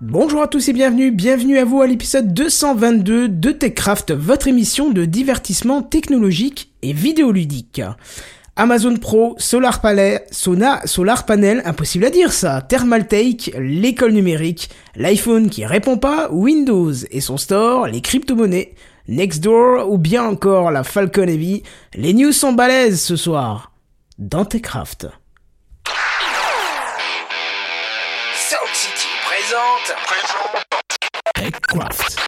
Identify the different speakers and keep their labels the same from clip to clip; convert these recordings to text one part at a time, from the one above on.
Speaker 1: Bonjour à tous et bienvenue, bienvenue à vous à l'épisode 222 de TechCraft, votre émission de divertissement technologique et vidéoludique. Amazon Pro, Solar Palais, Sona, Solar Panel, impossible à dire ça, Thermaltake, l'école numérique, l'iPhone qui répond pas, Windows et son store, les crypto-monnaies, Nextdoor ou bien encore la Falcon Heavy, les news sont balèzes ce soir dans Techcraft.
Speaker 2: Soul City présente.
Speaker 1: Techcraft.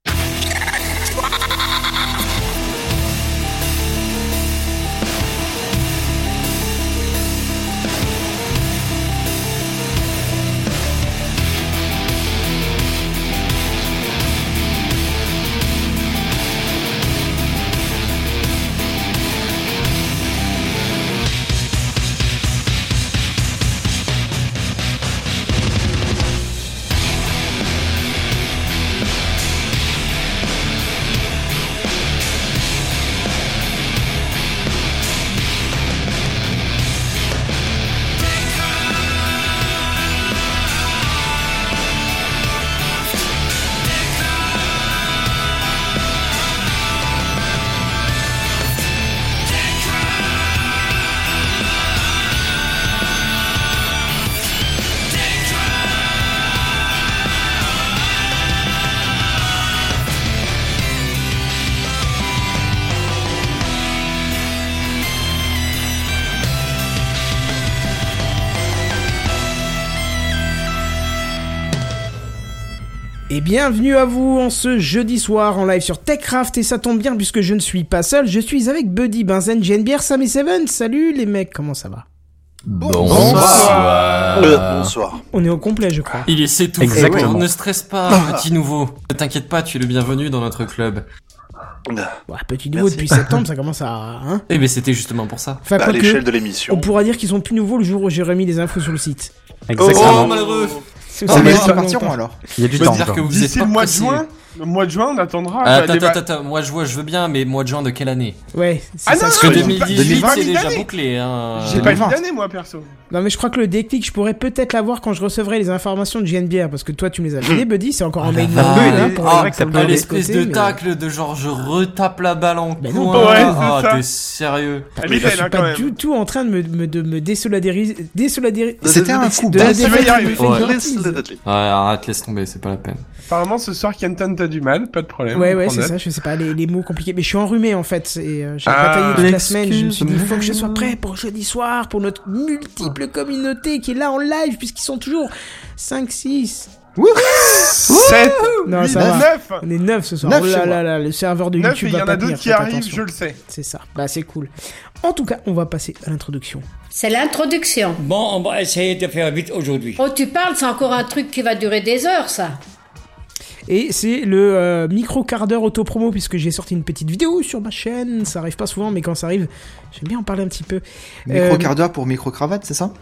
Speaker 1: Et bienvenue à vous en ce jeudi soir en live sur TechCraft et ça tombe bien puisque je ne suis pas seul, je suis avec Buddy, Benzen, JNBR, Sammy Seven. Salut les mecs, comment ça va
Speaker 3: Bonsoir.
Speaker 4: Euh, Bonsoir.
Speaker 1: On est au complet je crois.
Speaker 5: Il essaie tout.
Speaker 3: Exactement.
Speaker 5: Ne stresse
Speaker 6: Ah.
Speaker 5: pas, petit nouveau. Ne t'inquiète pas, tu es le bienvenu dans notre club.
Speaker 1: Ah, Ouais, petit nouveau
Speaker 4: Merci.
Speaker 1: depuis septembre, ça commence à... Hein
Speaker 5: Eh ben c'était justement pour ça.
Speaker 1: enfin,
Speaker 4: À
Speaker 1: quoique,
Speaker 4: Bah, l'échelle de
Speaker 1: on
Speaker 4: l'émission.
Speaker 1: pourra dire qu'ils sont plus nouveaux le jour où j'aurai mis les infos sur le site.
Speaker 6: Oh,
Speaker 3: Exactement.
Speaker 5: malheureux
Speaker 1: C'est
Speaker 3: Ah,
Speaker 1: aussi
Speaker 3: mais
Speaker 1: longtemps.
Speaker 3: ils
Speaker 6: alors.
Speaker 3: Il y a du
Speaker 5: Je veux
Speaker 3: temps.
Speaker 5: dire que vous êtes
Speaker 6: D'ici
Speaker 5: pas
Speaker 6: le mois de
Speaker 5: pressés.
Speaker 6: juin, le mois de juin, on attendra.
Speaker 5: Ah,
Speaker 6: quoi,
Speaker 5: Attends,
Speaker 6: des
Speaker 5: attends,
Speaker 6: va-
Speaker 5: attends, moi je vois, je veux bien, mais mois de juin de quelle année
Speaker 1: Ouais, c'est
Speaker 6: Ah
Speaker 1: ça.
Speaker 6: non,
Speaker 5: Parce
Speaker 1: c'est-
Speaker 5: que
Speaker 6: non, j'ai
Speaker 5: 2018
Speaker 6: pas-
Speaker 5: c'est
Speaker 6: j'ai
Speaker 5: déjà
Speaker 6: pas-
Speaker 5: bouclé, hein.
Speaker 6: J'ai pas une année, moi, perso.
Speaker 1: Non mais je crois que le déclic, je pourrais peut-être l'avoir quand je recevrai les informations de JNBR parce que toi tu me les as données Buddy, c'est encore en mail.
Speaker 5: vache.
Speaker 1: normal,
Speaker 5: Oui,
Speaker 1: hein,
Speaker 5: oui,
Speaker 1: pour
Speaker 5: oui.
Speaker 1: les
Speaker 5: Ah,
Speaker 1: mecs, ça me
Speaker 5: Ah,
Speaker 1: donne des
Speaker 5: l'espèce de
Speaker 1: côtés, mais-
Speaker 5: tacle de genre je retape la balle en
Speaker 1: Bah non,
Speaker 5: coin.
Speaker 6: ouais, c'est
Speaker 5: Ah,
Speaker 6: ça.
Speaker 5: t'es sérieux.
Speaker 6: Elle
Speaker 1: Mais
Speaker 6: est
Speaker 1: je suis
Speaker 6: belle, hein, quand
Speaker 1: pas
Speaker 6: même.
Speaker 1: du tout en train de me, me- de me désolidariser. désolidariser-
Speaker 4: C'était
Speaker 1: de-
Speaker 4: un
Speaker 1: de-
Speaker 4: coup
Speaker 1: de
Speaker 4: bas.
Speaker 1: la
Speaker 6: Tu vas y
Speaker 1: défaite,
Speaker 6: arriver.
Speaker 1: il me fait une
Speaker 5: Ouais.
Speaker 1: bêtise.
Speaker 5: Ouais, arrête, laisse tomber, c'est pas la peine.
Speaker 6: Apparemment, ce soir, Kenton, t'as du mal, pas de problème.
Speaker 1: Ouais,
Speaker 6: on
Speaker 1: ouais,
Speaker 6: prend
Speaker 1: c'est
Speaker 6: note.
Speaker 1: ça, je sais pas, les, les mots compliqués. Mais je suis enrhumé en fait, et euh, j'ai
Speaker 6: Ah,
Speaker 1: bataillé toute la semaine. Je me suis dit, il faut que je sois
Speaker 5: excuse-moi.
Speaker 1: prêt pour jeudi soir, pour notre
Speaker 6: Ah.
Speaker 1: multiple communauté qui est là en live, puisqu'ils sont toujours 5, 6.
Speaker 6: 7,
Speaker 1: Non,
Speaker 6: 8,
Speaker 1: ça va.
Speaker 6: 9.
Speaker 1: On est 9 ce soir.
Speaker 6: Neuf
Speaker 1: oh là
Speaker 6: chez moi.
Speaker 1: là là, le serveur de
Speaker 6: 9, et
Speaker 1: YouTube
Speaker 6: il y
Speaker 1: va
Speaker 6: en a
Speaker 1: pas
Speaker 6: d'autres
Speaker 1: tenir,
Speaker 6: qui
Speaker 1: faites
Speaker 6: arrivent,
Speaker 1: attention.
Speaker 6: je le sais.
Speaker 1: C'est ça, bah c'est cool. En tout cas, on va passer à l'introduction.
Speaker 7: C'est l'introduction.
Speaker 8: Bon, on va essayer de faire vite aujourd'hui.
Speaker 7: Oh, tu parles, c'est encore un truc qui va durer des heures, ça.
Speaker 1: Et c'est le euh, micro quart d'heure auto-promo puisque j'ai sorti une petite vidéo sur ma chaîne. Ça arrive pas souvent, mais quand ça arrive, j'aime bien en parler un petit peu.
Speaker 6: Micro
Speaker 1: Euh,
Speaker 6: quart-
Speaker 8: Quart d'heure pour micro-cravate, c'est ça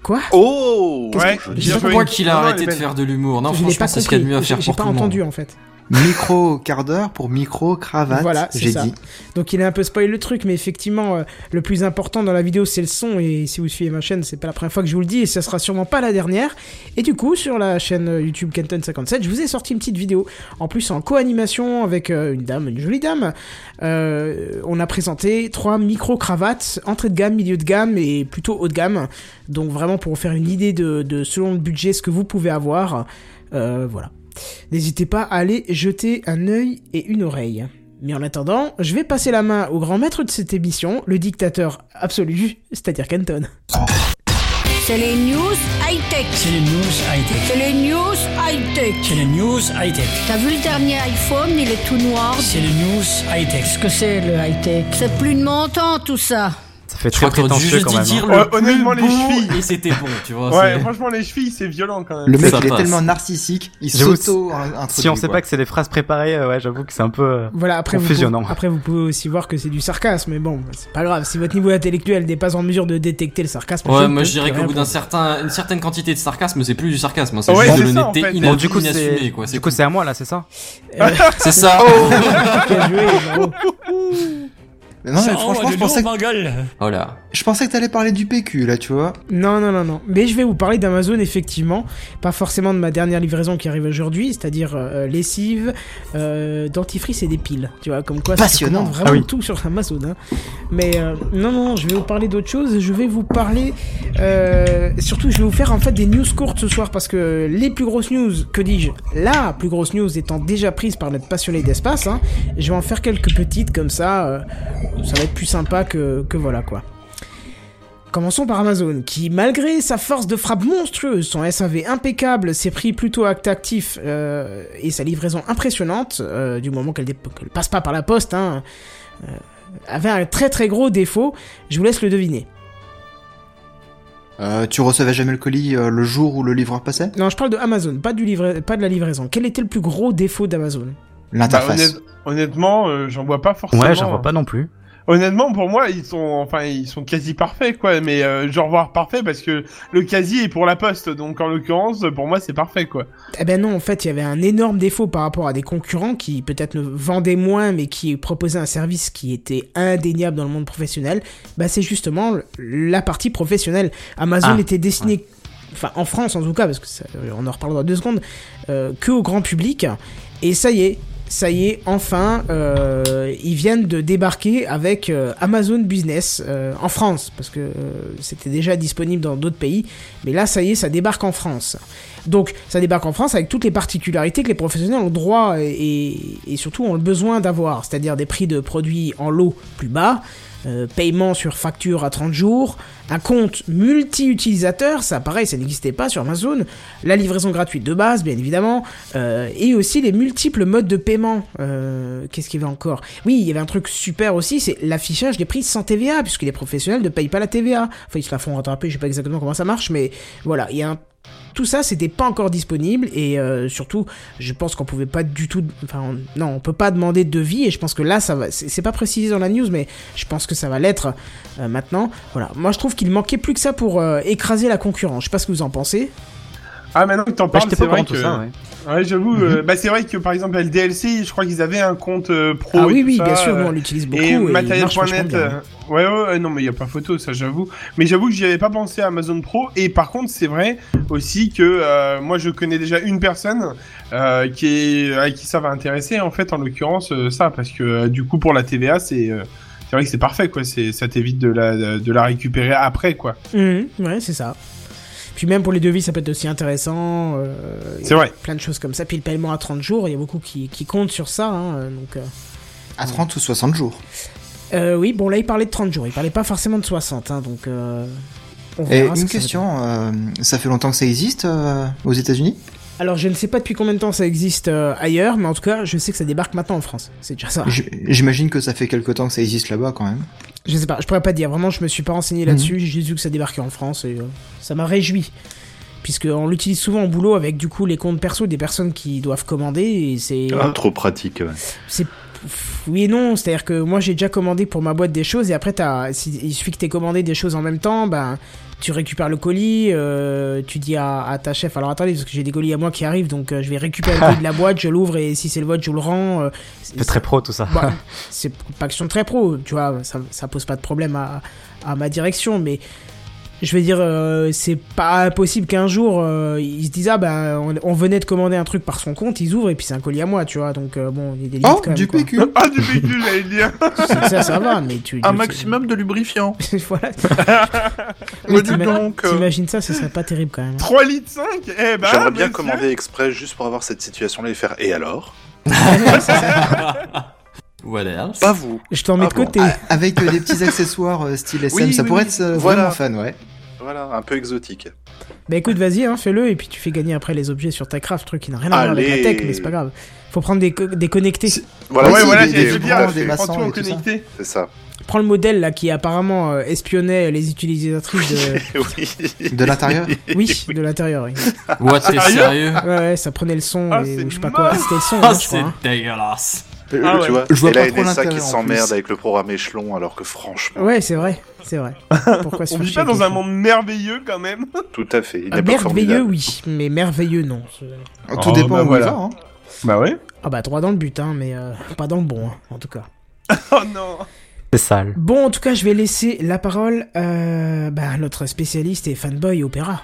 Speaker 1: Quoi
Speaker 4: Oh
Speaker 6: Ouais,
Speaker 1: J'ai
Speaker 5: Je
Speaker 1: pas
Speaker 5: crois qu'il a
Speaker 6: Non, non,
Speaker 5: arrêté
Speaker 6: elle
Speaker 5: de
Speaker 6: est belle.
Speaker 5: faire de l'humour. Non,
Speaker 1: Je l'ai
Speaker 5: franchement,
Speaker 1: pas
Speaker 5: c'est ce qu'il y a de mieux à
Speaker 1: compris.
Speaker 5: faire
Speaker 1: J'ai j'ai
Speaker 5: pour tout
Speaker 1: pas
Speaker 5: le monde.
Speaker 1: entendu en fait.
Speaker 8: Micro-quart d'heure pour micro-cravate,
Speaker 1: Voilà, c'est
Speaker 8: j'ai
Speaker 1: ça.
Speaker 8: dit.
Speaker 1: Donc il a un peu spoil le truc, mais effectivement, euh, le plus important dans la vidéo, c'est le son. Et si vous suivez ma chaîne, c'est pas la première fois que je vous le dis, et ça sera sûrement pas la dernière. Et du coup, sur la chaîne euh, YouTube Kenton57, je vous ai sorti une petite vidéo. En plus, en co-animation avec euh, une dame, une jolie dame. Euh, on a présenté trois micro-cravates, entrée de gamme, milieu de gamme et plutôt haut de gamme. Donc vraiment pour vous faire une idée de, de selon le budget, ce que vous pouvez avoir. Euh, voilà. N'hésitez pas à aller jeter un œil et une oreille. Mais en attendant, je vais passer la main au grand maître de cette émission, le dictateur absolu, c'est-à-dire Kenton.
Speaker 7: C'est les news high-tech.
Speaker 8: C'est les news high-tech.
Speaker 7: C'est les news high-tech.
Speaker 8: C'est les news high-tech.
Speaker 7: T'as vu le dernier iPhone, il est tout noir.
Speaker 8: C'est les news high-tech.
Speaker 7: que c'est le high-tech C'est plus de mon temps, tout ça.
Speaker 3: Ça fait
Speaker 5: Je
Speaker 3: très
Speaker 5: crois que t'aurais dû
Speaker 3: prétentieux
Speaker 5: juste
Speaker 3: quand même.
Speaker 5: dire
Speaker 3: hein.
Speaker 6: Ouais,
Speaker 5: le
Speaker 6: honnêtement, les
Speaker 5: plus
Speaker 6: chevilles.
Speaker 5: beau et c'était bon, tu vois.
Speaker 6: Ouais,
Speaker 5: c'est-
Speaker 6: franchement, les chevilles, c'est violent quand même.
Speaker 8: Le mec,
Speaker 5: Ça
Speaker 8: il est
Speaker 5: passe.
Speaker 8: tellement narcissique, il
Speaker 3: J'avoue,
Speaker 8: s'auto-introduit.
Speaker 3: Si on sait
Speaker 8: quoi.
Speaker 3: pas que c'est des phrases préparées, euh, ouais, j'avoue que c'est un peu. euh,
Speaker 1: Voilà, après vous,
Speaker 3: Confusionnant.
Speaker 1: pouvez, après vous pouvez aussi voir que c'est du sarcasme, mais bon, c'est pas grave, si votre niveau intellectuel n'est pas en mesure de détecter le sarcasme...
Speaker 5: Ouais,
Speaker 1: ne
Speaker 5: moi
Speaker 1: peux
Speaker 5: je dirais
Speaker 1: plus
Speaker 5: qu'au bout
Speaker 1: rien
Speaker 5: d'un
Speaker 1: pour-
Speaker 5: certain, une certaine quantité de sarcasme, c'est plus du sarcasme, hein, c'est
Speaker 6: Ouais,
Speaker 5: juste de
Speaker 6: c'est ça, en
Speaker 5: l'honnêteté
Speaker 6: fait.
Speaker 5: ina-
Speaker 3: Bon, du coup,
Speaker 5: inassumée,
Speaker 3: c'est.
Speaker 5: quoi.
Speaker 3: Du
Speaker 5: C'est
Speaker 3: coup,
Speaker 5: cool.
Speaker 3: c'est à moi là, c'est ça
Speaker 5: C'est ça.
Speaker 1: Bien joué, bravo. oh, hein.
Speaker 8: Mais Non, mais franchement, je pensais que
Speaker 5: Voilà.
Speaker 8: Je pensais que t'allais parler du PQ, là, tu vois.
Speaker 1: Non, non, non, non. Mais je vais vous parler d'Amazon, effectivement. Pas forcément de ma dernière livraison qui arrive aujourd'hui, c'est-à-dire euh, lessive, euh, dentifrice et des piles. Tu vois, comme quoi ça se
Speaker 8: Passionnant.
Speaker 1: commande vraiment
Speaker 3: Ah oui.
Speaker 1: tout sur Amazon. hein. Mais euh, non, non, je vais vous parler d'autre chose. Je vais vous parler... euh, surtout, je vais vous faire en fait des news courtes ce soir parce que les plus grosses news, que dis-je La plus grosse news étant déjà prise par notre passionné d'espace. hein, je vais en faire quelques petites comme ça. euh, ça va être plus sympa que, que voilà, quoi. Commençons par Amazon, qui, malgré sa force de frappe monstrueuse, son SAV impeccable, ses prix plutôt acte actifs euh, et sa livraison impressionnante, euh, du moment qu'elle dé- qu'elle passe pas par la poste, hein, euh, avait un très très gros défaut. Je vous laisse le deviner.
Speaker 8: Euh, tu recevais jamais le colis euh, le jour où le livreur passait
Speaker 1: Non, je parle de Amazon, pas, du livra- pas de la livraison. Quel était le plus gros défaut d'Amazon
Speaker 6: Bah,
Speaker 8: L'interface.
Speaker 6: honnête- Honnêtement, euh, j'en vois pas forcément.
Speaker 3: Ouais, j'en vois pas non plus.
Speaker 6: Honnêtement, pour moi, ils sont, enfin, ils sont quasi parfaits, quoi. Mais euh, genre voir parfait parce que le quasi est pour la poste, donc en l'occurrence, pour moi, c'est parfait, quoi.
Speaker 1: Eh ben non, en fait, il y avait un énorme défaut par rapport à des concurrents qui peut-être ne vendaient moins, mais qui proposaient un service qui était indéniable dans le monde professionnel. Bah, c'est justement le- la partie professionnelle. Amazon
Speaker 3: Ah,
Speaker 1: était destiné, enfin en France en tout cas, parce que ça- on en reparlera dans deux secondes, euh, que au grand public. Et ça y est, ça y est, enfin, euh, ils viennent de débarquer avec euh, Amazon Business euh, en France, parce que euh, c'était déjà disponible dans d'autres pays, mais là, ça y est, ça débarque en France. Donc, ça débarque en France avec toutes les particularités que les professionnels ont droit et, et- et surtout ont le besoin d'avoir, c'est-à-dire des prix de produits en lot plus bas, euh, paiement sur facture à 30 jours, un compte multi-utilisateur, ça pareil, ça n'existait pas sur Amazon, la livraison gratuite de base, bien évidemment, euh, et aussi les multiples modes de paiement. Euh, Qu'est-ce qu'il y avait encore Oui, il y avait un truc super aussi, c'est l'affichage des prix sans TVA, puisque les professionnels ne payent pas la TVA. Enfin, ils se la font rattraper, je sais pas exactement comment ça marche, mais voilà, il y a un tout ça, c'était pas encore disponible et euh, surtout, je pense qu'on pouvait pas du tout. Enfin, on- non, on peut pas demander de devis et je pense que là, ça va. C'est c'est pas précisé dans la news, mais je pense que ça va l'être euh, maintenant. Voilà. Moi, je trouve qu'il manquait plus que ça pour euh, écraser la concurrence. Je sais pas ce que vous en pensez.
Speaker 6: Ah, maintenant que t'en
Speaker 3: Bah,
Speaker 6: parles,
Speaker 3: j'étais pas
Speaker 6: c'est
Speaker 3: au
Speaker 6: vrai
Speaker 3: courant
Speaker 6: que.
Speaker 3: de tout ça, ouais.
Speaker 6: Ouais, j'avoue.
Speaker 1: Mm-hmm.
Speaker 6: euh, bah, c'est vrai que par exemple, LDLC, je crois qu'ils avaient un compte euh, pro.
Speaker 1: ah
Speaker 6: et
Speaker 1: oui,
Speaker 6: tout
Speaker 1: oui,
Speaker 6: ça,
Speaker 1: bien sûr, nous,
Speaker 6: euh,
Speaker 1: on l'utilise beaucoup.
Speaker 6: Et
Speaker 1: il marche vachement
Speaker 6: matériel.net.
Speaker 1: bien.
Speaker 6: euh, Ouais, ouais, ouais, non, mais il n'y a pas photo, ça j'avoue. Mais j'avoue que j'y avais pas pensé à Amazon Pro. Et par contre, c'est vrai aussi que euh, moi je connais déjà une personne euh, qui est, à qui ça va intéresser, en fait, en l'occurrence, euh, ça. Parce que euh, du coup, pour la TVA, c'est. euh, c'est vrai que c'est parfait, quoi. C'est, ça t'évite de la, de la récupérer après, quoi.
Speaker 1: Mhm, ouais, c'est ça. Puis même pour les devis, ça peut être aussi intéressant. euh, il y a
Speaker 6: C'est vrai.
Speaker 1: Plein de choses comme ça. Puis le paiement à 30 jours, il y a beaucoup qui, qui comptent sur ça. hein, euh, donc. euh,
Speaker 8: À 30 ou 60 jours.
Speaker 1: Euh, oui, bon là il parlait de 30 jours, il parlait pas forcément de 60, hein, donc... Euh, on
Speaker 8: Et
Speaker 1: verra ce
Speaker 8: une
Speaker 1: que ça va
Speaker 8: question, euh, ça fait longtemps que ça existe euh, aux États-Unis
Speaker 1: donner. Alors je ne sais pas depuis combien de temps ça existe euh, ailleurs, mais en tout cas je sais que ça débarque maintenant en France, c'est déjà ça.
Speaker 8: J- J'imagine que ça fait quelque temps que ça existe là-bas quand même.
Speaker 1: Je sais pas, je pourrais pas dire, vraiment je me suis pas
Speaker 8: Mhm.
Speaker 1: renseigné là-dessus, j'ai juste vu que ça débarquait en France et euh, ça m'a réjoui. Puisque on l'utilise souvent au boulot avec du coup les comptes perso des personnes qui doivent commander et c'est...
Speaker 4: Ah, trop pratique. ouais.
Speaker 1: Pff, Oui et non, c'est-à-dire que moi j'ai déjà commandé pour ma boîte des choses et après t'as, si- il suffit que t'aies commandé des choses en même temps, ben tu récupères le colis, euh, tu dis à, à ta chef, alors attendez parce que j'ai des colis à moi qui arrivent donc euh, je vais récupérer le colis de la boîte, je l'ouvre et si c'est le vote je vous le rends. euh, c'est-
Speaker 3: C'est très pro tout ça.
Speaker 1: bah, c'est pas question de très pro, tu vois, ça, ça pose pas de problème à, à ma direction, mais je veux dire, euh, c'est pas possible qu'un jour euh, ils se disent ah bah on, on venait de commander un truc par son compte, ils ouvrent et puis c'est un colis à moi, tu vois, donc euh, bon il y a des limites
Speaker 8: Oh,
Speaker 1: quand même.
Speaker 8: du
Speaker 1: quoi.
Speaker 8: PQ
Speaker 6: Ah, du PQ, j'allais le dire.
Speaker 1: Ça, ça, ça va, mais tu.
Speaker 4: Un
Speaker 1: tu-
Speaker 4: maximum de lubrifiant.
Speaker 1: voilà.
Speaker 4: Me
Speaker 1: t'ima-
Speaker 4: dis donc. euh,
Speaker 1: T'imagines ça, ce serait pas terrible quand même. hein.
Speaker 6: 3 litres 5 Eh ben.
Speaker 4: J'aimerais bien
Speaker 6: monsieur.
Speaker 4: commander exprès juste pour avoir cette situation-là et faire. Et alors
Speaker 5: What else
Speaker 4: Pas vous.
Speaker 1: Je t'en mets
Speaker 4: Ah
Speaker 1: de
Speaker 4: bon.
Speaker 1: côté.
Speaker 8: Ah, Avec euh, des petits accessoires euh, style SM,
Speaker 4: Oui,
Speaker 8: ça
Speaker 4: oui,
Speaker 8: pourrait
Speaker 4: oui.
Speaker 8: être euh,
Speaker 4: Voilà.
Speaker 8: vraiment fun, ouais.
Speaker 4: Voilà, un peu exotique.
Speaker 1: Bah écoute, vas-y, hein, fais-le, et puis tu fais gagner après les objets sur ta craft, truc qui n'a rien à voir avec la
Speaker 4: Allez.
Speaker 1: tech, mais c'est pas grave. Faut prendre des, co- des connectés.
Speaker 4: Si- Voilà,
Speaker 8: Ouais,
Speaker 6: Ah ouais,
Speaker 4: c'est
Speaker 6: voilà,
Speaker 8: des-
Speaker 4: l'idée,
Speaker 6: j'allais
Speaker 8: des
Speaker 6: le
Speaker 4: tout
Speaker 6: dire,
Speaker 4: à
Speaker 8: grands,
Speaker 4: fait.
Speaker 8: des
Speaker 6: prends
Speaker 8: maçons
Speaker 6: tout en
Speaker 8: et tout ça.
Speaker 6: connecté.
Speaker 4: C'est ça.
Speaker 1: Prends le modèle là qui apparemment euh, espionnait les utilisatrices de.
Speaker 4: Oui.
Speaker 8: De l'intérieur
Speaker 1: Oui, de l'intérieur. oui.
Speaker 5: What, t'es sérieux
Speaker 1: Ouais, ouais, ça prenait le son,
Speaker 6: Ah,
Speaker 1: et,
Speaker 6: c'est
Speaker 1: ou je sais pas quoi.
Speaker 6: moche.
Speaker 1: C'était le son,
Speaker 5: Ah,
Speaker 1: hein, je crois.
Speaker 5: c'est
Speaker 1: hein.
Speaker 5: dégueulasse.
Speaker 6: Ah ouais.
Speaker 4: Tu vois,
Speaker 8: Je vois
Speaker 4: et
Speaker 8: pas
Speaker 4: la
Speaker 8: trop
Speaker 4: NSA
Speaker 8: l'intérêt,
Speaker 4: qui
Speaker 8: en
Speaker 4: s'emmerde
Speaker 8: plus.
Speaker 4: avec le programme échelon, alors que franchement,
Speaker 1: Ouais, c'est vrai, c'est vrai. Pourquoi se
Speaker 6: On
Speaker 1: faire
Speaker 6: vit
Speaker 1: chier
Speaker 6: pas dans un
Speaker 1: avec ça
Speaker 6: monde merveilleux quand même.
Speaker 4: tout à fait. Il
Speaker 1: Ah,
Speaker 4: n'est pas
Speaker 1: Merveilleux,
Speaker 4: formidable.
Speaker 1: oui, mais merveilleux, non.
Speaker 8: Tout
Speaker 6: Oh,
Speaker 8: dépend
Speaker 6: bah
Speaker 8: où
Speaker 6: voilà.
Speaker 8: il va, hein.
Speaker 6: Bah ouais.
Speaker 1: Ah bah, droit dans le but, hein, mais euh, pas dans le bon, hein, en tout cas.
Speaker 6: Oh non.
Speaker 3: C'est sale.
Speaker 1: Bon, en tout cas, je vais laisser la parole euh, bah, à notre spécialiste et fanboy opéra.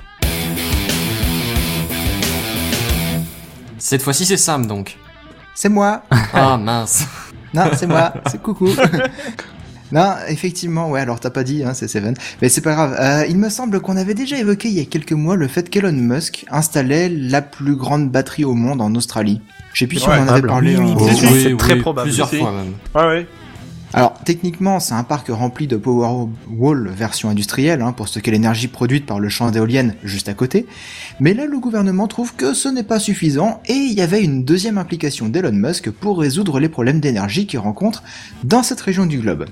Speaker 5: Cette fois-ci, c'est Sam donc.
Speaker 8: C'est moi
Speaker 5: Ah mince.
Speaker 8: Non, c'est moi, c'est coucou. Non, effectivement, ouais, alors t'as pas dit, hein, c'est Seven. Mais c'est pas grave. Euh, il me semble qu'on avait déjà évoqué il y a quelques mois le fait qu'Elon Musk installait la plus grande batterie au monde en Australie. Je sais plus si
Speaker 6: Ouais,
Speaker 8: on en avait
Speaker 3: probable.
Speaker 8: parlé.
Speaker 6: Oui, oui,
Speaker 8: hein.
Speaker 6: Si, si,
Speaker 3: c'est très probable.
Speaker 5: Plusieurs
Speaker 6: Si.
Speaker 5: fois même.
Speaker 6: Ouais, ouais.
Speaker 8: Alors, techniquement, c'est un parc rempli de Powerwall version industrielle, hein, pour stocker l'énergie produite par le champ d'éoliennes juste à côté. Mais là, le gouvernement trouve que ce n'est pas suffisant et il y avait une deuxième implication d'Elon Musk pour résoudre les problèmes d'énergie qu'il rencontre dans cette région du globe.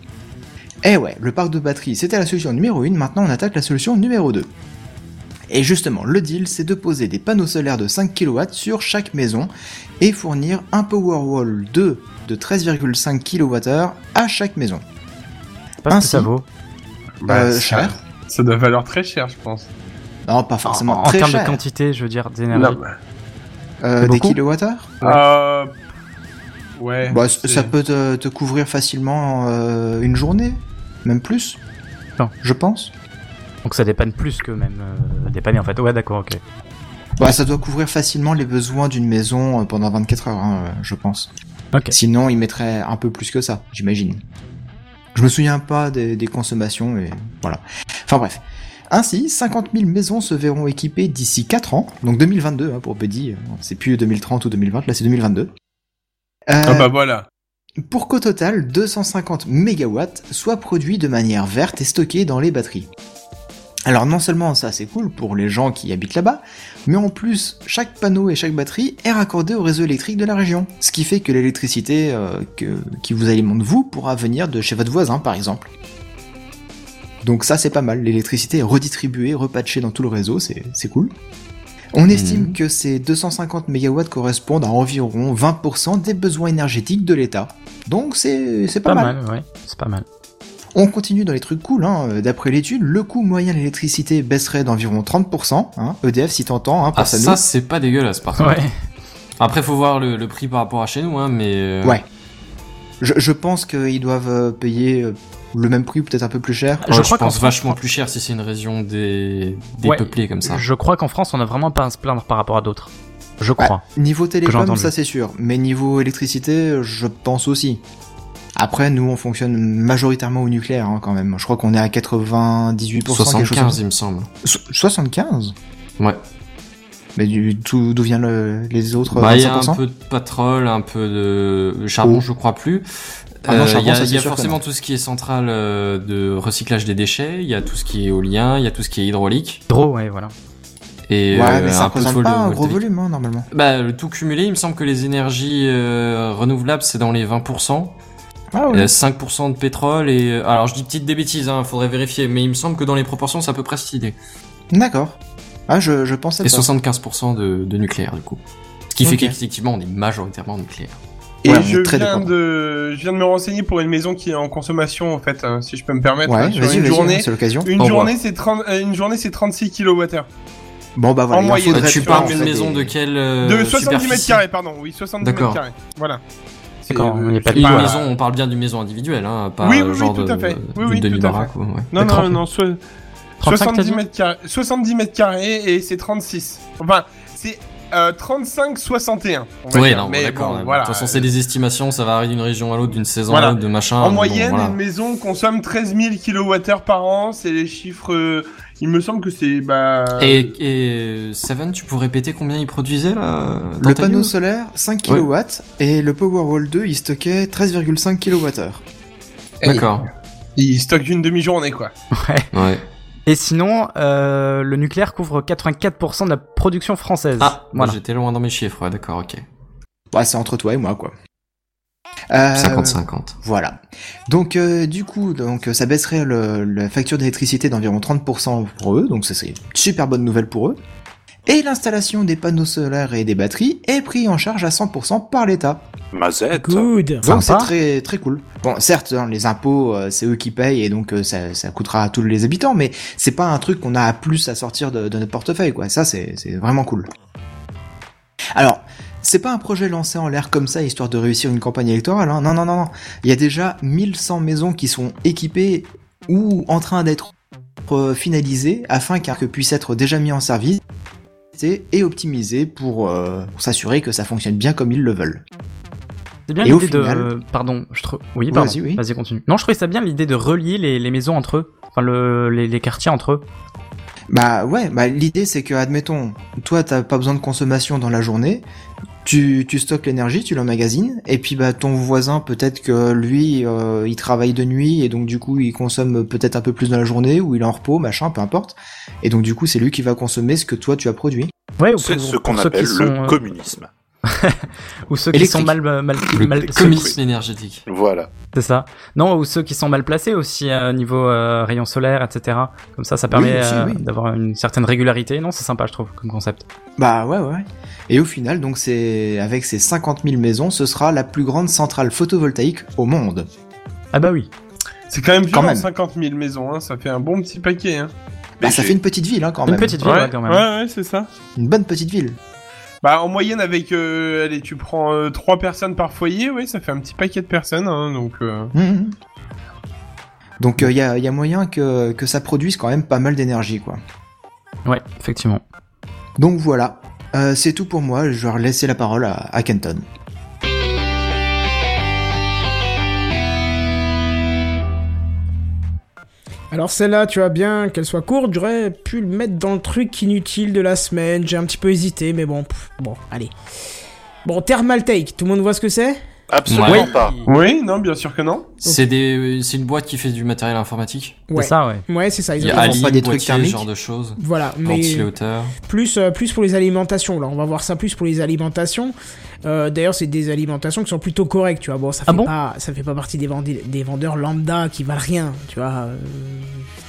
Speaker 8: Eh ouais, le parc de batterie, c'était la solution numéro 1, maintenant on attaque la solution numéro 2. Et justement, le deal, c'est de poser des panneaux solaires de 5 kW sur chaque maison et fournir un Powerwall 2 de 13,5 kWh à chaque maison.
Speaker 3: Je sais pas ce que ça
Speaker 8: Ainsi,
Speaker 3: vaut.
Speaker 8: Euh,
Speaker 6: ça-
Speaker 8: cher
Speaker 6: Ça doit valoir très cher, je pense.
Speaker 8: Non, pas forcément
Speaker 3: en, en
Speaker 8: très
Speaker 3: termes
Speaker 8: cher.
Speaker 3: de quantité, je veux dire,
Speaker 8: Ah
Speaker 6: Non,
Speaker 3: d'énergie.
Speaker 6: mais-
Speaker 8: Euh,
Speaker 3: C'est
Speaker 8: des
Speaker 3: beaucoup
Speaker 8: kilowattheures
Speaker 6: Euh, Ouais.
Speaker 8: bah, c-
Speaker 6: c'est-
Speaker 8: Ça peut te, te couvrir facilement euh, une journée, même plus.
Speaker 3: Non.
Speaker 8: Je pense.
Speaker 3: Donc ça dépanne plus que même euh, dépanner en fait. Ouais, d'accord, ok.
Speaker 8: Bah, ça doit couvrir facilement les besoins d'une maison euh, pendant 24 heures, hein, euh, je pense.
Speaker 3: Ok.
Speaker 8: Sinon, il mettrait un peu plus que ça, j'imagine. Je me souviens pas des, des consommations et voilà. Enfin bref. Ainsi, 50 000 maisons se verront équipées d'ici 4 ans, donc 2022 hein, pour Buddy, euh, c'est plus 2030 ou 2020, là c'est 2022. Euh,
Speaker 6: Ah bah voilà.
Speaker 8: Pour qu'au total 250 MW soient produits de manière verte et stockés dans les batteries. Alors non seulement ça c'est cool pour les gens qui habitent là-bas, mais en plus chaque panneau et chaque batterie est raccordé au réseau électrique de la région, ce qui fait que l'électricité euh, que- qui vous alimente vous pourra venir de chez votre voisin par exemple. Donc ça c'est pas mal, l'électricité est redistribuée, repatchée dans tout le réseau, c'est c'est cool. On estime que ces 250 MW correspondent à environ 20% des besoins énergétiques de l'État. Donc c'est c'est pas,
Speaker 3: Pas
Speaker 8: mal.
Speaker 3: mal, ouais. C'est pas mal.
Speaker 8: On continue dans les trucs cool, hein. Euh, d'après l'étude, le coût moyen de l'électricité baisserait d'environ 30%, hein. EDF si t'entends, hein,
Speaker 5: Ah
Speaker 8: pense à
Speaker 5: ça, c'est pas dégueulasse par contre.
Speaker 3: Ouais.
Speaker 5: Après, faut voir le, le prix par rapport à chez nous, hein, mais. euh,
Speaker 8: Ouais. nous. Je, je pense qu'ils doivent euh, payer euh, le même prix, peut-être un peu plus cher.
Speaker 5: Je,
Speaker 3: Je crois qu'en
Speaker 5: pense
Speaker 3: France-
Speaker 5: vachement plus cher si c'est une région des, des
Speaker 3: Ouais.
Speaker 5: peuplés comme ça.
Speaker 3: Je crois qu'en France, on a vraiment pas à se plaindre par rapport à d'autres. Je crois.
Speaker 8: Niveau
Speaker 3: j'ai
Speaker 8: télécom,
Speaker 3: entendu.
Speaker 8: ça c'est sûr, mais niveau électricité, je pense aussi. Après, nous, on fonctionne majoritairement au nucléaire hein, quand même. Je crois qu'on est à 98%. quelque chose comme
Speaker 5: 75, il me semble.
Speaker 8: So- 75
Speaker 5: Ouais.
Speaker 8: Mais du- d'où d'où viennent le- les autres
Speaker 5: Bah, il y a
Speaker 8: 25%
Speaker 5: un peu de pétrole, un peu de charbon,
Speaker 8: Oh.
Speaker 5: je crois plus.
Speaker 8: Ah non,
Speaker 5: Euh,
Speaker 8: charbon,
Speaker 5: il y a,
Speaker 8: ça, c'est
Speaker 5: il y a
Speaker 8: sûr que
Speaker 5: forcément
Speaker 8: non.
Speaker 5: tout ce qui est centrale euh, de recyclage des déchets, il y a tout ce qui est éolien, il y a tout ce qui est hydraulique
Speaker 3: Drôle, ouais, voilà.
Speaker 5: et
Speaker 8: Ouais,
Speaker 5: euh,
Speaker 8: mais ça
Speaker 5: un peu de
Speaker 8: représente pas un gros
Speaker 5: photovoltaïque.
Speaker 8: volume, hein, normalement.
Speaker 5: Bah, le tout cumulé, il me semble que les énergies euh, renouvelables, c'est dans les 20%.
Speaker 8: Ah
Speaker 5: Euh, 5% de pétrole et... euh, Alors, je dis petite des bêtises, hein, faudrait vérifier, mais il me semble que dans les proportions, c'est à peu près cette idée.
Speaker 8: D'accord. Ah, je, je pensais
Speaker 5: Et
Speaker 8: pas.
Speaker 5: 75% de, de nucléaire, du coup. Ce qui fait
Speaker 8: Ok.
Speaker 5: qu'effectivement, on est majoritairement nucléaire.
Speaker 6: Et
Speaker 8: Ouais, on est
Speaker 6: je,
Speaker 8: très
Speaker 6: viens
Speaker 8: dépendant.
Speaker 6: de... je viens de me renseigner pour une maison qui est en consommation, en fait, hein, si je peux me permettre. hein,
Speaker 8: Ouais,
Speaker 6: sur
Speaker 8: vas-y,
Speaker 6: une
Speaker 8: vas-y,
Speaker 6: journée,
Speaker 8: c'est l'occasion.
Speaker 6: une
Speaker 5: Au
Speaker 6: journée, c'est 30... euh, une journée, c'est 36 kWh.
Speaker 8: Bon, bah voilà,
Speaker 6: En
Speaker 8: il en
Speaker 6: moyenne,
Speaker 8: faudrait
Speaker 5: Euh, tu
Speaker 6: tu
Speaker 5: parles
Speaker 6: vois,
Speaker 5: d'une
Speaker 6: en fait,
Speaker 5: maison de quelle euh,
Speaker 6: De 70
Speaker 5: superficie
Speaker 6: mètres carrés, pardon. Oui, 70 mètres
Speaker 5: D'accord.
Speaker 6: carrés. Voilà. C'est,
Speaker 3: D'accord, on
Speaker 6: euh,
Speaker 3: n'est pas
Speaker 6: c'est
Speaker 5: Une
Speaker 3: Voilà.
Speaker 5: maison, on parle bien d'une maison individuelle, hein, pas
Speaker 6: Oui, oui, oui,
Speaker 5: genre
Speaker 6: tout
Speaker 5: de-
Speaker 6: à fait.
Speaker 5: d'une
Speaker 6: Oui, oui, tout à
Speaker 5: demi-baraque. ou- ouais.
Speaker 6: Non, non,
Speaker 3: Trente-
Speaker 6: non, so-
Speaker 3: 35, t'as
Speaker 6: 70
Speaker 3: dit
Speaker 6: mètres carrés, 70 mètres carrés et c'est 36. Enfin, c'est euh, 35, 61. on va
Speaker 5: Oui,
Speaker 6: dire.
Speaker 5: non,
Speaker 6: Mais
Speaker 5: d'accord.
Speaker 6: bon,
Speaker 5: ouais.
Speaker 6: voilà.
Speaker 5: De toute façon, c'est des estimations, ça va varier d'une région à l'autre, d'une saison
Speaker 6: Voilà.
Speaker 5: à l'autre, de machin.
Speaker 6: En
Speaker 5: bon,
Speaker 6: moyenne,
Speaker 5: voilà.
Speaker 6: une maison consomme 13 000 kWh par an. C'est les chiffres. euh, il me semble que c'est. Bah,
Speaker 5: Et, et euh, Seven, tu peux répéter combien il produisait là dans
Speaker 8: Le
Speaker 5: ta
Speaker 8: panneau
Speaker 5: news
Speaker 8: solaire, 5
Speaker 5: euh, Ouais.
Speaker 8: kW, et le Powerwall 2, il stockait 13,5 kWh.
Speaker 5: D'accord.
Speaker 6: Il stocke d'une demi-journée, quoi.
Speaker 5: Ouais.
Speaker 3: Et sinon, euh, le nucléaire couvre 84% de la production française.
Speaker 5: Ah,
Speaker 3: voilà.
Speaker 5: j'étais loin dans mes chiffres, ouais, d'accord, ok.
Speaker 8: Bah, c'est entre toi et moi, quoi. Euh,
Speaker 5: 50-50.
Speaker 8: Voilà. Donc euh, du coup, donc euh, ça baisserait le- la facture d'électricité d'environ 30% pour eux, donc ça c'est une super bonne nouvelle pour eux. Et l'installation des panneaux solaires et des batteries est prise en charge à 100% par l'État.
Speaker 4: Mazette.
Speaker 1: Good.
Speaker 8: Donc c'est
Speaker 3: Sympa.
Speaker 8: très très cool. Bon, certes, hein, les impôts, euh, c'est eux qui payent et donc euh, ça, ça coûtera à tous les habitants, mais c'est pas un truc qu'on a à plus à sortir de, de notre portefeuille, quoi. Ça, c'est c'est vraiment cool. Alors, C'est pas un projet lancé en l'air comme ça, histoire de réussir une campagne électorale. hein. Non, non, non, non. Il y a déjà 1100 maisons qui sont équipées ou en train d'être euh, finalisées afin qu'un que puisse être déjà mis en service et optimisé pour, euh, pour s'assurer que ça fonctionne bien comme ils le veulent.
Speaker 3: C'est bien
Speaker 8: Et au
Speaker 3: l'idée de. euh,
Speaker 8: final-
Speaker 3: Pardon, je trouve. Oui, pardon.
Speaker 8: Vas-y, oui.
Speaker 3: continue. Non, je trouvais ça bien l'idée de relier les, les maisons entre eux. Enfin, le, les, les quartiers entre eux.
Speaker 8: Bah ouais, bah l'idée c'est que, admettons, toi t'as pas besoin de consommation dans la journée, tu, tu stockes l'énergie, tu l'emmagasines, et puis bah ton voisin peut-être que lui euh, il travaille de nuit et donc du coup il consomme peut-être un peu plus dans la journée ou il est en repos, machin, peu importe, et donc du coup c'est lui qui va consommer ce que toi tu as produit.
Speaker 3: Ouais, ou
Speaker 4: C'est
Speaker 3: pour-
Speaker 4: ce qu'on
Speaker 3: pour ceux qui
Speaker 4: appelle
Speaker 3: sont,
Speaker 4: le
Speaker 3: euh,
Speaker 4: communisme.
Speaker 3: Ou ceux qui sont mal,
Speaker 8: Électrique.
Speaker 3: mal, mal,
Speaker 5: Le
Speaker 3: mal-
Speaker 5: communisme énergétique.
Speaker 4: Voilà.
Speaker 3: C'est ça. Non, ou ceux qui sont mal placés aussi euh, niveau euh, rayon solaire, etc. Comme ça, ça permet
Speaker 8: aussi,
Speaker 3: euh,
Speaker 8: oui.
Speaker 3: d'avoir une certaine régularité. Non, c'est sympa, je trouve, comme concept.
Speaker 8: Bah ouais ouais. Et au final donc c'est avec ces 50 000 maisons, ce sera la plus grande centrale photovoltaïque au monde.
Speaker 3: Ah bah oui.
Speaker 6: C'est quand même
Speaker 8: Quand
Speaker 6: violent,
Speaker 8: même.
Speaker 6: 50 000 maisons, hein, ça fait un bon petit paquet. Hein.
Speaker 8: Bah
Speaker 4: Mais
Speaker 8: ça
Speaker 4: j'ai-
Speaker 8: fait une petite ville hein, quand
Speaker 3: Une
Speaker 8: même.
Speaker 3: petite ville, ouais, quand même.
Speaker 6: ouais, ouais, c'est ça.
Speaker 8: Une bonne petite ville.
Speaker 6: Bah en moyenne avec, euh, allez, tu prends euh, trois personnes par foyer, ouais, ça fait un petit paquet de personnes, hein, donc. euh,
Speaker 8: Mhm. Donc il y, a, y a moyen que, que ça produise quand même pas mal d'énergie quoi.
Speaker 3: Ouais, effectivement.
Speaker 8: Donc voilà, Euh, c'est tout pour moi, je vais laisser la parole à, à Kenton.
Speaker 1: Alors celle-là, tu vois bien qu'elle soit courte, j'aurais pu le mettre dans le truc inutile de la semaine, j'ai un petit peu hésité, mais bon, pff, bon, allez. Bon, Thermal Take, tout le monde voit ce que c'est
Speaker 4: Absolument pas.
Speaker 6: Oui, non, bien sûr que non.
Speaker 5: C'est des, euh, c'est une boîte qui fait du matériel informatique.
Speaker 1: Ouais,
Speaker 3: C'est ça, ouais.
Speaker 1: ouais c'est ça,
Speaker 5: Il y a
Speaker 1: exactement.
Speaker 5: Ali,
Speaker 8: pas des trucs
Speaker 5: boîtier, ce
Speaker 8: thermiques
Speaker 5: genre de choses.
Speaker 1: Voilà, mais...
Speaker 5: Ventilateur.
Speaker 1: plus, euh, plus pour les alimentations. Là, on va voir ça plus pour les alimentations. Euh, D'ailleurs, c'est des alimentations qui sont plutôt correctes, tu vois. Bon, ça fait
Speaker 3: Ah bon
Speaker 1: pas, ça fait pas partie des, vendi- des vendeurs lambda qui valent rien, tu vois. euh,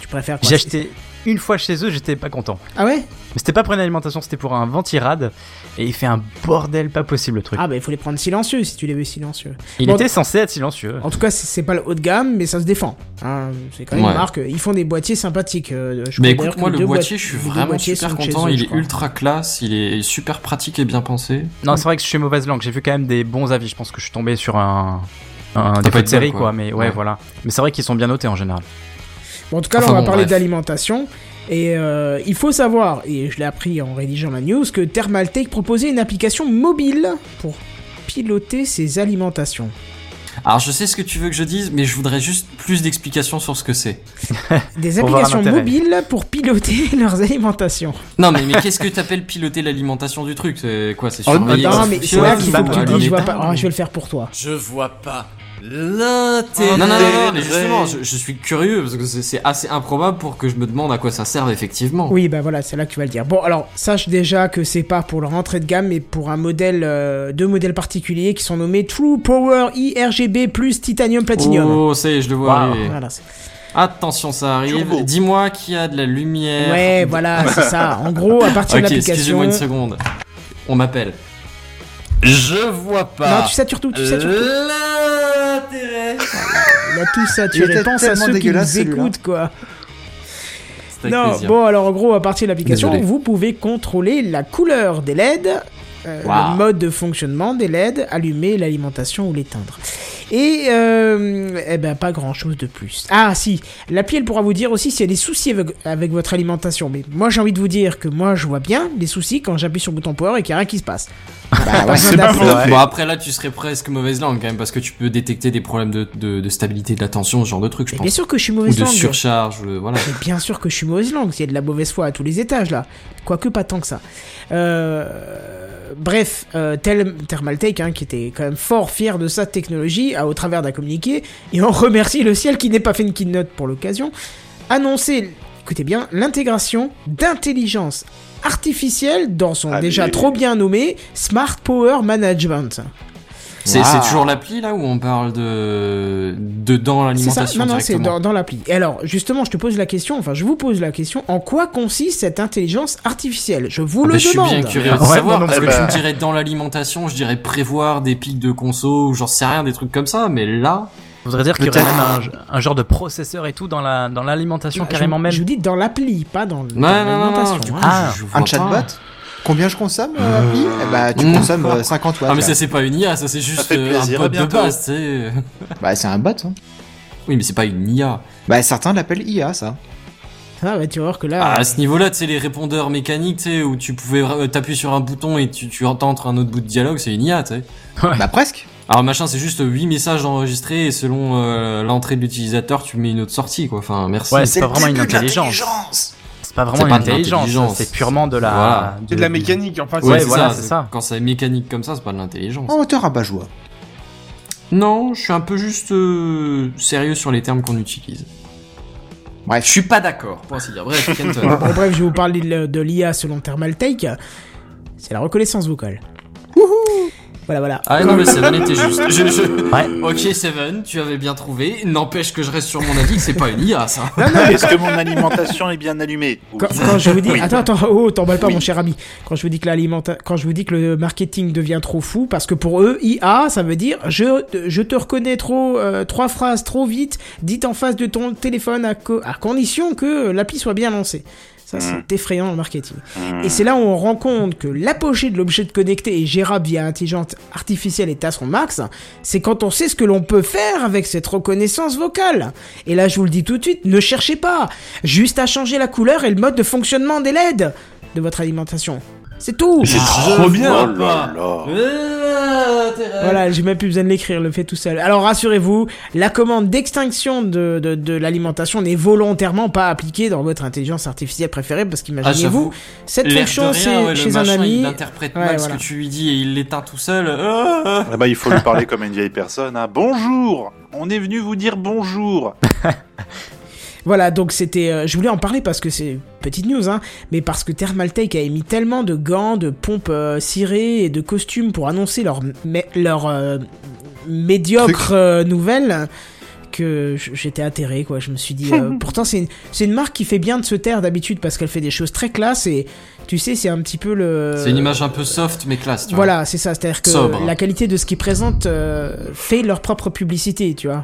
Speaker 1: tu préfères quoi
Speaker 3: J'ai
Speaker 1: c'est-
Speaker 3: acheté une fois chez eux, j'étais pas content.
Speaker 1: Ah ouais
Speaker 3: Mais c'était pas pour une alimentation, c'était pour un ventirad. Et il fait un bordel pas possible, le truc.
Speaker 1: Ah bah il faut les prendre silencieux si tu les veux silencieux.
Speaker 3: il
Speaker 1: bon. Oh.
Speaker 3: était censé être silencieux.
Speaker 1: En tout cas, c'est- c'est pas le haut de gamme, mais ça se défend. hein. c'est quand même
Speaker 5: Ouais.
Speaker 1: une marque. Ils font des boîtiers sympathiques. euh, je
Speaker 5: Mais
Speaker 1: crois
Speaker 5: écoute,
Speaker 1: d'ailleurs
Speaker 5: moi,
Speaker 1: que
Speaker 5: le
Speaker 1: deux
Speaker 5: boîtier,
Speaker 1: boî-
Speaker 5: je suis
Speaker 1: deux
Speaker 5: vraiment
Speaker 1: boîtiers
Speaker 5: super
Speaker 1: sont chez
Speaker 5: content.
Speaker 1: eux,
Speaker 5: il
Speaker 1: je
Speaker 5: est
Speaker 1: crois.
Speaker 5: ultra classe, il est super pratique et bien pensé.
Speaker 3: Non, c'est vrai que je suis mauvaise langue. J'ai vu quand même des bons avis. Je pense que je suis tombé sur un. Un
Speaker 5: pas
Speaker 3: dépôt
Speaker 5: eu
Speaker 3: de
Speaker 5: de
Speaker 3: série,
Speaker 5: bol,
Speaker 3: quoi.
Speaker 5: quoi.
Speaker 3: Mais ouais,
Speaker 5: Ouais.
Speaker 3: voilà. Mais c'est vrai qu'ils sont bien notés en général.
Speaker 1: Bon, en tout cas, là,
Speaker 5: Enfin
Speaker 1: on va
Speaker 5: bon,
Speaker 1: parler
Speaker 5: bref.
Speaker 1: d'alimentation. Et euh, il faut savoir, et je l'ai appris en rédigeant la news, que Thermaltake proposait une application mobile pour piloter ses alimentations.
Speaker 5: Alors, je sais ce que tu veux que je dise, mais je voudrais juste plus d'explications sur ce que c'est.
Speaker 1: Des
Speaker 3: Pour voir
Speaker 1: applications
Speaker 3: l'intérêt.
Speaker 1: mobiles pour piloter leurs alimentations.
Speaker 5: Non, mais, mais qu'est-ce que t'appelles piloter l'alimentation du truc C'est quoi C'est
Speaker 3: Oh,
Speaker 5: surveiller
Speaker 3: attends,
Speaker 1: non,
Speaker 5: les
Speaker 1: mais c'est
Speaker 5: fonctions,
Speaker 1: là
Speaker 3: ouais,
Speaker 1: qu'il
Speaker 3: bah,
Speaker 1: faut que tu
Speaker 5: aller
Speaker 1: dises,
Speaker 5: les
Speaker 1: je vois
Speaker 5: tables.
Speaker 1: pas. Ah, je vais le faire pour toi.
Speaker 9: Je vois pas
Speaker 5: Non,
Speaker 9: l'intérêt.
Speaker 5: non, non, non, mais justement, je, je suis curieux parce que c'est- c'est assez improbable pour que je me demande à quoi ça sert effectivement.
Speaker 1: Oui, bah voilà, c'est là que tu vas le dire. Bon, alors, sache déjà que c'est pas pour leur entrée de gamme, mais pour un modèle, euh, deux modèles particuliers qui sont nommés True Power iRGB plus Titanium Platinum.
Speaker 5: Oh, ça y est, je le vois
Speaker 3: Waouh.
Speaker 5: arriver.
Speaker 1: Voilà, c'est-
Speaker 5: Attention, ça
Speaker 4: Turbo.
Speaker 5: arrive. Dis-moi qu'il y a de la lumière.
Speaker 1: ouais, voilà, c'est ça. En gros, à partir
Speaker 5: Ok,
Speaker 1: de l'application.
Speaker 5: excusez-moi une seconde. On m'appelle. Je vois pas.
Speaker 1: Non, tu satures tout, tu
Speaker 5: Euh,
Speaker 1: satures tout.
Speaker 5: L'intérêt.
Speaker 1: Il a tout
Speaker 8: Il
Speaker 1: saturé.
Speaker 8: était
Speaker 1: Pense à
Speaker 8: tellement
Speaker 1: ceux qui
Speaker 8: dégueulasse,
Speaker 1: nous
Speaker 8: celui-là.
Speaker 1: écoutent, quoi.
Speaker 5: C'est avec
Speaker 1: Non,
Speaker 5: plaisir.
Speaker 1: bon, alors en gros, à partir de l'application,
Speaker 5: Désolé.
Speaker 1: vous pouvez contrôler la couleur des LED, euh,
Speaker 5: Waouh.
Speaker 1: le mode de fonctionnement des LED, allumer l'alimentation ou l'éteindre. Et euh, eh ben, pas grand chose de plus. Ah, si, l'appli elle pourra vous dire aussi s'il y a des soucis avec, avec votre alimentation. Mais moi j'ai envie de vous dire que moi je vois bien les soucis quand j'appuie sur le bouton power et qu'il n'y a rien qui se passe.
Speaker 8: Bah ouais.
Speaker 1: besoin
Speaker 6: c'est pas
Speaker 1: d'appeler.
Speaker 6: faux.
Speaker 5: Bon, après là, tu serais presque mauvaise langue quand même parce que tu peux détecter des problèmes de, de, de stabilité de la tension, ce genre de truc, je
Speaker 1: Mais bien
Speaker 5: pense.
Speaker 1: sûr que je suis
Speaker 5: Ou
Speaker 1: mauvaise
Speaker 5: de
Speaker 1: langue.
Speaker 5: surcharge, euh, voilà.
Speaker 1: Mais bien sûr que je suis mauvaise langue, il y a de la mauvaise foi à tous les étages là. Quoique pas tant que ça. Euh, Bref, euh, Tel- Thermaltake, hein, qui était quand même fort fier de sa technologie, a au travers d'un communiqué, et on remercie le ciel qui n'ait pas fait une keynote pour l'occasion, annoncé, écoutez bien, l'intégration d'intelligence artificielle dans son
Speaker 5: Ah,
Speaker 4: Allez.
Speaker 1: déjà trop bien nommé Smart Power Management.
Speaker 5: C'est
Speaker 8: Waouh.
Speaker 5: c'est toujours l'appli là où on parle de dedans
Speaker 1: C'est ça
Speaker 5: l'alimentation
Speaker 1: Non, non, c'est
Speaker 5: directement.
Speaker 1: dans, dans l'appli. Et alors, justement, je te pose la question, enfin, je vous pose la question, en quoi consiste cette intelligence artificielle Je vous
Speaker 5: Ah
Speaker 1: le
Speaker 5: bah, je suis
Speaker 1: demande.
Speaker 5: bien curieux de
Speaker 3: Ouais, moi
Speaker 5: savoir
Speaker 3: non euh,
Speaker 5: parce que
Speaker 4: plus.
Speaker 5: tu
Speaker 4: Eh
Speaker 5: me
Speaker 4: ben-
Speaker 5: dirais dans l'alimentation, je dirais prévoir des pics de conso ou j'en sais rien, des trucs comme ça, mais là,
Speaker 3: Je voudrais dire qu'il y aurait
Speaker 8: Peut-être.
Speaker 3: même un, un genre de processeur et tout dans la dans l'alimentation
Speaker 1: Ah, je-
Speaker 3: carrément même.
Speaker 1: Je vous dis dans l'appli, pas dans
Speaker 5: non non non,
Speaker 1: l'alimentation.
Speaker 5: du coup,
Speaker 1: hein.
Speaker 3: Ah,
Speaker 5: je- je vois
Speaker 8: Un
Speaker 5: pas.
Speaker 8: chatbot Combien je consomme, euh, Pi Eh bah, tu
Speaker 5: Mmh.
Speaker 8: consommes euh, 50 watts.
Speaker 5: Ah mais
Speaker 8: là.
Speaker 5: ça c'est pas une IA, ça c'est juste
Speaker 4: fait
Speaker 5: euh,
Speaker 4: plaisir, à
Speaker 5: un pote de
Speaker 4: bientôt.
Speaker 5: base, tu sais.
Speaker 8: Bah, c'est un bot. hein.
Speaker 5: Oui mais c'est pas une IA.
Speaker 8: Bah, certains l'appellent IA, ça.
Speaker 1: Ah ouais, tu vas voir que là.
Speaker 5: Ah, à ce niveau-là, tu sais les répondeurs mécaniques, tu sais où tu pouvais euh, t'appuies sur un bouton et tu tu entends un autre bout de dialogue, c'est une IA, tu sais.
Speaker 8: Bah, presque.
Speaker 5: Alors machin, c'est juste 8 messages enregistrés et selon euh, l'entrée de l'utilisateur, tu mets une autre sortie quoi. Enfin, merci.
Speaker 3: Ouais, c'est pas
Speaker 8: le
Speaker 3: vraiment une
Speaker 8: début de
Speaker 3: intelligence.
Speaker 8: l'intelligence.
Speaker 3: C'est pas
Speaker 5: C'est
Speaker 3: vraiment
Speaker 5: pas
Speaker 3: une
Speaker 5: de
Speaker 3: intelligence,
Speaker 5: l'intelligence.
Speaker 3: c'est purement de la.
Speaker 5: Voilà.
Speaker 6: C'est de la mécanique, enfin.
Speaker 3: Ouais,
Speaker 6: c'est-
Speaker 3: voilà, c'est ça.
Speaker 5: Quand c'est mécanique comme ça, c'est pas de l'intelligence.
Speaker 8: En hauteur à bas joie.
Speaker 5: Non, je suis un peu juste euh, sérieux sur les termes qu'on utilise.
Speaker 8: Bref.
Speaker 5: Je suis pas d'accord. Pour ainsi dire. Bref, Kenton.
Speaker 1: Bon, bref, je vais vous parler de, de l'IA selon Thermaltake. C'est la reconnaissance vocale. Voilà, voilà.
Speaker 5: Ah non mais Seven était juste. Je, je-
Speaker 3: Ouais.
Speaker 5: Ok Seven, tu avais bien trouvé. N'empêche que je reste sur mon avis que c'est pas une IA ça.
Speaker 4: Est-ce que mon alimentation est bien allumée Oui.
Speaker 1: Quand, quand je vous dis, attends, attends, oh, t'emballe pas, mon cher ami. Quand je vous dis que l'alimenta- quand je vous dis que le marketing devient trop fou, parce que pour eux, IA, ça veut dire je, je te reconnais trop, euh, trois phrases trop vite, dites en face de ton téléphone à, co- à condition que l'appli soit bien lancée.
Speaker 4: Mm.
Speaker 1: Ça, c'est effrayant le marketing.
Speaker 5: Hmm.
Speaker 1: Et c'est là où on rend compte que l'apogée de l'objet de connecté et gérable via intelligence artificielle est à son max, c'est quand on sait ce que l'on peut faire avec cette reconnaissance vocale. Et là, je vous le dis tout de suite, ne cherchez pas, juste à changer la couleur et le mode de fonctionnement des LED de votre alimentation. C'est tout.
Speaker 6: C'est trop bien.
Speaker 4: Oh là là.
Speaker 5: Euh,
Speaker 1: Voilà, j'ai même plus besoin de l'écrire, le fait tout seul. Alors rassurez-vous, la commande d'extinction de, de, de l'alimentation n'est volontairement pas appliquée dans votre intelligence artificielle préférée, parce
Speaker 5: Ah,
Speaker 1: qu'imaginez-vous, cette
Speaker 5: L'air
Speaker 1: fonction
Speaker 5: de rien,
Speaker 1: c'est
Speaker 5: ouais, le
Speaker 1: chez un
Speaker 5: machin,
Speaker 1: ami.
Speaker 5: Il interprète
Speaker 1: Ouais,
Speaker 5: mal
Speaker 1: voilà.
Speaker 5: ce que tu lui dis et il l'éteint tout seul. Ah, ah.
Speaker 4: Ah bah, il faut lui parler comme une vieille personne. hein. Bonjour On est venu vous dire bonjour
Speaker 1: Voilà, donc c'était. euh, je voulais en parler parce que c'est petite news, hein, mais parce que Thermaltake a émis tellement de gants, de pompes euh, cirées et de costumes pour annoncer leur, mé- leur euh, médiocre euh, nouvelle que j- j'étais atterré, quoi. Je me suis dit. euh, pourtant, c'est une, c'est une marque qui fait bien de se taire d'habitude parce qu'elle fait des choses très classes et tu sais, c'est un petit peu le.
Speaker 5: C'est une image un peu soft mais classe. Tu vois.
Speaker 1: Voilà, c'est ça, c'est-à-dire que
Speaker 5: Sobre.
Speaker 1: la qualité de ce qu'ils présentent euh, fait leur propre publicité, tu vois.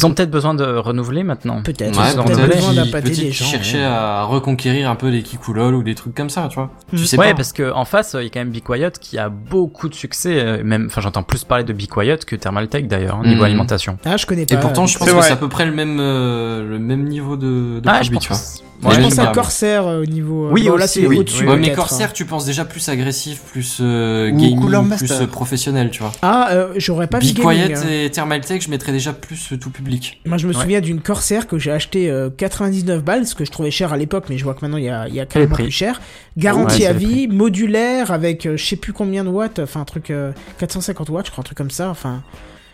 Speaker 3: Ils ont peut-être besoin de renouveler maintenant.
Speaker 1: Peut-être.
Speaker 5: Ouais,
Speaker 1: Ils ont
Speaker 3: peut-être
Speaker 1: peut-être besoin
Speaker 5: peut-être
Speaker 1: d'appâter
Speaker 5: qui
Speaker 1: des gens.
Speaker 5: cherchait à reconquérir un peu les Kikoulol ou des trucs comme ça, tu vois.
Speaker 1: Mhm.
Speaker 5: Tu sais
Speaker 3: Ouais,
Speaker 5: pas.
Speaker 3: parce que en face, euh, il y a quand même Be Quiet qui a beaucoup de succès. euh, Même, enfin, j'entends plus parler de Be Quiet que Thermaltake d'ailleurs hein, niveau
Speaker 5: Mhm.
Speaker 3: alimentation.
Speaker 1: Ah, je connais pas.
Speaker 5: Et pourtant, je pense
Speaker 6: C'est
Speaker 5: que
Speaker 6: vrai.
Speaker 5: c'est à peu près le même, euh, le même niveau de, de
Speaker 3: Ah, je
Speaker 5: produit, tu vois.
Speaker 3: pense.
Speaker 1: Moi, je
Speaker 5: Ouais,
Speaker 1: pense
Speaker 5: je
Speaker 1: à
Speaker 5: sais pas.
Speaker 1: Corsair euh, au niveau. euh,
Speaker 3: Oui,
Speaker 1: bon, là,
Speaker 3: aussi,
Speaker 1: c'est
Speaker 3: oui.
Speaker 1: au-dessus.
Speaker 3: Oui,
Speaker 5: Ouais, mais
Speaker 1: peut-être, hein.
Speaker 5: Corsair, tu penses déjà plus agressif, plus
Speaker 8: Ou
Speaker 5: euh,
Speaker 8: Cooler
Speaker 5: gaming, plus
Speaker 8: Master.
Speaker 5: euh, professionnel, tu vois.
Speaker 1: Ah, euh, j'aurais pas
Speaker 5: Be
Speaker 1: vu gaming.
Speaker 5: Quiet
Speaker 1: hein.
Speaker 5: et Thermaltech, je mettrais déjà plus euh, tout public.
Speaker 1: Moi, je me
Speaker 3: Ouais.
Speaker 1: souviens d'une Corsair que j'ai acheté euh, 99 balles, ce que je trouvais cher à l'époque, mais je vois que maintenant il y a, il y a carrément
Speaker 3: prix.
Speaker 1: plus cher. Garantie
Speaker 3: Ouais,
Speaker 1: à
Speaker 3: c'est les
Speaker 1: vie, modulaire, avec euh, je sais plus combien de watts, enfin un truc euh, 450 watts, je crois, un truc comme ça, enfin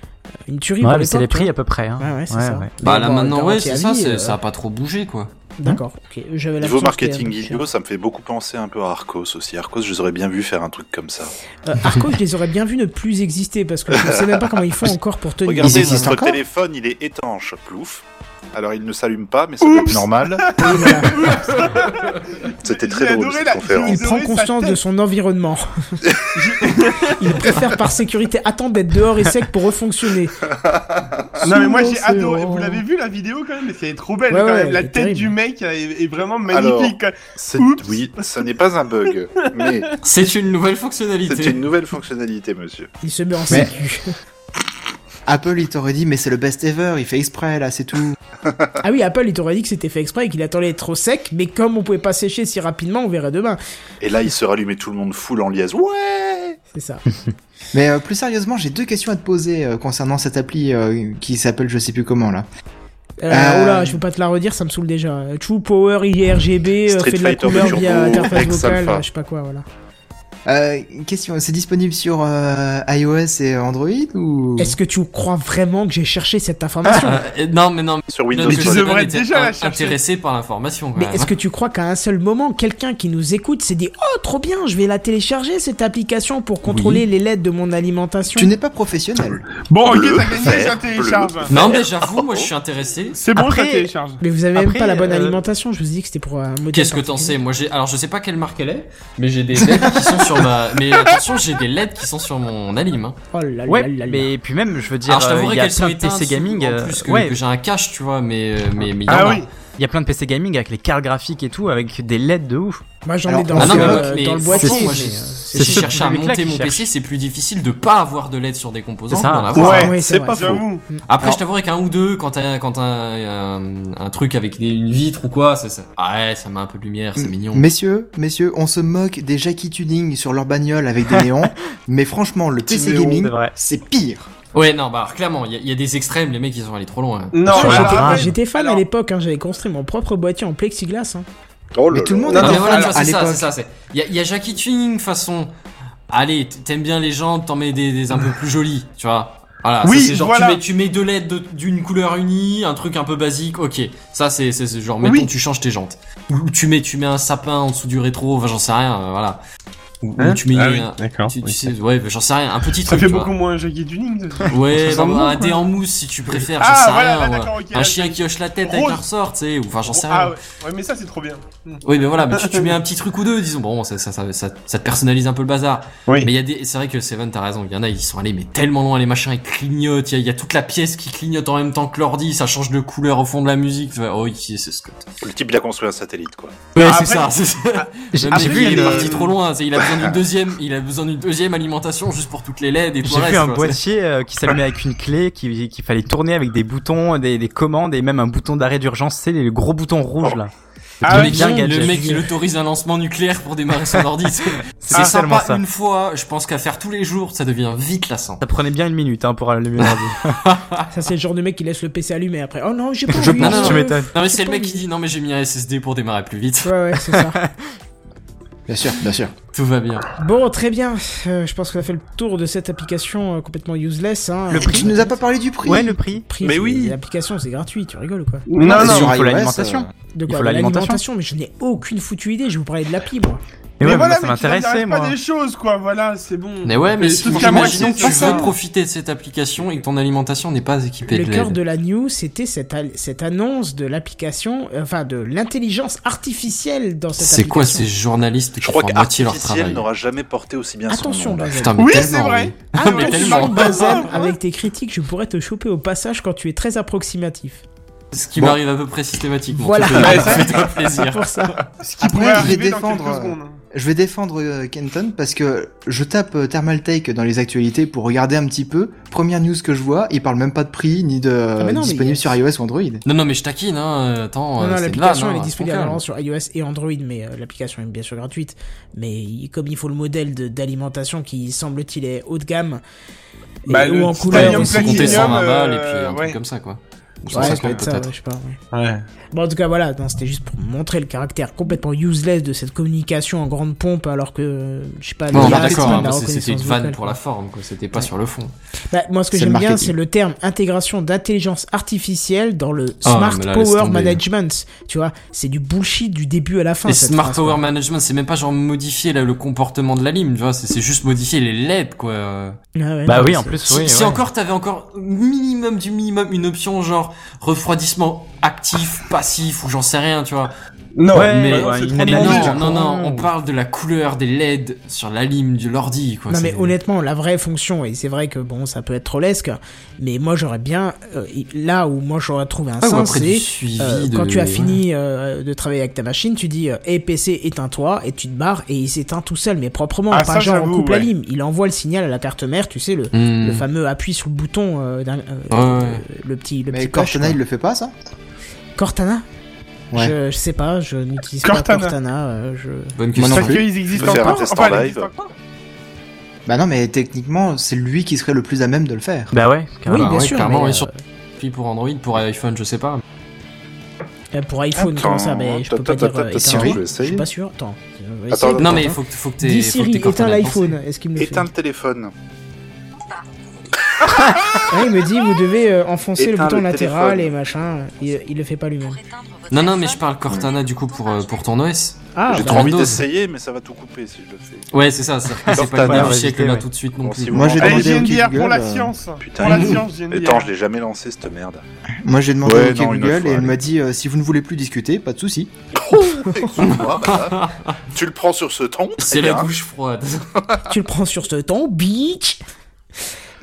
Speaker 1: euh, une tuerie.
Speaker 3: Ouais,
Speaker 1: pour
Speaker 3: mais c'est
Speaker 1: l'époque,
Speaker 3: les
Speaker 1: tu
Speaker 3: prix à peu près. hein.
Speaker 1: vois. Ouais, ouais, c'est
Speaker 3: Ouais,
Speaker 1: ça.
Speaker 3: ouais.
Speaker 5: Bah
Speaker 1: Mais
Speaker 5: là
Speaker 1: bon,
Speaker 5: maintenant, ouais,
Speaker 1: garantie
Speaker 5: c'est
Speaker 1: à
Speaker 5: ça,
Speaker 1: vie,
Speaker 5: c'est-
Speaker 1: euh,
Speaker 5: ça a pas trop bougé, quoi.
Speaker 1: D'accord, ok. J'avais la
Speaker 4: Niveau
Speaker 1: chance qu'il y ait
Speaker 4: marketing
Speaker 1: un peu cher.
Speaker 4: vidéo, ça me fait beaucoup penser un peu à Arcos aussi. Arcos, je les aurais bien vu faire un truc comme ça.
Speaker 1: Euh, Arco, je les aurais bien vus ne plus exister parce que je sais même pas comment ils font encore pour tenir.
Speaker 4: Regardez,
Speaker 8: Ils existent
Speaker 4: notre
Speaker 8: encore
Speaker 4: téléphone, il est étanche. Plouf alors il ne s'allume pas, mais ça doit être normal.
Speaker 1: Oui, Ah, voilà.
Speaker 4: C'était
Speaker 6: J'ai
Speaker 4: très drôle
Speaker 6: adoré
Speaker 4: cette
Speaker 6: la-
Speaker 4: conférence.
Speaker 1: Il
Speaker 6: Ils
Speaker 1: prend
Speaker 6: auraient sa
Speaker 1: conscience
Speaker 6: tête.
Speaker 1: de son environnement. il préfère par sécurité attendre d'être dehors et sec pour refonctionner.
Speaker 6: Non mais moi j'ai
Speaker 1: Sous
Speaker 6: adoré.
Speaker 1: l'océan.
Speaker 6: Vous l'avez vu la vidéo quand même, mais c'est trop belle
Speaker 1: Ouais,
Speaker 6: quand
Speaker 1: ouais,
Speaker 6: même. La
Speaker 1: elle est
Speaker 6: tête
Speaker 1: terrible.
Speaker 6: du mec est, est vraiment
Speaker 4: Alors,
Speaker 6: magnifique. quoi.
Speaker 4: C'est-
Speaker 6: Oups.
Speaker 4: Oui, ça n'est pas un bug, mais
Speaker 5: C'est une
Speaker 4: c'est
Speaker 5: nouvelle
Speaker 4: une
Speaker 5: fonctionnalité.
Speaker 4: nouvelle fonctionnalité, monsieur.
Speaker 1: Il se met en
Speaker 8: Mais-
Speaker 1: sécu.
Speaker 8: Apple, il t'aurait dit, mais c'est le best ever, il fait exprès, là, c'est tout.
Speaker 1: Ah oui, Apple, il t'aurait dit que c'était fait exprès et qu'il attendait d'être trop sec, mais comme on pouvait pas sécher si rapidement, on verrait demain.
Speaker 4: Et là, il se rallumait tout le monde full en liaise. Ouais
Speaker 1: C'est ça.
Speaker 8: Mais euh, plus sérieusement, j'ai deux questions à te poser euh, concernant cette appli euh, qui s'appelle je sais plus comment là.
Speaker 1: Euh,
Speaker 8: Euh.
Speaker 1: Oh là, je veux pas te la redire, ça me saoule déjà. Euh, True Power, IRGB, euh,
Speaker 4: Street
Speaker 1: fait de la
Speaker 4: Fighter
Speaker 1: couleur
Speaker 4: Turbo,
Speaker 1: via interface
Speaker 4: Ex
Speaker 1: vocale,
Speaker 4: Alpha.
Speaker 1: euh, je sais pas quoi, voilà.
Speaker 8: Euh, question, c'est disponible sur euh, iOS et Android ou
Speaker 1: Est-ce que tu crois vraiment que j'ai cherché cette information
Speaker 5: Euh, euh, non, mais non,
Speaker 4: Sur
Speaker 5: mais
Speaker 4: Windows,
Speaker 5: Note
Speaker 6: tu
Speaker 5: Seven
Speaker 4: Phone.
Speaker 6: devrais
Speaker 5: était
Speaker 6: déjà la
Speaker 5: in-
Speaker 6: chercher.
Speaker 5: intéressé par l'information, quand
Speaker 1: Mais
Speaker 5: même. hein.
Speaker 1: est-ce que tu crois qu'à un seul moment, quelqu'un qui nous écoute s'est dit Oh, trop bien, je vais la télécharger cette application pour contrôler les LED de mon alimentation
Speaker 8: tu n'es pas professionnel
Speaker 6: Bon, ok,
Speaker 4: Bleu,
Speaker 6: t'as gagné,
Speaker 4: vert,
Speaker 6: ça télécharge.
Speaker 5: Non, mais j'avoue, moi je suis intéressé.
Speaker 6: C'est bon,
Speaker 3: Après-
Speaker 6: ça télécharge.
Speaker 1: Mais vous avez même
Speaker 3: Après,
Speaker 1: pas la bonne
Speaker 3: euh,
Speaker 1: alimentation, je vous dis que c'était pour euh, un modèle.
Speaker 5: Qu'est-ce que t'en
Speaker 1: particulier.
Speaker 5: sais Moi, j'ai. Alors, je sais pas quelle marque elle est, mais j'ai des LED qui sont sur ma. Mais euh, attention, j'ai des LED qui sont sur mon alim. Hein.
Speaker 1: Oh là là
Speaker 3: Ouais,
Speaker 1: là là.
Speaker 3: mais puis même, je veux dire,
Speaker 5: Alors, je
Speaker 3: euh, il
Speaker 5: t'avouerai
Speaker 3: y a
Speaker 5: qu'elles sont
Speaker 3: plein de
Speaker 5: éteintes
Speaker 3: PC gaming.
Speaker 5: en
Speaker 3: euh,
Speaker 5: plus que,
Speaker 3: ouais,
Speaker 5: que j'ai un cache, tu vois, mais mais mais il y en
Speaker 6: Ah
Speaker 5: a.
Speaker 6: oui.
Speaker 3: Il y a plein de PC gaming avec les cartes graphiques et tout, avec des LED de ouf.
Speaker 1: Moi j'en
Speaker 8: Alors,
Speaker 1: ai dans,
Speaker 8: ah non,
Speaker 1: le-
Speaker 8: mais
Speaker 1: euh,
Speaker 5: les-
Speaker 1: dans le
Speaker 5: c'est
Speaker 1: boîtier.
Speaker 5: con, moi,
Speaker 1: mais,
Speaker 5: je-
Speaker 1: euh,
Speaker 5: Si je
Speaker 3: ce
Speaker 5: cherche à
Speaker 3: public-là
Speaker 5: monter
Speaker 3: qui
Speaker 5: mon
Speaker 3: cherche.
Speaker 5: PC, c'est plus difficile de pas avoir de LED sur des composants
Speaker 3: C'est ça.
Speaker 5: que d'en avoir.
Speaker 1: ah Ouais, oui,
Speaker 6: Ouais,
Speaker 1: c'est
Speaker 4: c'est
Speaker 1: vrai.
Speaker 4: pas faux.
Speaker 6: J'avoue.
Speaker 5: Après,
Speaker 4: Alors-
Speaker 5: je t'avouerai qu'un ou deux, quand t'as quand t'as un, un truc avec des- une vitre ou quoi, ça, ça- ah ouais, ça met un peu de lumière, c'est mignon.
Speaker 8: Messieurs, messieurs, on se moque des Jackie Tuning sur leur bagnole avec des néons, mais franchement, le PC
Speaker 4: néons,
Speaker 8: gaming,
Speaker 3: c'est vrai.
Speaker 8: c'est pire.
Speaker 5: Ouais, non, bah alors, clairement, il y, a- il y a des extrêmes, les mecs ils sont allés trop loin.
Speaker 6: Non,
Speaker 1: Ah,
Speaker 3: Sur
Speaker 6: alors,
Speaker 1: j'étais-
Speaker 3: Ah,
Speaker 6: après-
Speaker 1: J'étais fan
Speaker 6: alors-
Speaker 1: à l'époque, hein, j'avais construit mon propre boîtier en plexiglas. hein.
Speaker 4: Oh là
Speaker 8: Mais tout le
Speaker 4: là.
Speaker 8: monde
Speaker 6: Non,
Speaker 8: était
Speaker 5: Non, mais
Speaker 8: fan
Speaker 5: voilà, tu vois,
Speaker 8: à
Speaker 5: c'est ça, c'est
Speaker 8: l'époque.
Speaker 5: ça. c'est- Il y, a- il y a Jackie Tuning façon. Allez, t- t'aimes bien les gens, t'en mets des, des un peu plus jolis, tu vois. Voilà, ça,
Speaker 6: Oui,
Speaker 5: c'est genre
Speaker 6: voilà.
Speaker 5: tu mets tu mets deux LED de- d'une couleur unie, un truc un peu basique, ok. Ça c'est c'est c'est genre mettons
Speaker 6: Oui.
Speaker 5: tu changes tes jantes. Ou ou tu mets tu mets un sapin en dessous du rétro, enfin j'en sais rien, euh, voilà. Ou, ou tu mets
Speaker 6: Ah oui,
Speaker 5: un-
Speaker 6: d'accord.
Speaker 5: tu, tu
Speaker 6: oui.
Speaker 5: sais, ouais, j'en sais rien, un petit
Speaker 6: Ça
Speaker 5: truc.
Speaker 6: fait
Speaker 5: tu vois.
Speaker 6: beaucoup moins Jackie Tuning. ça.
Speaker 5: Ouais,
Speaker 6: Ça sent
Speaker 5: non,
Speaker 6: bon,
Speaker 5: un
Speaker 6: quoi.
Speaker 5: dé en mousse si tu préfères,
Speaker 6: Ah,
Speaker 5: j'en sais
Speaker 6: voilà,
Speaker 5: rien.
Speaker 6: là,
Speaker 5: ouais.
Speaker 6: d'accord, ok,
Speaker 5: Un
Speaker 6: là,
Speaker 5: chien qui hoche la tête avec
Speaker 6: Rose.
Speaker 5: le ressort, tu sais, ou enfin j'en sais rien.
Speaker 6: Ah ouais. ouais, mais ça c'est trop bien.
Speaker 5: Oui, mais voilà, mais tu, tu mets un petit truc ou deux, disons. Bon, ça, ça, ça, ça, ça te personnalise un peu le bazar.
Speaker 6: Oui.
Speaker 5: Mais il y a des, c'est vrai que Seven, t'as raison. Il y en a, ils sont allés, mais tellement loin, les machins, ils clignotent. Il y a, il y a toute la pièce qui clignote en même temps que l'ordi. Ça change de couleur au fond de la musique. Enfin, oh, oui, c'est Scott.
Speaker 4: Le type, il a construit un satellite, quoi.
Speaker 5: Ouais, c'est
Speaker 6: après-
Speaker 5: ça. c'est ça.
Speaker 3: J'ai
Speaker 5: Même
Speaker 6: après,
Speaker 5: J'ai
Speaker 6: il
Speaker 5: vu,
Speaker 6: y a
Speaker 5: il est
Speaker 6: des-
Speaker 5: parti trop loin. c'est- Il a besoin d'une deuxième, il a besoin d'une deuxième alimentation juste pour toutes les LED et tout
Speaker 3: j'ai
Speaker 5: le reste.
Speaker 3: vu un
Speaker 5: tu vois, c'est-
Speaker 3: boîtier euh, qui s'allumait avec une clé, qui- qu'il fallait tourner avec des boutons, des, des commandes et même un bouton d'arrêt d'urgence, c'est les gros boutons rouges là.
Speaker 6: Ah,
Speaker 5: le
Speaker 3: oui,
Speaker 5: mec,
Speaker 3: bien
Speaker 5: il, le
Speaker 3: gadget.
Speaker 5: mec, il autorise un lancement nucléaire pour démarrer son ordi. c'est-
Speaker 3: C'était
Speaker 5: C'est
Speaker 3: seulement
Speaker 5: sympa
Speaker 3: ça.
Speaker 5: une fois. Je pense qu'à faire tous les jours, ça devient vite lassant.
Speaker 3: Ça prenait bien une minute hein, pour allumer l'ordi.
Speaker 1: Ça, c'est le genre de mec qui laisse le PC allumé après. Oh non, j'ai pas
Speaker 3: Je
Speaker 1: envie,
Speaker 3: pense,
Speaker 5: non,
Speaker 1: euh,
Speaker 3: tu m'étonnes.
Speaker 5: Non mais c'est le mec qui dit non mais j'ai mis un SSD pour démarrer plus vite.
Speaker 1: Ouais, ouais, c'est ça.
Speaker 8: Bien sûr, bien sûr.
Speaker 5: Tout va bien.
Speaker 1: Bon, très bien. Euh, je pense qu'on a fait le tour de cette application euh, complètement useless. hein.
Speaker 3: Le prix,
Speaker 8: Tu nous as pas parlé du prix.
Speaker 3: Ouais, le prix.
Speaker 1: Prix,
Speaker 4: Mais
Speaker 1: c'est-
Speaker 4: oui.
Speaker 1: L'application, c'est gratuit, tu rigoles ou quoi
Speaker 6: Non,
Speaker 8: C'est
Speaker 6: non,
Speaker 8: sur
Speaker 3: il faut
Speaker 8: iOS,
Speaker 3: l'alimentation.
Speaker 8: euh,
Speaker 1: De quoi
Speaker 3: faut
Speaker 1: De
Speaker 3: l'alimentation.
Speaker 1: mais je n'ai aucune foutue idée. Je vous parlais de l'appli, moi.
Speaker 3: Et
Speaker 6: mais
Speaker 3: ouais,
Speaker 6: voilà,
Speaker 3: moi, ça
Speaker 6: mais tu leur
Speaker 3: m'intéressait
Speaker 6: dirais pas
Speaker 3: moi.
Speaker 6: des choses, quoi. Voilà, c'est bon.
Speaker 5: Mais ouais mais si
Speaker 6: tout
Speaker 5: vous
Speaker 6: qu'à moi,
Speaker 5: imaginons
Speaker 6: c'est
Speaker 5: que tu veux
Speaker 6: ça.
Speaker 5: profiter de cette application et que ton alimentation n'est pas équipée
Speaker 1: Le
Speaker 5: de
Speaker 1: cœur
Speaker 5: LED.
Speaker 1: de la news, c'était cette, al- cette annonce de l'application, euh, enfin de l'intelligence artificielle dans cette
Speaker 5: C'est
Speaker 1: application.
Speaker 5: quoi ces journalistes qui
Speaker 4: Je crois
Speaker 5: font à moitié leur
Speaker 4: qu'artificiel
Speaker 5: travail
Speaker 4: n'aura jamais porté aussi bien
Speaker 1: Attention,
Speaker 4: son nom.
Speaker 1: Bazel.
Speaker 5: Putain mais
Speaker 6: Oui, c'est
Speaker 5: tellement,
Speaker 6: vrai.
Speaker 5: oui.
Speaker 1: Attention,
Speaker 5: mais tellement.
Speaker 1: Bazel, avec tes critiques, je pourrais te choper au passage quand tu es très approximatif.
Speaker 5: Ce qui
Speaker 8: Bon.
Speaker 5: m'arrive à peu près systématiquement.
Speaker 1: Voilà.
Speaker 5: Ça fait- ça fait plaisir.
Speaker 1: C'est pour ça.
Speaker 6: Ce qui
Speaker 8: Après,
Speaker 6: pourrait
Speaker 8: je vais
Speaker 6: arriver dans
Speaker 8: défendre,
Speaker 6: quelques
Speaker 8: euh,
Speaker 6: secondes.
Speaker 8: Je vais défendre euh, Kenton parce que je tape euh, Thermal Take dans les actualités pour regarder un petit peu. Première news que je vois, il parle même pas de prix ni de
Speaker 1: mais non, mais
Speaker 8: disponible
Speaker 1: il-
Speaker 8: sur iOS ou Android.
Speaker 5: Non non mais je taquine hein. euh, Attends.
Speaker 1: non,
Speaker 5: euh,
Speaker 1: non,
Speaker 5: c'est de
Speaker 1: l'application
Speaker 5: là,
Speaker 1: elle est
Speaker 5: non,
Speaker 1: disponible
Speaker 5: franchement.
Speaker 1: alors sur iOS et Android, mais euh, l'application est bien sûr gratuite. Mais il- comme il faut le modèle de- d'alimentation qui semble-t-il est haut de gamme et-
Speaker 6: Bah,
Speaker 1: ou
Speaker 6: le
Speaker 1: en
Speaker 5: Ouais,
Speaker 1: couleur,
Speaker 6: Titanium
Speaker 5: ils
Speaker 1: ou-
Speaker 5: sont comptés
Speaker 6: Platinum,
Speaker 5: 120 balles et
Speaker 6: euh,
Speaker 5: puis un
Speaker 6: ouais.
Speaker 5: truc comme ça quoi. Je
Speaker 1: Ouais,
Speaker 5: pense
Speaker 1: ça
Speaker 5: que
Speaker 1: peut être ça,
Speaker 5: peut-être.
Speaker 1: ouais, je sais pas. ouais.
Speaker 6: Ouais.
Speaker 1: Bon, en tout cas, voilà, non, c'était juste pour montrer le caractère complètement useless de cette communication en grande pompe, alors que, euh, je sais pas,
Speaker 5: Bon,
Speaker 1: l'IA,
Speaker 5: on est
Speaker 1: c'est
Speaker 5: d'accord,
Speaker 1: pas
Speaker 5: hein,
Speaker 1: de la
Speaker 5: mais c'est- c'était une
Speaker 1: reconnaissance
Speaker 5: vanne
Speaker 1: vocale,
Speaker 5: pour la
Speaker 1: quoi.
Speaker 5: forme, quoi. C'était pas
Speaker 1: Ouais.
Speaker 5: sur le fond.
Speaker 1: Bah, moi, ce que
Speaker 8: C'est le
Speaker 1: j'aime bien,
Speaker 8: marketing.
Speaker 1: c'est le terme intégration d'intelligence artificielle dans le
Speaker 5: Ah,
Speaker 1: smart
Speaker 5: mais là, laisse
Speaker 1: power
Speaker 5: tomber.
Speaker 1: management. Tu vois, c'est du bullshit du début à la fin.
Speaker 5: Et
Speaker 1: cette
Speaker 5: Smart
Speaker 1: phrase, quoi.
Speaker 5: Power Management, c'est même pas genre modifier là, le comportement de la lime, tu vois, c'est c'est juste modifier les LED, quoi. Euh,
Speaker 1: Ah ouais,
Speaker 3: Bah
Speaker 1: non,
Speaker 3: oui,
Speaker 1: c'est-
Speaker 3: en plus,
Speaker 5: Si,
Speaker 3: oui.
Speaker 5: si
Speaker 3: ouais.
Speaker 5: encore t'avais encore minimum du minimum une option genre refroidissement actif, passif ou j'en sais rien, tu vois.
Speaker 6: Non,
Speaker 3: Ouais,
Speaker 6: mais
Speaker 3: ouais,
Speaker 6: non, c'est
Speaker 3: il
Speaker 6: trop
Speaker 3: y a de la
Speaker 5: non,
Speaker 6: dommage.
Speaker 3: LED,
Speaker 5: non, non,
Speaker 3: ouais.
Speaker 5: on parle de la couleur des LED sur la lime de l'ordi, quoi.
Speaker 1: Non
Speaker 5: c'est-
Speaker 1: mais honnêtement, la vraie fonction, et c'est vrai que bon, ça peut être trollesque, mais moi j'aurais bien, euh, là où moi j'aurais trouvé un
Speaker 5: Ah, ou
Speaker 1: sens,
Speaker 5: après du
Speaker 1: c'est
Speaker 5: suivi
Speaker 1: Euh,
Speaker 5: de-
Speaker 1: quand tu as
Speaker 5: ouais.
Speaker 1: fini euh, de travailler avec ta machine, tu dis euh, Eh, PC éteins-toi et tu te barres et il s'éteint tout seul, mais proprement,
Speaker 6: Ah,
Speaker 1: pas
Speaker 6: ça,
Speaker 1: genre on
Speaker 6: j'avoue,
Speaker 1: coupe la
Speaker 6: ouais.
Speaker 1: lime. Il envoie le signal à la carte mère, tu sais, le,
Speaker 5: Hmm.
Speaker 1: le fameux appui sur le bouton, euh, d'un- euh,
Speaker 5: Ouais, ouais.
Speaker 1: euh, le petit, le
Speaker 8: Mais
Speaker 1: petit push,
Speaker 8: Cortana,
Speaker 1: quoi.
Speaker 8: il le fait pas ça
Speaker 1: Cortana
Speaker 8: Ouais.
Speaker 1: je, je sais pas, je n'utilise pas
Speaker 6: Cortana.
Speaker 1: Cortana. euh, je...
Speaker 5: Bonne
Speaker 8: Moi non
Speaker 5: question.
Speaker 6: Parce
Speaker 8: plus.
Speaker 6: qu'ils existent
Speaker 4: Faire un
Speaker 6: encore.
Speaker 4: test
Speaker 6: Enfin,
Speaker 4: en
Speaker 6: ils
Speaker 4: live.
Speaker 6: existent encore.
Speaker 8: Bah non, mais techniquement, c'est lui qui serait le plus à même de le faire.
Speaker 3: Bah ouais,
Speaker 1: Oui,
Speaker 3: carrément.
Speaker 1: bien
Speaker 5: Ah ouais,
Speaker 1: sûr.
Speaker 5: clairement,
Speaker 1: mais,
Speaker 5: oui, sur- Puis pour Android, pour iPhone, je sais pas.
Speaker 1: euh, pour iPhone,
Speaker 4: Attends,
Speaker 1: comme ça, mais je peux pas dire.
Speaker 4: attends,
Speaker 1: euh,
Speaker 4: attends,
Speaker 1: éteins-toi.
Speaker 4: Siri, je vais
Speaker 1: je suis
Speaker 4: essayer.
Speaker 1: pas sûr. Attends. euh, on va
Speaker 4: Attends,
Speaker 1: essayer.
Speaker 5: Non, mais faut que faut que t'aies.
Speaker 1: Dis
Speaker 5: faut que
Speaker 1: Siri,
Speaker 5: t'aies
Speaker 1: éteins
Speaker 5: Cortana
Speaker 1: l'iPhone. Est-ce qu'il me le fait
Speaker 4: Éteins le téléphone.
Speaker 1: Ouais, Ah, il me dit vous devez euh, enfoncer le
Speaker 4: Éteins
Speaker 1: bouton
Speaker 4: le
Speaker 1: latéral
Speaker 4: téléphone.
Speaker 1: et machin. Il, il le fait pas lui-même.
Speaker 5: Non, non, mais je parle Cortana du coup pour, euh, pour ton OS.
Speaker 1: Ah,
Speaker 4: J'ai
Speaker 5: bah,
Speaker 4: trop envie
Speaker 5: Windows.
Speaker 4: d'essayer, mais ça va tout couper si je le fais.
Speaker 5: Ouais, c'est ça, c'est c'est pas
Speaker 4: Cortana,
Speaker 5: le dernier
Speaker 3: ouais,
Speaker 5: siècle
Speaker 3: j'étais,
Speaker 5: là
Speaker 3: ouais.
Speaker 5: tout de suite non
Speaker 4: Bon,
Speaker 5: plus.
Speaker 4: si vous
Speaker 8: Moi, j'ai
Speaker 4: m'entendez-
Speaker 8: demandé
Speaker 6: Allez,
Speaker 8: au
Speaker 6: j'ai une
Speaker 8: Google,
Speaker 6: bière pour la
Speaker 8: euh,
Speaker 6: science.
Speaker 4: Putain,
Speaker 6: Pour la
Speaker 4: il-
Speaker 6: science, j'ai une
Speaker 4: Attends,
Speaker 6: bière.
Speaker 4: je l'ai jamais lancé cette merde.
Speaker 8: Moi j'ai demandé
Speaker 4: Ouais, non,
Speaker 8: au
Speaker 4: une autre
Speaker 8: Google
Speaker 4: fois,
Speaker 8: et elle
Speaker 4: allez.
Speaker 8: m'a dit euh, si vous ne voulez plus discuter, pas de souci.
Speaker 4: Excuse-moi, voilà. Tu le prends sur ce ton.
Speaker 5: C'est
Speaker 4: eh
Speaker 5: la
Speaker 4: bien.
Speaker 5: bouche froide.
Speaker 1: tu le prends sur ce temps, bitch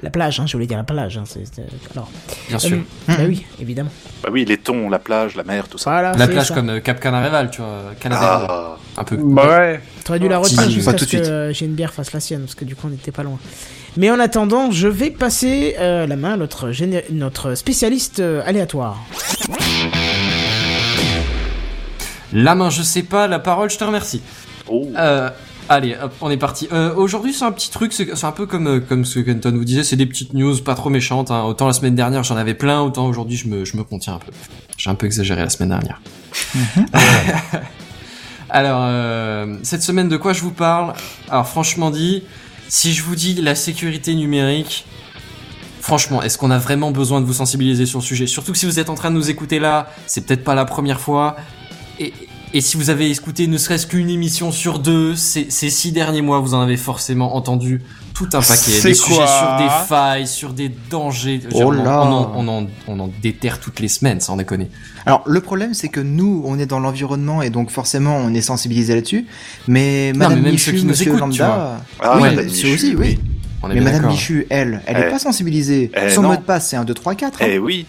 Speaker 1: La plage, hein, je voulais dire la plage. Hein, c'est- c'est- alors,
Speaker 5: Bien sûr.
Speaker 1: euh, bah oui, évidemment.
Speaker 4: Bah oui, les thons, la plage, la mer, tout ça.
Speaker 1: Voilà,
Speaker 5: la
Speaker 1: ah, c'est
Speaker 5: plage
Speaker 1: ça.
Speaker 5: comme euh, Cap Canaveral, tu vois, Canada,
Speaker 4: Ah,
Speaker 5: un peu.
Speaker 6: Bref.
Speaker 1: T'aurais dû la retenir
Speaker 8: pas
Speaker 1: jusqu'à ce
Speaker 8: tout de
Speaker 1: que
Speaker 8: suite.
Speaker 1: euh, Genebière fasse la sienne, parce que du coup on n'était pas loin. Mais en attendant, je vais passer euh, la main à notre, géné- notre spécialiste euh, aléatoire.
Speaker 5: La main, je sais pas, la parole, je te remercie.
Speaker 4: oh.
Speaker 5: Euh, allez, hop, on est parti. Euh, Aujourd'hui, c'est un petit truc, c'est c'est un peu comme euh, comme ce que Kenton vous disait, c'est des petites news pas trop méchantes. hein. Autant la semaine dernière, j'en avais plein, autant aujourd'hui, je me, je me contiens un peu. J'ai un peu exagéré la semaine dernière.
Speaker 1: Mhm.
Speaker 5: Alors, euh, cette semaine, de quoi je vous parle Alors, franchement dit, si je vous dis la sécurité numérique, franchement, est-ce qu'on a vraiment besoin de vous sensibiliser sur le sujet Surtout que si vous êtes en train de nous écouter là, c'est peut-être pas la première fois. Et, et si vous avez écouté ne serait-ce qu'une émission sur deux, ces, ces six derniers mois, vous en avez forcément entendu tout un paquet.
Speaker 6: C'est
Speaker 5: Des
Speaker 6: quoi
Speaker 5: sujets sur des failles, sur des dangers. Je veux dire,
Speaker 8: Oh
Speaker 5: on en-
Speaker 8: là
Speaker 5: on, en, on, en, on en déterre toutes les semaines, sans déconner.
Speaker 8: Alors le problème c'est que nous on est dans l'environnement et donc forcément on est sensibilisé là-dessus, mais Madame
Speaker 5: mais même
Speaker 8: Michu,
Speaker 5: ceux qui nous
Speaker 8: Monsieur
Speaker 5: écoutent, tu
Speaker 8: Lambda,
Speaker 4: Ah,
Speaker 8: oui,
Speaker 5: ouais,
Speaker 8: Madame
Speaker 4: Michu,
Speaker 8: Michu aussi, oui.
Speaker 5: On est
Speaker 8: Mais
Speaker 5: bien
Speaker 8: Madame
Speaker 5: d'accord.
Speaker 8: Michu, elle, elle est
Speaker 4: Eh.
Speaker 8: pas sensibilisée.
Speaker 4: Eh,
Speaker 8: Son
Speaker 4: non.
Speaker 8: mot de passe c'est 1, 2, 3, 4. hein.
Speaker 4: Eh oui.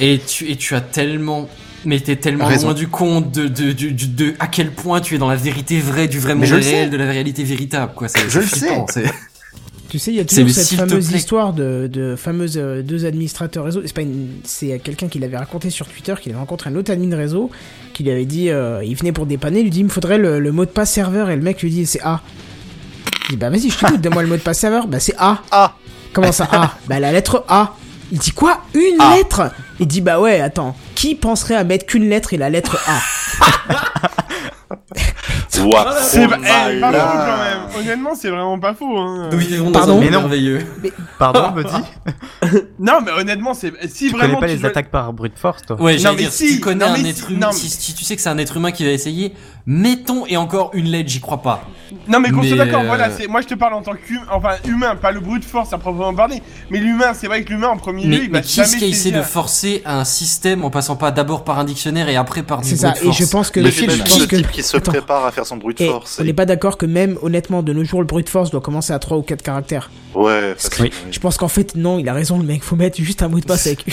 Speaker 5: Et tu, et tu as tellement. Mais t'es tellement
Speaker 8: Raison.
Speaker 5: loin du compte de, de, du- du- de, à quel point tu es dans la vérité vraie, du vrai
Speaker 8: Mais
Speaker 5: monde
Speaker 8: je le
Speaker 5: réel,
Speaker 8: sais.
Speaker 5: de la réalité véritable, quoi. C'est- c'est
Speaker 8: Je le
Speaker 5: flippant, c'est-
Speaker 1: Tu sais, il y a
Speaker 5: C'est
Speaker 1: toujours
Speaker 5: le
Speaker 1: cette
Speaker 5: s'il te
Speaker 1: fameuse
Speaker 5: plaît.
Speaker 1: histoire de, de fameuses euh, deux administrateurs réseau. C'est pas une- c'est euh, quelqu'un qui l'avait raconté sur Twitter, qu'il avait rencontré un autre admin réseau, qui lui avait dit, euh, il venait pour dépanner, il lui dit, il me faudrait le, le mot de passe serveur, et le mec lui dit, c'est A. Il dit, bah vas-y, je t'écoute, donne-moi le mot de passe serveur. Bah c'est A.
Speaker 4: Ah.
Speaker 1: Comment ça A Bah la lettre A. Il dit quoi Une lettre Il dit bah ouais, attends, qui penserait à mettre qu'une lettre et la lettre A
Speaker 4: Ouah.
Speaker 6: C'est
Speaker 4: Oh
Speaker 6: pas- eh, pas
Speaker 4: là là.
Speaker 6: faux quand même. Honnêtement, c'est vraiment pas faux. Hein.
Speaker 5: Nous vivons dans un
Speaker 1: Pardon
Speaker 5: monde
Speaker 3: Mais non.
Speaker 5: merveilleux.
Speaker 3: Pardon, me dis.
Speaker 6: Non, mais honnêtement, c'est si
Speaker 3: Tu
Speaker 6: vraiment
Speaker 3: connais pas
Speaker 6: tu
Speaker 3: les
Speaker 6: dois-
Speaker 3: attaques par brute force, toi
Speaker 5: Ouais,
Speaker 6: Non,
Speaker 5: j'allais
Speaker 6: mais
Speaker 5: dire,
Speaker 6: si,
Speaker 5: si tu connais
Speaker 6: non,
Speaker 5: un
Speaker 6: mais
Speaker 5: être
Speaker 6: si,
Speaker 5: humain,
Speaker 6: non,
Speaker 5: si, si tu sais que c'est un être humain qui va essayer, mettons et encore une lettre, j'y crois pas.
Speaker 6: Non mais qu'on soit
Speaker 5: Mais,
Speaker 6: d'accord,
Speaker 5: euh,
Speaker 6: voilà, c'est moi je te parle en tant qu'humain, enfin humain, pas le brute force à proprement parler, mais l'humain, c'est vrai que l'humain en premier lieu,
Speaker 5: Mais,
Speaker 6: il va
Speaker 5: mais qui est-ce
Speaker 6: jamais
Speaker 5: qui a essayé
Speaker 6: saisir.
Speaker 5: de forcer un système en passant pas d'abord par un dictionnaire et après par du
Speaker 1: C'est
Speaker 5: brute
Speaker 1: ça. Et
Speaker 5: Ah, force
Speaker 1: je pense que
Speaker 4: Mais
Speaker 1: le
Speaker 4: c'est
Speaker 1: film, je
Speaker 4: même
Speaker 1: pense
Speaker 4: ce
Speaker 1: que
Speaker 4: type qui se
Speaker 1: Attends.
Speaker 4: prépare à faire son brute
Speaker 1: Et
Speaker 4: force.
Speaker 1: on n'est pas d'accord que même, honnêtement, de nos jours, le brute force doit commencer à 3 ou 4 caractères.
Speaker 4: Ouais, facile,
Speaker 3: Oui.
Speaker 4: oui.
Speaker 1: Je pense qu'en fait, non, il a raison, le mec. Faut mettre juste un mot de passe avec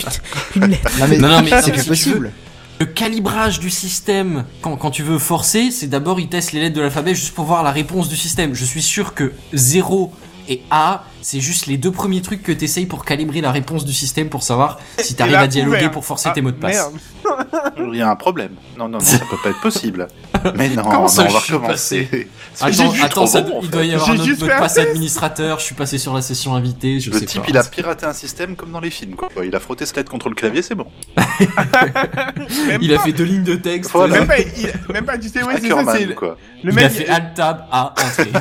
Speaker 1: une, une lettre.
Speaker 8: Non mais,
Speaker 5: Non, non, mais si
Speaker 8: c'est pas
Speaker 5: tu veux.
Speaker 8: possible.
Speaker 5: Le calibrage du système, quand, quand tu veux forcer, c'est d'abord il teste les lettres de l'alphabet juste pour voir la réponse du système. Je suis sûr que 0 et A, c'est juste les deux premiers trucs que t'essayes pour calibrer la réponse du système pour savoir si
Speaker 6: Et
Speaker 5: t'arrives
Speaker 6: là,
Speaker 5: à dialoguer
Speaker 6: ouvert.
Speaker 5: pour forcer
Speaker 6: Ah,
Speaker 5: tes mots de passe.
Speaker 6: merde.
Speaker 4: Il y a un problème. Non, non, non, ça peut pas être possible. Mais non,
Speaker 5: Comment ça,
Speaker 4: non, on
Speaker 5: je
Speaker 4: va
Speaker 5: suis
Speaker 4: recommencer. C'est
Speaker 5: Attends,
Speaker 4: juste
Speaker 5: attends,
Speaker 4: trop
Speaker 5: ça-
Speaker 4: bon, en
Speaker 5: il
Speaker 4: fait.
Speaker 5: doit y avoir
Speaker 6: J'ai
Speaker 5: un autre
Speaker 6: juste
Speaker 5: mot
Speaker 6: fait
Speaker 5: de
Speaker 6: un
Speaker 5: passe
Speaker 6: test.
Speaker 5: administrateur, je suis passé sur la session invitée, je
Speaker 4: Le
Speaker 5: sais
Speaker 4: type,
Speaker 5: pas.
Speaker 4: il a piraté un système comme dans les films. Quoi. Il a frotté sa tête contre le clavier, c'est bon.
Speaker 6: Même
Speaker 5: Il a
Speaker 6: pas.
Speaker 5: fait deux lignes de texte.
Speaker 4: Voilà.
Speaker 6: Même pas, il- même pas, tu sais, ouais, c'est ça,
Speaker 4: Ackerman,
Speaker 6: c'est le-
Speaker 4: quoi.
Speaker 6: le
Speaker 5: il a
Speaker 6: mec.
Speaker 5: fait alt tab A entrée.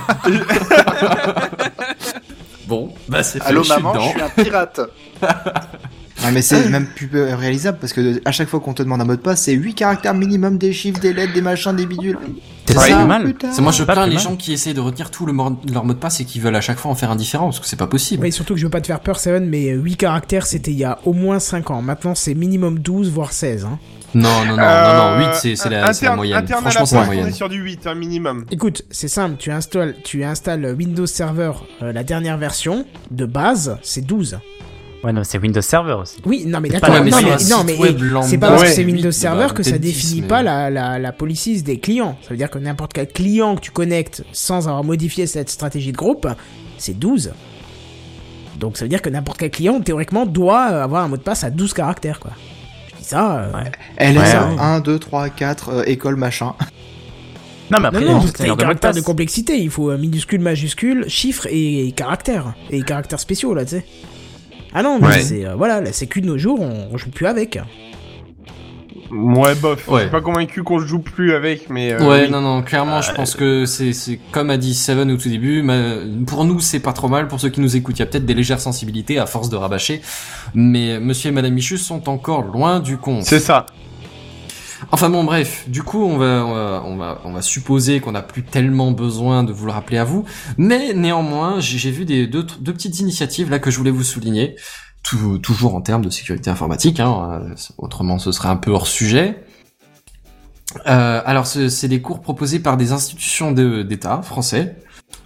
Speaker 5: bon, bah c'est fait,
Speaker 4: Allô
Speaker 5: je suis
Speaker 4: maman, je
Speaker 5: dedans.
Speaker 4: suis un pirate.
Speaker 8: Ouais, mais c'est même plus peu réalisable parce que à chaque fois qu'on te demande un mot de passe, c'est 8 caractères minimum des chiffres, des lettres, des machins, des bidules.
Speaker 3: C'est
Speaker 5: pas
Speaker 3: pas
Speaker 5: plus
Speaker 3: mal.
Speaker 8: Putain.
Speaker 5: C'est moi je
Speaker 3: Ah, Pas
Speaker 5: plains
Speaker 3: plus
Speaker 5: les
Speaker 3: mal.
Speaker 5: gens qui essayent de retenir tout le mor- leur mot de passe et qui veulent à chaque fois en faire un différent parce que c'est pas possible.
Speaker 1: Oui, surtout que je veux pas te faire peur, Seven, mais 8 caractères, c'était il y a au moins 5 ans. Maintenant, c'est minimum 12, voire 16. hein.
Speaker 5: Non non non
Speaker 6: Euh,
Speaker 5: Ah, non non 8 c'est c'est la, c'est la
Speaker 6: interne-
Speaker 5: moyenne.
Speaker 6: interne à
Speaker 5: Franchement c'est la
Speaker 6: poste, On est
Speaker 5: moyenne.
Speaker 6: sur du 8 un minimum.
Speaker 1: Écoute, c'est simple. Tu installes, tu installes Windows Server, euh, la dernière version, de base, c'est 12.
Speaker 3: Ouais, non, c'est Windows Server aussi.
Speaker 1: Oui, non, mais
Speaker 3: C'est
Speaker 1: d'accord.
Speaker 3: pas la
Speaker 1: Non,
Speaker 3: même
Speaker 1: mais,
Speaker 5: chose.
Speaker 1: non,
Speaker 5: Un
Speaker 1: mais
Speaker 5: site web
Speaker 1: c'est pas
Speaker 5: lambda,
Speaker 1: parce que
Speaker 6: ouais.
Speaker 1: c'est Windows
Speaker 5: Bah,
Speaker 1: Server que ça
Speaker 5: peut-être dix,
Speaker 1: définit
Speaker 5: mais-
Speaker 1: pas la, la, la policies des clients. Ça veut dire que n'importe quel client que tu connectes sans avoir modifié cette stratégie de groupe, c'est 12. Donc ça veut dire que n'importe quel client, théoriquement, doit euh, avoir un mot de passe à 12 caractères, quoi. Je dis ça. euh,
Speaker 8: Elle
Speaker 3: Ouais,
Speaker 8: est
Speaker 3: ouais.
Speaker 8: 1, 2, 3, 4, euh, école, machin.
Speaker 3: Non, mais après,
Speaker 1: Non,
Speaker 3: il y a
Speaker 1: non,
Speaker 3: juste
Speaker 1: c'est les
Speaker 3: les de mot de
Speaker 1: caractères de
Speaker 3: passe.
Speaker 1: complexité. Il faut euh, minuscule, majuscule, chiffres et, et caractères. Et caractères spéciaux, là, tu sais. Ah non, mais
Speaker 5: Ouais.
Speaker 1: c'est. euh, voilà, la sécu de nos jours, on, on joue plus avec.
Speaker 6: Ouais, bof.
Speaker 5: Ouais.
Speaker 6: Je suis pas convaincu qu'on joue plus avec, mais. euh,
Speaker 5: Ouais
Speaker 6: oui.
Speaker 5: non non clairement je pense que c'est c'est comme a dit Seven au tout début. ma- Pour nous c'est pas trop mal pour ceux qui nous écoutent il y a peut-être des légères sensibilités à force de rabâcher mais Monsieur et Madame Michu sont encore loin du compte.
Speaker 6: C'est ça.
Speaker 5: Enfin bon, bref, du coup, on va, on va, on va, on va supposer qu'on n'a plus tellement besoin de vous le rappeler à vous, mais néanmoins, j'ai j'ai vu des deux, deux petites initiatives là que je voulais vous souligner, Tou- toujours en termes de sécurité informatique, hein, euh, autrement ce serait un peu hors sujet. Euh, alors, c'est c'est des cours proposés par des institutions de- d'État français,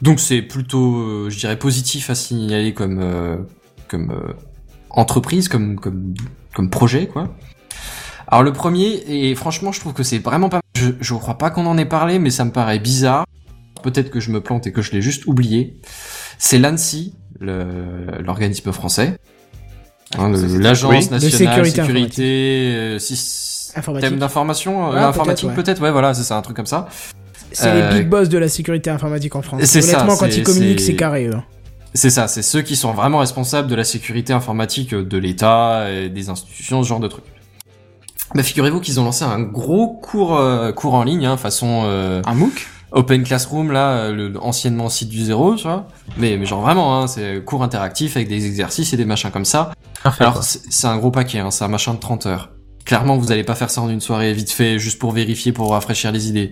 Speaker 5: donc c'est plutôt, euh, je dirais, positif à signaler comme euh, comme euh, entreprise, comme, comme, comme projet, quoi. Alors le premier, et franchement, je trouve que c'est vraiment pas. Je, je crois pas qu'on en ait parlé, mais ça me paraît bizarre. Peut-être que je me plante et que je l'ai juste oublié. C'est l'ANSI, le- l'organisme français, Hein, le- l'agence
Speaker 1: Oui. De
Speaker 5: nationale
Speaker 1: sécurité
Speaker 5: sécurité, euh, sys-
Speaker 1: Informatique.
Speaker 5: thème d'information, euh,
Speaker 1: Ah,
Speaker 5: informatique
Speaker 1: peut-être, ouais.
Speaker 5: peut-être, ouais, voilà, c'est ça, un truc comme ça.
Speaker 1: C'est
Speaker 5: Euh,
Speaker 1: les big boss de la sécurité informatique en France.
Speaker 5: c'est ça,
Speaker 1: Honnêtement, quand
Speaker 5: c'est-
Speaker 1: ils communiquent,
Speaker 5: c'est- Ah,
Speaker 1: c'est carré. eux.
Speaker 5: C'est ça, c'est ceux qui sont vraiment responsables de la sécurité informatique euh, de l'État, et des institutions, ce genre de trucs. Bah figurez-vous qu'ils ont lancé un gros cours euh, cours en ligne, hein, façon euh,
Speaker 8: Un MOOC
Speaker 5: Open Classroom là, euh, le, anciennement site du zéro, tu vois. Mais, mais genre vraiment, hein, c'est cours interactif avec des exercices et des machins comme ça. Alors c'est c'est un gros paquet, hein, c'est un machin de 30 heures. Clairement, vous allez pas faire ça en une soirée vite fait, juste pour vérifier, pour rafraîchir les idées.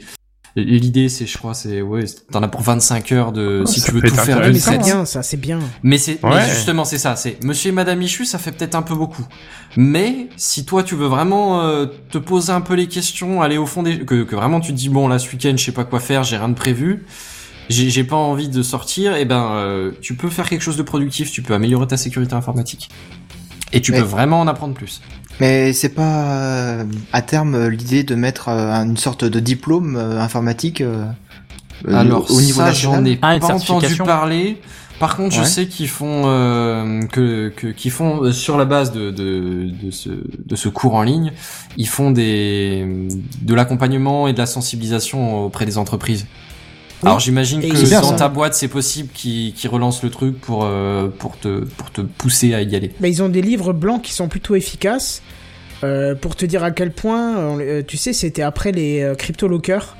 Speaker 5: L'idée, c'est, je crois, c'est ouais, c'est- t'en as pour 25 heures de
Speaker 6: Oh,
Speaker 5: si
Speaker 6: ça
Speaker 5: tu veux
Speaker 6: peut
Speaker 5: tout
Speaker 6: être hein.
Speaker 5: faire
Speaker 1: Ouais,
Speaker 5: d'une
Speaker 1: mais c'est
Speaker 5: traite.
Speaker 1: bien, ça, c'est bien.
Speaker 5: Mais c'est mais
Speaker 6: Ouais.
Speaker 5: justement c'est ça, c'est Monsieur et Madame Michu, ça fait peut-être un peu beaucoup. Mais si toi tu veux vraiment euh, te poser un peu les questions, aller au fond des que, que vraiment tu te dis bon là ce week-end je sais pas quoi faire, j'ai rien de prévu, j'ai j'ai pas envie de sortir, et ben euh, tu peux faire quelque chose de productif, tu peux améliorer ta sécurité informatique et tu
Speaker 8: Ouais.
Speaker 5: peux vraiment en apprendre plus.
Speaker 8: Mais c'est pas euh, à terme euh, l'idée de mettre euh, une sorte de diplôme euh, informatique euh, euh,
Speaker 5: Alors
Speaker 8: au niveau
Speaker 5: ça,
Speaker 8: national
Speaker 5: j'en ai
Speaker 3: Ah, une
Speaker 5: pas entendu
Speaker 3: certification.
Speaker 5: parler. Par contre,
Speaker 8: Ouais.
Speaker 5: je sais qu'ils font euh, que, que qu'ils font euh, sur la base de, de, de ce de ce cours en ligne, ils font des de l'accompagnement et de la sensibilisation auprès des entreprises.
Speaker 1: Oui.
Speaker 5: Alors j'imagine
Speaker 1: Et
Speaker 5: que
Speaker 1: c'est bien,
Speaker 5: dans
Speaker 1: ça.
Speaker 5: ta boîte, c'est possible qu'ils qu'ils relancent le truc pour euh, pour te pour te pousser à y aller.
Speaker 1: Bah, ils ont des livres blancs qui sont plutôt efficaces. Euh, pour te dire à quel point, euh, on les- euh, tu sais, c'était après les euh, crypto lockers.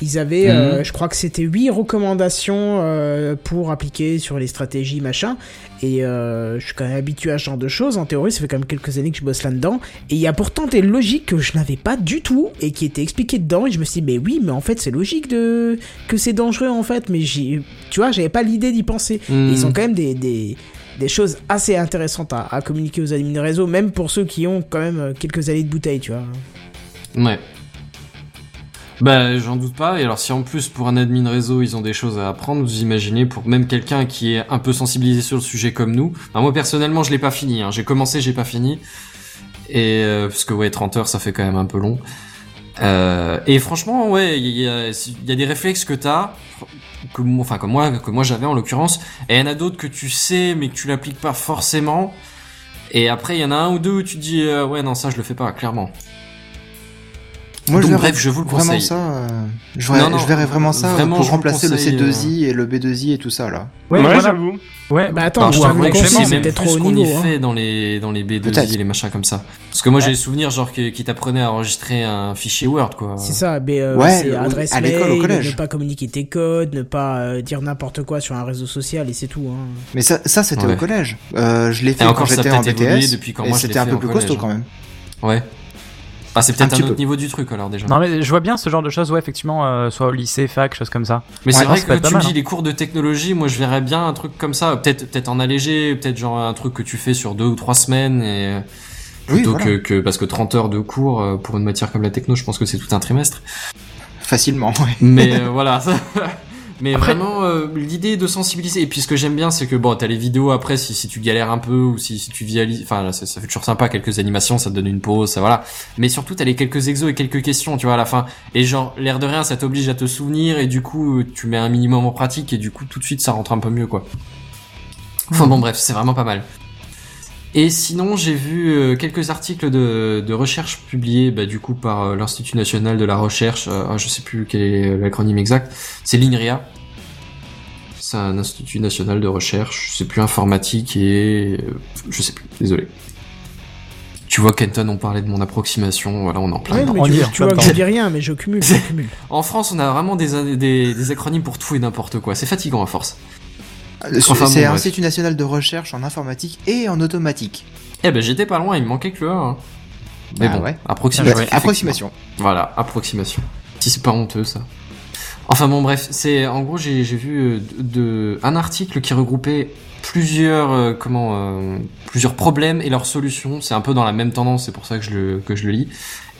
Speaker 1: Ils avaient, euh, je crois que c'était 8 recommandations euh, pour appliquer sur les stratégies, machin. Et euh, je suis quand même habitué à ce genre de choses. En théorie, ça fait quand même quelques années que je bosse là-dedans. Et il y a pourtant des logiques que je n'avais pas du tout et qui étaient expliquées dedans. Et je me suis dit, mais oui, mais en fait, c'est logique de que c'est dangereux en fait. Mais j'ai, tu vois, j'avais pas l'idée d'y penser. Et Ils ont
Speaker 5: Hmm.
Speaker 1: quand même des, des, des choses assez intéressantes à, à communiquer aux admins réseau, même pour ceux qui ont quand même euh, quelques années de bouteille, tu vois.
Speaker 5: Ouais. Bah, j'en doute pas. Et alors, si en plus, pour un admin réseau, ils ont des choses à apprendre, vous imaginez, pour même quelqu'un qui est un peu sensibilisé sur le sujet comme nous. Bah, moi, personnellement, je l'ai pas fini. Hein. J'ai commencé, j'ai pas fini. Et, euh, parce que, ouais, 30 heures, ça fait quand même un peu long. Euh, et franchement, ouais, il y, a- il y a des réflexes que t'as, que, moi- enfin, que moi, que moi j'avais en l'occurrence, et il y en a d'autres que tu sais, mais que tu l'appliques pas forcément. Et après, il y en a un ou deux où tu te dis, euh, ouais, non, ça, je le fais pas, clairement. Donc,
Speaker 8: Moi, je verrais
Speaker 5: bref, je vous le
Speaker 8: vraiment
Speaker 5: conseille.
Speaker 8: ça. euh, je, verrais,
Speaker 5: Non, non,
Speaker 8: je verrais vraiment ça euh,
Speaker 5: vraiment, je
Speaker 8: pour
Speaker 5: vous
Speaker 8: remplacer le
Speaker 5: conseille, euh,
Speaker 8: C2I et le B2I et tout ça là.
Speaker 6: Ouais,
Speaker 3: voilà.
Speaker 6: j'avoue.
Speaker 3: Ouais,
Speaker 1: Bah attends,
Speaker 5: Non,
Speaker 1: je
Speaker 5: Eh ben, je
Speaker 1: te le
Speaker 5: t'avouerais que je
Speaker 1: conseille,
Speaker 5: sais
Speaker 1: c'était
Speaker 5: même
Speaker 1: trop
Speaker 5: plus
Speaker 1: haut
Speaker 5: qu'on y
Speaker 1: niveau. hein.
Speaker 5: fait dans les, dans les B2I
Speaker 8: Peut-être.
Speaker 5: et les machins comme ça. Parce que moi, j'ai des souvenirs, genre, qui, qui t'apprenaient à enregistrer un fichier Word, quoi.
Speaker 1: C'est ça, mais euh,
Speaker 8: Ouais,
Speaker 1: c'est
Speaker 8: au-
Speaker 1: adresse
Speaker 8: à l'école, au
Speaker 1: mail,
Speaker 8: collège.
Speaker 1: ne pas communiquer tes codes, ne pas euh, dire n'importe quoi sur un réseau social et c'est tout. Hein.
Speaker 8: Mais ça, ça c'était
Speaker 5: Ouais.
Speaker 8: au collège. Euh, je l'ai fait quand
Speaker 5: encore, ça a
Speaker 8: j'étais en
Speaker 5: peut-être évolué
Speaker 8: BTS.
Speaker 5: depuis quand
Speaker 8: et
Speaker 5: moi, je l'ai
Speaker 8: c'était un
Speaker 5: fait
Speaker 8: peu
Speaker 5: en
Speaker 8: plus
Speaker 5: collège, hein.
Speaker 8: costaud quand même.
Speaker 5: Ouais. Enfin, c'est peut-être
Speaker 8: Un
Speaker 5: un,
Speaker 8: petit
Speaker 5: autre
Speaker 8: peu.
Speaker 5: niveau du truc, alors, déjà.
Speaker 3: Non mais je vois bien ce genre de choses, ouais effectivement, euh, soit au lycée, fac, choses comme ça.
Speaker 5: Mais
Speaker 3: Ouais,
Speaker 5: c'est
Speaker 3: non,
Speaker 5: vrai
Speaker 3: ça
Speaker 5: que
Speaker 3: peut être
Speaker 5: tu
Speaker 3: pas
Speaker 5: me
Speaker 3: mal,
Speaker 5: dis les cours de technologie, moi je verrais bien un truc comme ça, peut-être peut-être en allégé, peut-être genre un truc que tu fais sur deux ou trois semaines et
Speaker 8: Oui,
Speaker 5: plutôt
Speaker 8: voilà.
Speaker 5: que, que parce que 30 heures de cours euh, pour une matière comme la techno, je pense que c'est tout un trimestre.
Speaker 8: Facilement. Ouais.
Speaker 5: Mais euh, voilà. ça- Mais
Speaker 3: Après-
Speaker 5: vraiment, euh, l'idée de sensibiliser. Et puis ce que j'aime bien, c'est que bon, t'as les vidéos après, si, si tu galères un peu ou si, si tu vialis. Enfin, là, ça, ça fait toujours sympa, quelques animations, ça te donne une pause, ça voilà. Mais surtout, t'as les quelques exos et quelques questions, tu vois, à la fin. Et genre, l'air de rien, ça t'oblige à te souvenir et du coup, euh, tu mets un minimum en pratique et du coup, tout de suite, ça rentre un peu mieux, quoi. Enfin bon, bref, c'est vraiment pas mal. Et sinon, j'ai vu euh, quelques articles de, de recherche publiés bah, du coup par euh, l'Institut national de la recherche. euh, ah, je sais plus quel est l'acronyme exact. C'est l'INRIA. C'est un institut national de recherche. Je sais plus informatique et euh, je sais plus. Désolé. Tu vois, Kenton, on parlait de mon approximation. Voilà, on est Ah, en plein.
Speaker 1: Ouais,
Speaker 5: dedans.
Speaker 1: mais
Speaker 3: on
Speaker 1: tu,
Speaker 3: y est,
Speaker 1: tu
Speaker 3: en
Speaker 1: vois
Speaker 3: plein
Speaker 1: que je
Speaker 3: dedans.
Speaker 1: dis rien, mais je cumule, je cumule.
Speaker 5: En France, on a vraiment des, des, des acronymes pour tout et n'importe quoi. C'est fatigant à force.
Speaker 8: C'est
Speaker 5: Enfin, bon,
Speaker 8: c'est
Speaker 5: bref.
Speaker 8: Institut national de recherche en informatique et en automatique.
Speaker 5: Eh ben, j'étais pas loin. Il me manquait que le 1. hein. Mais
Speaker 8: Bah
Speaker 5: bon,
Speaker 8: ouais.
Speaker 5: approximation.
Speaker 3: Ouais,
Speaker 5: effectivement.
Speaker 8: Approximation.
Speaker 5: Voilà, approximation. Si c'est pas honteux ça. Enfin bon bref, c'est en gros j'ai j'ai vu euh, de, de- un article qui regroupait plusieurs euh, comment euh, plusieurs problèmes et leurs solutions. C'est un peu dans la même tendance, c'est pour ça que je le que je le lis.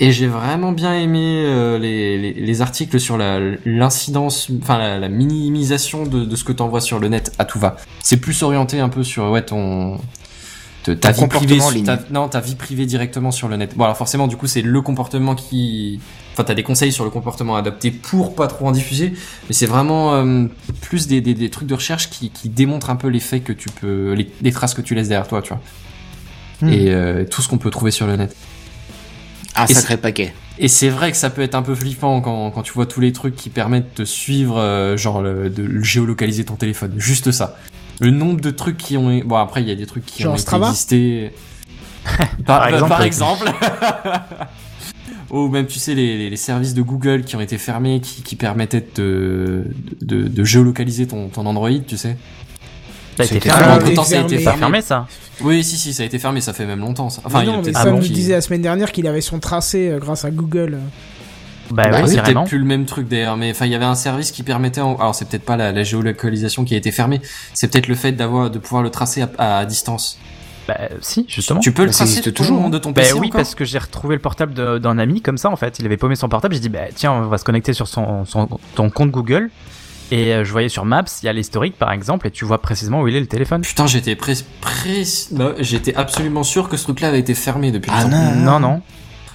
Speaker 5: Et j'ai vraiment bien aimé euh, les, les, les articles sur la l'incidence, enfin la, la minimisation de, de ce que t'envoies sur le net à tout va. C'est plus orienté un peu sur ouais ton te- ta
Speaker 8: Ton
Speaker 5: vie privée,
Speaker 8: comportement en
Speaker 5: su-
Speaker 8: ligne.
Speaker 5: ta- non, ta vie privée directement sur le net. Bon, alors forcément, du coup, c'est le comportement qui, enfin, t'as des conseils sur le comportement à adopter pour pas trop en diffuser, mais c'est vraiment euh, plus des, des, des trucs de recherche qui, qui démontrent un peu l'effet que tu peux, les, les traces que tu laisses derrière toi, tu vois.
Speaker 8: Hmm.
Speaker 5: Et euh, tout ce qu'on peut trouver sur le net.
Speaker 8: Un
Speaker 5: Et
Speaker 8: sacré paquet.
Speaker 5: Et c'est vrai que ça peut être un peu flippant quand, quand tu vois tous les trucs qui permettent de suivre, euh, genre le- de le géolocaliser ton téléphone. Juste ça. Le nombre de trucs qui ont. Bon, après, il y a des trucs qui
Speaker 1: Genre
Speaker 5: ont été
Speaker 1: Strava
Speaker 5: existés.
Speaker 3: Par exemple.
Speaker 5: par exemple. Ou même, tu sais, les, les- les services de Google qui ont été fermés, qui, qui permettaient de, de, de géolocaliser ton, ton Android, tu sais.
Speaker 3: Ça a été
Speaker 5: C'était
Speaker 3: fermé.
Speaker 5: vraiment
Speaker 1: Ah,
Speaker 5: longtemps, ça a
Speaker 1: fermé.
Speaker 5: été
Speaker 3: Pas
Speaker 1: fermé.
Speaker 3: fermé ça
Speaker 5: Oui, si, si, ça a été fermé, ça fait même longtemps. ça. Enfin,
Speaker 1: Mais
Speaker 5: il y a
Speaker 1: non, mais
Speaker 5: peut-être-
Speaker 1: Sam
Speaker 3: Ah bon
Speaker 1: nous disait la semaine dernière qu'il avait son tracé euh, grâce à Google.
Speaker 3: Bah,
Speaker 5: Bah,
Speaker 3: oui,
Speaker 5: c'est peut-être
Speaker 3: carrément.
Speaker 5: plus le même truc d'ailleurs, mais enfin il y avait un service qui permettait, en- alors c'est peut-être pas la, la géolocalisation qui a été fermée, c'est peut-être le fait d'avoir de pouvoir le tracer à, à distance.
Speaker 3: Bah, si, justement.
Speaker 5: Tu peux le
Speaker 8: ça
Speaker 5: tracer
Speaker 8: existe
Speaker 5: toujours
Speaker 8: toujours,
Speaker 5: de ton
Speaker 3: Bah
Speaker 5: PC
Speaker 3: oui,
Speaker 5: encore
Speaker 3: parce que j'ai retrouvé le portable de- d'un ami comme ça en fait. Il avait paumé son portable. J'ai dit bah tiens, on va se connecter sur son, son ton compte Google. Et euh, je voyais sur Maps, il y a l'historique par exemple, et tu vois précisément où il est le téléphone.
Speaker 5: Putain, j'étais pré... pré- non, j'étais absolument sûr que ce truc-là avait été fermé depuis
Speaker 8: Ah
Speaker 5: longtemps.
Speaker 8: non.
Speaker 3: Non, non.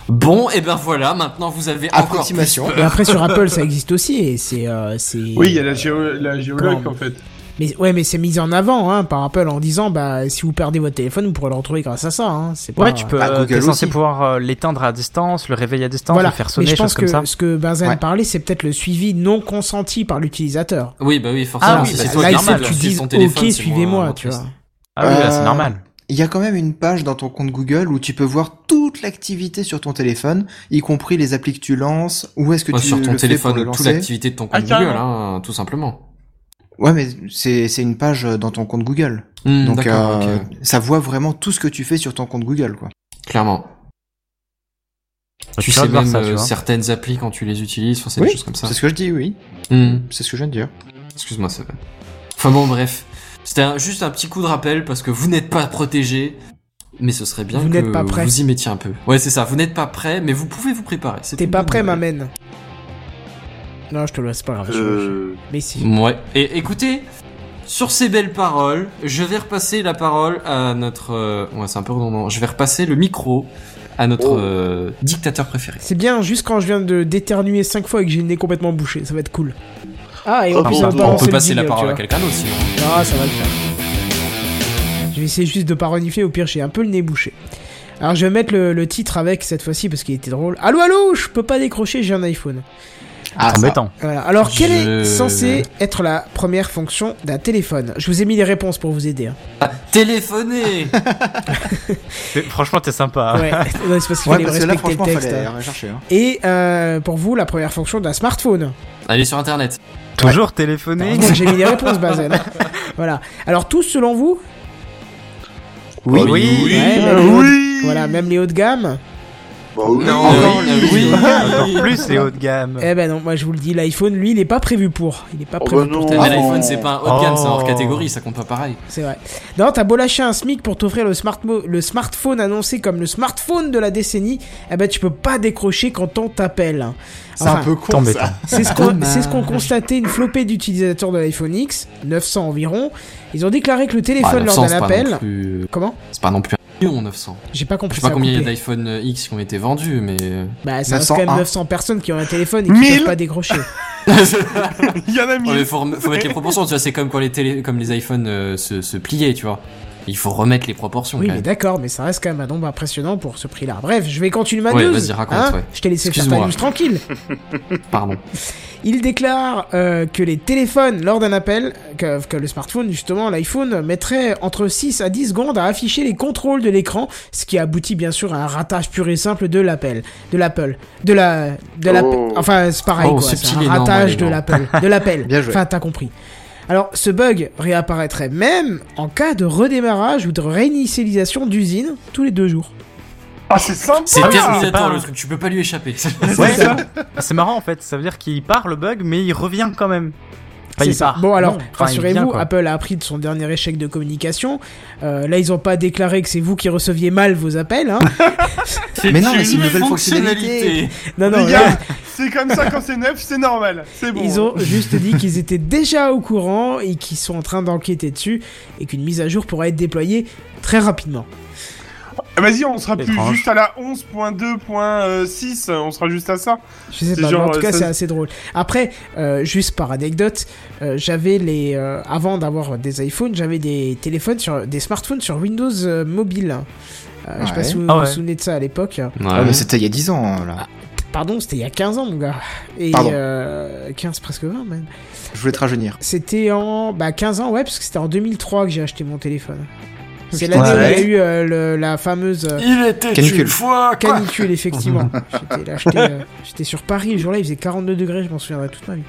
Speaker 5: Bon, et ben voilà, maintenant vous avez encore.
Speaker 8: Approximation.
Speaker 1: Et après sur Apple ça existe aussi et c'est euh, c'est-
Speaker 6: Oui, il y a la, géo- la géologue
Speaker 1: Comment
Speaker 6: en fait.
Speaker 1: Mais ouais, mais c'est mis en avant hein, par Apple en disant bah si vous perdez votre téléphone, vous pourrez le retrouver grâce à ça. Hein. C'est pas...
Speaker 3: Ouais, tu peux.
Speaker 8: Bah,
Speaker 3: euh,
Speaker 8: Google
Speaker 3: T'es censé
Speaker 8: aussi.
Speaker 3: pouvoir euh, l'éteindre à distance, le réveiller à distance,
Speaker 1: Voilà.
Speaker 3: le faire
Speaker 1: mais
Speaker 3: sonner,
Speaker 1: je pense
Speaker 3: choses
Speaker 1: que
Speaker 3: comme ça.
Speaker 1: ce que Benzen
Speaker 8: Ouais.
Speaker 1: parlait, c'est peut-être le suivi non consenti par l'utilisateur.
Speaker 5: Oui, bah oui, forcément.
Speaker 3: Ah oui,
Speaker 5: si
Speaker 3: bah,
Speaker 5: c'est
Speaker 3: là,
Speaker 5: toi
Speaker 1: Là,
Speaker 5: qui
Speaker 1: il
Speaker 5: as
Speaker 1: faut
Speaker 3: normal,
Speaker 1: que
Speaker 5: mal,
Speaker 1: tu
Speaker 5: si
Speaker 1: dises
Speaker 5: ton téléphone,
Speaker 1: OK,
Speaker 5: c'est
Speaker 1: suivez-moi,
Speaker 5: moins
Speaker 1: tu vois.
Speaker 5: triste.
Speaker 3: Ah oui, là, c'est
Speaker 8: Euh,
Speaker 3: normal.
Speaker 8: Il y a quand même une page dans ton compte Google où tu peux voir toute l'activité sur ton téléphone, y compris les applis que tu lances, où est-ce que
Speaker 5: Ouais,
Speaker 8: tu
Speaker 5: sur ton
Speaker 8: le fais pour
Speaker 5: téléphone,
Speaker 8: le
Speaker 5: toute
Speaker 8: lancer.
Speaker 5: l'activité de ton compte
Speaker 6: Ah,
Speaker 5: Google,
Speaker 6: carrément.
Speaker 5: hein, tout simplement.
Speaker 8: Ouais, mais c'est c'est une page dans ton compte Google.
Speaker 5: Hmm,
Speaker 8: Donc
Speaker 5: d'accord,
Speaker 8: euh,
Speaker 5: ok.
Speaker 8: ça voit vraiment tout ce que tu fais sur ton compte Google, quoi.
Speaker 5: clairement. Tu
Speaker 3: J'ai hâte
Speaker 5: sais
Speaker 3: de voir
Speaker 5: même
Speaker 3: ça,
Speaker 5: euh,
Speaker 3: tu vois.
Speaker 5: certaines applis quand tu les utilises, enfin, c'est
Speaker 8: Oui,
Speaker 5: des choses comme ça.
Speaker 8: C'est ce que je dis, oui.
Speaker 5: Hmm.
Speaker 8: C'est ce que je viens de dire.
Speaker 5: Excuse-moi, ça va. Enfin bon, bref. C'était un- juste un petit coup de rappel parce que vous n'êtes pas protégé. Mais ce serait bien
Speaker 1: Vous
Speaker 5: que
Speaker 1: n'êtes pas prêt.
Speaker 5: vous y mettiez un peu. Ouais, c'est ça. Vous n'êtes pas prêt, mais vous pouvez vous préparer. C'est
Speaker 1: T'es
Speaker 5: une
Speaker 1: pas
Speaker 5: bonne
Speaker 1: prêt, ma
Speaker 5: nouvelle.
Speaker 1: mène. Non, je te laisse pas grave. je-
Speaker 4: Euh,
Speaker 1: Mais si.
Speaker 5: Ouais. Et écoutez, sur ces belles paroles, je vais repasser la parole à notre. euh, Ouais, c'est un peu redondant. Je vais repasser le micro à notre
Speaker 1: Oh.
Speaker 5: euh, dictateur préféré.
Speaker 1: C'est bien, juste quand je viens de d'éternuer 5 fois et que j'ai le nez complètement bouché, ça va être cool. Ah, et
Speaker 4: Oh,
Speaker 1: en plus,
Speaker 4: bon,
Speaker 1: on
Speaker 4: bon,
Speaker 1: va
Speaker 5: On
Speaker 1: balancer
Speaker 5: peut
Speaker 1: le
Speaker 5: passer la
Speaker 1: jingle,
Speaker 5: parole à
Speaker 1: tu vois.
Speaker 5: quelqu'un d'autre sinon.
Speaker 1: Ah, ça va le faire. Je vais essayer juste de pas renifler, au pire, j'ai un peu le nez bouché. Alors, je vais mettre le, le titre avec cette fois-ci parce qu'il était drôle. Allô, allô, je peux pas décrocher, j'ai un iPhone.
Speaker 8: Ah,
Speaker 3: C'est
Speaker 8: ça.
Speaker 3: embêtant.
Speaker 1: Voilà. Alors, quelle
Speaker 5: Je-
Speaker 1: est censée être la première fonction d'un téléphone Je vous ai mis les réponses pour vous aider. hein.
Speaker 5: Ah, Téléphonez
Speaker 3: Mais Franchement, t'es sympa.
Speaker 1: Ouais, Non, c'est parce qu'il
Speaker 8: Ah. Ouais,
Speaker 1: fallait
Speaker 8: parce que
Speaker 1: respecter
Speaker 8: là,
Speaker 1: le
Speaker 8: franchement,
Speaker 1: texte.
Speaker 8: fallait
Speaker 1: hein.
Speaker 8: rechercher. hein.
Speaker 1: Et euh, pour vous, la première fonction d'un smartphone.
Speaker 5: Allez sur internet.
Speaker 3: Toujours téléphoner.
Speaker 1: Heureusement que J'ai mis les réponses, Bazel. voilà. Alors, tous selon vous
Speaker 3: Oui, oui.
Speaker 1: Ouais,
Speaker 6: Euh,
Speaker 1: même les hauts-
Speaker 6: oui
Speaker 1: Voilà, même les hauts de gamme
Speaker 4: bah oui.
Speaker 1: Oh,
Speaker 8: Non.
Speaker 5: Euh,
Speaker 8: Encore
Speaker 5: euh,
Speaker 8: lui.
Speaker 3: Encore plus les hauts de gamme.
Speaker 1: Eh ben non, moi je vous le dis, l'iPhone, lui, il est pas prévu pour. Il est pas
Speaker 4: Oh,
Speaker 1: prévu
Speaker 4: bah
Speaker 1: pour
Speaker 4: non.
Speaker 1: tel-
Speaker 5: Mais
Speaker 4: Ah,
Speaker 5: l'iPhone,
Speaker 4: non.
Speaker 5: c'est pas un haut de gamme, c'est un hors
Speaker 3: Oh.
Speaker 5: catégorie, ça compte pas pareil.
Speaker 1: C'est vrai. Non, t'as beau lâcher un SMIC pour t'offrir le, smartmo- le smartphone annoncé comme le smartphone de la décennie, eh ben tu peux pas décrocher quand on t'appelle. Hein.
Speaker 8: C'est
Speaker 1: Enfin,
Speaker 8: un peu con,
Speaker 3: T'embêtant.
Speaker 8: ça.
Speaker 1: C'est ce qu'on
Speaker 5: Dommage.
Speaker 1: c'est ce qu'ont constaté une flopée d'utilisateurs de l'iPhone X, 900 environ. Ils ont déclaré que le téléphone
Speaker 5: Bah,
Speaker 1: lors
Speaker 5: 900,
Speaker 1: d'un
Speaker 5: c'est pas non
Speaker 1: appel.
Speaker 5: plus- euh,
Speaker 1: Comment
Speaker 5: C'est pas non plus un million, 900.
Speaker 1: J'ai pas compris
Speaker 5: Je sais pas
Speaker 1: ça a
Speaker 5: combien il y a
Speaker 1: coupé.
Speaker 5: d'iPhone euh, X qui ont été vendus, mais. euh,
Speaker 1: Bah, ça reste quand
Speaker 8: 901.
Speaker 1: même 900 personnes qui ont un téléphone et qui
Speaker 6: 1000.
Speaker 1: peuvent pas décrocher.
Speaker 5: euh,
Speaker 6: Il y en a
Speaker 5: Ouais,
Speaker 6: mille.
Speaker 5: mais faut, rem- faut mettre les proportions, tu vois, c'est comme quand les, télé... comme les iPhones euh, se... se pliaient, tu vois. Il faut remettre les proportions.
Speaker 1: Oui,
Speaker 5: quand
Speaker 1: mais
Speaker 5: même.
Speaker 1: d'accord, mais ça reste quand même un nombre impressionnant pour ce prix-là. Bref, je vais continuer ma
Speaker 5: Ouais,
Speaker 1: news.
Speaker 5: vas-y, raconte,
Speaker 1: hein.
Speaker 5: ouais.
Speaker 1: Je t'ai laissé faire ta
Speaker 5: Excuse-moi.
Speaker 1: news tranquille.
Speaker 5: Pardon.
Speaker 1: Il déclare euh, que les téléphones, lors d'un appel, que, que le smartphone, justement, l'iPhone, mettrait entre 6 à 10 secondes à afficher les contrôles de l'écran, ce qui aboutit bien sûr à un ratage pur et simple de l'appel, de l'Apple, de la, de la,
Speaker 4: Oh.
Speaker 1: enfin c'est pareil
Speaker 5: Oh,
Speaker 1: quoi,
Speaker 5: subtil
Speaker 1: c'est un
Speaker 5: et
Speaker 1: ratage
Speaker 5: normal,
Speaker 1: de
Speaker 5: énorme.
Speaker 1: l'appel, de l'appel.
Speaker 8: Bien joué.
Speaker 1: Enfin, t'as compris. Alors, ce bug réapparaîtrait même en cas de redémarrage ou de réinitialisation d'usine tous les deux jours.
Speaker 6: Ah, c'est simple
Speaker 5: C'est
Speaker 3: c'est pas
Speaker 5: Terminator
Speaker 3: un-
Speaker 5: le truc, tu peux pas lui échapper.
Speaker 3: Ouais, c'est marrant en fait. Ça veut dire qu'il part le bug, mais il revient quand même. Enfin,
Speaker 1: C'est
Speaker 3: il
Speaker 1: ça.
Speaker 3: part.
Speaker 1: Bon alors,
Speaker 3: Non, enfin, il vient,
Speaker 1: rassurez-vous,
Speaker 3: quoi.
Speaker 1: Apple a appris de son dernier échec de communication. Euh, là, ils ont pas déclaré que c'est vous qui receviez mal vos appels. Hein.
Speaker 8: Mais non, mais c'est une nouvelle fonctionnalité.
Speaker 1: non, non.
Speaker 6: Les gars,
Speaker 1: là,
Speaker 6: C'est comme ça quand c'est neuf, c'est normal. C'est bon.
Speaker 1: Ils ont juste dit qu'ils étaient déjà au courant et qu'ils sont en train d'enquêter dessus et qu'une mise à jour pourra être déployée très rapidement.
Speaker 6: Ah, Vas-y, on sera plus
Speaker 3: Étrange.
Speaker 6: juste à la 11.2.6, on sera juste à ça.
Speaker 1: Je sais
Speaker 6: C'est
Speaker 1: pas, mais
Speaker 6: genre,
Speaker 1: en tout
Speaker 6: euh,
Speaker 1: cas,
Speaker 6: ça-
Speaker 1: c'est assez drôle. Après, euh, juste par anecdote, euh, j'avais les. euh, avant d'avoir des iPhones, j'avais des téléphones, sur, des smartphones sur Windows euh, mobile. Euh, Je sais pas
Speaker 8: Ouais.
Speaker 1: si vous
Speaker 3: Ah
Speaker 1: vous
Speaker 3: ouais.
Speaker 1: souvenez de ça à l'époque.
Speaker 8: Ah, mais c'était il y a 10 ans,
Speaker 3: Ah.
Speaker 8: là.
Speaker 1: Pardon, c'était il y a 15 ans, mon gars. Et
Speaker 8: Pardon.
Speaker 1: euh, 15, presque 20 même.
Speaker 8: Je voulais te rajeunir.
Speaker 1: C'était en. Bah, 15 ans, ouais, parce que c'était en 2003 que j'ai acheté mon téléphone. C'est
Speaker 8: Putain,
Speaker 1: l'année où il y a
Speaker 8: ouais.
Speaker 1: eu euh, le- la fameuse. euh,
Speaker 9: Il était
Speaker 8: Canicule.
Speaker 9: une fois quoi
Speaker 1: Canicule, effectivement. J'étais là, j'étais, euh, j'étais sur Paris le jour-là, il faisait 42 degrés, je m'en souviendrai toute ma vie.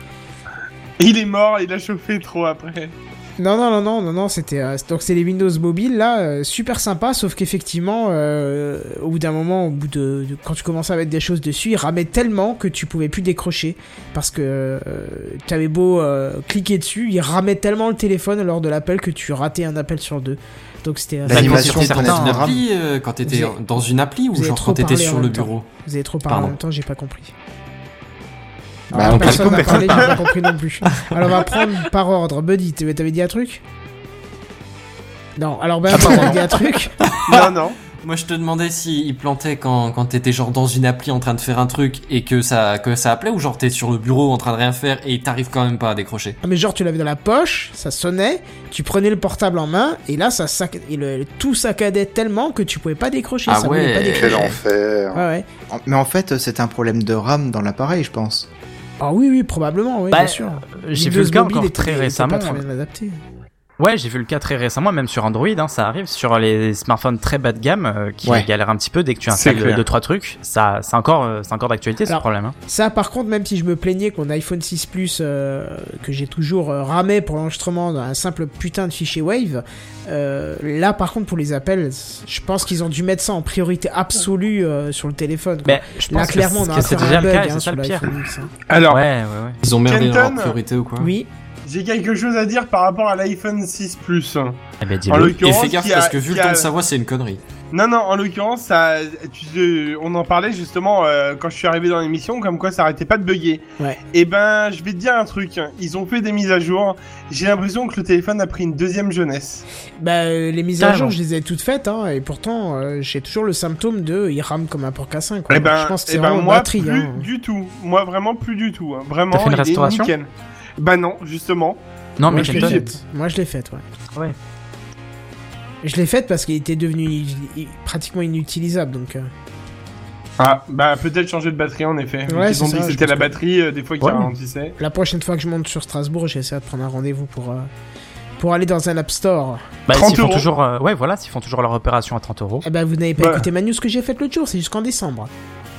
Speaker 6: Il est mort, il a chauffé trop après.
Speaker 1: Non, non, non, non, non, non, c'était. euh, donc, c'est les Windows mobiles, là, euh, super sympa, sauf qu'effectivement, euh, au bout d'un moment, au bout de, de- Quand tu commençais à mettre des choses dessus, ils ramaient tellement que tu pouvais plus décrocher. Parce que euh, t'avais beau euh, cliquer dessus, ils ramaient tellement le téléphone lors de l'appel que tu ratais un appel sur deux. Donc, c'était. euh,
Speaker 3: L'animation
Speaker 8: L'animation
Speaker 3: sur
Speaker 8: prenait
Speaker 3: certains,
Speaker 8: un
Speaker 5: Une
Speaker 8: rame.
Speaker 5: appli, euh, quand t'étais
Speaker 1: Vous avez-
Speaker 5: dans une appli ou
Speaker 1: vous avez
Speaker 5: genre
Speaker 1: trop
Speaker 5: quand t'étais
Speaker 1: parlé en
Speaker 5: sur le
Speaker 1: même temps.
Speaker 5: bureau
Speaker 1: Vous avez trop parlé en
Speaker 5: Pardon.
Speaker 1: même temps, j'ai pas compris.
Speaker 8: Bah,
Speaker 1: Alors,
Speaker 8: on parle
Speaker 1: personne
Speaker 8: comme
Speaker 1: n'a parlé, j'ai pas compris non plus. Alors, on va prendre par ordre. Buddy, t'avais t'avais dit un truc Non, alors ben, t'avais dit un truc.
Speaker 6: Non, non.
Speaker 5: Moi, je te demandais si il plantait quand, quand t'étais genre dans une appli en train de faire un truc et que ça, que ça appelait ou genre t'es sur le bureau en train de rien faire et t'arrives quand même pas à décrocher.
Speaker 1: Ah, mais genre, tu l'avais dans la poche, ça sonnait, tu prenais le portable en main, et là, ça sac... et le... tout saccadait tellement que tu pouvais pas décrocher.
Speaker 5: Ah
Speaker 1: ça voulait
Speaker 5: ouais.
Speaker 1: pas décrocher. Ah
Speaker 4: Quel enfer.
Speaker 1: Ouais, ouais.
Speaker 8: En- Mais en fait, c'était un problème de RAM dans l'appareil, je pense.
Speaker 1: Ah oui, oui, probablement, oui,
Speaker 3: Bah,
Speaker 1: bien sûr.
Speaker 3: J'ai vu
Speaker 1: Windows
Speaker 3: le cas
Speaker 1: Mobile
Speaker 3: encore
Speaker 1: était-
Speaker 3: très
Speaker 1: était
Speaker 3: récemment. hein.
Speaker 1: Pas très bien adapté.
Speaker 3: Ouais, j'ai vu le cas très récemment, même sur Android, hein, ça arrive. Sur les smartphones très bas de gamme euh, qui
Speaker 8: Ouais.
Speaker 3: galèrent un petit peu dès que tu
Speaker 6: C'est
Speaker 3: installes
Speaker 6: clair.
Speaker 3: deux trois trucs, ça, c'est encore, euh, c'est encore d'actualité ce
Speaker 1: Alors,
Speaker 3: problème. hein.
Speaker 1: Ça, par contre, même si je me plaignais que mon iPhone 6 Plus, euh, que j'ai toujours euh, ramé pour l'enregistrement d'un simple putain de fichier Wave, euh, là, par contre, pour les appels, je pense qu'ils ont dû mettre ça en priorité absolue euh, sur le téléphone. quoi.
Speaker 3: Mais je pense
Speaker 1: là,
Speaker 3: que
Speaker 1: clairement, on
Speaker 3: c'est-
Speaker 1: a
Speaker 3: que c'est
Speaker 1: affaire à
Speaker 3: déjà
Speaker 1: un
Speaker 3: le
Speaker 1: bug
Speaker 3: cas,
Speaker 1: hein,
Speaker 3: c'est ça
Speaker 1: sur
Speaker 3: le pire.
Speaker 1: l'iPhone X, hein.
Speaker 6: Alors,
Speaker 3: Ouais, ouais, ouais.
Speaker 5: Ils ont merdé dans leur
Speaker 6: Kenton
Speaker 5: priorité ou quoi
Speaker 1: Oui,
Speaker 6: j'ai quelque chose à dire par rapport à l'iPhone 6 Plus.
Speaker 3: Eh ben,
Speaker 6: En
Speaker 3: dis-le.
Speaker 5: Et
Speaker 6: l'occurrence,
Speaker 5: fais gaffe
Speaker 6: qui a-
Speaker 5: parce que vu
Speaker 6: qui
Speaker 5: le
Speaker 6: a-
Speaker 5: ton de sa voix, c'est une connerie.
Speaker 6: Non, non, en l'occurrence, ça, tu- euh, on en parlait justement euh, quand je suis arrivé dans l'émission, comme quoi ça arrêtait pas de bugger.
Speaker 1: Ouais.
Speaker 6: Et ben, je vais te dire un truc, ils ont fait des mises à jour, j'ai l'impression que le téléphone a pris une deuxième jeunesse.
Speaker 1: bah, euh, les mises à jour,
Speaker 3: Carrément.
Speaker 1: je les ai toutes faites, hein, et pourtant, euh, j'ai toujours le symptôme de il rame comme un porc à cinq, quoi.
Speaker 6: et ben,
Speaker 1: je pense que
Speaker 6: eh
Speaker 1: c'est
Speaker 6: ben,
Speaker 1: vraiment
Speaker 6: moi,
Speaker 1: batterie.
Speaker 6: plus
Speaker 1: hein.
Speaker 6: du tout. Moi, vraiment, plus du tout. hein. Vraiment,
Speaker 3: T'as fait une
Speaker 6: il est
Speaker 3: restauration
Speaker 6: nickel. Bah non, justement.
Speaker 3: Non,
Speaker 1: Moi,
Speaker 3: mais
Speaker 1: je l'ai
Speaker 3: Kenton,
Speaker 1: faite. Moi, je l'ai faite, ouais.
Speaker 3: Ouais.
Speaker 1: Je l'ai faite parce qu'il était devenu i- i- pratiquement inutilisable, donc. euh,
Speaker 6: Ah, bah peut-être changer de batterie en effet.
Speaker 1: Ouais,
Speaker 6: ils ont
Speaker 1: c'est
Speaker 6: dit
Speaker 1: ça,
Speaker 6: que
Speaker 1: je
Speaker 6: c'était
Speaker 1: pense
Speaker 6: la
Speaker 1: que-
Speaker 6: batterie, euh, des fois, qui
Speaker 3: Ouais.
Speaker 6: ralentissait.
Speaker 1: La prochaine fois que je monte sur Strasbourg, j'essaie de prendre un rendez-vous pour, euh, pour aller dans un App Store.
Speaker 3: bah,
Speaker 6: 30
Speaker 3: s'ils font
Speaker 6: euros.
Speaker 3: toujours, euh, ouais, voilà, s'ils font toujours leur opération à 30 euros.
Speaker 1: Eh ben, vous n'avez pas
Speaker 6: Ouais.
Speaker 1: écouté ma news que j'ai faite l'autre jour, c'est jusqu'en décembre.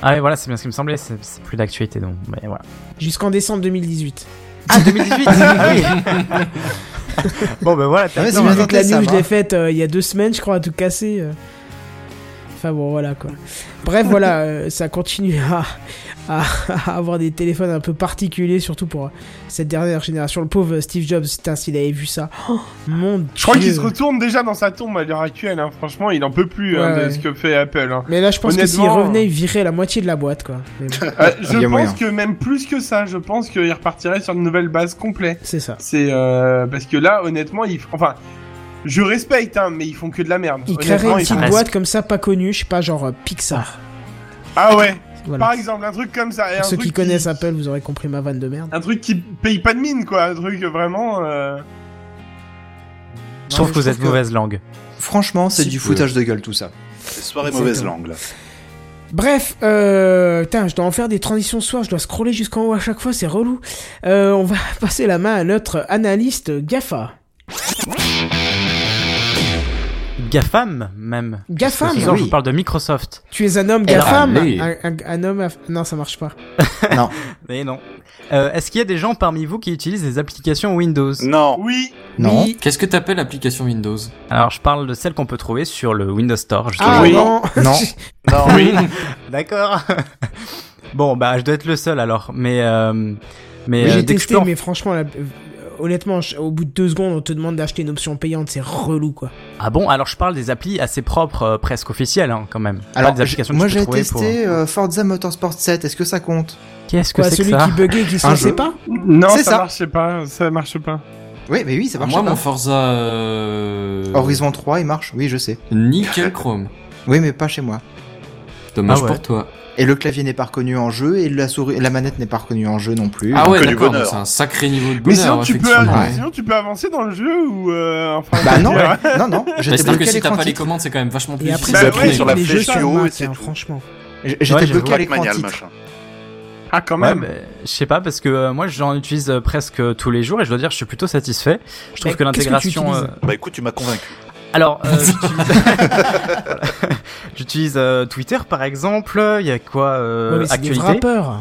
Speaker 3: Ah ouais, voilà, c'est bien ce qui me semblait, c'est c'est plus d'actualité donc. Mais voilà.
Speaker 1: Jusqu'en décembre 2018.
Speaker 3: Ah, 2018 Bon, ben voilà,
Speaker 8: Ah ouais,
Speaker 3: t'as
Speaker 8: c'est
Speaker 1: Non,
Speaker 8: bien
Speaker 1: donc la
Speaker 8: noté, ça,
Speaker 1: news, je
Speaker 8: hein.
Speaker 1: l'ai faite euh, il y a deux semaines, je crois, à tout casser. euh. Enfin bon, voilà quoi. Bref, voilà, euh, ça continue à, à- à avoir des téléphones un peu particuliers, surtout pour euh, cette dernière génération. Le pauvre Steve Jobs, putain, s'il avait vu ça. Oh, mon
Speaker 6: Je crois
Speaker 1: Dieu.
Speaker 6: qu'il se retourne déjà dans sa tombe à l'heure actuelle, hein. franchement, il en peut plus hein,
Speaker 1: Ouais,
Speaker 6: de
Speaker 1: ouais.
Speaker 6: ce que fait Apple. hein.
Speaker 1: Mais là, je pense que s'il
Speaker 6: Honnêtement,
Speaker 1: revenait, il virait la moitié de la boîte quoi. Mais bon,
Speaker 6: Euh, je
Speaker 8: Il y a
Speaker 6: pense
Speaker 8: moyen.
Speaker 6: que même plus que ça, je pense qu'il repartirait sur une nouvelle base complète.
Speaker 1: c'est ça.
Speaker 6: C'est euh, parce que là, honnêtement, ils, f- enfin, je respecte, hein, mais ils font que de la merde.
Speaker 1: Il créerait
Speaker 6: Honnêtement,
Speaker 1: une
Speaker 6: ils font-
Speaker 1: petite
Speaker 3: reste-
Speaker 1: boîte comme ça, pas connue, je sais pas, genre euh, Pixar.
Speaker 6: Ah ouais, par
Speaker 1: Voilà.
Speaker 6: exemple, un truc comme ça. et un
Speaker 1: Pour ceux
Speaker 6: truc
Speaker 1: qui connaissent Apple, vous aurez compris ma vanne de merde.
Speaker 6: Un truc qui paye pas de mine, quoi. Un truc vraiment. euh,
Speaker 3: Je trouve
Speaker 8: mais
Speaker 3: que vous
Speaker 8: je
Speaker 3: êtes
Speaker 8: trouve que-
Speaker 3: mauvaise langue.
Speaker 8: Franchement, c'est
Speaker 5: Si
Speaker 8: du
Speaker 5: tu
Speaker 8: foutage de gueule tout ça.
Speaker 4: Soirée
Speaker 1: C'est
Speaker 4: mauvaise
Speaker 1: tout.
Speaker 4: langue, là.
Speaker 1: Bref, euh, putain, je dois en faire des transitions ce soir, je dois scroller jusqu'en haut à chaque fois, c'est relou. Euh, on va passer la main à notre analyste GAFA.
Speaker 3: GAFAM, même.
Speaker 1: GAFAM,
Speaker 3: Parce que sinon,
Speaker 8: oui.
Speaker 3: je vous parle de Microsoft.
Speaker 1: Tu es un homme
Speaker 8: Eh ben,
Speaker 1: GAFAM
Speaker 5: allez.
Speaker 1: un, un- un homme... à- Non, ça marche pas.
Speaker 3: Mais non. Euh, Est-ce qu'il y a des gens parmi vous qui utilisent des applications Windows
Speaker 4: Non.
Speaker 6: Oui,
Speaker 8: Non.
Speaker 1: Oui.
Speaker 5: Qu'est-ce que t'appelles application Windows
Speaker 3: Alors, je parle de celles qu'on peut trouver sur le Windows Store, justement.
Speaker 1: Ah
Speaker 6: Oui.
Speaker 1: non
Speaker 8: Non.
Speaker 4: Non.
Speaker 6: oui.
Speaker 3: D'accord. bon, bah, je dois être le seul alors. Mais, euh, mais
Speaker 1: J'ai
Speaker 3: euh, dès que je
Speaker 1: testé,
Speaker 3: peux en-
Speaker 1: mais franchement, la- euh, honnêtement, je- au bout de deux secondes, on te demande d'acheter une option payante, c'est relou quoi.
Speaker 3: Ah bon Alors je parle des applis assez propres, euh, presque officielles hein, quand même. Pas
Speaker 8: Alors,
Speaker 3: des applications que
Speaker 8: je- moi
Speaker 3: tu peux
Speaker 8: j'ai
Speaker 3: trouver
Speaker 8: testé euh, Forza Motorsport 7, est-ce que ça compte
Speaker 3: pour... Qu'est-ce que
Speaker 1: Quoi,
Speaker 3: c'est que
Speaker 1: celui
Speaker 3: ça
Speaker 1: qui buguait et qui se
Speaker 8: Un
Speaker 1: lançait
Speaker 8: jeu.
Speaker 1: pas
Speaker 6: Non,
Speaker 8: C'est
Speaker 6: ça,
Speaker 8: ça.
Speaker 6: marchait pas, ça marche pas.
Speaker 8: Oui, mais oui, ça marche.
Speaker 5: Ah, Moi,
Speaker 8: pas.
Speaker 5: mon Forza. euh,
Speaker 8: Horizon 3, il marche, oui, je sais.
Speaker 5: Nickel Chrome.
Speaker 8: Oui, mais pas chez moi.
Speaker 5: Dommage
Speaker 3: Ah ouais.
Speaker 5: pour toi.
Speaker 8: Et le clavier n'est pas reconnu en jeu, et la souris, la manette n'est pas reconnue en jeu non plus. euh,
Speaker 5: Ah ouais,
Speaker 4: que du
Speaker 5: d'accord,
Speaker 4: bonheur.
Speaker 5: mais c'est un sacré niveau de bonheur.
Speaker 6: Mais sinon tu, peux,
Speaker 5: effectivement.
Speaker 8: Ouais.
Speaker 6: sinon, tu peux avancer dans le jeu ou. Euh, enfin,
Speaker 8: Bah
Speaker 6: je veux
Speaker 8: non,
Speaker 6: dire,
Speaker 8: non, non,
Speaker 5: Mais
Speaker 8: j'étais
Speaker 5: c'est-à-dire
Speaker 8: bloqué
Speaker 5: que
Speaker 8: à
Speaker 5: si t'as
Speaker 8: l'écran
Speaker 5: pas les
Speaker 8: titre.
Speaker 5: commandes, c'est quand même vachement plus
Speaker 1: Et
Speaker 5: difficile.
Speaker 1: après,
Speaker 4: Bah
Speaker 1: c'est
Speaker 4: ouais,
Speaker 1: après,
Speaker 4: sur la
Speaker 1: les
Speaker 4: flèche
Speaker 1: jeux sont
Speaker 4: du haut,
Speaker 1: marqués,
Speaker 4: et c'est
Speaker 1: hein,
Speaker 4: tout.
Speaker 1: Franchement.
Speaker 8: J- J'étais
Speaker 3: Ouais, j'ai
Speaker 8: bloqué à l'écran
Speaker 4: Trackmania, le
Speaker 8: titre.
Speaker 4: machin.
Speaker 6: Ah, quand
Speaker 3: Ouais,
Speaker 6: même.
Speaker 3: bah, je sais pas parce que euh, moi j'en utilise euh, presque tous les jours et je dois dire je suis plutôt satisfait. Je trouve
Speaker 1: Mais
Speaker 3: que
Speaker 1: qu'est-ce que tu
Speaker 3: l'intégration. euh,
Speaker 1: utilises
Speaker 4: Bah écoute, tu m'as convaincu.
Speaker 3: Alors, euh, j'utilise- Voilà. j'utilise euh, Twitter par exemple. Il y a quoi euh,
Speaker 1: Ouais, mais c'est des
Speaker 3: Actualité.
Speaker 1: rappeurs.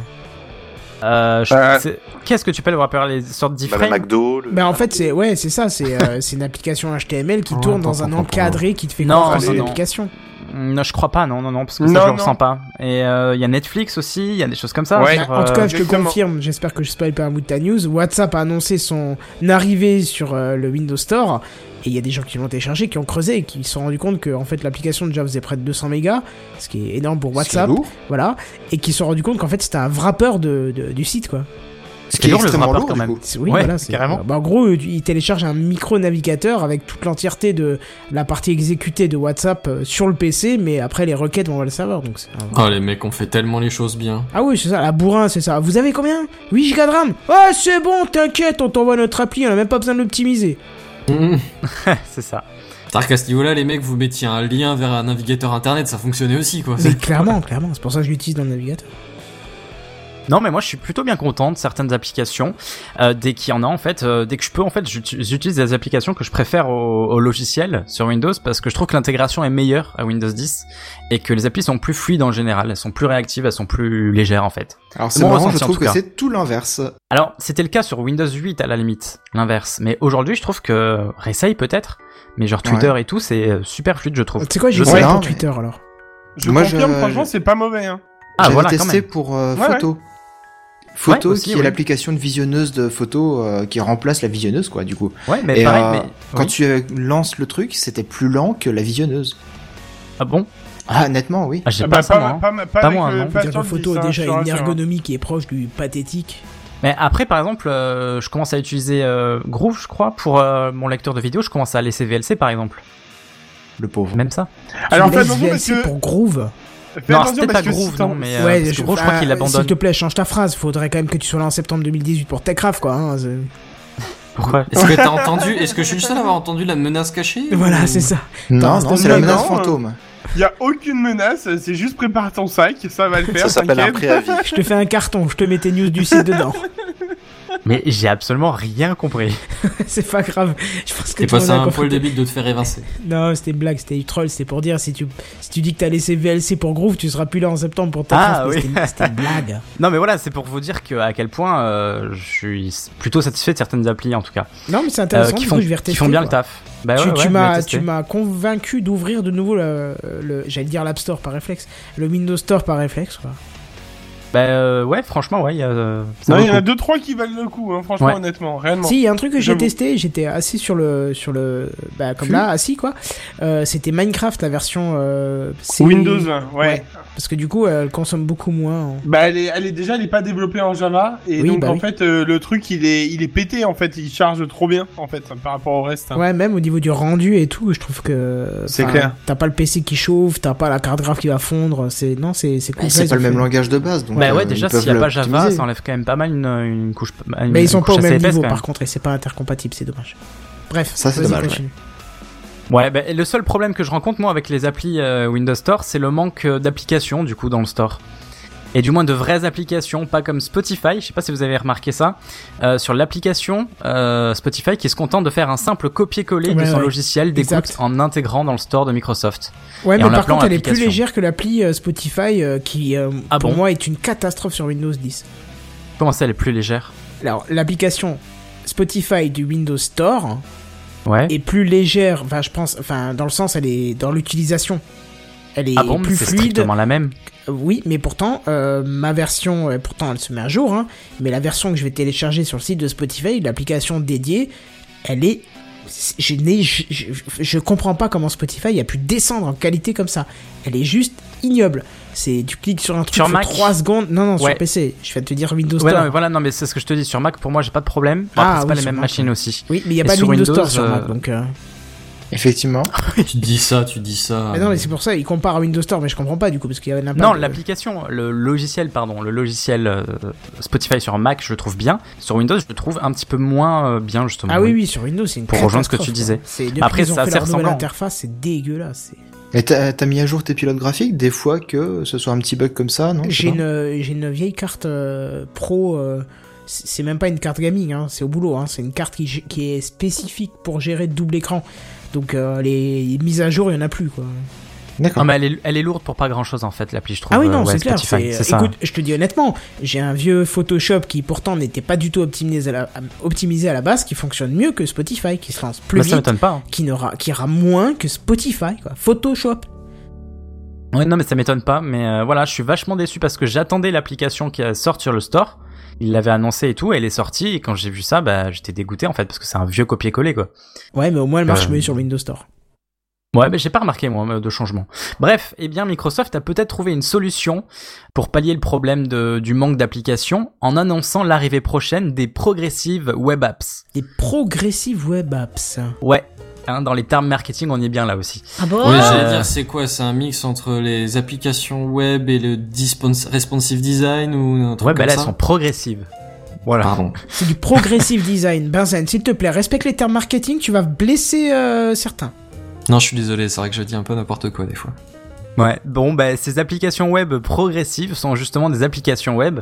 Speaker 3: Euh, je-
Speaker 6: Euh.
Speaker 3: c'est- Qu'est-ce que tu peux le rappeler les sortes
Speaker 4: Bah, le
Speaker 3: d'iframes
Speaker 4: McDo, le...
Speaker 1: Bah en fait c'est ouais c'est ça c'est euh, c'est une application HTML qui
Speaker 5: Oh,
Speaker 1: tourne dans
Speaker 5: attends,
Speaker 1: un
Speaker 5: attends,
Speaker 1: encadré qui te fait
Speaker 3: Non,
Speaker 1: croire que
Speaker 6: non,
Speaker 1: c'est une
Speaker 6: non.
Speaker 1: application.
Speaker 3: Mm, Non, je crois pas. Non, non, non, parce que
Speaker 6: Non,
Speaker 3: ça je le
Speaker 6: non.
Speaker 3: ressens pas. Et euh, il y a Netflix aussi. Il y a des choses comme ça.
Speaker 6: Ouais.
Speaker 3: sur,
Speaker 1: Bah, en tout cas,
Speaker 3: euh,
Speaker 1: je te
Speaker 6: exactement.
Speaker 1: confirme, j'espère que je spoil pas un bout de ta news. WhatsApp a annoncé son arrivée sur euh, le Windows Store. Et il y a des gens qui l'ont téléchargé, qui ont creusé et qui se sont rendus compte que en fait l'application déjà faisait près de 200 mégas, ce qui est énorme pour WhatsApp,
Speaker 8: lourd.
Speaker 1: voilà, et qui se sont rendus compte qu'en fait c'était un wrapper de, de- du site quoi.
Speaker 8: Ce qui est
Speaker 3: lourd, le
Speaker 8: extrêmement
Speaker 3: rapport,
Speaker 8: lourd,
Speaker 3: quand
Speaker 8: du
Speaker 3: même.
Speaker 8: coup.
Speaker 1: C'est- Oui,
Speaker 3: Ouais,
Speaker 1: voilà, c'est
Speaker 3: carrément.
Speaker 1: Bah, en gros, il télécharge un micro navigateur avec toute l'entièreté de la partie exécutée de WhatsApp euh, sur le PC, mais après les requêtes vont vers le serveur. Donc c'est un-
Speaker 5: Oh, les mecs, on fait tellement les choses bien.
Speaker 1: ah oui, c'est ça, la bourrin, c'est ça. Vous avez combien 8 gigas de RAM Ouais, c'est bon, t'inquiète, on t'envoie notre appli, on a même pas besoin de l'optimiser.
Speaker 5: Mmh.
Speaker 3: c'est ça.
Speaker 5: C'est-à-dire qu'à ce niveau-là, les mecs, vous mettiez un lien vers un navigateur internet, ça fonctionnait aussi, quoi.
Speaker 1: Mais clairement, clairement, c'est pour ça que je l'utilise dans le navigateur.
Speaker 3: Non, mais moi je suis plutôt bien content de certaines applications. Euh, dès qu'il y en a, en fait, euh, dès que je peux, en fait, j'uti- j'utilise des applications que je préfère au, au logiciel sur Windows parce que je trouve que l'intégration est meilleure à Windows 10 et que les applis sont plus fluides en général. Elles sont plus réactives, elles sont plus légères en fait.
Speaker 8: Alors c'est
Speaker 3: Mon
Speaker 8: marrant,
Speaker 3: ressenti,
Speaker 8: je
Speaker 3: en
Speaker 8: trouve
Speaker 3: tout
Speaker 8: que
Speaker 3: cas.
Speaker 8: c'est tout l'inverse.
Speaker 3: Alors, c'était le cas sur Windows 8 à la limite, l'inverse. Mais aujourd'hui, je trouve que réessaye peut-être, mais genre Twitter et tout, c'est euh, super fluide, je trouve.
Speaker 1: Tu sais quoi, j'ai
Speaker 3: Je
Speaker 1: essayé
Speaker 8: sais.
Speaker 1: pour
Speaker 8: Non, mais-
Speaker 1: Twitter alors.
Speaker 6: Je
Speaker 8: Moi, je-
Speaker 6: confirme, franchement,
Speaker 8: je-
Speaker 6: c'est pas mauvais. Hein.
Speaker 3: Ah
Speaker 8: J'avais
Speaker 3: voilà, quand
Speaker 8: testé
Speaker 3: même.
Speaker 8: pour euh,
Speaker 6: Ouais,
Speaker 8: photo. Photo,
Speaker 3: Ouais, aussi,
Speaker 8: qui est
Speaker 3: oui.
Speaker 8: l'application de visionneuse de photos euh, qui remplace la visionneuse, quoi, du coup.
Speaker 3: Ouais, mais
Speaker 8: Et,
Speaker 3: pareil.
Speaker 8: euh,
Speaker 3: mais...
Speaker 8: Quand
Speaker 3: oui.
Speaker 8: tu euh, lances le truc, c'était plus lent que la visionneuse.
Speaker 3: Ah bon
Speaker 8: Ah, nettement, oui.
Speaker 3: Ah, j'ai
Speaker 6: Ah
Speaker 3: pas
Speaker 6: bah,
Speaker 3: ça, moi, hein.
Speaker 6: pas, pas, pas
Speaker 3: Pas
Speaker 6: avec
Speaker 3: moi,
Speaker 6: le-
Speaker 3: non.
Speaker 6: pas
Speaker 1: Dire
Speaker 6: sur
Speaker 1: que
Speaker 6: le
Speaker 1: photo a
Speaker 6: dix, hein,
Speaker 1: déjà
Speaker 6: je te
Speaker 1: une
Speaker 6: rassure, hein.
Speaker 1: ergonomie qui est proche du pathétique.
Speaker 3: Mais après, par exemple, euh, je commence à utiliser euh, Groove, je crois, pour euh, mon lecteur de vidéo. Je commence à laisser VLC, par exemple.
Speaker 8: Le pauvre.
Speaker 3: Même ça.
Speaker 6: Alors
Speaker 1: Tu
Speaker 6: fais
Speaker 1: laisses
Speaker 6: attention parce
Speaker 1: VLC
Speaker 6: que.
Speaker 1: pour Groove.
Speaker 6: Fais
Speaker 3: non,
Speaker 6: attention
Speaker 3: c'était
Speaker 6: parce
Speaker 3: pas
Speaker 6: que si
Speaker 3: Groove,
Speaker 6: t'en-
Speaker 3: non, mais euh, parce que Groove, je crois qu'il
Speaker 1: ah, S'il te
Speaker 3: abandonne.
Speaker 1: plaît, change ta phrase. Faudrait quand même que tu sois là en septembre 2018 pour Techcraft, quoi. hein, c'est-
Speaker 3: Pourquoi
Speaker 5: Est-ce que t'as entendu Est-ce que je suis le seul à avoir entendu la menace cachée
Speaker 1: Voilà,
Speaker 5: ou-
Speaker 1: c'est ça.
Speaker 8: Non,
Speaker 1: Attends,
Speaker 8: non, c'est la
Speaker 6: non,
Speaker 8: menace
Speaker 6: non,
Speaker 8: fantôme.
Speaker 3: hein.
Speaker 6: Il y a aucune menace, c'est juste prépare ton sac, ça va le faire.
Speaker 4: Ça s'appelle un
Speaker 6: t'inquiète.
Speaker 4: préavis.
Speaker 1: Je te fais un carton, je te mets tes news du site dedans.
Speaker 3: Mais j'ai absolument rien compris.
Speaker 1: c'est pas grave. Je pense que
Speaker 5: T'es
Speaker 1: tu m'en
Speaker 5: passé
Speaker 1: as
Speaker 5: un
Speaker 1: compris.
Speaker 5: poil de bite de te faire évincer.
Speaker 1: Non, c'était une blague, c'était du troll, c'était pour dire si tu, si tu dis que t'as laissé VLC pour Groove, tu seras plus là en septembre pour ta
Speaker 3: Ah,
Speaker 1: craft, mais
Speaker 3: oui.
Speaker 1: c'était- C'était une blague.
Speaker 3: Non, mais voilà, c'est pour vous dire que, à quel point euh, je suis plutôt satisfait de certaines applis, en tout cas.
Speaker 1: Non, mais c'est
Speaker 3: euh,
Speaker 1: intéressant,
Speaker 3: qui
Speaker 1: du
Speaker 3: font,
Speaker 1: coup, je vais
Speaker 3: qui
Speaker 1: retester.
Speaker 3: font bien le
Speaker 1: quoi.
Speaker 3: taf. Bah,
Speaker 1: Tu,
Speaker 3: ouais,
Speaker 1: tu
Speaker 3: ouais,
Speaker 1: m'as,
Speaker 3: mais
Speaker 1: tu
Speaker 3: testé.
Speaker 1: m'as convaincu d'ouvrir de nouveau le, le- j'allais dire l'App Store par réflexe, le Windows Store par réflexe. Quoi.
Speaker 3: Bah, euh, ouais, franchement, ouais. il y a, euh, ça
Speaker 6: Non,
Speaker 3: vaut
Speaker 6: il y en
Speaker 3: le
Speaker 6: a
Speaker 3: coup.
Speaker 6: deux trois qui valent le coup, hein, franchement,
Speaker 3: Ouais.
Speaker 6: honnêtement, réellement.
Speaker 1: Si, il y a un truc que j'ai
Speaker 6: J'avoue.
Speaker 1: testé, j'étais assis sur le, sur le, bah comme
Speaker 8: Cul.
Speaker 1: là, assis quoi. Euh, c'était Minecraft la version euh, c'est-
Speaker 6: Windows, ouais.
Speaker 1: Ouais. parce que du coup, elle consomme beaucoup moins. en-
Speaker 6: Bah, elle est, elle est déjà, elle est pas développée en Java, et
Speaker 1: Oui,
Speaker 6: donc
Speaker 1: bah
Speaker 6: en
Speaker 1: oui.
Speaker 6: fait, euh, le truc, il est, il est pété en fait, il charge trop bien en fait par rapport au reste. hein.
Speaker 1: Ouais, même au niveau du rendu et tout, je trouve que.
Speaker 6: C'est
Speaker 1: enfin,
Speaker 6: clair.
Speaker 1: T'as pas le PC qui chauffe, t'as pas la carte graphique qui va fondre. C'est non, c'est c'est cool.
Speaker 8: Et
Speaker 1: ça,
Speaker 8: C'est
Speaker 1: ils
Speaker 8: pas
Speaker 1: ont
Speaker 8: le même
Speaker 1: fait.
Speaker 8: langage de base. Donc,
Speaker 3: Bah,
Speaker 8: euh,
Speaker 3: ouais,
Speaker 8: ils
Speaker 3: déjà,
Speaker 8: peuvent
Speaker 3: s'il n'y a
Speaker 8: le-
Speaker 3: pas Java,
Speaker 8: optimiser.
Speaker 3: ça enlève quand même pas mal une, une couche. une-
Speaker 1: Mais ils sont
Speaker 3: une
Speaker 1: pas au
Speaker 3: couche
Speaker 1: même
Speaker 3: assez épaisse,
Speaker 1: niveau.
Speaker 3: quand même.
Speaker 1: Par contre, et c'est pas intercompatible, c'est dommage. Bref,
Speaker 8: Ça, c'est
Speaker 1: vas-y,
Speaker 8: dommage,
Speaker 1: continue.
Speaker 3: Ouais, bah, et le seul problème que je rencontre moi avec les applis euh, Windows Store, c'est le manque euh, d'applications du coup dans le store. Et du moins de vraies applications, pas comme Spotify, je sais pas si vous avez remarqué ça, euh, sur l'application euh, Spotify qui se contente de faire un simple copier-coller de
Speaker 1: Ouais,
Speaker 3: son
Speaker 1: ouais.
Speaker 3: logiciel d'écoute
Speaker 1: Exact.
Speaker 3: en intégrant dans le store de Microsoft.
Speaker 1: Ouais,
Speaker 3: Et en
Speaker 1: mais par
Speaker 3: appelant
Speaker 1: contre, elle est plus
Speaker 3: l'application.
Speaker 1: légère que l'appli euh, Spotify euh, qui, euh,
Speaker 3: Ah
Speaker 1: pour
Speaker 3: bon
Speaker 1: moi, est une catastrophe sur Windows 10.
Speaker 3: Comment ça, elle est plus légère
Speaker 1: Alors, l'application Spotify du Windows Store
Speaker 3: Ouais.
Speaker 1: est plus légère. Enfin, je pense, enfin, dans le sens, elle est dans l'utilisation. elle est
Speaker 3: Ah bon, mais
Speaker 1: plus
Speaker 3: c'est
Speaker 1: fluide.
Speaker 3: strictement la même.
Speaker 1: Oui, mais pourtant, euh, ma version, euh, pourtant elle se met à jour, hein, mais la version que je vais télécharger sur le site de Spotify, l'application dédiée, elle est. c'est- Je, n'ai- je, je, je comprends pas comment Spotify a pu descendre en qualité comme ça. Elle est juste ignoble. C'est tu cliques sur un truc
Speaker 3: Sur
Speaker 1: sur
Speaker 3: Mac
Speaker 1: 3 secondes. Non non,
Speaker 3: Ouais.
Speaker 1: sur PC. Je viens de te dire Windows
Speaker 3: Ouais,
Speaker 1: Store.
Speaker 3: non, mais voilà, non, mais c'est ce que je te dis. Sur Mac, pour moi, j'ai pas de problème. Bon,
Speaker 1: Ah,
Speaker 3: après, c'est
Speaker 1: oui,
Speaker 3: pas les
Speaker 1: sur
Speaker 3: mêmes
Speaker 1: Mac,
Speaker 3: machines
Speaker 1: ouais.
Speaker 3: aussi.
Speaker 1: Oui, mais il y a
Speaker 3: Et
Speaker 1: pas de
Speaker 3: sur
Speaker 1: Windows,
Speaker 3: Windows,
Speaker 1: Store sur
Speaker 3: euh,
Speaker 1: Mac donc euh,
Speaker 8: Effectivement.
Speaker 5: tu dis ça, tu dis ça.
Speaker 1: mais non, mais c'est pour ça il compare à Windows Store mais je comprends pas du coup parce qu'il y a l'impact
Speaker 3: Non,
Speaker 1: de-
Speaker 3: l'application, le logiciel, pardon, le logiciel euh, Spotify sur Mac, je le trouve bien. Sur Windows, je le trouve un petit peu moins euh, bien, justement.
Speaker 1: Ah oui oui, sur Windows c'est une
Speaker 3: Pour rejoindre ce que
Speaker 1: catastrophe,
Speaker 3: tu
Speaker 1: quoi.
Speaker 3: disais.
Speaker 1: C'est depuis
Speaker 3: Après,
Speaker 1: qu'ils ont
Speaker 3: c'est
Speaker 1: fait
Speaker 3: assez
Speaker 1: leur nouvelle
Speaker 3: ressemblant.
Speaker 1: interface, c'est dégueulasse. c'est-
Speaker 8: Et t'as t'as mis à jour tes pilotes graphiques des fois que ce soit un petit bug comme ça, non je sais
Speaker 1: J'ai
Speaker 8: pas.
Speaker 1: une, euh, j'ai une vieille carte euh, pro. euh, c'est c'est même pas une carte gaming, hein, c'est au boulot. hein, c'est une carte qui, gé- qui est spécifique pour gérer double écran. Donc euh, les mises à jour, il y en a plus. Quoi.
Speaker 8: D'accord.
Speaker 3: Non, mais elle est, elle est lourde pour pas grand chose, en fait, l'appli, je trouve.
Speaker 1: Ah oui, non,
Speaker 3: euh, ouais,
Speaker 1: c'est clair.
Speaker 3: Spotify,
Speaker 1: c'est-
Speaker 3: c'est ça.
Speaker 1: Écoute, je te dis honnêtement, j'ai un vieux Photoshop qui pourtant n'était pas du tout optimisé à, la, optimisé à la base, qui fonctionne mieux que Spotify, qui se lance plus
Speaker 3: Bah, ça
Speaker 1: vite,
Speaker 3: m'étonne pas. hein.
Speaker 1: qui, ne ra- qui ira moins que Spotify. Quoi. Photoshop.
Speaker 3: Ouais, non, mais ça m'étonne pas. Mais euh, voilà, je suis vachement déçu parce que j'attendais l'application qui euh, sort sur le store. Il l'avait annoncé et tout, elle est sortie. Et quand j'ai vu ça, bah, j'étais dégoûté en fait parce que c'est un vieux copier-coller quoi.
Speaker 1: Ouais, mais au moins elle marche
Speaker 3: Euh,
Speaker 1: mieux sur Windows Store.
Speaker 3: Ouais, mais j'ai pas remarqué moi de changement. Bref, eh bien Microsoft a peut-être trouvé une solution pour pallier le problème de- du manque d'applications en annonçant l'arrivée prochaine des progressives web apps.
Speaker 1: Les progressives web apps.
Speaker 3: Ouais, hein, dans les termes marketing, on y est bien là aussi.
Speaker 7: Ah bon
Speaker 5: Ouais,
Speaker 3: Euh,
Speaker 5: j'allais dire, c'est quoi C'est un mix entre les applications web et le dispons- responsive design ou un truc
Speaker 3: Ouais, bah
Speaker 5: comme
Speaker 3: là
Speaker 5: ça
Speaker 3: elles sont progressives. Voilà.
Speaker 5: Pardon.
Speaker 1: C'est du progressive design. Benzen, s'il te plaît, respecte les termes marketing, tu vas blesser euh, certains.
Speaker 5: Non, je suis désolé, c'est vrai que je dis un peu n'importe quoi des fois.
Speaker 3: Ouais, bon, bah, ces applications web progressives sont justement des applications web,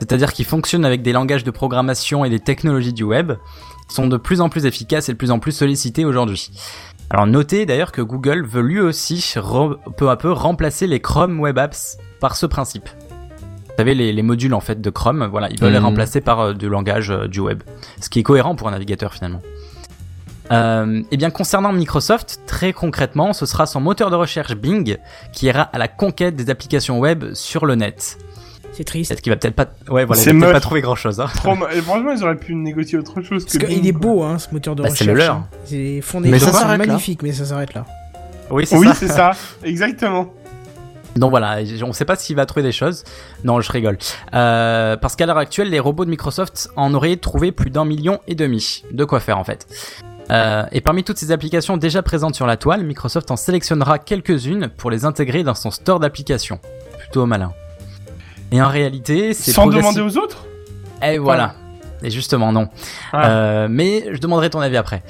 Speaker 3: c'est-à-dire qui fonctionnent avec des langages de programmation et des technologies du web, qui sont de plus en plus efficaces et de plus en plus sollicitées aujourd'hui. Alors notez d'ailleurs que Google veut lui aussi re- peu à peu remplacer les Chrome Web Apps par ce principe. Vous savez, les, les modules en fait de Chrome, voilà, ils veulent les
Speaker 5: Mhm.
Speaker 3: remplacer par euh, du langage euh, du web, ce qui est cohérent pour un navigateur finalement. Euh, et bien concernant Microsoft, très concrètement, ce sera son moteur de recherche Bing qui ira à la conquête des applications web sur le net.
Speaker 1: C'est triste.
Speaker 3: Peut-être qu'il va peut-être pas, ouais voilà, il
Speaker 6: C'est
Speaker 3: va peut-être
Speaker 6: moche.
Speaker 3: pas trouver grand chose. Hein.
Speaker 6: Trop mal- Franchement, ils auraient pu négocier autre chose que.
Speaker 1: Parce qu'il
Speaker 6: Bing,
Speaker 1: est
Speaker 6: quoi.
Speaker 1: beau, hein, ce moteur de
Speaker 3: Bah, c'est
Speaker 1: recherche.
Speaker 3: le leur.
Speaker 1: hein. C'est fondé
Speaker 8: Mais
Speaker 1: sur
Speaker 8: ça
Speaker 1: un
Speaker 8: s'arrête là.
Speaker 1: magnifique, mais ça s'arrête là.
Speaker 3: Oui, c'est
Speaker 6: Oui,
Speaker 3: ça.
Speaker 6: c'est ça, exactement.
Speaker 3: Donc voilà, on ne sait pas s'il va trouver des choses. Non, je rigole. Euh, parce qu'à l'heure actuelle, les robots de Microsoft en auraient trouvé plus d'un million et demi. De quoi faire en fait. Euh, et parmi toutes ces applications déjà présentes sur la toile, Microsoft en sélectionnera quelques-unes pour les intégrer dans son store d'applications. Plutôt malin. Et en réalité, c'est
Speaker 6: Sans
Speaker 3: progressif-
Speaker 6: demander aux autres
Speaker 3: Eh voilà. Et justement, non.
Speaker 6: Ah.
Speaker 3: Euh, mais je demanderai ton avis après.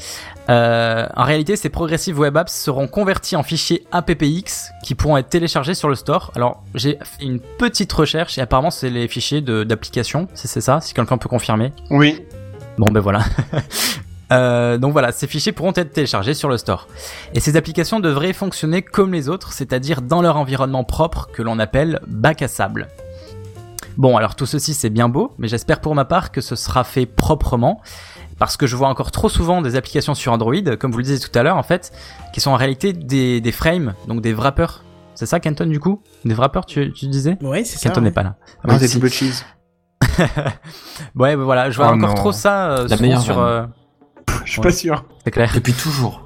Speaker 3: Euh, en réalité, ces progressives web apps seront convertis en fichiers APPX qui pourront être téléchargés sur le store. Alors, j'ai fait une petite recherche et apparemment, c'est les fichiers de- d'application. C'est c'est ça, si quelqu'un peut confirmer.
Speaker 6: Oui.
Speaker 3: Bon, ben voilà. Euh, donc voilà, ces fichiers pourront être téléchargés sur le store. Et ces applications devraient fonctionner comme les autres, c'est-à-dire dans leur environnement propre que l'on appelle bac à sable. Bon, alors tout ceci c'est bien beau, mais j'espère pour ma part que ce sera fait proprement, parce que je vois encore trop souvent des applications sur Android, comme vous le disiez tout à l'heure en fait, qui sont en réalité des, des frames, donc des wrappers. C'est ça, Canton, du coup Des wrappers, tu, tu disais
Speaker 1: Ouais, c'est ça. hein.
Speaker 3: Canton
Speaker 1: ouais.
Speaker 3: n'est pas là.
Speaker 8: Ah,
Speaker 3: Oui,
Speaker 8: des
Speaker 3: si.
Speaker 8: double cheese.
Speaker 3: Ouais, bah voilà, je vois
Speaker 5: Oh
Speaker 3: encore
Speaker 5: non.
Speaker 3: trop ça euh,
Speaker 5: La
Speaker 3: souvent
Speaker 5: meilleure
Speaker 3: sur.
Speaker 5: vanne.
Speaker 3: euh,
Speaker 6: Je suis
Speaker 3: Ouais.
Speaker 6: pas sûr.
Speaker 3: C'est clair.
Speaker 5: Depuis toujours.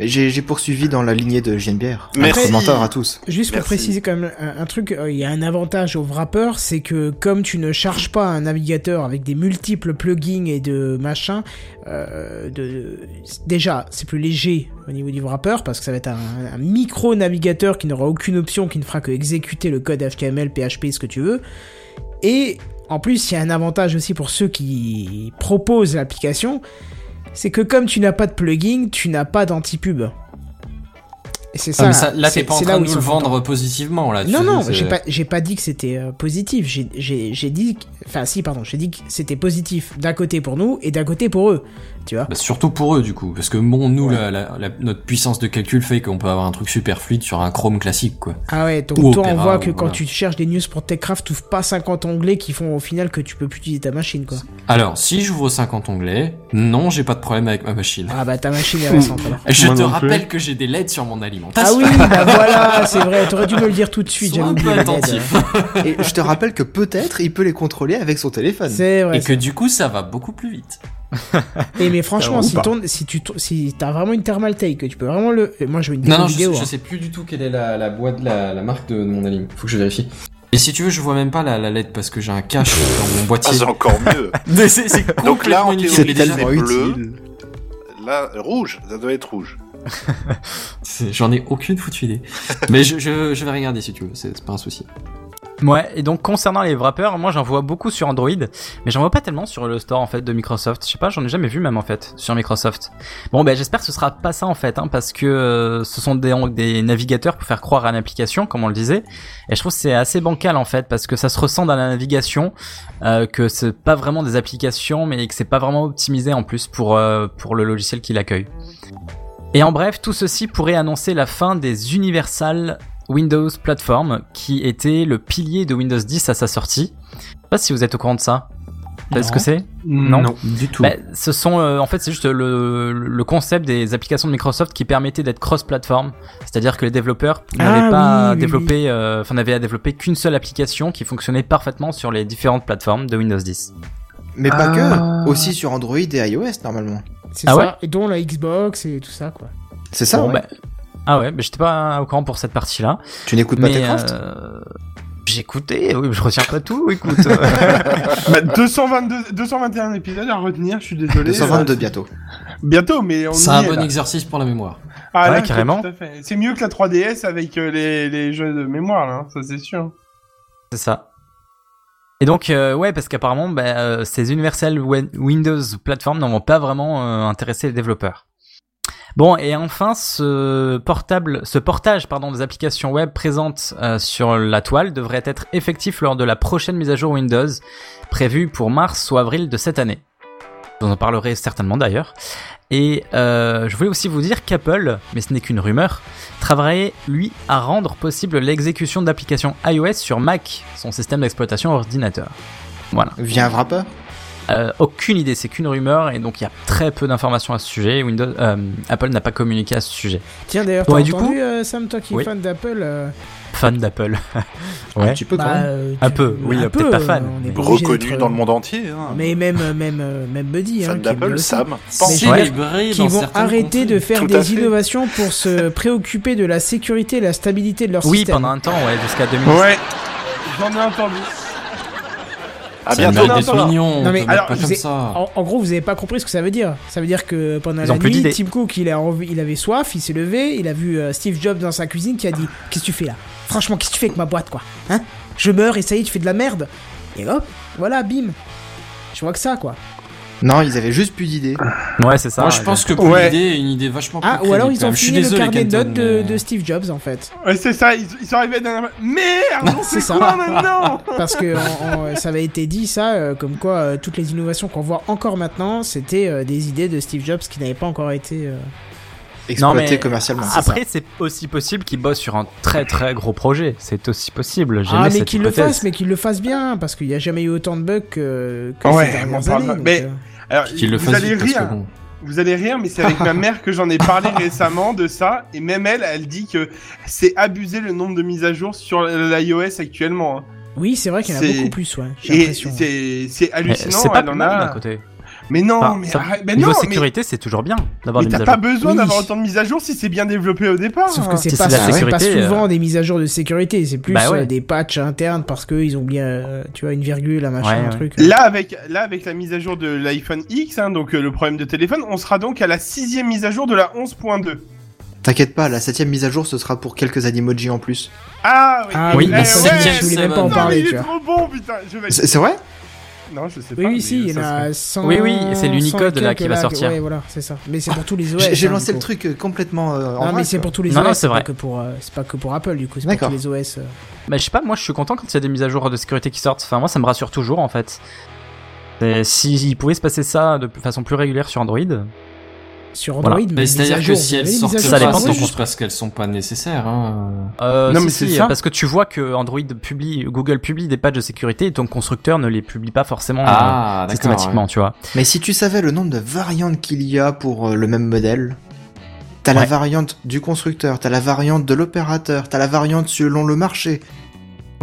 Speaker 8: J'ai j'ai poursuivi dans la lignée de Genebière.
Speaker 4: Merci.
Speaker 8: Mentor à tous.
Speaker 1: Juste pour
Speaker 4: Merci.
Speaker 1: préciser quand même un, un truc, euh, il y a un avantage au wrapper, c'est que comme tu ne charges pas un navigateur avec des multiples plugins et de machins, euh, de, déjà c'est plus léger au niveau du wrapper parce que ça va être un, un micro navigateur qui n'aura aucune option, qui ne fera que exécuter le code HTML, PHP, ce que tu veux. Et en plus, il y a un avantage aussi pour ceux qui proposent l'application, c'est que comme tu n'as pas de plugin, tu n'as pas d'anti-pub. Et c'est
Speaker 5: Ah,
Speaker 1: ça.
Speaker 5: mais ça, là,
Speaker 1: c'est-
Speaker 5: t'es pas en
Speaker 1: c'est
Speaker 5: train
Speaker 1: là où
Speaker 5: de
Speaker 1: ils
Speaker 5: nous le
Speaker 1: sont contents.
Speaker 5: vendre positivement, là. tu
Speaker 1: Non,
Speaker 5: sais,
Speaker 1: non,
Speaker 5: c'est-
Speaker 1: j'ai pas, j'ai pas dit que c'était euh, positif. J'ai- J'ai j'ai dit. que- Enfin, si, pardon, j'ai dit que c'était positif d'un côté pour nous et d'un côté pour eux. tu vois.
Speaker 5: Bah, surtout pour eux du coup, parce que bon, nous, la- la- la- notre puissance de calcul fait qu'on peut avoir un truc super fluide sur un Chrome classique, quoi.
Speaker 1: Ah ouais, donc
Speaker 5: Ou
Speaker 1: toi on
Speaker 5: Opera,
Speaker 1: voit
Speaker 5: ou
Speaker 1: que quand
Speaker 5: Oh, voilà.
Speaker 1: tu cherches des news pour Techcraft, t'ouvres pas 50 onglets qui font au final que tu peux plus utiliser ta machine quoi.
Speaker 5: Alors, si j'ouvre 50 onglets, non, j'ai pas de problème avec ma machine.
Speaker 1: Ah bah ta machine est récente alors.
Speaker 5: Ah, Je
Speaker 4: Moi
Speaker 5: te
Speaker 4: non plus.
Speaker 5: rappelle que j'ai des LED sur mon alimentation.
Speaker 1: Ah oui, bah voilà, c'est vrai, t'aurais dû me le dire tout de suite,
Speaker 5: Sois
Speaker 1: j'avais
Speaker 5: un peu
Speaker 1: oublié. le LED.
Speaker 5: attentif.
Speaker 8: Et je te rappelle que peut-être il peut les contrôler avec son téléphone.
Speaker 1: C'est vrai.
Speaker 5: Et que du coup, ça va beaucoup plus vite.
Speaker 1: Et mais franchement,
Speaker 8: Ou
Speaker 1: si,
Speaker 8: pas.
Speaker 1: ton- si tu ton- si t'as vraiment une thermaltake, que tu peux vraiment le. Moi, je veux une
Speaker 5: Non, non, je,
Speaker 1: vidéo.
Speaker 5: sais, je
Speaker 1: hein.
Speaker 5: sais plus du tout quelle est la, la boîte, la, la marque de, de mon alim. Faut que je vérifie. Et si tu veux, je vois même pas la, la LED parce que j'ai un cache dans mon
Speaker 4: Ah,
Speaker 5: boîtier.
Speaker 4: c'est encore mieux.
Speaker 5: Mais c'est- c'est
Speaker 4: Donc là, en théorie,
Speaker 5: complètement inutile.
Speaker 8: C'est
Speaker 5: Mais déjà,
Speaker 4: les
Speaker 8: tellement
Speaker 4: bleus.
Speaker 8: utile.
Speaker 4: Là, rouge, ça doit être rouge.
Speaker 5: c'est- J'en ai aucune foutue idée. Mais je, je, je vais regarder si tu veux, c'est c'est pas un souci.
Speaker 3: Ouais, et donc concernant les wrappers, moi j'en vois beaucoup sur Android, mais j'en vois pas tellement sur le store en fait de Microsoft. Je sais pas, j'en ai jamais vu même en fait sur Microsoft. Bon ben j'espère que ce sera pas ça en fait, hein, parce que euh, ce sont des, des navigateurs pour faire croire à une application, comme on le disait. Et je trouve que c'est assez bancal en fait, parce que ça se ressent dans la navigation, euh, que c'est pas vraiment des applications, mais que c'est pas vraiment optimisé en plus pour euh, pour le logiciel qui l'accueille. Et en bref, tout ceci pourrait annoncer la fin des Universal Windows Platform, qui était le pilier de Windows 10 à sa sortie. Je sais pas si vous êtes au courant de ça. Vous savez ce que c'est Non.
Speaker 5: du tout.
Speaker 3: Bah, Ce sont, euh, en fait, c'est juste le, le concept des applications de Microsoft qui permettait d'être cross-platform, c'est-à-dire que les développeurs
Speaker 1: Ah
Speaker 3: n'avaient
Speaker 1: oui,
Speaker 3: pas
Speaker 1: oui, oui.
Speaker 3: développé, euh, enfin n'avaient à développer qu'une seule application qui fonctionnait parfaitement sur les différentes plateformes de Windows 10.
Speaker 8: Mais pas
Speaker 5: Ah.
Speaker 8: que, aussi sur Android et iOS normalement.
Speaker 1: C'est
Speaker 3: Ah
Speaker 1: ça.
Speaker 3: ouais
Speaker 1: et dont la Xbox et tout ça, quoi.
Speaker 8: C'est ça
Speaker 3: Bon,
Speaker 8: ouais.
Speaker 3: bah, ah ouais, bah, j'étais pas au courant pour cette partie-là.
Speaker 8: Tu n'écoutes pas
Speaker 3: Mais
Speaker 8: Techcraft
Speaker 3: euh, j'écoutais, oui, je retiens pas tout, écoute.
Speaker 6: Bah, 222, 221 épisodes à retenir, je suis désolé.
Speaker 8: 222 bientôt.
Speaker 6: Bientôt, mais on
Speaker 5: C'est
Speaker 6: y
Speaker 5: un
Speaker 6: est,
Speaker 5: bon
Speaker 6: là.
Speaker 5: exercice pour la mémoire.
Speaker 6: Ah,
Speaker 3: Ouais,
Speaker 6: là,
Speaker 3: carrément.
Speaker 6: tout à fait. C'est mieux que la 3DS avec euh, les, les jeux de mémoire, là, hein, ça c'est sûr.
Speaker 3: C'est ça. Et donc, euh, ouais, parce qu'apparemment, bah, euh, ces Universal Win- Windows Platform n'en vont pas vraiment euh, intéresser les développeurs. Bon, et enfin, ce, portable, ce portage pardon, des applications web présentes euh, sur la toile devrait être effectif lors de la prochaine mise à jour Windows, prévue pour mars ou avril de cette année. On en parlerait certainement d'ailleurs. Et euh, je voulais aussi vous dire qu'Apple, mais ce n'est qu'une rumeur, travaillait, lui, à rendre possible l'exécution d'applications iOS sur Mac, son système d'exploitation ordinateur.
Speaker 8: Via un wrapper
Speaker 3: Euh, aucune idée, c'est qu'une rumeur, et donc il y a très peu d'informations à ce sujet. Windows, euh, Apple n'a pas communiqué à ce sujet.
Speaker 1: Tiens, d'ailleurs,
Speaker 3: Bon,
Speaker 1: t'as
Speaker 3: et du
Speaker 1: entendu,
Speaker 3: coup
Speaker 1: euh, Sam, toi qui es
Speaker 3: Oui.
Speaker 1: fan d'Apple euh,
Speaker 3: Fan d'Apple.
Speaker 8: Un
Speaker 3: ouais.
Speaker 8: petit peu quand
Speaker 1: bah,
Speaker 8: même.
Speaker 1: euh,
Speaker 3: Un
Speaker 1: tu-
Speaker 3: peu, oui,
Speaker 1: un
Speaker 3: euh, peut-être pas
Speaker 1: euh,
Speaker 3: fan.
Speaker 1: on est pas obligé
Speaker 4: Reconnu
Speaker 1: d'être,
Speaker 4: dans le monde entier. Hein.
Speaker 1: euh, Mais même, euh, même, euh, même Buddy, hein,
Speaker 4: Fan
Speaker 1: qui aime
Speaker 4: d'Apple,
Speaker 1: le
Speaker 4: Sam. pense.
Speaker 1: je-
Speaker 5: Célébré
Speaker 1: qui
Speaker 5: dans
Speaker 1: vont
Speaker 5: certaines
Speaker 1: arrêter de
Speaker 5: contrées.
Speaker 1: faire
Speaker 4: Tout à
Speaker 1: des
Speaker 4: fait.
Speaker 1: innovations pour se préoccuper de la sécurité et la stabilité de leur
Speaker 3: Oui,
Speaker 1: système.
Speaker 3: pendant un temps, ouais, jusqu'à 2000.
Speaker 6: Ouais. J'en ai entendu.
Speaker 4: À
Speaker 5: Ça
Speaker 4: Ah, bientôt.
Speaker 5: mérite d'être
Speaker 6: non,
Speaker 5: mignon.
Speaker 1: Non, mais
Speaker 5: mais
Speaker 1: alors,
Speaker 5: pas
Speaker 1: vous
Speaker 5: comme
Speaker 1: avez-
Speaker 5: ça.
Speaker 1: En, en gros, vous avez pas compris ce que ça veut dire. Ça veut dire que pendant
Speaker 3: Ils
Speaker 1: la
Speaker 3: ont plus
Speaker 1: nuit,
Speaker 3: d'idées.
Speaker 1: Tim Cook, il, a envie- il avait soif, il s'est levé, il a vu euh, Steve Jobs dans sa cuisine qui a dit Qu'est-ce que tu fais là Franchement, qu'est-ce que tu fais avec ma boîte, quoi Hein Je meurs et ça y est, tu fais de la merde. Et hop, voilà, bim. Je vois que ça, quoi.
Speaker 5: Oh,
Speaker 8: Non, ils avaient juste plus d'idées.
Speaker 3: Ah. Ouais, c'est ça.
Speaker 5: Moi, je
Speaker 3: ouais.
Speaker 5: pense que pour
Speaker 6: Ouais.
Speaker 5: l'idée, une idée vachement plus
Speaker 1: Ah, ou alors
Speaker 5: crédible,
Speaker 1: ils
Speaker 5: quand
Speaker 1: ont
Speaker 5: même. Je suis
Speaker 1: fini le
Speaker 5: désolé,
Speaker 1: carnet de
Speaker 5: Kenton,
Speaker 1: notes de,
Speaker 5: mais-
Speaker 1: de Steve Jobs, en fait.
Speaker 6: Ouais, c'est ça, ils, ils sont arrivés à la dernière- Merde, on
Speaker 1: C'est
Speaker 6: fait
Speaker 1: ça.
Speaker 6: quoi maintenant
Speaker 1: Parce que en- en- ça avait été dit, ça, euh, comme quoi euh, toutes les innovations qu'on voit encore maintenant, c'était euh, des idées de Steve Jobs qui n'avaient pas encore été. euh,
Speaker 3: Non,
Speaker 8: Exploité
Speaker 3: mais
Speaker 8: commercialement. c'est ça.
Speaker 3: Après, c'est aussi possible qu'ils bossent sur un très très gros projet. C'est aussi possible. J'aimais
Speaker 1: Ah, mais
Speaker 3: cette
Speaker 1: qu'il le
Speaker 3: hypothèse.
Speaker 1: fasse, mais qu'il le fasse bien, parce qu'il n'y a jamais eu autant de bugs que, que
Speaker 6: Ouais,
Speaker 1: ces dernières
Speaker 6: on parle
Speaker 1: années,
Speaker 6: pas-
Speaker 1: donc,
Speaker 6: mais-
Speaker 1: euh,
Speaker 6: Alors,
Speaker 5: Qu'il le
Speaker 6: vous
Speaker 5: fasse
Speaker 6: allez
Speaker 5: vite, parce que
Speaker 6: rire.
Speaker 5: bon.
Speaker 6: Vous allez rire, mais c'est avec ma mère que j'en ai parlé récemment de ça, et même elle, elle dit que c'est abusé le nombre de mises à jour sur l'iOS actuellement. hein.
Speaker 1: Oui, c'est vrai qu'il y en a
Speaker 6: C'est-
Speaker 1: beaucoup plus, ouais. J'ai
Speaker 6: Et
Speaker 1: l'impression. ouais.
Speaker 6: c'est c'est
Speaker 3: Mais
Speaker 6: hallucinant.
Speaker 3: Eh, C'est pas
Speaker 6: elle
Speaker 3: plus
Speaker 6: en
Speaker 3: mal d'un
Speaker 6: a.
Speaker 3: côté.
Speaker 6: Mais non,
Speaker 3: Enfin,
Speaker 6: mais
Speaker 3: ça-
Speaker 6: arrête- mais
Speaker 3: Niveau
Speaker 6: non, mais,
Speaker 3: sécurité, c'est toujours bien d'avoir
Speaker 6: mais
Speaker 3: des mises
Speaker 6: t'as
Speaker 3: à
Speaker 6: pas
Speaker 3: jour.
Speaker 6: besoin
Speaker 1: Oui.
Speaker 6: d'avoir autant de mises à jour si c'est bien développé au départ. hein.
Speaker 1: Sauf que c'est
Speaker 3: Si
Speaker 1: pas,
Speaker 3: Ah, c'est la
Speaker 1: c'est pas
Speaker 3: sécurité,
Speaker 1: souvent
Speaker 3: euh,
Speaker 1: des mises à jour de sécurité, c'est plus
Speaker 3: Bah ouais.
Speaker 1: euh, des patchs internes parce qu'ils ont oublié, euh, tu vois, une virgule, un machin,
Speaker 3: Ouais,
Speaker 1: un
Speaker 3: ouais.
Speaker 1: truc.
Speaker 6: Là avec, là, avec la mise à jour de l'iPhone X, hein, donc euh, le problème de téléphone, on sera donc à la sixième mise à jour de la 11.2.
Speaker 8: T'inquiète pas, la septième mise à jour ce sera pour quelques animojis en plus.
Speaker 6: Ah oui,
Speaker 1: Ah
Speaker 6: eh
Speaker 1: oui,
Speaker 5: oui,
Speaker 1: la
Speaker 5: ouais,
Speaker 1: septième, je
Speaker 5: ouais,
Speaker 1: voulais même pas
Speaker 5: c'est
Speaker 1: en
Speaker 5: bon.
Speaker 6: non, mais
Speaker 1: parler,
Speaker 6: il
Speaker 1: tu
Speaker 6: est
Speaker 1: vois.
Speaker 6: trop bon, putain. Je vais...
Speaker 8: C'est c'est vrai
Speaker 6: Non, je sais pas.
Speaker 1: Oui,
Speaker 6: Ah, mais
Speaker 1: oui, si, il y en
Speaker 6: ça serait-
Speaker 1: a 100.
Speaker 3: Oui, oui, et c'est
Speaker 1: 100
Speaker 3: l'Unicode, là, qui va
Speaker 1: quelques
Speaker 3: sortir.
Speaker 1: Ouais, voilà, c'est ça. Mais c'est pour tous les OS.
Speaker 8: J'ai j'ai
Speaker 1: hein,
Speaker 8: lancé
Speaker 1: du
Speaker 8: le
Speaker 1: coup.
Speaker 8: truc euh, complètement euh, en
Speaker 1: Non, mais
Speaker 8: vrac,
Speaker 1: c'est
Speaker 8: quoi.
Speaker 1: pour tous les OS.
Speaker 3: Non, non, c'est
Speaker 1: pas
Speaker 3: vrai.
Speaker 1: que pour, euh, C'est pas que pour Apple, du coup, c'est pour
Speaker 8: D'accord.
Speaker 1: tous les OS. euh.
Speaker 3: Mais je sais pas, moi je suis content quand il y a des mises à jour de sécurité qui sortent. Enfin, moi ça me rassure toujours en fait. Et S'il pouvait se passer ça de façon plus régulière sur Android,
Speaker 1: Sur Android,
Speaker 3: Voilà.
Speaker 1: mais
Speaker 5: Mais
Speaker 1: les mises à
Speaker 5: c'est-à-dire que
Speaker 1: jour,
Speaker 5: si
Speaker 1: vous avez les
Speaker 5: elles sortent
Speaker 1: mises à
Speaker 3: ça
Speaker 1: jour,
Speaker 5: pas,
Speaker 1: oui,
Speaker 3: dépend de
Speaker 5: c'est
Speaker 3: ton
Speaker 1: juste-
Speaker 5: juste parce qu'elles sont pas nécessaires. hein.
Speaker 3: Euh,
Speaker 6: Non,
Speaker 3: si,
Speaker 6: mais
Speaker 3: si,
Speaker 6: c'est ça.
Speaker 3: parce que tu vois que Android publie, Google publie des patchs de sécurité et ton constructeur ne les publie pas forcément euh,
Speaker 5: Ah, d'accord,
Speaker 3: systématiquement, tu vois.
Speaker 8: Mais si tu savais le nombre de variantes qu'il y a pour euh, le même modèle, t'as la
Speaker 3: Ouais.
Speaker 8: variante du constructeur, t'as la variante de l'opérateur, t'as la variante selon le marché.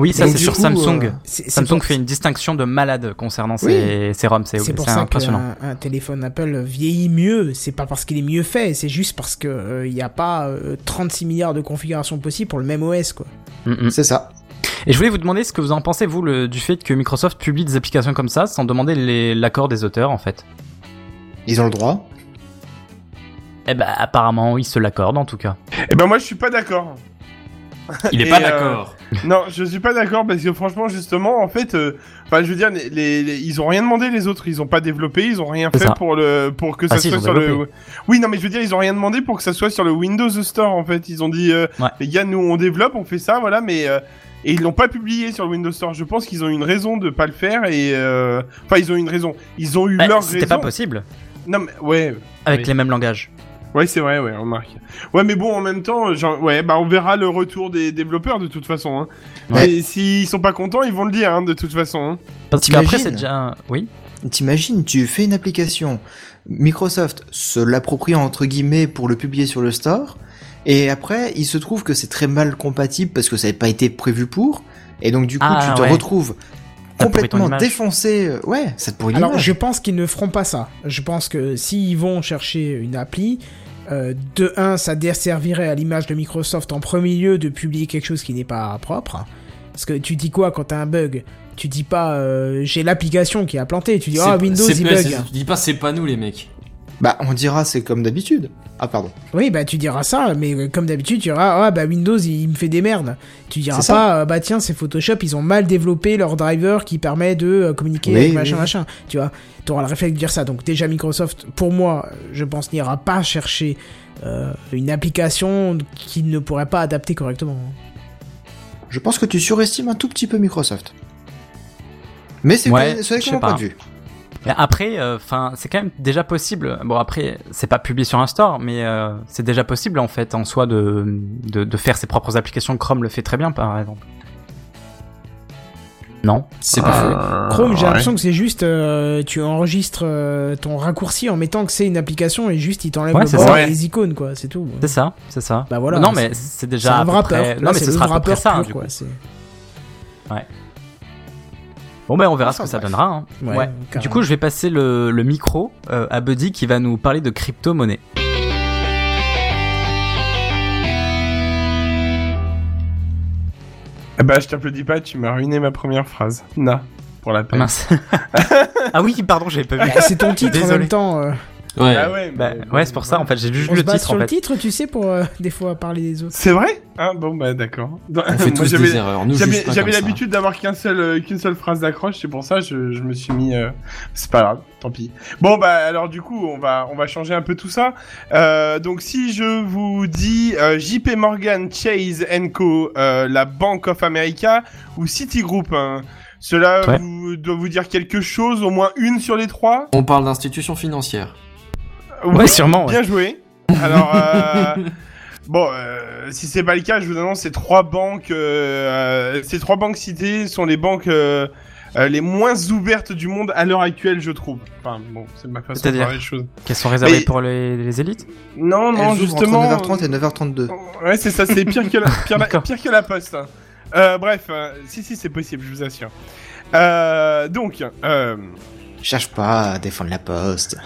Speaker 3: Oui, ça
Speaker 8: Donc,
Speaker 3: c'est
Speaker 8: du
Speaker 3: sur
Speaker 8: coup,
Speaker 3: Samsung.
Speaker 8: euh,
Speaker 1: c'est- c'est
Speaker 3: Samsung
Speaker 1: pour-
Speaker 3: fait une distinction de malade concernant ses, ses ROM, c'est
Speaker 1: C'est pour
Speaker 3: c'est
Speaker 1: ça
Speaker 3: impressionnant.
Speaker 1: qu'un un téléphone Apple vieillit mieux. C'est pas parce qu'il est mieux fait, c'est juste parce que euh, il n'y a pas euh, 36 milliards de configurations possibles pour le même OS, quoi.
Speaker 3: Mm, mm.
Speaker 8: C'est ça.
Speaker 3: Et je voulais vous demander ce que vous en pensez, vous, le- du fait que Microsoft publie des applications comme ça sans demander les- l'accord des auteurs, en fait.
Speaker 8: Ils ont le droit.
Speaker 3: Eh ben, apparemment, ils se l'accordent, en tout cas.
Speaker 6: Eh ben moi je suis pas d'accord.
Speaker 5: Il est
Speaker 6: Et,
Speaker 5: pas
Speaker 6: euh,
Speaker 5: d'accord.
Speaker 6: Non, je suis pas d'accord parce que franchement, justement, en fait, euh, enfin, je veux dire, les, les- les- ils ont rien demandé les autres, ils ont pas développé, ils ont rien
Speaker 3: C'est
Speaker 6: fait
Speaker 3: ça.
Speaker 6: pour le pour que
Speaker 3: Ah
Speaker 6: ça
Speaker 3: si, ils
Speaker 6: soit
Speaker 3: ont
Speaker 6: sur le.
Speaker 3: développé.
Speaker 6: Oui, non, mais je veux dire, ils ont rien demandé pour que ça soit sur le Windows Store en fait. Ils ont dit, euh,
Speaker 3: Ouais.
Speaker 6: les gars, nous on développe, on fait ça, voilà, mais euh, et ils l'ont pas publié sur le Windows Store. Je pense qu'ils ont une raison de pas le faire et euh, enfin, ils ont une raison. Ils ont eu
Speaker 3: Bah,
Speaker 6: leur
Speaker 3: C'était
Speaker 6: raison.
Speaker 3: pas possible
Speaker 6: Non, mais ouais,
Speaker 3: avec
Speaker 6: Oui.
Speaker 3: les mêmes langages.
Speaker 6: Ouais, c'est vrai, ouais, remarque. Ouais, mais bon, en même temps, genre, ouais, bah, on verra le retour des développeurs de toute façon. Hein.
Speaker 8: Ouais.
Speaker 6: Mais s'ils sont pas contents, ils vont le dire, hein, de toute façon. hein.
Speaker 3: Parce qu'après,
Speaker 8: T'imagines
Speaker 3: c'est déjà. un- Oui.
Speaker 8: T'imagines, tu fais une application, Microsoft se l'approprie entre guillemets pour le publier sur le store, et après il se trouve que c'est très mal compatible parce que ça n'avait pas été prévu pour, et donc du coup
Speaker 3: Ah,
Speaker 8: tu te
Speaker 3: ouais.
Speaker 8: retrouves
Speaker 3: Ça pourrit ton
Speaker 8: complètement
Speaker 3: image.
Speaker 8: défoncé. Ouais, ça te pourrit
Speaker 1: Alors,
Speaker 8: l'image.
Speaker 1: je pense qu'ils ne feront pas ça. Je pense que s'ils vont chercher une appli, euh, de un, ça desservirait à l'image de Microsoft en premier lieu de publier quelque chose qui n'est pas propre. Parce que tu dis quoi quand t'as un bug Tu dis pas euh, j'ai l'application qui a planté. Tu dis ah
Speaker 5: C'est-
Speaker 1: Windows
Speaker 5: c'est-
Speaker 1: il
Speaker 5: ouais,
Speaker 1: bug.
Speaker 5: c'est- Je dis pas c'est pas nous les mecs.
Speaker 8: Bah on dira c'est comme d'habitude. Ah pardon.
Speaker 1: Oui bah tu diras ça, mais euh, comme d'habitude tu diras ah bah Windows il, il me fait des merdes. Tu diras
Speaker 8: C'est ça.
Speaker 1: pas euh, bah tiens c'est Photoshop ils ont mal développé leur driver qui permet de euh, communiquer
Speaker 8: Oui,
Speaker 1: avec
Speaker 8: oui,
Speaker 1: machin
Speaker 8: oui.
Speaker 1: machin. Tu vois t'auras le réflexe de dire ça. Donc déjà Microsoft, pour moi, je pense n'ira pas chercher euh, une application qu'il ne pourrait pas adapter correctement.
Speaker 8: Je pense que tu surestimes un tout petit peu Microsoft. Mais c'est
Speaker 3: Ouais,
Speaker 8: que- c'est
Speaker 3: je sais
Speaker 8: que mon
Speaker 3: pas.
Speaker 8: point de vue.
Speaker 3: Mais Après, euh, enfin, c'est quand même déjà possible. Bon, après, c'est pas publié sur un store, mais euh, c'est déjà possible en fait en soi de, de de faire ses propres applications. Chrome le fait très bien, par exemple. Non.
Speaker 5: C'est pas faux.
Speaker 8: Ah,
Speaker 1: Chrome, j'ai l'impression que c'est juste euh, tu enregistres euh, ton raccourci en mettant que c'est une application et juste il t'enlève
Speaker 3: Ouais,
Speaker 1: le
Speaker 3: c'est
Speaker 1: bord
Speaker 6: ça.
Speaker 1: et les icônes quoi, c'est tout.
Speaker 3: C'est ça, c'est ça.
Speaker 1: Bah voilà,
Speaker 3: non,
Speaker 1: c'est-
Speaker 3: mais c'est
Speaker 1: C'est
Speaker 3: déjà.
Speaker 1: un
Speaker 3: à peu
Speaker 1: wrappeur.
Speaker 3: près-
Speaker 1: Là,
Speaker 3: Non, mais
Speaker 1: c'est
Speaker 3: ce
Speaker 1: le
Speaker 3: sera à peu près
Speaker 1: wrappeur
Speaker 3: ça.
Speaker 1: pur,
Speaker 3: hein, du
Speaker 1: quoi,
Speaker 3: coup.
Speaker 1: c'est-
Speaker 3: Bon, ben on verra ce
Speaker 8: Enfin,
Speaker 3: que ça
Speaker 8: bref.
Speaker 3: donnera. hein.
Speaker 1: Ouais,
Speaker 3: Ouais.
Speaker 1: carrément.
Speaker 3: Du coup, je vais passer le, le micro euh, à Buddy qui va nous parler de crypto-monnaie.
Speaker 6: Eh ben, je t'applaudis pas, tu m'as ruiné ma première phrase. Na, pour la
Speaker 3: Ah,
Speaker 6: peine.
Speaker 3: mince. ah oui, pardon, j'avais pas vu.
Speaker 1: Bah, c'est ton titre en
Speaker 3: Désolé.
Speaker 1: même temps. euh.
Speaker 5: Ouais.
Speaker 6: Ah ouais,
Speaker 3: Bah,
Speaker 6: mais-
Speaker 3: ouais, c'est pour ça. En fait, j'ai juste
Speaker 1: On se
Speaker 3: le
Speaker 1: base
Speaker 3: titre
Speaker 1: sur
Speaker 3: en
Speaker 1: le
Speaker 3: fait.
Speaker 1: titre, tu sais, pour euh, des fois parler des autres.
Speaker 6: C'est vrai Ah, bon, bah, d'accord.
Speaker 5: On fait tous des erreurs. Nous
Speaker 6: J'avais
Speaker 5: juge pas
Speaker 6: j'avais
Speaker 5: comme ça.
Speaker 6: l'habitude d'avoir qu'un seul, euh, qu'une seule phrase d'accroche, c'est pour ça je, je me suis mis. euh, C'est pas grave, tant pis. Bon bah alors du coup on va on va changer un peu tout ça. Euh, donc si je vous dis euh, JP Morgan Chase Co, euh, la Bank of America ou Citigroup, hein, cela
Speaker 3: Ouais.
Speaker 6: vous- doit vous dire quelque chose, au moins une sur les trois.
Speaker 5: On parle d'institutions financières.
Speaker 3: Ouais, sûrement. ouais.
Speaker 6: Bien joué. Alors. euh, Bon, euh, si c'est pas le cas, je vous annonce ces trois banques, euh, euh, ces trois banques citées sont les banques euh, euh, les moins ouvertes du monde à l'heure actuelle, je trouve. Enfin, bon, c'est ma façon de
Speaker 3: C'est-à-dire
Speaker 6: voir les choses.
Speaker 3: Qu'elles sont réservées
Speaker 6: Mais-
Speaker 3: pour les, les élites
Speaker 6: Non, non,
Speaker 8: Elles ouvrent
Speaker 6: justement.
Speaker 8: entre 9h30 et 9h32.
Speaker 6: Ouais, c'est ça, c'est pire que la, pire, la-
Speaker 3: D'accord.
Speaker 6: pire que la poste. Euh, bref, euh, si, si, c'est possible, je vous assure. Euh, donc, euh,
Speaker 8: Cherche pas à défendre la poste.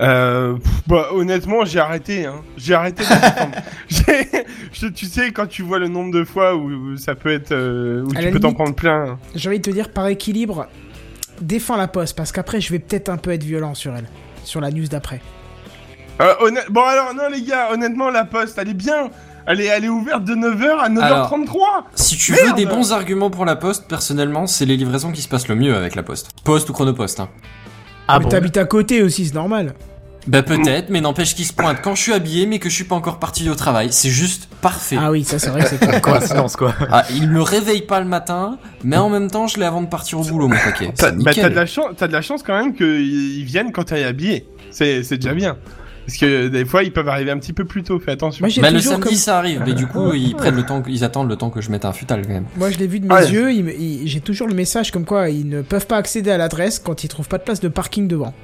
Speaker 6: Euh, pff, bah, honnêtement, j'ai arrêté. Hein. J'ai arrêté. de défendre. J'ai- je, tu sais, quand tu vois le nombre de fois où, où ça peut être, euh, où
Speaker 1: À
Speaker 6: tu
Speaker 1: la
Speaker 6: peux t'en
Speaker 1: limite.
Speaker 6: prendre plein.
Speaker 1: J'ai envie de te dire, par équilibre, défends la poste, parce qu'après, je vais peut-être un peu être violent sur elle, sur la news d'après.
Speaker 6: Euh, honnêt- Bon alors, non les gars, honnêtement, la poste, elle est bien. Elle est, elle est ouverte de 9h à 9h33.
Speaker 5: Si tu
Speaker 6: Merde
Speaker 5: veux des bons arguments pour la Poste, personnellement, c'est les livraisons qui se passent le mieux avec la Poste. Poste ou Chronopost. Hein.
Speaker 3: Ah
Speaker 1: Mais
Speaker 3: bon
Speaker 1: t'habites à côté aussi, c'est normal.
Speaker 5: Bah peut-être, mais n'empêche qu'il se pointe quand je suis habillé mais que je suis pas encore parti au travail. C'est juste parfait.
Speaker 1: Ah oui, ça c'est vrai que c'est cool.
Speaker 3: Coïncidence, quoi.
Speaker 5: Ah, il me réveille pas le matin, mais en même temps je l'ai avant de partir au boulot mon paquet.
Speaker 6: T'as
Speaker 5: C'est
Speaker 6: bah, t'as
Speaker 5: nickel.
Speaker 6: de, la chan- t'as de la chance quand même qu'ils viennent quand t'es habillé. C'est c'est déjà bien. Parce que des fois, ils peuvent arriver un petit peu plus tôt, fais attention.
Speaker 1: Moi, j'ai
Speaker 5: Bah, le
Speaker 1: toujours
Speaker 5: samedi
Speaker 1: comme-
Speaker 5: ça arrive, mais du coup ils prennent le temps, que- ils attendent le temps que je mette un futal quand même.
Speaker 1: Moi, je l'ai vu de mes
Speaker 6: Ouais.
Speaker 1: yeux. il me- il- J'ai toujours le message comme quoi ils ne peuvent pas accéder à l'adresse quand ils trouvent pas de place de parking devant.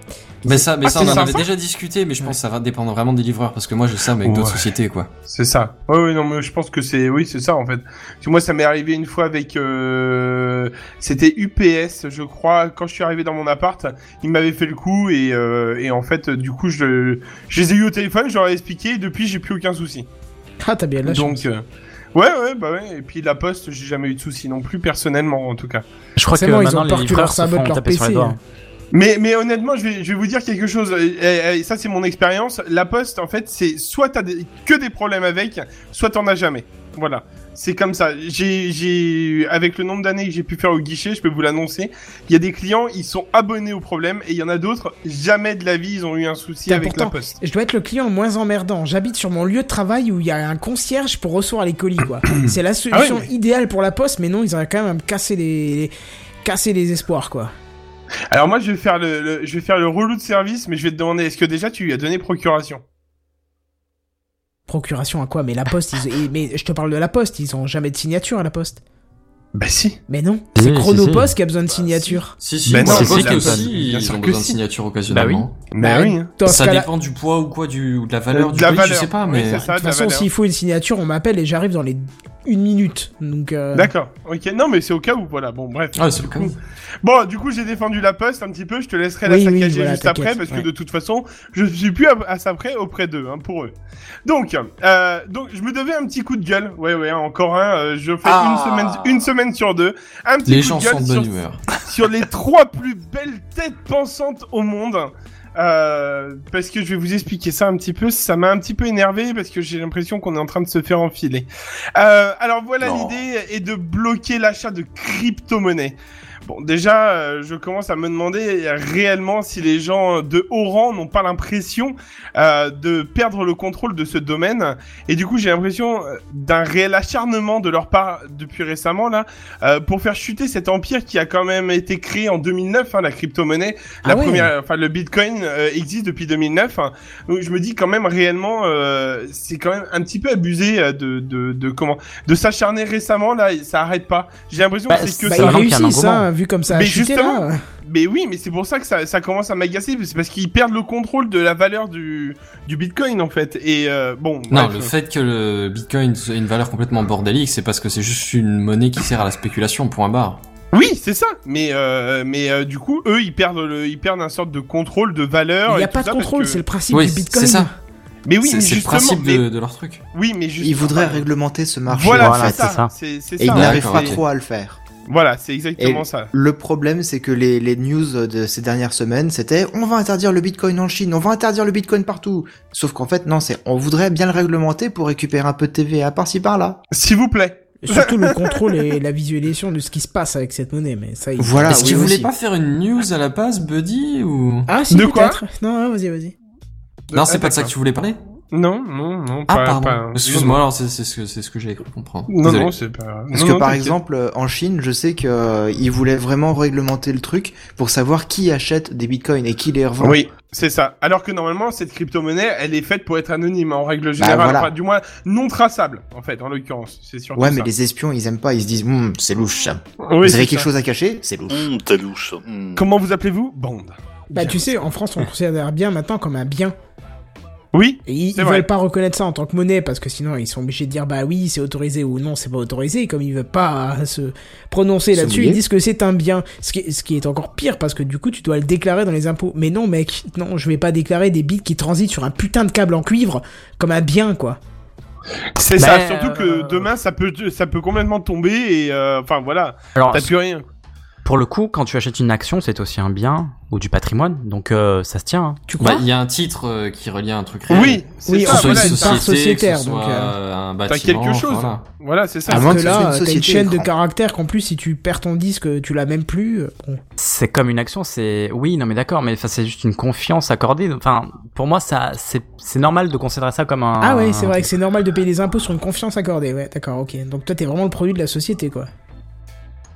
Speaker 5: Mais ça, mais
Speaker 6: Ah,
Speaker 5: ça
Speaker 6: c'est
Speaker 5: on en
Speaker 6: sympa.
Speaker 5: avait déjà discuté, mais je pense que ça va dépendre vraiment des livreurs parce que moi j'ai ça mais avec d'autres
Speaker 6: Ouais.
Speaker 5: sociétés quoi.
Speaker 6: C'est ça. Ouais, ouais, non, mais je pense que c'est, oui, c'est ça en fait. Parce que moi, ça m'est arrivé une fois avec, euh, c'était UPS, je crois. Quand je suis arrivé dans mon appart, ils m'avaient fait le coup et, euh, et en fait, du coup, je, je les ai eu au téléphone, je leur ai expliqué. Et depuis, j'ai plus aucun souci.
Speaker 1: Ah, t'as bien de la chance.
Speaker 6: Donc, euh, ouais, ouais, bah ouais. Et puis la poste, j'ai jamais eu de souci non plus personnellement, en tout cas.
Speaker 3: Je crois que
Speaker 1: Forcément, ils ont
Speaker 3: maintenant
Speaker 1: peur
Speaker 3: les
Speaker 1: que leur
Speaker 3: livreurs se
Speaker 1: sabote
Speaker 3: font
Speaker 1: leur
Speaker 3: taper sur les
Speaker 1: PC,
Speaker 3: doigts.
Speaker 1: hein.
Speaker 6: Mais, mais honnêtement, je vais, je vais vous dire quelque chose. Et, et ça, c'est mon expérience. La poste, en fait, c'est soit t'as des- que des problèmes avec, soit t'en as jamais. Voilà. C'est comme ça. J'ai, j'ai, avec le nombre d'années que j'ai pu faire au guichet, je peux vous l'annoncer. Il y a des clients, ils sont abonnés au problème, et il y en a d'autres, jamais de la vie, ils ont eu un souci
Speaker 1: T'as
Speaker 6: avec la
Speaker 1: pourtant-
Speaker 6: poste.
Speaker 1: Je dois être le client moins emmerdant. J'habite sur mon lieu de travail où il y a un concierge pour recevoir les colis, quoi. C'est la solution
Speaker 6: mais-
Speaker 1: idéale pour la poste, mais non, ils auraient quand même à me casser les, casser les espoirs, quoi.
Speaker 6: Alors moi, je vais faire le, le- je vais faire le relou de service, mais je vais te demander, est-ce que déjà tu lui as donné procuration
Speaker 1: Procuration à quoi Mais la poste, ils... et- mais je te parle de la poste, ils ont jamais de signature à la poste.
Speaker 6: Bah si.
Speaker 1: Mais non,
Speaker 3: Si,
Speaker 1: c'est
Speaker 3: si,
Speaker 1: Chronopost qui a
Speaker 6: Bah,
Speaker 1: besoin de signature.
Speaker 5: Si si,
Speaker 6: Ben
Speaker 5: moi,
Speaker 6: non,
Speaker 5: je
Speaker 3: si,
Speaker 5: pense
Speaker 3: si,
Speaker 5: que
Speaker 3: si,
Speaker 5: aussi,
Speaker 6: bien
Speaker 5: ils
Speaker 6: sûr
Speaker 5: ont
Speaker 6: que
Speaker 5: besoin de
Speaker 6: si.
Speaker 5: signature occasionnellement.
Speaker 6: Bah, oui. hein.
Speaker 1: Dans ce
Speaker 5: Ça
Speaker 1: cas-là-
Speaker 5: dépend du poids ou quoi, du, ou de la valeur
Speaker 6: Euh,
Speaker 5: du
Speaker 6: de la
Speaker 5: colis,
Speaker 6: valeur.
Speaker 5: je sais pas,
Speaker 6: Oui,
Speaker 5: mais
Speaker 6: c'est ça.
Speaker 1: De
Speaker 6: Ah,
Speaker 1: toute
Speaker 6: de la
Speaker 1: façon,
Speaker 6: valeur.
Speaker 1: s'il faut une signature, on m'appelle et j'arrive dans les une minute. Donc, euh,
Speaker 6: D'accord. Ok. Non, mais c'est au cas où. Voilà. Bon, bref.
Speaker 5: Ah, c'est le cas.
Speaker 6: Bon, du coup, j'ai défendu la poste un petit peu. Je te laisserai
Speaker 1: Oui,
Speaker 6: la
Speaker 1: oui,
Speaker 6: saccager
Speaker 1: voilà,
Speaker 6: juste
Speaker 1: t'inquiète,
Speaker 6: après, parce
Speaker 1: ouais.
Speaker 6: que de toute façon, je suis plus à, à ça près auprès d'eux, hein, pour eux. Donc, euh, donc, je me devais un petit coup de gueule. Ouais, ouais, hein, encore un. euh, je fais
Speaker 5: Ah.
Speaker 6: une semaine, une semaine sur deux. Un petit
Speaker 5: Les
Speaker 6: coup
Speaker 5: gens
Speaker 6: de gueule
Speaker 5: sont de
Speaker 6: sur,
Speaker 5: bonne humeur.
Speaker 6: sur les trois plus belles têtes pensantes au monde. Euh, parce que je vais vous expliquer ça un petit peu. Ça m'a un petit peu énervé parce que j'ai l'impression qu'on est en train de se faire enfiler. Euh, alors voilà,
Speaker 4: Non.
Speaker 6: l'idée est de bloquer l'achat de crypto-monnaies. Bon, déjà, euh, je commence à me demander euh, réellement si les gens de haut rang n'ont pas l'impression euh, de perdre le contrôle de ce domaine. Et du coup, j'ai l'impression euh, d'un réel acharnement de leur part depuis récemment, là, euh, pour faire chuter cet empire qui a quand même été créé en 2009, hein, la crypto-monnaie.
Speaker 1: Ah
Speaker 6: la
Speaker 1: ouais.
Speaker 6: première, enfin, le bitcoin euh, existe depuis 2009. hein. Donc, je me dis quand même réellement, euh, c'est quand même un petit peu abusé euh, de, de, de comment, de s'acharner récemment, là, et ça arrête pas. J'ai l'impression
Speaker 3: Bah,
Speaker 6: que c'est que
Speaker 1: bah,
Speaker 3: ça
Speaker 1: ils
Speaker 6: ça.
Speaker 3: manque un
Speaker 1: réussissent,
Speaker 3: engouement.
Speaker 1: hein, vu comme ça a
Speaker 6: Mais
Speaker 1: chuté,
Speaker 6: justement,
Speaker 1: là.
Speaker 6: Mais oui, mais c'est pour ça que ça, ça commence à m'agacer, c'est parce qu'ils perdent le contrôle de la valeur du, du bitcoin, en fait. Et euh, bon.
Speaker 5: Non,
Speaker 6: bref.
Speaker 5: le fait que le bitcoin ait une valeur complètement bordélique, c'est parce que c'est juste une monnaie qui sert à la spéculation, point barre.
Speaker 6: Oui, c'est ça. Mais euh, mais euh, du coup, eux, ils perdent le, ils perdent un sorte de contrôle de valeur.
Speaker 1: Il n'y
Speaker 6: et
Speaker 1: a
Speaker 6: tout
Speaker 1: pas de
Speaker 6: ça parce
Speaker 1: contrôle,
Speaker 6: que-
Speaker 1: c'est le principe
Speaker 5: Oui,
Speaker 1: du bitcoin.
Speaker 5: c'est ça.
Speaker 6: Mais oui,
Speaker 5: c'est
Speaker 6: mais
Speaker 5: c'est le
Speaker 6: justement.
Speaker 5: principe
Speaker 6: mais-
Speaker 5: de, de leur truc.
Speaker 6: Oui, mais juste.
Speaker 8: Ils voudraient réglementer ce marché.
Speaker 6: Voilà,
Speaker 8: en
Speaker 3: Voilà,
Speaker 8: fait.
Speaker 6: c'est
Speaker 3: c'est
Speaker 6: ça.
Speaker 3: ça.
Speaker 6: C'est c'est
Speaker 8: Et ils
Speaker 6: ça. hein.
Speaker 8: n'arrivent pas
Speaker 5: D'accord, ok.
Speaker 8: trop à le faire.
Speaker 6: Voilà, c'est exactement
Speaker 8: Et-
Speaker 6: ça.
Speaker 8: Le problème, c'est que les, les news de ces dernières semaines, c'était on va interdire le bitcoin en Chine, on va interdire le bitcoin partout. Sauf qu'en fait, non, c'est on voudrait bien le réglementer pour récupérer un peu de TVA par-ci par-là.
Speaker 6: S'il vous plaît.
Speaker 1: Et Surtout le contrôle et la visualisation de ce qui se passe avec cette monnaie, mais ça. ils-
Speaker 8: Voilà,
Speaker 5: Est-ce
Speaker 8: oui,
Speaker 5: qu'ils voulaient
Speaker 8: aussi.
Speaker 5: pas faire une news à la base, Buddy, ou...
Speaker 1: Ah si,
Speaker 6: De quoi
Speaker 1: peut-être. Non, non, vas-y, vas-y.
Speaker 5: Non, c'est pas de ça que
Speaker 6: Euh, ah, d'accord.
Speaker 5: tu voulais parler
Speaker 6: Euh, Non, non, non.
Speaker 5: Ah,
Speaker 6: pas-
Speaker 5: pardon.
Speaker 6: pas-
Speaker 5: Excuse-moi, alors c'est c'est ce que, c'est ce que j'ai cru comprendre.
Speaker 6: Non,
Speaker 5: Désolé.
Speaker 6: non, c'est pas.
Speaker 8: Parce
Speaker 6: non,
Speaker 8: que
Speaker 6: non,
Speaker 8: par
Speaker 6: t'inquiète.
Speaker 8: exemple, euh, en Chine, je sais que euh, ils voulaient vraiment réglementer le truc pour savoir qui achète des bitcoins et qui les revend.
Speaker 6: Oui, c'est ça. Alors que normalement, cette crypto-monnaie, elle est faite pour être anonyme, hein, en règle générale.
Speaker 8: voilà.
Speaker 6: Enfin, du moins, non traçable, en fait, en l'occurrence. C'est surtout
Speaker 8: Ouais, mais
Speaker 6: ça.
Speaker 8: les espions, ils aiment pas, ils se disent, Hum, c'est louche. ça.
Speaker 6: Oui,
Speaker 8: Vous
Speaker 6: c'est
Speaker 8: avez quelque
Speaker 6: ça.
Speaker 8: chose à cacher C'est louche.
Speaker 4: Hum, t'es louche. Hum.
Speaker 6: Comment vous appelez-vous Bande.
Speaker 1: Bah
Speaker 6: Bien.
Speaker 1: tu sais, en France, on considère bien maintenant comme un bien.
Speaker 6: Oui
Speaker 1: Et ils,
Speaker 6: C'est
Speaker 1: ils
Speaker 6: vrai.
Speaker 1: veulent pas reconnaître ça en tant que monnaie parce que sinon ils sont obligés de dire bah oui c'est autorisé ou non c'est pas autorisé. Et comme ils veulent pas euh, se prononcer
Speaker 8: Se
Speaker 1: là-dessus,
Speaker 8: mouiller.
Speaker 1: ils disent que c'est un bien. Ce qui, ce qui est encore pire parce que du coup tu dois le déclarer dans les impôts. Mais non mec, non je vais pas déclarer des bits qui transitent sur un putain de câble en cuivre comme un bien quoi.
Speaker 6: C'est
Speaker 3: Bah,
Speaker 6: ça, surtout que
Speaker 1: euh,
Speaker 6: demain ça peut ça peut complètement tomber et euh, enfin voilà,
Speaker 3: Alors,
Speaker 6: t'as plus rien.
Speaker 3: pour le coup, quand tu achètes une action, c'est aussi un bien ou du patrimoine, donc euh, ça se tient. hein.
Speaker 1: Tu
Speaker 5: Bah,
Speaker 1: crois
Speaker 5: il y a un titre euh, qui relie un truc réel.
Speaker 6: Oui, c'est
Speaker 1: Oui,
Speaker 5: Que
Speaker 6: ça,
Speaker 5: ce soit
Speaker 6: voilà,
Speaker 5: une
Speaker 1: c'est
Speaker 6: t'as-
Speaker 1: ça.
Speaker 5: société,
Speaker 1: sociétaire,
Speaker 5: que ce
Speaker 1: donc,
Speaker 5: soit
Speaker 1: euh,
Speaker 5: un
Speaker 6: t'as
Speaker 5: bâtiment,
Speaker 6: quelque chose.
Speaker 5: voilà.
Speaker 6: Voilà, c'est ça.
Speaker 8: À
Speaker 1: Parce
Speaker 8: moins
Speaker 1: que
Speaker 8: que ce soit
Speaker 1: là,
Speaker 8: une
Speaker 1: t'as une
Speaker 8: société
Speaker 1: chaîne de
Speaker 8: écran.
Speaker 1: caractères qu'en plus, si tu perds ton disque, tu l'as même plus. euh, bon.
Speaker 3: c'est comme une action, c'est oui, non mais d'accord, mais enfin, c'est juste une confiance accordée. Enfin, pour moi, ça, c'est c'est normal de considérer ça comme un.
Speaker 1: Ah ouais, c'est vrai que c'est normal de payer des impôts sur une confiance accordée. Ouais, d'accord, ok. Donc toi, t'es vraiment le produit de la société, quoi.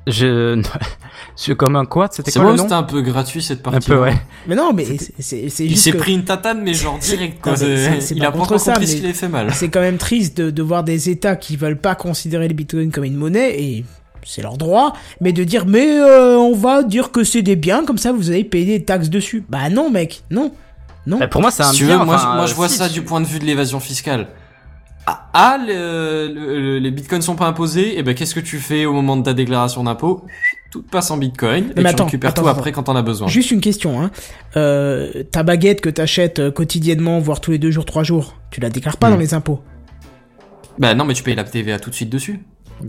Speaker 3: Je, c'est comme un quoi C'était
Speaker 5: C'est
Speaker 3: quoi
Speaker 5: moi
Speaker 3: le
Speaker 5: ou
Speaker 3: nom
Speaker 5: c'était un peu gratuit cette
Speaker 3: Un hein.
Speaker 5: partie
Speaker 3: peu ouais.
Speaker 1: Mais non, mais c'est- c'est c'est
Speaker 5: Il
Speaker 1: juste.
Speaker 5: s'est
Speaker 1: que
Speaker 5: pris une tatane, mais genre
Speaker 1: C'est-
Speaker 5: direct.
Speaker 1: Non,
Speaker 5: quoi.
Speaker 1: mais c'est-
Speaker 5: C'est-
Speaker 1: c'est
Speaker 5: Il
Speaker 1: pas
Speaker 5: a pas
Speaker 1: contre
Speaker 5: encore
Speaker 1: ça,
Speaker 5: compris ce
Speaker 1: mais-
Speaker 5: qu'il avait fait mal.
Speaker 1: C'est quand même triste de, de voir des États qui veulent pas considérer le Bitcoin comme une monnaie et. C'est leur droit, mais de dire mais euh, on va dire que c'est des biens comme ça vous allez payer des taxes dessus. Bah non mec, non, non.
Speaker 3: Bah, pour moi, c'est un
Speaker 5: Si tu
Speaker 3: bien,
Speaker 5: veux, moi,
Speaker 3: enfin,
Speaker 5: je- moi je vois
Speaker 3: si,
Speaker 5: ça
Speaker 3: tu-
Speaker 5: du point de vue de l'évasion fiscale. Ah, ah, le- le- les bitcoins sont pas imposés, et ben qu'est-ce que tu fais au moment de ta déclaration d'impôt Tout passe en bitcoin,
Speaker 1: mais
Speaker 5: et tu
Speaker 1: attends,
Speaker 5: récupères
Speaker 1: attends,
Speaker 5: tout
Speaker 1: attends.
Speaker 5: après quand t'en as besoin.
Speaker 1: Juste une question, hein. Euh, ta baguette que t'achètes euh, quotidiennement, voire tous les deux jours, trois jours, tu la déclares pas
Speaker 3: Mm.
Speaker 1: dans les impôts.
Speaker 5: Bah non, mais tu payes la TVA tout de suite dessus.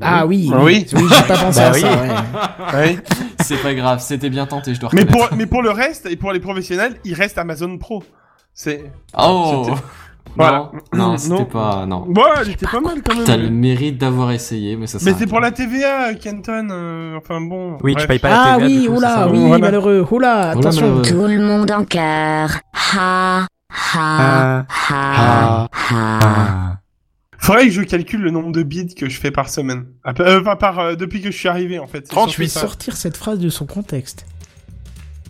Speaker 1: ah oui,
Speaker 6: Ah oui.
Speaker 1: j'ai pas pensé
Speaker 3: Bah
Speaker 1: à
Speaker 3: oui.
Speaker 1: ça. ouais.
Speaker 6: Ouais.
Speaker 5: C'est pas grave, c'était bien tenté, je dois
Speaker 6: mais,
Speaker 5: reconnaître.
Speaker 6: pour, mais pour le reste, et pour les professionnels, il reste Amazon Pro. C'est.
Speaker 5: Oh
Speaker 6: C'était- Voilà.
Speaker 5: Non, non, c'était
Speaker 6: Non.
Speaker 5: pas... Non.
Speaker 6: Bon, elle était pas mal quand
Speaker 5: T'as le
Speaker 6: même.
Speaker 5: mérite d'avoir essayé, mais ça
Speaker 6: Mais
Speaker 5: sert à
Speaker 6: c'est
Speaker 5: rien.
Speaker 6: pour la TVA, Kenton. euh, enfin bon.
Speaker 3: Oui,
Speaker 6: bref.
Speaker 3: tu payes pas la
Speaker 1: Ah
Speaker 3: TVA.
Speaker 1: oui,
Speaker 3: du coup, c'est
Speaker 1: oula,
Speaker 3: ça.
Speaker 1: oui,
Speaker 6: Voilà.
Speaker 1: malheureux, oula,
Speaker 5: Voilà,
Speaker 1: attention.
Speaker 5: malheureux.
Speaker 1: tu-
Speaker 7: Tout le monde en cœur. Ha, ha,
Speaker 3: Ah,
Speaker 7: ha,
Speaker 3: ah,
Speaker 7: ha.
Speaker 3: ah.
Speaker 6: Faudrait que je calcule le nombre de bits que je fais par semaine. Ah, euh, Enfin, par, euh, depuis que je suis arrivé en fait. C'est
Speaker 1: Oh,
Speaker 6: surtout
Speaker 4: 38.
Speaker 6: ça.
Speaker 1: Sortir cette phrase de son contexte.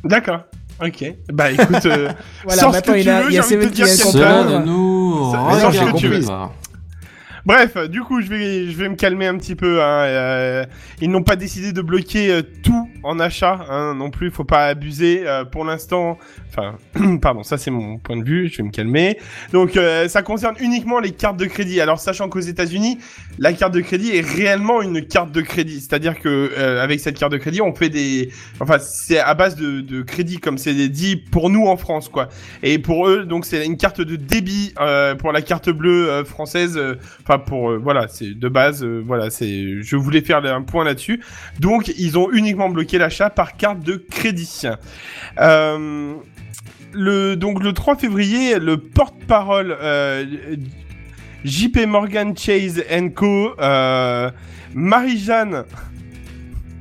Speaker 6: D'accord. Ok. Bah écoute, euh,
Speaker 1: Voilà,
Speaker 6: Sors ce
Speaker 1: maintenant
Speaker 6: que
Speaker 1: il
Speaker 6: tu
Speaker 1: a-
Speaker 6: veux,
Speaker 1: il y a
Speaker 6: j'ai envie
Speaker 1: Seven
Speaker 6: de te dire
Speaker 1: qui a
Speaker 6: qu'elle
Speaker 1: son
Speaker 6: parle.
Speaker 1: plan, euh,
Speaker 5: nous
Speaker 6: Ça- mais
Speaker 5: regarde
Speaker 6: non, je
Speaker 5: pas.
Speaker 6: continue. bref, du coup, je vais, je vais me calmer un petit peu. Hein, euh, ils n'ont pas décidé de bloquer euh, tout en achat hein, non plus. Faut pas abuser euh, pour l'instant. Enfin, pardon, ça c'est mon point de vue. Je vais me calmer. Donc, euh, ça concerne uniquement les cartes de crédit. Alors, sachant qu'aux États-Unis, la carte de crédit est réellement une carte de crédit. C'est-à-dire que euh, avec cette carte de crédit, on fait des, enfin, c'est à base de, de crédit comme c'est dit pour nous en France, quoi. Et pour eux, donc c'est une carte de débit euh, pour la carte bleue euh, française. euh, Enfin pour euh, voilà, c'est de base. euh, voilà, c'est. Je voulais faire un point là-dessus. Donc ils ont uniquement bloqué l'achat par carte de crédit. Euh, le donc le 3 février, le porte-parole euh, JP Morgan Chase Co. Euh, Marie-Jeanne.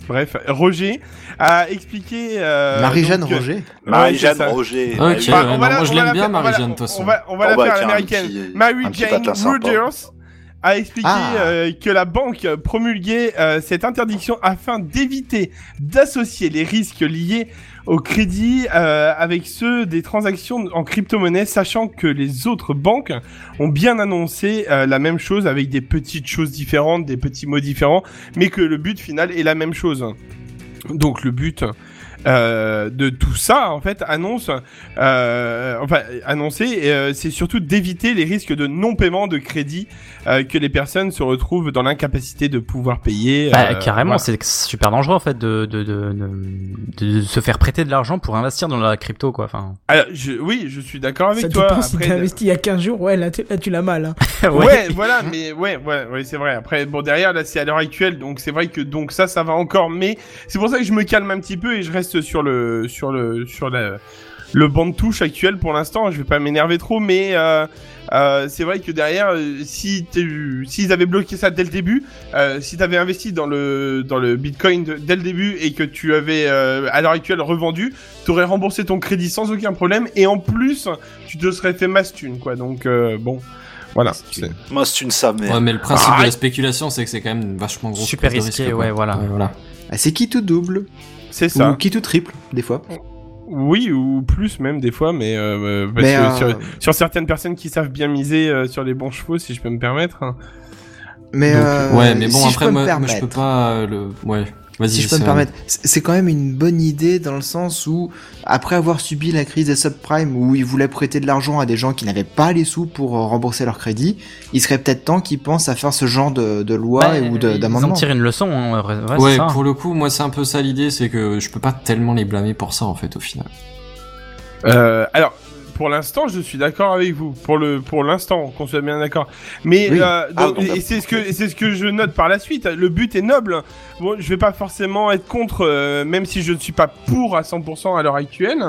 Speaker 6: Bref, Roger a expliqué. euh,
Speaker 8: Marie-Jeanne
Speaker 6: donc, euh,
Speaker 8: Roger.
Speaker 6: ouais,
Speaker 4: Marie-Jeanne
Speaker 6: c'est ça.
Speaker 4: Roger.
Speaker 5: Ok.
Speaker 4: Marie-Jeanne.
Speaker 5: ouais, euh,
Speaker 6: la-
Speaker 5: non, moi, je l'aime
Speaker 6: la
Speaker 5: bien,
Speaker 6: faire- on va la-
Speaker 5: Marie-Jeanne, de toute façon.
Speaker 6: On va, on va
Speaker 4: Oh,
Speaker 6: la
Speaker 4: bah,
Speaker 6: faire à
Speaker 4: tiens, un
Speaker 6: l'américaine.
Speaker 4: petit-
Speaker 6: Mary
Speaker 4: un petit
Speaker 6: Jane
Speaker 4: patin sympa.
Speaker 6: Rogers a expliqué
Speaker 8: Ah.
Speaker 6: euh, que la banque promulguait euh, cette interdiction afin d'éviter d'associer les risques liés au crédit euh, avec ceux des transactions en crypto-monnaie, sachant que les autres banques ont bien annoncé euh, la même chose avec des petites choses différentes, des petits mots différents, mais que le but final est la même chose. Donc le but euh, de tout ça, en fait, annonce, euh, enfin, annoncé, euh, c'est surtout d'éviter les risques de non-paiement de crédit euh, que les personnes se retrouvent dans l'incapacité de pouvoir payer.
Speaker 3: Bah,
Speaker 6: euh,
Speaker 3: carrément,
Speaker 6: voilà.
Speaker 3: c'est super dangereux en fait de de, de, de- de se faire prêter de l'argent pour investir dans la crypto quoi. Enfin,
Speaker 6: Alors, je- oui, je suis d'accord avec
Speaker 1: ça
Speaker 6: toi.
Speaker 1: dépend si
Speaker 6: Après, euh,
Speaker 1: t'as investi il y a 15 jours, ouais, là, tu- là, tu l'as mal. hein.
Speaker 6: Ouais, voilà, mais ouais, ouais, ouais, c'est vrai. Après, bon, derrière, là, c'est à l'heure actuelle, donc c'est vrai que donc ça, ça va encore. Mais c'est pour ça que je me calme un petit peu et je reste sur le, sur le, sur la, le banc de touche actuel pour l'instant. Je vais pas m'énerver trop, mais euh, euh, c'est vrai que derrière, euh, si t'es- s'ils avaient bloqué ça dès le début, euh, si t'avais investi dans le, dans le Bitcoin de- dès le début et que tu avais euh, à l'heure actuelle revendu, t'aurais remboursé ton crédit sans aucun problème et en plus, tu te serais fait mastune, quoi. Donc euh, bon. Voilà. c'est-
Speaker 4: Moi, c'est une sa
Speaker 5: Ouais,
Speaker 4: mère.
Speaker 5: mais le principe de la spéculation, c'est que c'est quand même une vachement grosse
Speaker 3: Super
Speaker 5: prise de
Speaker 3: risqué,
Speaker 5: risque, quoi.
Speaker 3: ouais, voilà.
Speaker 8: Ah, c'est qui tout double
Speaker 6: C'est
Speaker 8: ou
Speaker 6: ça.
Speaker 8: qui tout triple des fois.
Speaker 6: Oui, ou plus même des fois, mais, euh, euh, parce
Speaker 8: Mais,
Speaker 6: que
Speaker 8: euh,
Speaker 6: sur, sur certaines personnes qui savent bien miser euh, sur les bons chevaux, si je peux me permettre. hein.
Speaker 8: Mais
Speaker 5: Donc,
Speaker 8: euh,
Speaker 5: ouais, mais bon,
Speaker 8: si
Speaker 5: après,
Speaker 8: je peux
Speaker 5: moi,
Speaker 8: me
Speaker 5: moi,
Speaker 8: permettre,
Speaker 5: je peux pas euh, le. Ouais, vas-y,
Speaker 8: si je peux
Speaker 5: sais
Speaker 8: me
Speaker 5: pas.
Speaker 8: permettre, c'est c'est quand même une bonne idée dans le sens où, après avoir subi la crise des subprimes où ils voulaient prêter de l'argent à des gens qui n'avaient pas les sous pour euh, rembourser leur crédit, il serait peut-être temps qu'ils pensent à faire ce genre de, de loi
Speaker 3: Bah,
Speaker 8: ou de-
Speaker 3: ils en
Speaker 8: d'amendement.
Speaker 3: tirent une leçon. hein, ouais, ouais, c'est
Speaker 5: Ouais,
Speaker 3: ça.
Speaker 5: pour le coup, moi, c'est un peu ça l'idée, c'est que je peux pas tellement les blâmer pour ça, en fait, au final.
Speaker 6: Euh, alors, pour l'instant, je suis d'accord avec vous. Pour le, pour l'instant, qu'on soit bien d'accord. Mais
Speaker 8: Oui.
Speaker 6: euh,
Speaker 4: Ah,
Speaker 6: donc,
Speaker 4: donc,
Speaker 6: et c'est ce que, et c'est ce que je note par la suite. Le but est noble. Bon, je vais pas forcément être contre, euh, même si je ne suis pas pour à 100% à l'heure actuelle.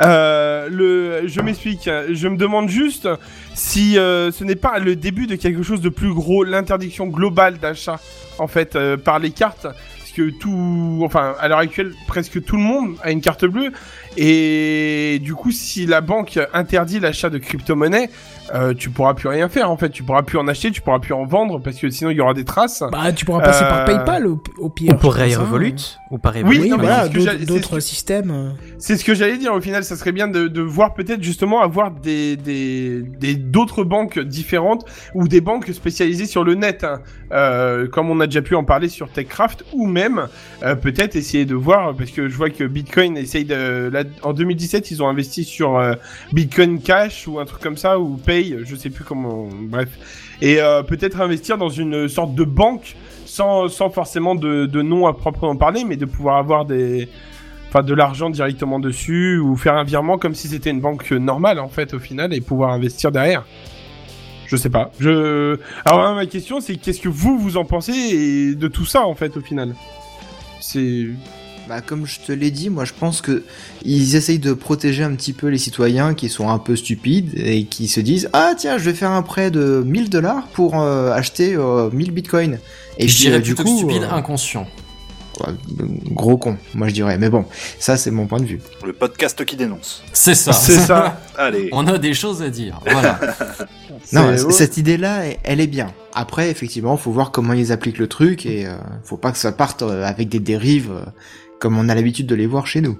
Speaker 6: Euh, le, je m'explique. Je me demande juste si euh, ce n'est pas le début de quelque chose de plus gros, l'interdiction globale d'achat en fait euh, par les cartes. Parce parce que tout, enfin, à l'heure actuelle, presque tout le monde a une carte bleue. Et du coup, si la banque interdit l'achat de crypto-monnaies, euh, tu pourras plus rien faire en fait. Tu pourras plus en acheter, tu pourras plus en vendre parce que sinon il y aura des traces.
Speaker 1: Bah, tu pourras passer par
Speaker 6: Euh,
Speaker 1: PayPal au, au pire.
Speaker 3: Ou pour
Speaker 1: je pense, hein.
Speaker 3: Revolut, ou par
Speaker 1: Oui,
Speaker 3: Revolut.
Speaker 6: non, mais
Speaker 1: voilà,
Speaker 6: c'est ce que
Speaker 1: d'autres-
Speaker 6: j'a- c'est ce
Speaker 1: d'autres
Speaker 6: que- Ah,
Speaker 1: systèmes. euh.
Speaker 6: C'est ce que j'allais dire au final, ça serait bien de, de voir peut-être justement avoir des des des- d'autres banques différentes ou des banques spécialisées sur le net, hein. Euh, comme on a déjà pu en parler sur Techcraft ou même euh, peut-être essayer de voir parce que je vois que Bitcoin essaye de là, en 2017 ils ont investi sur euh, Bitcoin Cash ou un truc comme ça ou Pay, je sais plus comment, bref, et euh, peut-être investir dans une sorte de banque sans sans forcément de de nom à proprement parler, mais de pouvoir avoir des enfin de l'argent directement dessus ou faire un virement comme si c'était une banque euh, normale en fait au final et pouvoir investir derrière. Je sais pas. Je alors hein, ma question c'est qu'est-ce que vous vous en pensez et de tout ça en fait au final. C'est
Speaker 8: Bah, comme je te l'ai dit, moi je pense que ils essayent de protéger un petit peu les citoyens qui sont un peu stupides et qui se disent Ah tiens, je vais faire un prêt de 1000 dollars pour euh, acheter euh, 1000 bitcoins. Et
Speaker 5: je
Speaker 8: puis,
Speaker 5: dirais
Speaker 8: euh, du
Speaker 5: plutôt
Speaker 8: coup,
Speaker 5: que stupide,
Speaker 8: euh,
Speaker 5: inconscient.
Speaker 8: ouais, gros con, moi je dirais. Mais bon, ça c'est mon point de vue.
Speaker 4: Le podcast qui dénonce.
Speaker 5: C'est ça.
Speaker 6: c'est ça.
Speaker 4: Allez.
Speaker 5: On a des choses à dire. Voilà.
Speaker 8: Non,
Speaker 6: C'est-
Speaker 8: c- cette idée-là, elle- elle est bien. Après, effectivement, faut voir comment ils appliquent le truc et euh, faut pas que ça parte euh, avec des dérives euh, comme on a l'habitude de les voir chez nous.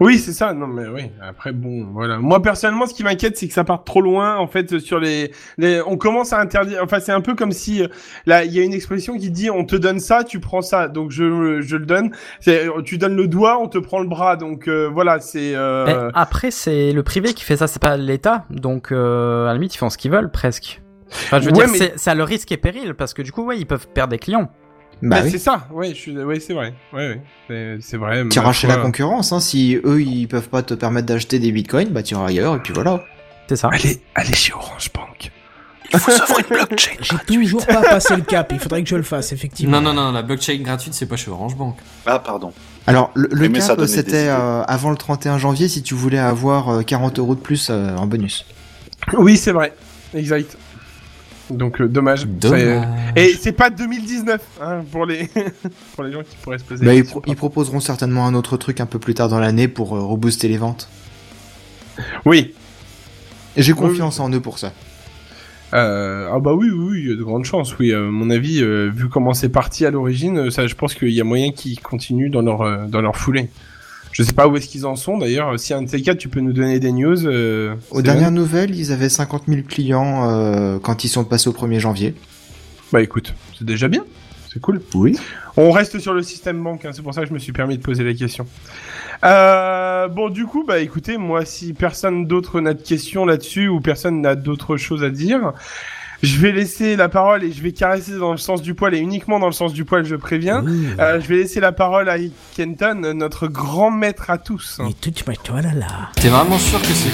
Speaker 6: Oui, c'est ça. Non, mais oui. Après, bon, voilà. Moi, personnellement, ce qui m'inquiète, c'est que ça parte trop loin, en fait, sur les, les- on commence à interdire, enfin, c'est un peu comme si, euh, là, il y a une expression qui dit, on te donne ça, tu prends ça. Donc, je, je le donne. C'est, tu donnes le doigt, on te prend le bras. Donc, euh, voilà, c'est,
Speaker 3: Mais
Speaker 8: Eh,
Speaker 3: Eh,
Speaker 6: euh,
Speaker 3: après, c'est le privé qui fait ça, c'est pas l'État. Donc, euh, à la limite, ils font ce qu'ils veulent presque. Enfin, je veux
Speaker 6: Ouais,
Speaker 3: dire,
Speaker 6: mais-
Speaker 3: c'est- c'est à leur risque et péril parce que du coup, ouais, ils peuvent perdre des clients.
Speaker 8: Bah
Speaker 6: bah,
Speaker 8: oui.
Speaker 6: c'est ça. Ouais, je suis, ouais, c'est vrai. Ouais, ouais. C'est- C'est vrai. ma
Speaker 8: Tu iras chez
Speaker 6: foi.
Speaker 8: la concurrence, hein. si eux ils peuvent pas te permettre d'acheter des bitcoins, bah tu iras ailleurs et puis voilà.
Speaker 3: C'est ça.
Speaker 6: Allez, allez chez Orange Bank.
Speaker 2: Il faut s'offrir une blockchain.
Speaker 1: J'ai toujours pas passé le cap. Il faudrait que je le fasse, effectivement.
Speaker 5: non, non, non, la blockchain gratuite, c'est pas chez Orange Bank.
Speaker 4: Ah, pardon.
Speaker 8: Alors le, le
Speaker 4: Oui, mais ça
Speaker 8: cap
Speaker 4: donnait des idées.
Speaker 8: c'était euh, avant le 31 janvier si tu voulais avoir euh, 40 euros de plus euh, en bonus.
Speaker 6: Oui, c'est vrai. Exact. Donc, euh, dommage. C'est-
Speaker 5: Dommage.
Speaker 6: Et c'est pas 2019 hein, pour les pour les gens qui pourraient se poser.
Speaker 8: Bah,
Speaker 6: la
Speaker 8: ils,
Speaker 6: question.
Speaker 8: pro- ils proposeront certainement un autre truc un peu plus tard dans l'année pour euh, rebooster les ventes.
Speaker 6: Oui.
Speaker 8: Et J'ai
Speaker 6: Oui,
Speaker 8: confiance en eux pour ça.
Speaker 6: Euh, ah bah oui, oui, oui, il y a de grandes chances. Oui, euh, à mon avis, euh, vu comment c'est parti à l'origine, euh, ça, je pense qu'il y a moyen qu'ils continuent dans leur euh, dans leur foulée. Je sais pas où est-ce qu'ils en sont d'ailleurs. Si un de ces quatre, tu peux nous donner des news. Euh,
Speaker 8: Aux
Speaker 6: Steven
Speaker 8: dernières nouvelles, ils avaient 50 000 clients euh, quand ils sont passés au 1er janvier.
Speaker 6: Bah écoute, c'est déjà bien. C'est cool.
Speaker 8: Oui.
Speaker 6: On reste sur le système banque, hein, c'est pour ça que je me suis permis de poser la question. Euh, bon, du coup, bah écoutez, moi, si personne d'autre n'a de questions là-dessus ou personne n'a d'autres choses à dire, je vais laisser la parole et je vais caresser dans le sens du poil et uniquement dans le sens du poil, je préviens.
Speaker 1: Ouh,
Speaker 6: Euh, je vais laisser la parole à Kenton, notre grand maître à tous.
Speaker 1: mais tout, tu m'as- voilà, là.
Speaker 5: T'es vraiment sûr que c'est.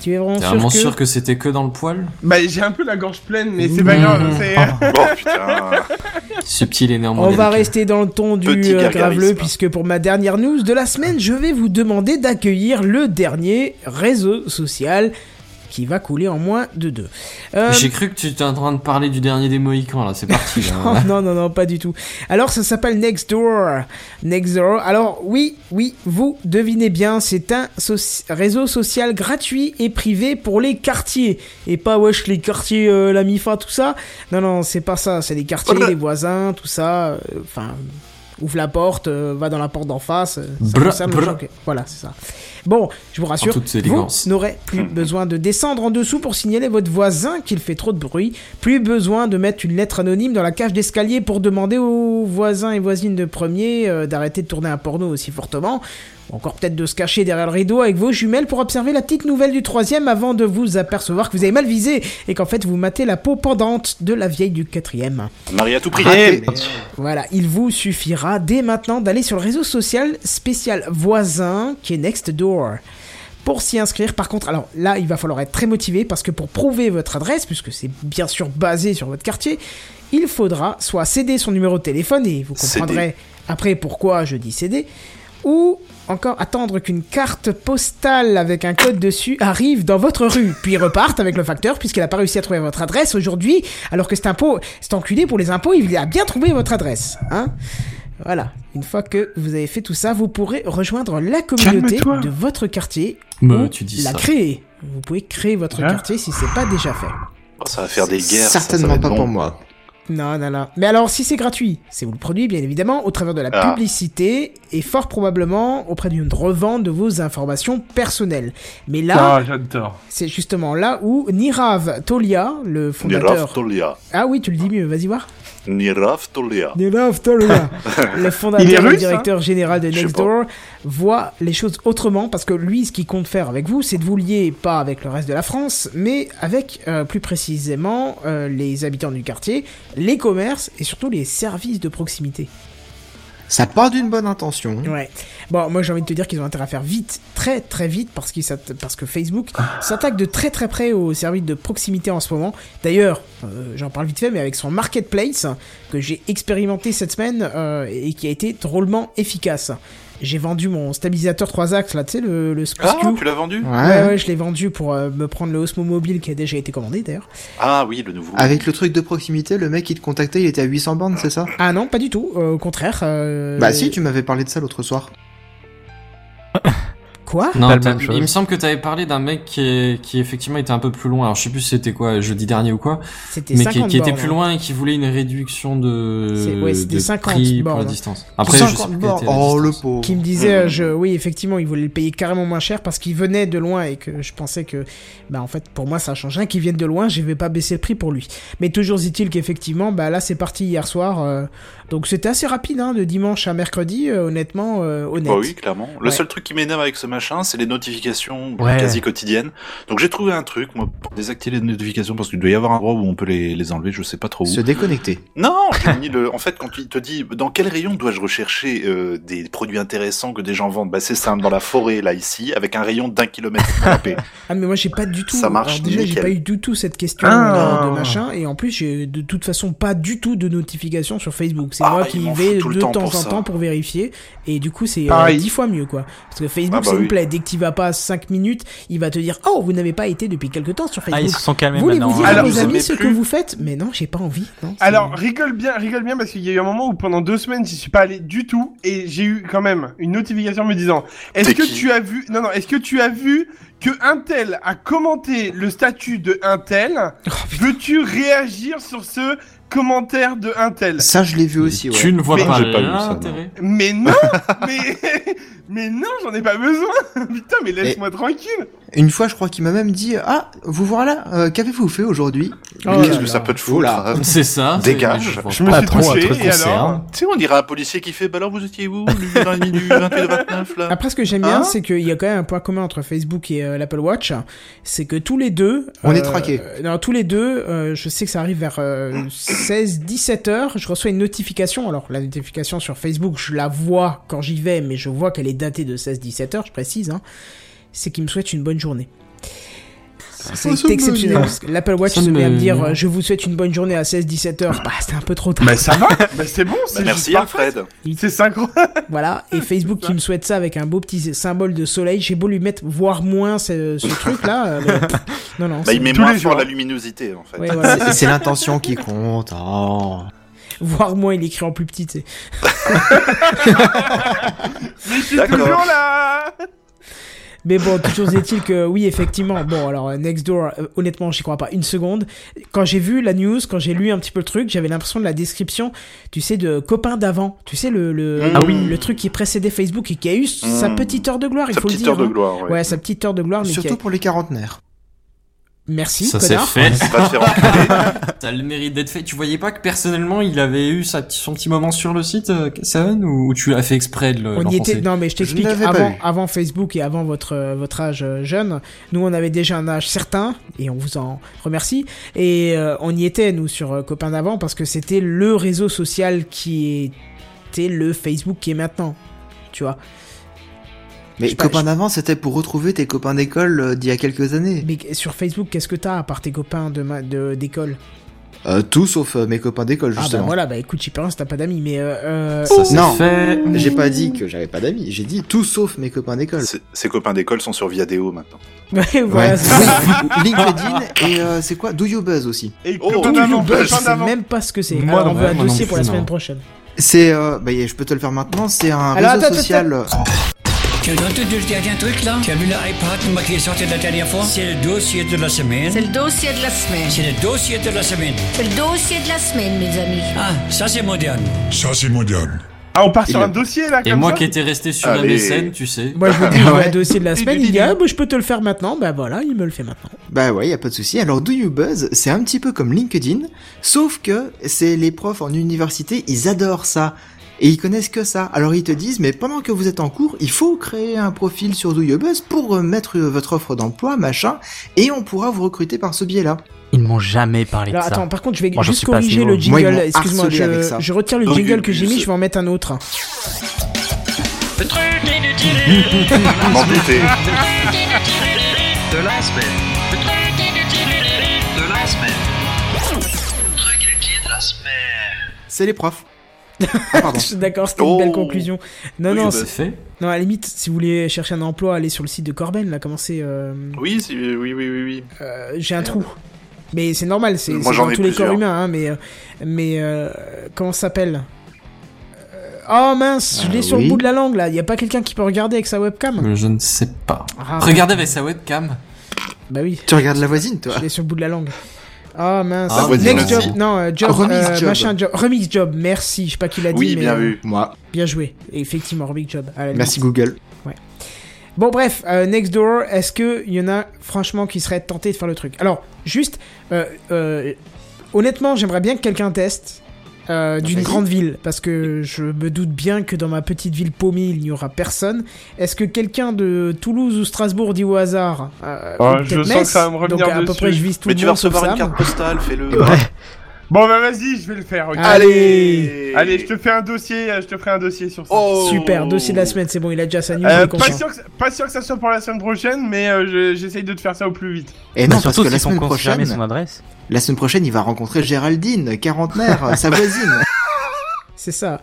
Speaker 1: Tu es vraiment
Speaker 5: T'es
Speaker 1: sûr,
Speaker 5: vraiment
Speaker 1: que...
Speaker 5: sûr que c'était que dans le poil
Speaker 6: Bah, j'ai un peu la gorge pleine, mais c'est pas grave.
Speaker 5: Mmh.
Speaker 6: c'est-
Speaker 4: Oh putain.
Speaker 5: Subtil et néanmoins.
Speaker 1: On va
Speaker 5: délicat.
Speaker 1: rester dans le ton du
Speaker 4: Petit
Speaker 1: euh,
Speaker 4: gargarisme.
Speaker 1: graveleux, puisque pour ma dernière news de la semaine, je vais vous demander d'accueillir le dernier réseau social qui va couler en moins de deux. Euh,
Speaker 5: J'ai cru que tu étais en train de parler du dernier des Mohicans, là, c'est parti. là.
Speaker 1: Oh, non, non, non, pas du tout. Alors, ça s'appelle Nextdoor. Nextdoor. Alors, oui, oui, vous devinez bien, c'est un soci- réseau social gratuit et privé pour les quartiers. Et pas, wesh, les quartiers, euh, la MIFA, tout ça. Non, non, c'est pas ça. C'est les quartiers, les voisins, tout ça. euh, Enfin, ouvre la porte, euh, va dans la porte d'en face. euh, ça
Speaker 5: Brr,
Speaker 1: concerne les
Speaker 5: brr.
Speaker 1: gens que- Voilà, c'est ça. Bon, je vous rassure,
Speaker 5: toute
Speaker 1: vous
Speaker 5: élégance.
Speaker 1: n'aurez plus besoin de descendre en dessous pour signaler votre voisin qu'il fait trop de bruit, plus besoin de mettre une lettre anonyme dans la cage d'escalier pour demander aux voisins et voisines de premier euh, d'arrêter de tourner un porno aussi fortement, ou encore peut-être de se cacher derrière le rideau avec vos jumelles pour observer la petite nouvelle du troisième avant de vous apercevoir que vous avez mal visé et qu'en fait vous matez la peau pendante de la vieille du quatrième.
Speaker 4: Marie à tout
Speaker 6: ah,
Speaker 4: prix.
Speaker 8: Raté, mais-
Speaker 1: Voilà, il vous suffira dès maintenant d'aller sur le réseau social spécial voisin qui est Nextdoor. Pour s'y inscrire, par contre, alors là, il va falloir être très motivé parce que pour prouver votre adresse, puisque c'est bien sûr basé sur votre quartier, il faudra soit céder son numéro de téléphone, et vous
Speaker 4: Céder.
Speaker 1: comprendrez après pourquoi je dis céder, ou encore attendre qu'une carte postale avec un code dessus arrive dans votre rue, puis reparte avec le facteur puisqu'il n'a pas réussi à trouver votre adresse aujourd'hui, alors que cet impôt, cet enculé pour les impôts, il a bien trouvé votre adresse, hein Voilà. Une fois que vous avez fait tout ça, vous pourrez rejoindre la communauté
Speaker 6: Calme-toi.
Speaker 1: de votre quartier
Speaker 5: Bah,
Speaker 1: ou
Speaker 5: tu dis
Speaker 1: la
Speaker 5: ça.
Speaker 1: créer. Vous pouvez créer votre
Speaker 6: Hein
Speaker 1: quartier si c'est pas déjà fait.
Speaker 4: Oh, ça va faire des guerres. ça, ça va
Speaker 8: Certainement
Speaker 4: être
Speaker 8: pas
Speaker 4: bon.
Speaker 8: pour moi.
Speaker 1: Non, non, non. Mais alors, si c'est gratuit, c'est vous le produit, bien évidemment, au travers de la
Speaker 4: Ah.
Speaker 1: publicité et fort probablement auprès d'une revente de vos informations personnelles. Mais là,
Speaker 6: Ah, j'adore.
Speaker 1: c'est justement là où Nirav Tolia, le
Speaker 4: Nirav
Speaker 1: fondateur.
Speaker 4: Tolia.
Speaker 1: Ah oui, tu le dis mieux, vas-y voir.
Speaker 4: Nirav Tolia.
Speaker 1: Nirav Tolia, le
Speaker 6: Il est
Speaker 1: fondateur et
Speaker 6: russe, hein
Speaker 1: directeur général de
Speaker 4: Je sais
Speaker 1: Nextdoor, voit les choses autrement parce que lui, ce qu'il compte faire avec vous, c'est de vous lier pas avec le reste de la France, mais avec euh, plus précisément euh, les habitants du quartier, les commerces et surtout les services de proximité.
Speaker 8: Ça part d'une bonne intention.
Speaker 1: Ouais. Bon, moi j'ai envie de te dire qu'ils ont intérêt à faire vite, très très vite, parce, qu'ils s'atta- parce que Facebook
Speaker 5: Ah.
Speaker 1: s'attaque de très très près aux services de proximité en ce moment. D'ailleurs, euh, j'en parle vite fait, mais avec son marketplace que j'ai expérimenté cette semaine euh, et qui a été drôlement efficace. J'ai vendu mon stabilisateur 3 axes là, tu sais, le, le
Speaker 4: Ah,
Speaker 1: Squeeze Q.
Speaker 4: tu l'as vendu
Speaker 1: Ouais, ouais, je l'ai vendu pour euh, me prendre le Osmo Mobile qui a déjà été commandé d'ailleurs.
Speaker 4: Ah oui, le nouveau.
Speaker 8: Avec le truc de proximité, le mec qui te contactait, il était à 800 bandes, c'est ça
Speaker 1: Ah non, pas du tout, euh, au contraire. euh,
Speaker 8: Bah si, tu m'avais parlé de ça l'autre soir.
Speaker 1: Quoi
Speaker 3: Pas
Speaker 5: Non,
Speaker 3: le
Speaker 5: t'as-
Speaker 3: même chose.
Speaker 5: il me semble que t'avais parlé d'un mec qui, est- qui effectivement était un peu plus loin. Alors je sais plus c'était quoi, jeudi dernier ou quoi,
Speaker 1: C'était
Speaker 5: mais qui,
Speaker 1: 50
Speaker 5: qui était
Speaker 1: bornes. hein.
Speaker 5: plus loin et qui voulait une réduction de,
Speaker 1: C'est- ouais, c'était
Speaker 5: de
Speaker 1: 50
Speaker 5: prix pour la
Speaker 1: bornes.
Speaker 5: distance. Après, je sais plus quelle était la
Speaker 8: Oh le
Speaker 5: distance.
Speaker 8: pauvre.
Speaker 1: qui me disait
Speaker 4: Mm-hmm.
Speaker 1: euh, je, oui effectivement il voulait le payer carrément moins cher parce qu'il venait de loin et que je pensais que bah en fait pour moi ça change rien qu'il vienne de loin je vais pas baisser le prix pour lui mais toujours est-il qu'effectivement bah là c'est parti hier soir euh, donc c'était assez rapide hein, de dimanche à mercredi euh, honnêtement euh, honnête
Speaker 4: Bah oui, clairement. Le
Speaker 1: Ouais.
Speaker 4: seul truc qui m'énerve avec ce machin, c'est les notifications
Speaker 3: Ouais.
Speaker 4: quasi quotidiennes. Donc j'ai trouvé un truc, moi, pour désactiver les notifications, parce qu'il doit y avoir un endroit où on peut les, les enlever, je sais pas
Speaker 5: Oh.
Speaker 4: trop où.
Speaker 8: Se déconnecter.
Speaker 4: Non, j'ai mis le. En fait, quand il te dit dans quel rayon dois-je rechercher euh, des produits intéressants que des gens vendent, bah c'est simple, dans la forêt là ici, avec un rayon d'un kilomètre frappé.
Speaker 1: ah mais moi j'ai pas du tout
Speaker 4: Ça marche,
Speaker 1: alors déjà j'ai
Speaker 4: nickel.
Speaker 1: pas eu du tout cette question
Speaker 6: Ah.
Speaker 1: euh, de machin et en plus j'ai de toute façon pas du tout de notification sur Facebook c'est
Speaker 4: Ah,
Speaker 1: moi
Speaker 4: ils
Speaker 1: qui y
Speaker 4: m'en
Speaker 1: vais
Speaker 4: foutent tout le
Speaker 1: de
Speaker 4: temps
Speaker 1: temps en
Speaker 4: pour ça.
Speaker 1: temps pour vérifier et du coup c'est euh,
Speaker 6: Pareil.
Speaker 1: dix fois mieux quoi Parce que Facebook,
Speaker 4: Ah bah
Speaker 1: s'il vous
Speaker 4: oui.
Speaker 1: plaît, dès que tu vas pas 5 minutes, il va te dire Oh, vous n'avez pas été depuis quelque temps sur
Speaker 3: Ah,
Speaker 1: Facebook.
Speaker 3: ils se sont calmés
Speaker 1: Voulez-vous
Speaker 3: maintenant.
Speaker 1: dire
Speaker 3: hein.
Speaker 1: à
Speaker 6: Alors,
Speaker 1: vos
Speaker 4: vous
Speaker 1: amis
Speaker 4: aimez
Speaker 1: ce que
Speaker 4: plus
Speaker 1: vous faites Mais non, j'ai pas envie. Non, c'est-
Speaker 6: Alors rigole bien, rigole bien parce qu'il y a eu un moment où pendant deux semaines j'y suis pas allé du tout et j'ai eu quand même une notification me disant est-ce
Speaker 4: T'es
Speaker 6: que
Speaker 4: qui
Speaker 6: tu as vu non non est-ce que tu as vu que un tel a commenté le statut de un tel
Speaker 4: Oh,
Speaker 6: veux-tu réagir sur ce commentaire de un tel
Speaker 8: Ça, je l'ai vu aussi, ouais.
Speaker 5: Tu ne vois
Speaker 6: Mais-
Speaker 5: pas
Speaker 4: J'ai pas vu ça, non.
Speaker 5: l'intérêt.
Speaker 6: mais non mais mais non j'en ai pas besoin putain mais laisse-moi tranquille
Speaker 8: Une fois, je crois qu'il m'a même dit Ah, vous voilà, euh, qu'avez-vous fait aujourd'hui
Speaker 1: Oh
Speaker 4: Mais Qu'est-ce
Speaker 1: là
Speaker 4: que ça
Speaker 1: là.
Speaker 4: peut te foutre
Speaker 8: Oula.
Speaker 4: hein
Speaker 5: C'est ça. c'est-
Speaker 4: Dégage.
Speaker 5: vois
Speaker 6: je me suis
Speaker 3: Patron, un
Speaker 6: touché
Speaker 3: truc
Speaker 6: et
Speaker 3: qu'on sait,
Speaker 6: alors
Speaker 3: hein.
Speaker 4: Tu sais, on dirait un policier qui fait, bah alors vous étiez où, le 20 minutes, 22, 29 là
Speaker 1: Après, ce que j'aime bien,
Speaker 4: Hein
Speaker 1: c'est qu'il y a quand même un point commun entre Facebook et euh, l'Apple Watch. C'est que tous les deux.
Speaker 8: On est traqués.
Speaker 1: euh, non, tous les deux, euh, je sais que ça arrive vers 16-17 heures. Je reçois une notification. Alors, la notification sur Facebook, je la vois quand j'y vais, mais je vois qu'elle est datée de 16-17 heures, je précise. Hein. C'est qu'il me souhaite une bonne journée. C'est exceptionnel. parce que L'Apple Watch
Speaker 5: Ça
Speaker 1: se
Speaker 5: me-
Speaker 1: met à me dire euh, Je vous souhaite une bonne journée à 16-17 heures. Bah, c'était un peu trop tard.
Speaker 6: bah ça va bah c'est bon
Speaker 4: Bah,
Speaker 6: c'est
Speaker 4: Merci
Speaker 6: juste parfait.
Speaker 4: Alfred.
Speaker 6: c'est synchro
Speaker 1: Voilà, et Facebook qui me souhaite ça avec un beau petit symbole de soleil, j'ai beau lui mettre voire moins ce, ce truc là, euh, mais- non non.
Speaker 4: Bah
Speaker 1: c'est-
Speaker 4: il met
Speaker 6: Tous
Speaker 4: moins
Speaker 6: les
Speaker 4: fort
Speaker 6: jours.
Speaker 4: la luminosité en fait.
Speaker 1: ouais, voilà.
Speaker 8: C'est- C'est l'intention qui compte. oh.
Speaker 1: Voire moins, il écrit en plus petit. tu sais.
Speaker 6: mais je suis
Speaker 4: D'accord.
Speaker 6: toujours là
Speaker 1: Mais bon, toujours est-il que oui, effectivement. Bon, alors euh, Nextdoor, euh, honnêtement, j'y crois pas une seconde. Quand j'ai vu la news, quand j'ai lu un petit peu le truc, j'avais l'impression de la description, tu sais, de copain d'avant. Tu sais le le,
Speaker 4: Ah
Speaker 1: le-
Speaker 4: oui.
Speaker 1: le truc qui précédait Facebook et qui a eu sa
Speaker 4: Mm.
Speaker 1: petite heure de gloire, il
Speaker 4: Sa
Speaker 1: faut le
Speaker 4: petite
Speaker 1: dire.
Speaker 4: heure de
Speaker 1: hein.
Speaker 4: gloire,
Speaker 1: Ouais, sa petite heure de gloire, Oh, mais qui a-
Speaker 8: Surtout pour les quarantenaires.
Speaker 1: merci,
Speaker 5: Ça s'est
Speaker 1: connard.
Speaker 5: fait.
Speaker 4: Pas de faire enculer.
Speaker 5: T'as le mérite d'être fait. Tu voyais pas que personnellement il avait eu sa, petit- son petit moment sur le site, euh, Seven, ou, ou tu l'as fait exprès de
Speaker 8: Euh,
Speaker 5: le
Speaker 1: On y
Speaker 5: l'enfoncer
Speaker 1: était. Non, mais je t'explique.
Speaker 8: l'avais pas
Speaker 1: Avant,
Speaker 8: vu.
Speaker 1: avant Facebook et avant votre euh, votre âge euh, jeune, nous on avait déjà un âge certain et on vous en remercie. Et euh, on y était nous sur euh, copains d'avant parce que c'était le réseau social qui était le Facebook qui est maintenant. Tu vois. Je
Speaker 8: Mais
Speaker 1: sais pas,
Speaker 8: copains d'avant, c'était pour retrouver tes copains d'école euh, d'il y a quelques années.
Speaker 1: Mais sur Facebook, qu'est-ce que t'as à part tes copains de ma- de d'école
Speaker 8: Euh, tout sauf euh, mes copains d'école,
Speaker 1: Ah bah
Speaker 8: justement.
Speaker 1: voilà, bah écoute, Chipper, t'as pas d'amis, mais euh, euh,
Speaker 5: Ça c'est
Speaker 8: Non.
Speaker 5: fait.
Speaker 8: J'ai pas dit que j'avais pas d'amis, j'ai dit tout sauf mes copains d'école.
Speaker 4: Ses- Ses copains d'école sont sur Viadeo maintenant.
Speaker 1: ouais, voilà,
Speaker 8: Ouais.
Speaker 1: c'est-
Speaker 8: Oui, LinkedIn et euh, c'est quoi Do You Buzz aussi.
Speaker 6: Et
Speaker 4: Oh,
Speaker 6: copain
Speaker 4: tout
Speaker 6: d'avant,
Speaker 4: you buzz,
Speaker 1: je
Speaker 6: copain
Speaker 1: sais
Speaker 6: d'avant.
Speaker 1: même pas ce que c'est.
Speaker 3: Moi
Speaker 1: Alors,
Speaker 3: non
Speaker 1: on veut
Speaker 5: plus,
Speaker 1: un
Speaker 5: moi non
Speaker 1: dossier pour la
Speaker 5: plus, non.
Speaker 1: semaine prochaine.
Speaker 8: C'est euh, bah je peux te le faire maintenant, c'est un
Speaker 1: Alors,
Speaker 8: réseau
Speaker 1: attends, attends,
Speaker 8: social. euh,
Speaker 9: Tu as entendu le dernier truc là Tu as vu l'iPad qui est sorti la dernière fois C'est le dossier de la semaine.
Speaker 7: C'est le dossier de la semaine.
Speaker 9: C'est le dossier de la semaine.
Speaker 7: C'est le dossier de la semaine, mes amis.
Speaker 9: Ah, ça c'est moderne.
Speaker 6: Ah, on part sur
Speaker 8: Il-
Speaker 6: un dossier là,
Speaker 5: Et
Speaker 6: comme
Speaker 5: moi
Speaker 6: ça
Speaker 5: qui étais resté sur la
Speaker 4: Allez.
Speaker 5: mécène, tu sais.
Speaker 1: Moi, je vous dis,
Speaker 8: Ouais.
Speaker 1: le dossier de la semaine, il dit, ah, bah, je peux te le faire maintenant. Bah voilà, il me le fait maintenant.
Speaker 8: Bah ouais, y a pas de souci. Alors Do You Buzz, c'est un petit peu comme LinkedIn, sauf que c'est les profs en université, ils adorent ça. Et ils connaissent que ça. Alors ils te disent, mais pendant que vous êtes en cours, il faut créer un profil sur Do You Buzz pour euh, mettre euh, votre offre d'emploi, machin, et on pourra vous recruter par ce biais-là.
Speaker 3: Ils ne m'ont jamais parlé
Speaker 1: Alors
Speaker 3: de ça.
Speaker 1: attends, par contre, je vais
Speaker 3: Moi, j'en
Speaker 1: juste
Speaker 3: suis pas à ce
Speaker 1: corriger
Speaker 3: niveau.
Speaker 1: le
Speaker 8: Moi, ils
Speaker 1: jingle.
Speaker 8: m'ont
Speaker 1: Excuse-moi,
Speaker 8: harcelé avec
Speaker 1: je,
Speaker 8: ça.
Speaker 1: je retire le
Speaker 4: Donc, euh,
Speaker 1: jingle que
Speaker 4: il-
Speaker 1: j'ai mis,
Speaker 4: il-
Speaker 1: je vais en mettre un autre.
Speaker 4: M'en douter.
Speaker 8: C'est les profs. Ah, pardon.
Speaker 1: D'accord, c'était une
Speaker 4: Oh.
Speaker 1: belle conclusion. Non,
Speaker 4: Oui,
Speaker 1: non,
Speaker 4: bah.
Speaker 1: c'est-
Speaker 5: C'est fait.
Speaker 1: non, à la limite, si vous voulez chercher un emploi, allez sur le site de Corben, là, commencez. euh,
Speaker 4: Oui, si- oui, oui, oui, oui.
Speaker 1: euh, j'ai un trou. Mais c'est normal, c'est
Speaker 4: Moi,
Speaker 1: c'est
Speaker 4: j'en
Speaker 1: dans
Speaker 4: ai
Speaker 1: tous les corps
Speaker 4: plusieurs.
Speaker 1: humains, hein, mais. euh, Mais. euh, comment ça s'appelle Euh, Oh mince, je l'ai
Speaker 8: Euh,
Speaker 1: sur le
Speaker 8: oui. Mm.
Speaker 1: bout de la langue, là. Y a pas quelqu'un qui peut regarder avec sa webcam
Speaker 5: Je ne sais pas.
Speaker 1: Ah,
Speaker 5: Regardez avec sa webcam.
Speaker 1: Bah oui,
Speaker 8: Tu regardes la voisine, toi
Speaker 1: je l'ai sur le bout de la langue. Ah mince.
Speaker 5: Ah,
Speaker 4: voisine
Speaker 1: Next
Speaker 4: aussi.
Speaker 1: job, non, euh, job,
Speaker 8: Remix
Speaker 1: euh,
Speaker 8: job.
Speaker 1: machin job, remix job. Merci, je sais pas qui l'a dit,
Speaker 4: Oui,
Speaker 1: mais
Speaker 4: bien
Speaker 1: euh,
Speaker 4: vu.
Speaker 8: Moi.
Speaker 1: bien joué. Et effectivement, remix job. à la limite.
Speaker 8: Merci Google.
Speaker 1: Bon bref, euh, Nextdoor, est-ce que y en a franchement qui seraient tentés de faire le truc Alors, juste, euh, euh, honnêtement, j'aimerais bien que quelqu'un teste euh, d'une
Speaker 8: vas-y.
Speaker 1: grande ville, parce que je me doute bien que dans ma petite ville paumée, il n'y aura personne. Est-ce que quelqu'un de Toulouse ou Strasbourg dit au hasard euh,
Speaker 6: Ouais,
Speaker 1: ou
Speaker 6: Ah, je
Speaker 1: peut-être
Speaker 6: sens que ça va me revenir
Speaker 1: Donc à peu
Speaker 6: dessus.
Speaker 1: près, je vise tout
Speaker 4: Mais
Speaker 1: le
Speaker 4: tu vas
Speaker 1: monde sauf
Speaker 4: recevoir une
Speaker 1: Sam.
Speaker 4: carte postale, fais-le.
Speaker 6: Bon, bah vas-y, je vais le faire. ok.
Speaker 1: Allez.
Speaker 6: Allez, je te fais un dossier, euh, je te ferai un dossier sur ça.
Speaker 4: Oh.
Speaker 1: Super, dossier de la semaine, c'est bon, il a déjà sa news. il
Speaker 6: Euh,
Speaker 1: est
Speaker 6: pas,
Speaker 1: content.
Speaker 6: sûr que, pas sûr que ça soit pour la semaine prochaine, mais euh, je- j'essaye de te faire ça au plus vite.
Speaker 8: Et
Speaker 3: Mais
Speaker 8: non, parce
Speaker 3: surtout
Speaker 8: que la
Speaker 3: si on
Speaker 8: semaine
Speaker 3: compte
Speaker 8: prochaine,
Speaker 3: jamais son adresse.
Speaker 8: la semaine prochaine, il va rencontrer Géraldine, quarantenaire, euh, sa voisine.
Speaker 1: C'est ça.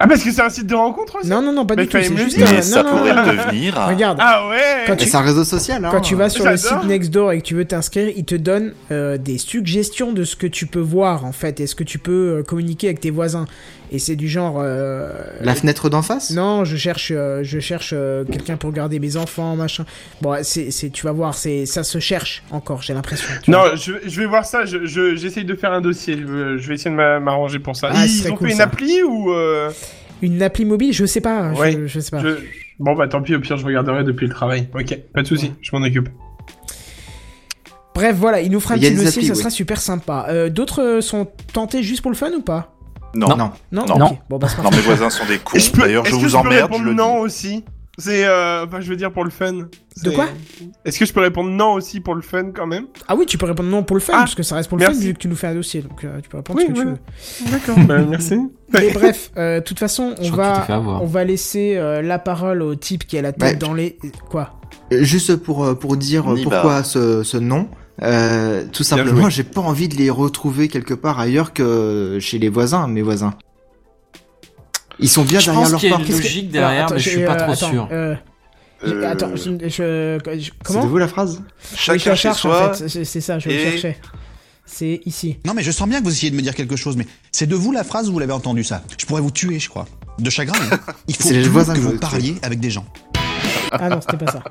Speaker 6: Ah, parce que c'est un site de rencontre aussi
Speaker 1: Non, non, non, pas
Speaker 6: Mais
Speaker 1: du tout.
Speaker 6: fallait
Speaker 1: C'est
Speaker 6: me le
Speaker 1: juste.
Speaker 6: dire.
Speaker 1: un-
Speaker 4: Mais ça
Speaker 1: non, non,
Speaker 4: pourrait
Speaker 1: non, non.
Speaker 4: le devenir.
Speaker 1: Regarde.
Speaker 6: Ah ouais
Speaker 1: Quand
Speaker 8: Et
Speaker 1: tu-
Speaker 8: c'est un réseau social, hein.
Speaker 1: Quand tu vas sur le
Speaker 6: J'adore.
Speaker 1: site Nextdoor et que tu veux t'inscrire, il te donne euh, des suggestions de ce que tu peux voir en fait et ce que tu peux euh, communiquer avec tes voisins. Et c'est du genre. euh,
Speaker 8: La fenêtre d'en face
Speaker 1: Non, je cherche, euh, je cherche euh, quelqu'un pour garder mes enfants, machin. Bon, c'est, c'est, tu vas voir, c'est, ça se cherche encore, j'ai l'impression. tu vois.
Speaker 6: Non, je, je vais voir ça, je- je- j'essaye de faire un dossier, je, je vais essayer de m'a- m'arranger pour ça.
Speaker 1: Ah, ce
Speaker 6: Ils
Speaker 1: serait
Speaker 6: ont
Speaker 1: cool,
Speaker 6: fait une
Speaker 1: ça.
Speaker 6: appli ou... euh,
Speaker 1: Une appli mobile, je sais pas. je-
Speaker 6: Ouais,
Speaker 1: je, sais pas.
Speaker 6: je- Bon bah tant pis, au pire je regarderai depuis le travail. Ok, pas de soucis, je m'en occupe.
Speaker 1: Bref, voilà, il nous fera un
Speaker 8: Il y a
Speaker 1: petit
Speaker 8: des
Speaker 1: dossier,
Speaker 8: applis,
Speaker 1: ça
Speaker 8: oui.
Speaker 1: sera super sympa. Euh, D'autres euh, sont tentés juste pour le fun ou pas
Speaker 4: Non.
Speaker 8: Non.
Speaker 4: non.
Speaker 1: Non.
Speaker 4: Non.
Speaker 1: Ok, Bon, bah c'est parti.
Speaker 4: mes voisins sont des cons.
Speaker 6: Je peux-
Speaker 4: D'ailleurs, je
Speaker 6: est-ce que
Speaker 4: vous
Speaker 6: peux
Speaker 4: emmerde.
Speaker 6: répondre
Speaker 4: je le
Speaker 6: non
Speaker 4: dis.
Speaker 6: aussi C'est... Euh, bah, je veux dire pour le fun.
Speaker 1: De quoi
Speaker 6: Est-ce que je peux répondre non aussi pour le fun quand même
Speaker 1: Ah oui, tu peux répondre non pour le fun
Speaker 6: Ah,
Speaker 1: parce que ça reste pour le fun
Speaker 6: merci.
Speaker 1: vu que tu nous fais un dossier, donc euh, tu peux répondre
Speaker 6: Oui,
Speaker 1: ce que tu
Speaker 6: voilà.
Speaker 1: veux.
Speaker 6: D'accord, bah merci.
Speaker 1: Mais bref, euh, de toute façon,
Speaker 5: Je
Speaker 1: on
Speaker 5: crois que tu t'es
Speaker 1: va,
Speaker 5: fait avoir.
Speaker 1: on va laisser euh, la parole au type qui a la tête
Speaker 8: Ouais.
Speaker 1: dans les. Quoi
Speaker 8: Euh, Juste pour, euh, pour dire euh,
Speaker 4: Nibar.
Speaker 8: pourquoi ce, ce nom, euh, tout simplement,
Speaker 6: joué.
Speaker 8: j'ai pas envie de les retrouver quelque part ailleurs que chez les voisins, mes voisins. Ils sont bien
Speaker 5: Je
Speaker 8: derrière
Speaker 5: pense
Speaker 8: leur
Speaker 5: qu'il y a
Speaker 8: porte.
Speaker 5: une logique derrière, mais je suis pas trop sûr.
Speaker 4: Euh,
Speaker 1: Attends, je, je- je-
Speaker 8: C'est de
Speaker 1: comment
Speaker 8: vous la phrase
Speaker 1: Oui, je
Speaker 4: Chacun
Speaker 1: la
Speaker 4: chez
Speaker 1: cherche
Speaker 4: soi.
Speaker 1: en fait, c'est c'est ça, je le
Speaker 4: et-
Speaker 1: cherchais. C'est ici.
Speaker 10: Non mais je sens bien que vous essayez de me dire quelque chose, mais c'est de vous la phrase, vous l'avez entendu ça. Je pourrais vous tuer, je crois. De chagrin, hein. Il faut
Speaker 8: C'est les
Speaker 10: plus
Speaker 8: voisins
Speaker 10: que
Speaker 8: que vous
Speaker 10: vous
Speaker 8: tuez.
Speaker 10: parliez avec des gens.
Speaker 1: Ah non, c'était pas ça.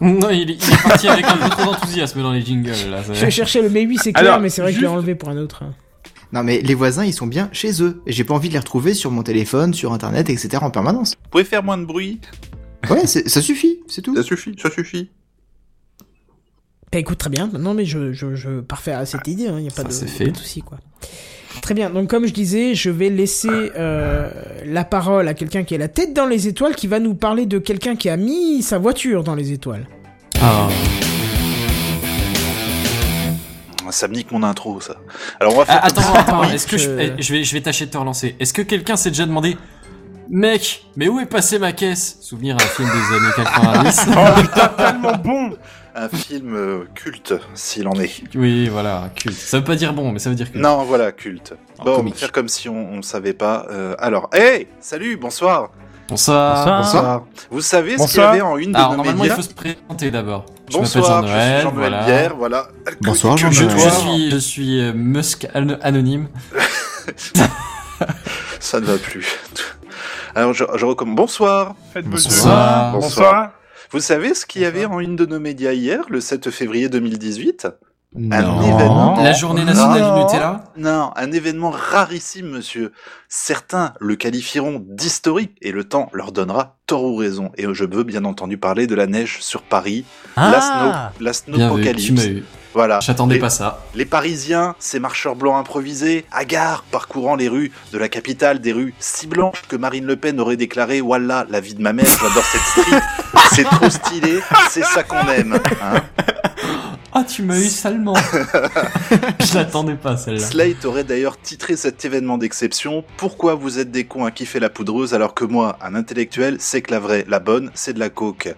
Speaker 5: Non, il est, il est parti avec un peu trop d'enthousiasme dans les jingles là.
Speaker 1: Je
Speaker 5: c'est-
Speaker 1: cherchais le mais oui, c'est clair,
Speaker 6: Alors,
Speaker 1: mais c'est vrai que je l'ai
Speaker 6: juste-
Speaker 1: enlevé pour un autre.
Speaker 8: Non mais les voisins, ils sont bien chez eux. Et j'ai pas envie de les retrouver sur mon téléphone, sur internet, etc. en permanence.
Speaker 4: Vous pouvez faire moins de bruit.
Speaker 8: Ouais, c'est- ça suffit, c'est tout.
Speaker 4: Ça suffit, ça suffit.
Speaker 1: Bah écoute, très bien. Non, mais je, je, je parfait à cette idée, il n'y a pas,
Speaker 5: Ah, Ça,
Speaker 1: de,
Speaker 5: c'est
Speaker 1: pas
Speaker 5: fait.
Speaker 1: de souci, quoi. Très bien, donc comme je disais, je vais laisser euh, la parole à quelqu'un qui a la tête dans les étoiles, qui va nous parler de quelqu'un qui a mis sa voiture dans les étoiles.
Speaker 5: Ah.
Speaker 4: Ça me nique mon intro, ça. Alors, on va faire.
Speaker 5: Ah, attends, attends,
Speaker 1: Oui,
Speaker 5: est-ce que je,
Speaker 1: que-
Speaker 5: eh, je vais, je vais tâcher de te relancer. Est-ce que quelqu'un s'est déjà demandé, mec, mais où est passée ma caisse Souvenir à un film des années 90.
Speaker 6: Oh putain, tellement bon
Speaker 4: un film euh, culte, s'il en est.
Speaker 5: Oui, voilà, culte. Ça veut pas dire bon, mais ça veut dire culte.
Speaker 4: Non, voilà, culte.
Speaker 5: En
Speaker 4: bon, on va
Speaker 5: comique.
Speaker 4: faire comme si on ne savait pas. euh, alors, hey, salut, bonsoir.
Speaker 5: Ah, Bonsoir.
Speaker 3: Bonsoir.
Speaker 4: Vous savez ce qu'il y
Speaker 6: Bonsoir.
Speaker 4: avait en une de
Speaker 5: Alors,
Speaker 4: nos
Speaker 5: normalement, il
Speaker 4: médias
Speaker 5: faut se présenter d'abord. Je m'appelle
Speaker 4: Bonsoir, je
Speaker 5: Jean-Noël.
Speaker 4: suis Jean-Noël
Speaker 5: voilà.
Speaker 4: Bière, voilà.
Speaker 8: Bonsoir,
Speaker 4: Je-
Speaker 5: Je,
Speaker 8: Jean-Noël.
Speaker 4: je-
Speaker 5: je
Speaker 4: toi.
Speaker 5: suis, je suis euh, Musk an- anonyme.
Speaker 4: Ça ne va plus. Alors, je, je recommande. Bonsoir.
Speaker 6: Faites vos
Speaker 5: Bonsoir.
Speaker 6: jeux.
Speaker 5: Bonsoir.
Speaker 6: Bonsoir.
Speaker 4: Vous savez ce qu'il y avait en une de nos médias hier, le 7 février 2018 Un
Speaker 8: Non.
Speaker 4: événement. Ah.
Speaker 5: La journée nationale
Speaker 4: Non.
Speaker 5: du Nutella.
Speaker 4: Non, un événement rarissime, monsieur. Certains le qualifieront d'historique et le temps leur donnera tort ou raison. Et je veux bien entendu parler de la neige sur Paris,
Speaker 3: Ah
Speaker 4: la
Speaker 5: Bien vu, tu m'as
Speaker 4: snowpocalypse.
Speaker 5: eu.
Speaker 4: Voilà.
Speaker 5: J'attendais
Speaker 4: Les-
Speaker 5: pas ça.
Speaker 4: Les Parisiens, ces marcheurs blancs improvisés, hagards, parcourant les rues de la capitale, des rues si blanches que Marine Le Pen aurait déclaré Wallah, la vie de ma mère, j'adore cette street, c'est trop stylé, c'est ça qu'on aime. hein.
Speaker 5: Ah, tu m'as eu salement. je l'attendais pas, celle-là.
Speaker 4: Slate aurait d'ailleurs titré cet événement d'exception Pourquoi vous êtes des cons à kiffer la poudreuse alors que moi, un intellectuel, c'est que la vraie, la bonne, c'est de la coke.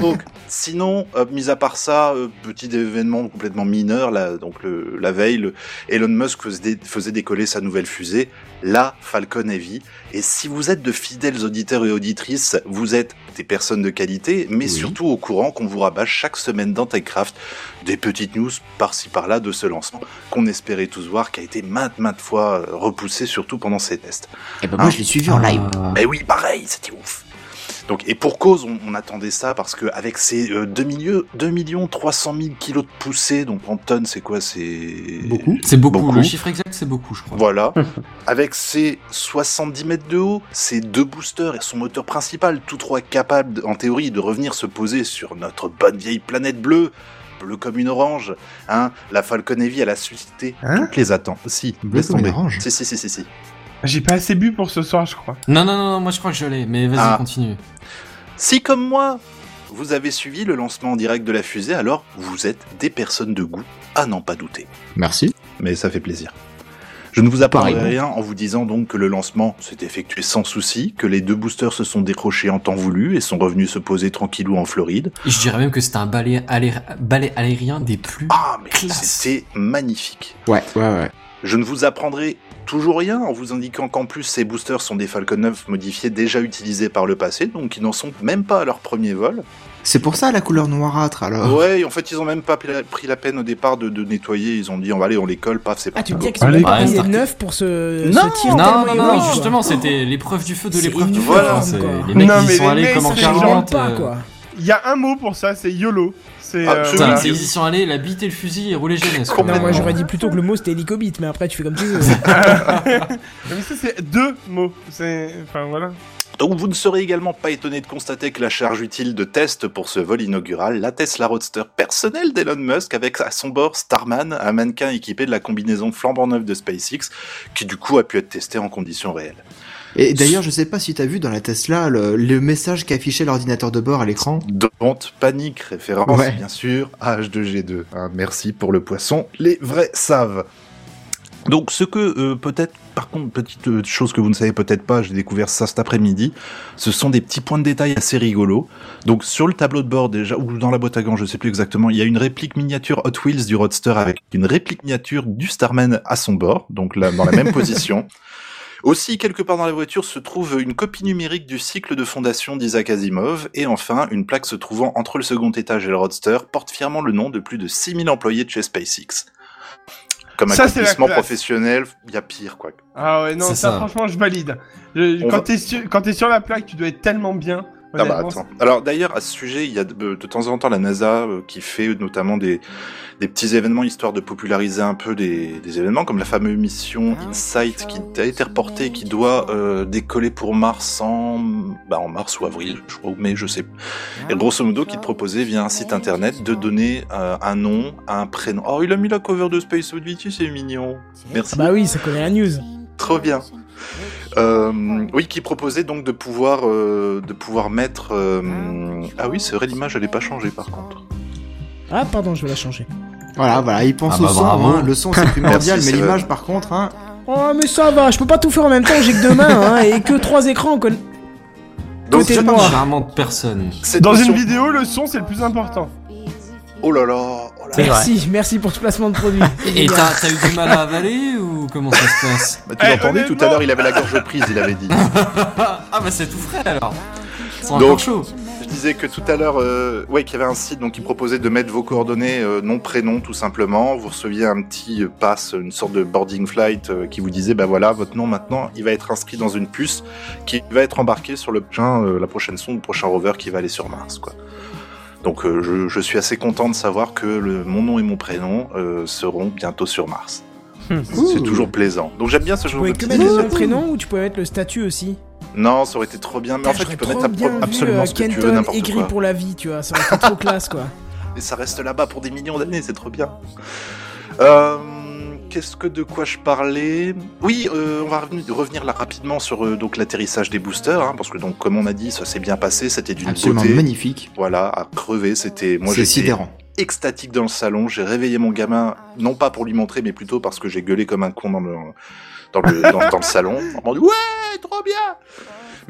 Speaker 4: Donc, sinon, euh, mis à part ça, euh, petit événement complètement mineur, là, donc le, la veille, le- Elon Musk faisait, dé- faisait décoller sa nouvelle fusée, la Falcon Heavy. Et si vous êtes de fidèles auditeurs et auditrices, vous êtes des personnes de qualité, mais surtout au courant qu'on vous rabâche chaque semaine dans TechCraft des petites news par-ci par-là de ce lancement, qu'on espérait tous voir, qui a été maintes, maintes fois euh, repoussé, surtout pendant ces tests.
Speaker 8: Et ben moi je l'ai suivi en live.
Speaker 5: Ah.
Speaker 4: Mais oui, pareil, c'était ouf. Donc, et pour cause, on, on attendait ça parce que avec ces euh, 2, milieux, 2 millions 300 000 kilos de poussée, donc en tonnes, c'est quoi C'est
Speaker 8: Beaucoup.
Speaker 5: C'est beaucoup.
Speaker 4: Beaucoup.
Speaker 5: Le chiffre exact, c'est beaucoup, je crois.
Speaker 4: Voilà. avec ses 70 mètres de haut, ses deux boosters et son moteur principal, tous trois capables en théorie de revenir se poser sur notre bonne vieille planète bleue, bleue comme une orange, hein, la Falcon Heavy, elle a suscité
Speaker 6: Hein
Speaker 4: toutes les attentes. Si,
Speaker 8: Bleue
Speaker 4: laisse
Speaker 8: comme une
Speaker 4: tomber.
Speaker 8: orange.
Speaker 4: Si, si, si, si, si.
Speaker 6: J'ai pas assez bu pour ce soir, je crois.
Speaker 5: Non, non, non, non, moi je crois que je l'ai, mais vas-y,
Speaker 4: Ah.
Speaker 5: continue.
Speaker 4: Si comme moi, vous avez suivi le lancement en direct de la fusée, alors vous êtes des personnes de goût, à n'en pas douter.
Speaker 8: Merci.
Speaker 4: Mais ça fait plaisir. Je ne vous apprendrai
Speaker 8: Pareil.
Speaker 4: rien en vous disant donc que le lancement s'est effectué sans souci, que les deux boosters se sont décrochés en temps voulu et sont revenus se poser tranquillou en Floride.
Speaker 5: Et je dirais même que c'était un balai, aller- balai aérien des plus.
Speaker 4: Ah mais
Speaker 5: Classe.
Speaker 4: c'était magnifique.
Speaker 8: Ouais, ouais, ouais.
Speaker 4: Je ne vous apprendrai toujours rien en vous indiquant qu'en plus ces boosters sont des Falcon 9 modifiés déjà utilisés par le passé, donc ils n'en sont même pas à leur premier vol.
Speaker 8: C'est pour ça la couleur noirâtre
Speaker 1: Ah.
Speaker 8: alors.
Speaker 4: Ouais, et en fait, ils ont même pas pris la- pris la peine au départ de, de nettoyer. Ils ont dit, on va aller, on les colle, paf, c'est
Speaker 1: Ah,
Speaker 4: pas
Speaker 1: tu me dis
Speaker 4: grave.
Speaker 1: qu'ils ont même pas
Speaker 5: Allez,
Speaker 1: pris les
Speaker 5: Stark.
Speaker 1: neuf pour ce,
Speaker 4: Non,
Speaker 1: ce tir
Speaker 5: Non,
Speaker 1: tellement
Speaker 5: non, non,
Speaker 1: éloigné, quoi.
Speaker 5: justement, c'était l'épreuve du feu de
Speaker 1: C'est
Speaker 5: l'épreuve du feu.
Speaker 4: énorme,
Speaker 5: enfin, c'est-
Speaker 1: quoi.
Speaker 5: Les mecs,
Speaker 6: Non,
Speaker 5: ils
Speaker 6: mais
Speaker 5: sont
Speaker 6: les
Speaker 5: allés
Speaker 6: mecs,
Speaker 5: comme en
Speaker 1: Ça, je
Speaker 5: 40.
Speaker 1: comprends pas,
Speaker 5: euh,
Speaker 1: quoi.
Speaker 6: Il y a un mot pour ça, c'est YOLO. C'est.
Speaker 4: Ah,
Speaker 6: euh,
Speaker 4: putain,
Speaker 5: Putain,
Speaker 4: Ouais.
Speaker 5: c'est- ils y sont allés, la bite et le fusil et rouler jeunesse.
Speaker 1: Non,
Speaker 5: quoi.
Speaker 1: moi
Speaker 4: Complètement.
Speaker 1: j'aurais dit plutôt que le mot c'était hélicobite, mais après tu fais comme tu veux.
Speaker 6: mais ça, c'est deux mots. C'est. Enfin, voilà.
Speaker 4: Donc, vous ne serez également pas étonné de constater que la charge utile de test pour ce vol inaugural, la Tesla Roadster personnelle d'Elon Musk, avec à son bord Starman, un mannequin équipé de la combinaison flambant neuve de SpaceX, qui du coup a pu être testé en conditions réelles.
Speaker 8: Et d'ailleurs, je sais pas si t'as vu dans la Tesla le, le message qu'affichait l'ordinateur de bord à l'écran.
Speaker 4: Don't panique, référence
Speaker 8: Ouais.
Speaker 4: bien sûr à H2G2. hein. merci pour le poisson, les vrais savent. Donc ce que euh, peut-être, par contre, petite euh, chose que vous ne savez peut-être pas, j'ai découvert ça cet après-midi, ce sont des petits points de détail assez rigolos. Donc sur le tableau de bord déjà, ou dans la boîte à gants, je sais plus exactement, il y a une réplique miniature Hot Wheels du Roadster avec une réplique miniature du Starman à son bord, donc là, dans la même position. Aussi, quelque part dans la voiture se trouve une copie numérique du cycle de fondation d'Isaac Asimov, et enfin, une plaque se trouvant entre le second étage et le Roadster porte fièrement le nom de plus de 6000 employés de chez SpaceX. Comme
Speaker 6: Ça, c'est la
Speaker 4: accomplissement
Speaker 6: classe.
Speaker 4: professionnel, il y a pire, quoi.
Speaker 6: Ah ouais, non,
Speaker 5: C'est
Speaker 6: ça,
Speaker 5: ça.
Speaker 6: franchement, je valide. Je-
Speaker 4: On
Speaker 6: quand
Speaker 4: va-
Speaker 6: t'es sur, quand t'es sur la plaque, tu dois être tellement bien.
Speaker 4: Ah bah
Speaker 6: honnêtement.
Speaker 4: attends. Alors d'ailleurs, à ce sujet, il y a de, de temps en temps la NASA euh, qui fait notamment des, des petits événements histoire de populariser un peu des, des événements, comme la fameuse mission InSight qui a été reportée et qui doit euh, décoller pour Mars en, bah, en mars ou avril, je crois, ou mai, je sais plus. Et grosso modo, qui te proposait via un site internet de donner euh, un nom, un prénom. Oh, il a mis la cover de Space Oddity, c'est mignon. Merci.
Speaker 1: Ah bah oui, ça connaît la news.
Speaker 4: Trop bien. Euh, oui, qui proposait donc de pouvoir, euh, de pouvoir mettre. euh, Ah oui, c'est vrai, l'image elle n'est pas changée par contre.
Speaker 1: Ah pardon, je vais la changer.
Speaker 8: Voilà, voilà, il pense
Speaker 5: Ah bah
Speaker 8: au son.
Speaker 5: bravo.
Speaker 8: hein. Le son c'est primordial,
Speaker 4: Merci, c'est
Speaker 8: mais l'image
Speaker 4: vrai.
Speaker 8: par contre, hein.
Speaker 1: Oh mais ça va, je peux pas tout faire en même temps, j'ai que deux mains hein, et que trois écrans. conna-
Speaker 4: Donc,
Speaker 1: Côté
Speaker 4: je-
Speaker 1: noir. Oh.
Speaker 5: Charmante personne.
Speaker 4: cette
Speaker 6: Dans
Speaker 4: notion-
Speaker 6: une vidéo, le son, c'est le plus important.
Speaker 4: Oh là là, oh là
Speaker 3: C'est vrai.
Speaker 1: Merci, merci pour ce placement de produit.
Speaker 5: Et t'as t'as eu du mal à avaler ou comment ça se passe
Speaker 4: Bah, tu
Speaker 6: Eh,
Speaker 4: l'as entendu tout à
Speaker 6: honnêtement.
Speaker 4: l'heure, il avait la gorge prise, il avait dit.
Speaker 5: Ah bah c'est tout frais alors. C'est
Speaker 4: Donc-
Speaker 5: encore chaud.
Speaker 4: Je disais que tout à l'heure, euh, ouais, qu'il y avait un site donc qui proposait de mettre vos coordonnées, euh, nom, prénom, tout simplement. Vous receviez un petit euh, pass, une sorte de boarding flight euh, qui vous disait, bah voilà, votre nom maintenant, il va être inscrit dans une puce qui va être embarquée sur le prochain, euh, la prochaine sonde, le prochain rover qui va aller sur Mars, quoi. Donc euh, je, je suis assez content de savoir que le, mon nom et mon prénom euh, seront bientôt sur Mars.
Speaker 3: Hmm.
Speaker 4: C'est toujours plaisant. Donc j'aime bien ce
Speaker 1: Tu
Speaker 4: genre de
Speaker 1: pouvais que
Speaker 4: petites
Speaker 1: mettre le nom et le
Speaker 4: initiatives.
Speaker 1: prénom ou tu pouvais mettre le statut aussi
Speaker 4: Non, ça aurait été trop bien, mais en fait
Speaker 1: Ah, J'aurais
Speaker 4: tu peux
Speaker 1: trop
Speaker 4: mettre ab-
Speaker 1: bien vu,
Speaker 4: absolument
Speaker 1: euh,
Speaker 4: ce que tu veux,
Speaker 1: Kenton
Speaker 4: n'importe
Speaker 1: écrit
Speaker 4: quoi.
Speaker 1: pour la vie, tu vois, ça aurait été trop classe quoi.
Speaker 4: Et ça reste là-bas pour des millions d'années, c'est trop bien. Euh, Qu'est-ce que de quoi je parlais Oui, euh, on va reven- revenir là rapidement sur euh, donc l'atterrissage des boosters, hein, parce que donc comme on a dit, ça s'est bien passé, c'était d'une
Speaker 8: Absolument
Speaker 4: beauté.
Speaker 8: magnifique.
Speaker 4: Voilà, à crever, c'était moi
Speaker 8: C'est
Speaker 4: j'étais
Speaker 8: sidérant.
Speaker 4: extatique dans le salon. J'ai réveillé mon gamin, non pas pour lui montrer, mais plutôt parce que j'ai gueulé comme un con dans le dans le, dans, dans le salon. On m'a dit ouais, trop bien.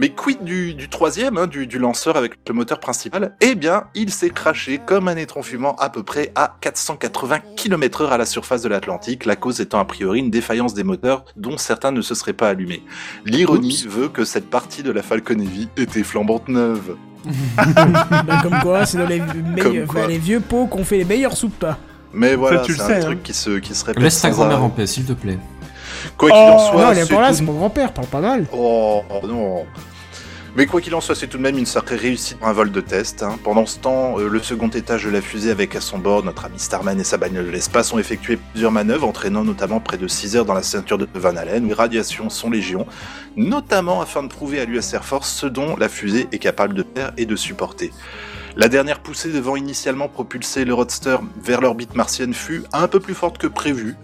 Speaker 4: Mais quid du, du troisième, hein, du, du lanceur avec le moteur principal Eh bien, il s'est craché comme un étron fumant à peu près à 480 km/h à la surface de l'Atlantique, la cause étant a priori une défaillance des moteurs dont certains ne se seraient pas allumés. L'ironie veut que cette partie de la Falcon Heavy était flambante neuve.
Speaker 1: Bah, comme quoi, c'est dans les, meilleurs-
Speaker 4: quoi.
Speaker 1: enfin, les vieux pots qu'on fait les meilleures soupes. Pas.
Speaker 4: Mais voilà,
Speaker 6: tu le
Speaker 4: c'est un
Speaker 6: sais, hein.
Speaker 4: truc qui se, qui se répète.
Speaker 5: Laisse ta
Speaker 4: sans
Speaker 5: grand-mère
Speaker 4: arrêt.
Speaker 5: en paix s'il te plaît.
Speaker 4: Quoi qu'il en
Speaker 6: Oh,
Speaker 4: soit,
Speaker 1: non, il est
Speaker 4: c'est
Speaker 1: encore là,
Speaker 4: tout
Speaker 1: c'est
Speaker 4: de-
Speaker 1: mon grand-père, parle pas mal.
Speaker 4: Oh non mais quoi qu'il en soit, c'est tout de même une sacrée réussite pour un vol de test. hein. Pendant ce temps, euh, le second étage de la fusée avec à son bord notre ami Starman et sa bagnole de l'espace ont effectué plusieurs manœuvres, entraînant notamment près de 6 heures dans la ceinture de Van Allen, où les radiations sont légion, notamment afin de prouver à l'US Air Force ce dont la fusée est capable de faire et de supporter. La dernière poussée devant initialement propulser le Roadster vers l'orbite martienne fut un peu plus forte que prévu,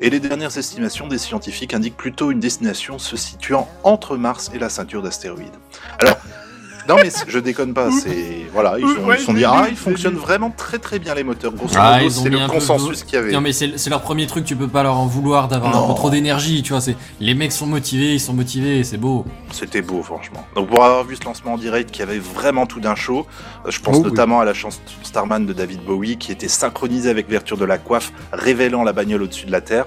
Speaker 4: et les dernières estimations des scientifiques indiquent plutôt une destination se situant entre Mars et la ceinture d'astéroïdes. Alors, non mais c'est- je déconne pas, c'est voilà, ils
Speaker 6: Oui,
Speaker 4: sont,
Speaker 6: ouais,
Speaker 4: ils sont
Speaker 6: je
Speaker 4: dit
Speaker 6: l'ai
Speaker 4: ah,
Speaker 6: vu,
Speaker 4: ils
Speaker 6: je l'ai
Speaker 4: fonctionnent
Speaker 6: vu.
Speaker 4: vraiment très très bien les moteurs. Grosso
Speaker 5: Ah,
Speaker 4: modo,
Speaker 5: ils ont
Speaker 4: c'est
Speaker 5: mis un
Speaker 4: le
Speaker 5: peu
Speaker 4: consensus qu'il y avait.
Speaker 5: Non mais c'est c'est leur premier truc, tu peux pas leur en vouloir d'avoir un
Speaker 4: Non.
Speaker 5: peu trop d'énergie, tu vois. c'est- Les mecs sont motivés, ils sont motivés, c'est beau.
Speaker 4: C'était beau, franchement. Donc, pour avoir vu ce lancement en direct qui avait vraiment tout d'un show, euh, je pense notamment à la chanson Starman de David Bowie qui était synchronisée avec l'ouverture de la coiffe, révélant la bagnole au-dessus de la Terre.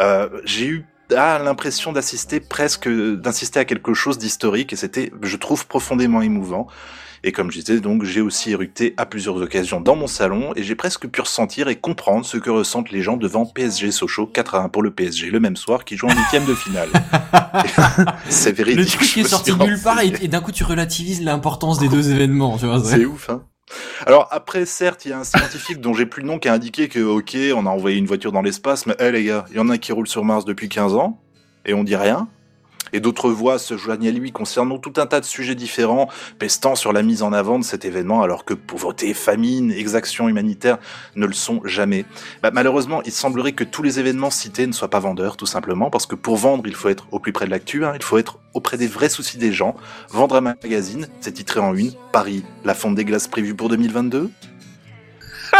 Speaker 4: Euh, J'ai eu ah, l'impression d'assister presque, d'insister à quelque chose d'historique et c'était, je trouve, profondément émouvant. Et comme je disais, donc, j'ai aussi éructé à plusieurs occasions dans mon salon et j'ai presque pu ressentir et comprendre ce que ressentent les gens devant PSG Sochaux 4 à 1 pour le PSG le même soir qui joue en huitième de finale. C'est véridique.
Speaker 5: Le truc
Speaker 4: je
Speaker 5: qui est
Speaker 4: me
Speaker 5: sorti
Speaker 4: suis
Speaker 5: de nulle part et,
Speaker 4: renseigné.
Speaker 5: et d'un coup tu relativises l'importance des deux événements, tu vois. c'est-
Speaker 4: C'est ouf, hein. Alors après, certes, il y a un scientifique dont j'ai plus le nom qui a indiqué que, ok, on a envoyé une voiture dans l'espace, mais hé les gars, il y en a qui roulent sur Mars depuis 15 ans, et on dit rien. Et d'autres voix se joignent à lui concernant tout un tas de sujets différents, pestant sur la mise en avant de cet événement, alors que pauvreté, famine, exactions humanitaires ne le sont jamais. Bah, malheureusement, il semblerait que tous les événements cités ne soient pas vendeurs, tout simplement, parce que pour vendre, il faut être au plus près de l'actu, hein, il faut être auprès des vrais soucis des gens, Vendre un magazine, c'est titré en une. Paris, la fonte des glaces prévue pour 2022
Speaker 1: Oh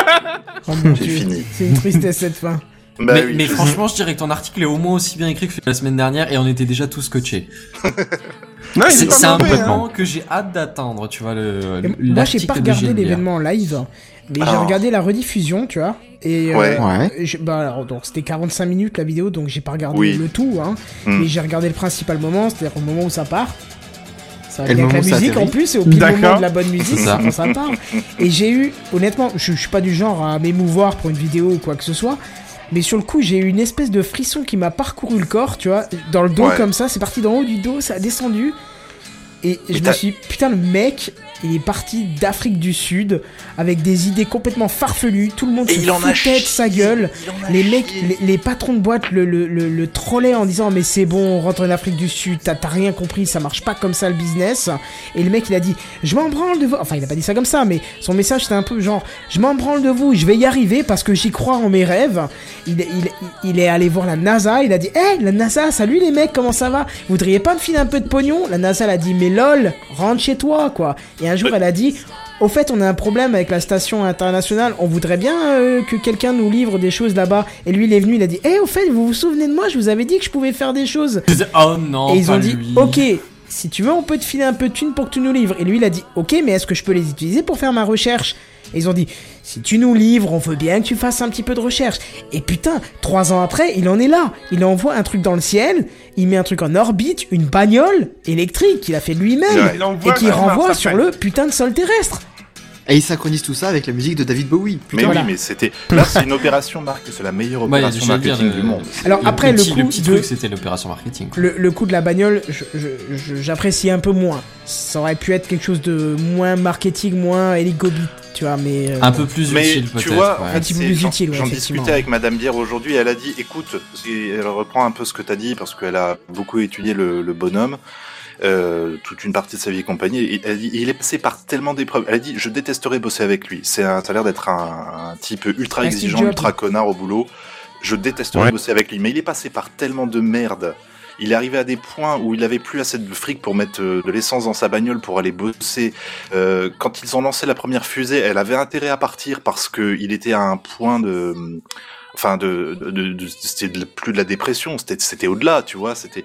Speaker 1: mon
Speaker 4: J'ai
Speaker 1: Dieu,
Speaker 4: fini.
Speaker 1: C'est une tristesse cette fin.
Speaker 4: Bah
Speaker 5: mais
Speaker 4: oui,
Speaker 5: mais
Speaker 4: je-
Speaker 5: franchement, je dirais que ton article est au moins aussi bien écrit que la semaine dernière et on était déjà tous coachés.
Speaker 6: Non, il est
Speaker 5: C'est
Speaker 6: pas
Speaker 5: c'est un
Speaker 6: mauvais, hein.
Speaker 5: moment que j'ai hâte d'atteindre, tu vois. Le,
Speaker 1: Et
Speaker 5: l'article
Speaker 1: Moi, j'ai pas
Speaker 5: de
Speaker 1: regardé
Speaker 5: Gilles Biard.
Speaker 1: l'événement en live, mais j'ai
Speaker 4: Alors.
Speaker 1: regardé la rediffusion, tu vois. Et euh,
Speaker 4: Ouais.
Speaker 8: Ouais.
Speaker 1: je- bah, alors, donc c'était 45 minutes la vidéo, donc j'ai pas regardé
Speaker 4: Oui.
Speaker 1: le tout, hein.
Speaker 4: Hmm.
Speaker 1: Mais j'ai regardé le principal moment, c'est-à-dire au moment où ça part. Ça va
Speaker 8: Et le
Speaker 1: bien avec la
Speaker 8: moment où ça
Speaker 1: musique en
Speaker 8: atterrit.
Speaker 1: plus, et au pile moment
Speaker 6: D'accord.
Speaker 1: de la bonne musique,
Speaker 5: C'est
Speaker 1: c'est
Speaker 5: ça.
Speaker 1: quand ça part. Et j'ai eu, honnêtement, je, je suis pas du genre à m'émouvoir pour une vidéo ou quoi que ce soit. Mais sur le coup, j'ai eu une espèce de frisson qui m'a parcouru le corps, tu vois, dans le dos
Speaker 4: Ouais.
Speaker 1: comme ça, c'est parti d'en haut du dos, ça a descendu. Et je me
Speaker 4: t'as-
Speaker 1: suis dit, putain, le mec, il est parti d'Afrique du Sud avec des idées complètement farfelues. Tout le monde
Speaker 4: Et
Speaker 1: se
Speaker 4: il en a
Speaker 1: foutait de sa gueule. Les mecs, les, les patrons de boîte le, le, le, le trollaient en disant, mais c'est bon, on rentre en Afrique du Sud, t'as t'as rien compris, ça marche pas comme ça le business. Et le mec, il a dit, je m'en branle de vous. Enfin, il a pas dit ça comme ça, mais son message c'était un peu genre, je m'en branle de vous, je vais y arriver parce que j'y crois en mes rêves. Il, il, il est allé voir la NASA, il a dit, hé, la NASA, salut les mecs, comment ça va Vous voudriez pas me filer un peu de pognon La NASA, elle a dit, mais lol, rentre chez toi, quoi. Et un jour, elle a dit, au fait, on a un problème avec la station internationale, on voudrait bien euh, que quelqu'un nous livre des choses là-bas. Et lui, il est venu, il a Eh, dit, hé, au fait, vous vous souvenez de moi, je vous avais dit que je pouvais faire des choses.
Speaker 5: Je disais, Oh non,
Speaker 1: Et ils
Speaker 5: pas
Speaker 1: ont dit,
Speaker 5: lui.
Speaker 1: ok, si tu veux, on peut te filer un peu de thunes pour que tu nous livres. Et lui, il a dit, ok, mais est-ce que je peux les utiliser pour faire ma recherche Et ils ont dit, si tu nous livres, on veut bien que tu fasses un petit peu de recherche. Et putain, trois ans après, il en est là. Il envoie un truc dans le ciel, il met un truc en orbite, une bagnole électrique qu'il a fait lui-même,
Speaker 6: Il envoie
Speaker 1: et qui
Speaker 6: sur Mars,
Speaker 1: renvoie
Speaker 6: après.
Speaker 1: sur le putain de sol terrestre.
Speaker 8: Et il synchronise tout ça avec la musique de David Bowie.
Speaker 4: Mais
Speaker 8: Putain,
Speaker 4: oui,
Speaker 1: voilà.
Speaker 4: mais c'était. Là, c'est une opération marque, c'est la meilleure
Speaker 5: Ouais, il y a des
Speaker 4: opération
Speaker 5: choses à dire,
Speaker 4: marketing
Speaker 5: euh,
Speaker 4: du monde.
Speaker 1: Alors après, le
Speaker 5: petit,
Speaker 1: coup
Speaker 5: petit
Speaker 1: de-
Speaker 5: truc, c'était l'opération marketing. quoi.
Speaker 1: Le, le coup de la bagnole, je- je- je- j'apprécie un peu moins. Ça aurait pu être quelque chose de moins marketing, moins hélicobit, tu vois, mais... euh,
Speaker 5: Un peu plus
Speaker 4: Mais
Speaker 5: utile, peut-être.
Speaker 4: tu vois,
Speaker 5: ouais.
Speaker 4: en
Speaker 1: Un
Speaker 4: fait,
Speaker 1: petit peu
Speaker 4: c'est-
Speaker 1: plus
Speaker 4: j'en
Speaker 1: utile, ouais,
Speaker 4: j'en
Speaker 1: effectivement.
Speaker 4: discutais avec Madame Bière aujourd'hui. Elle a dit, écoute, et elle reprend un peu ce que t'as dit parce qu'elle a beaucoup étudié le, le bonhomme. euh, toute une partie de sa vie et compagnie. Et elle dit, il est passé par tellement d'épreuves. Elle a dit, je détesterais bosser avec lui. C'est un, ça a l'air d'être un, un type ultra
Speaker 1: Un Steve
Speaker 4: exigeant,
Speaker 1: Jobs.
Speaker 4: ultra connard au boulot. Je détesterais
Speaker 6: Ouais.
Speaker 4: bosser avec lui. Mais il est passé par tellement de merde. Il est arrivé à des points où il avait plus assez de fric pour mettre euh, de l'essence dans sa bagnole pour aller bosser. Euh, quand ils ont lancé la première fusée, elle avait intérêt à partir parce que il était à un point de, enfin de, de, de- de- c'était de- plus de la dépression, c'était c'était au-delà, tu vois. C'était,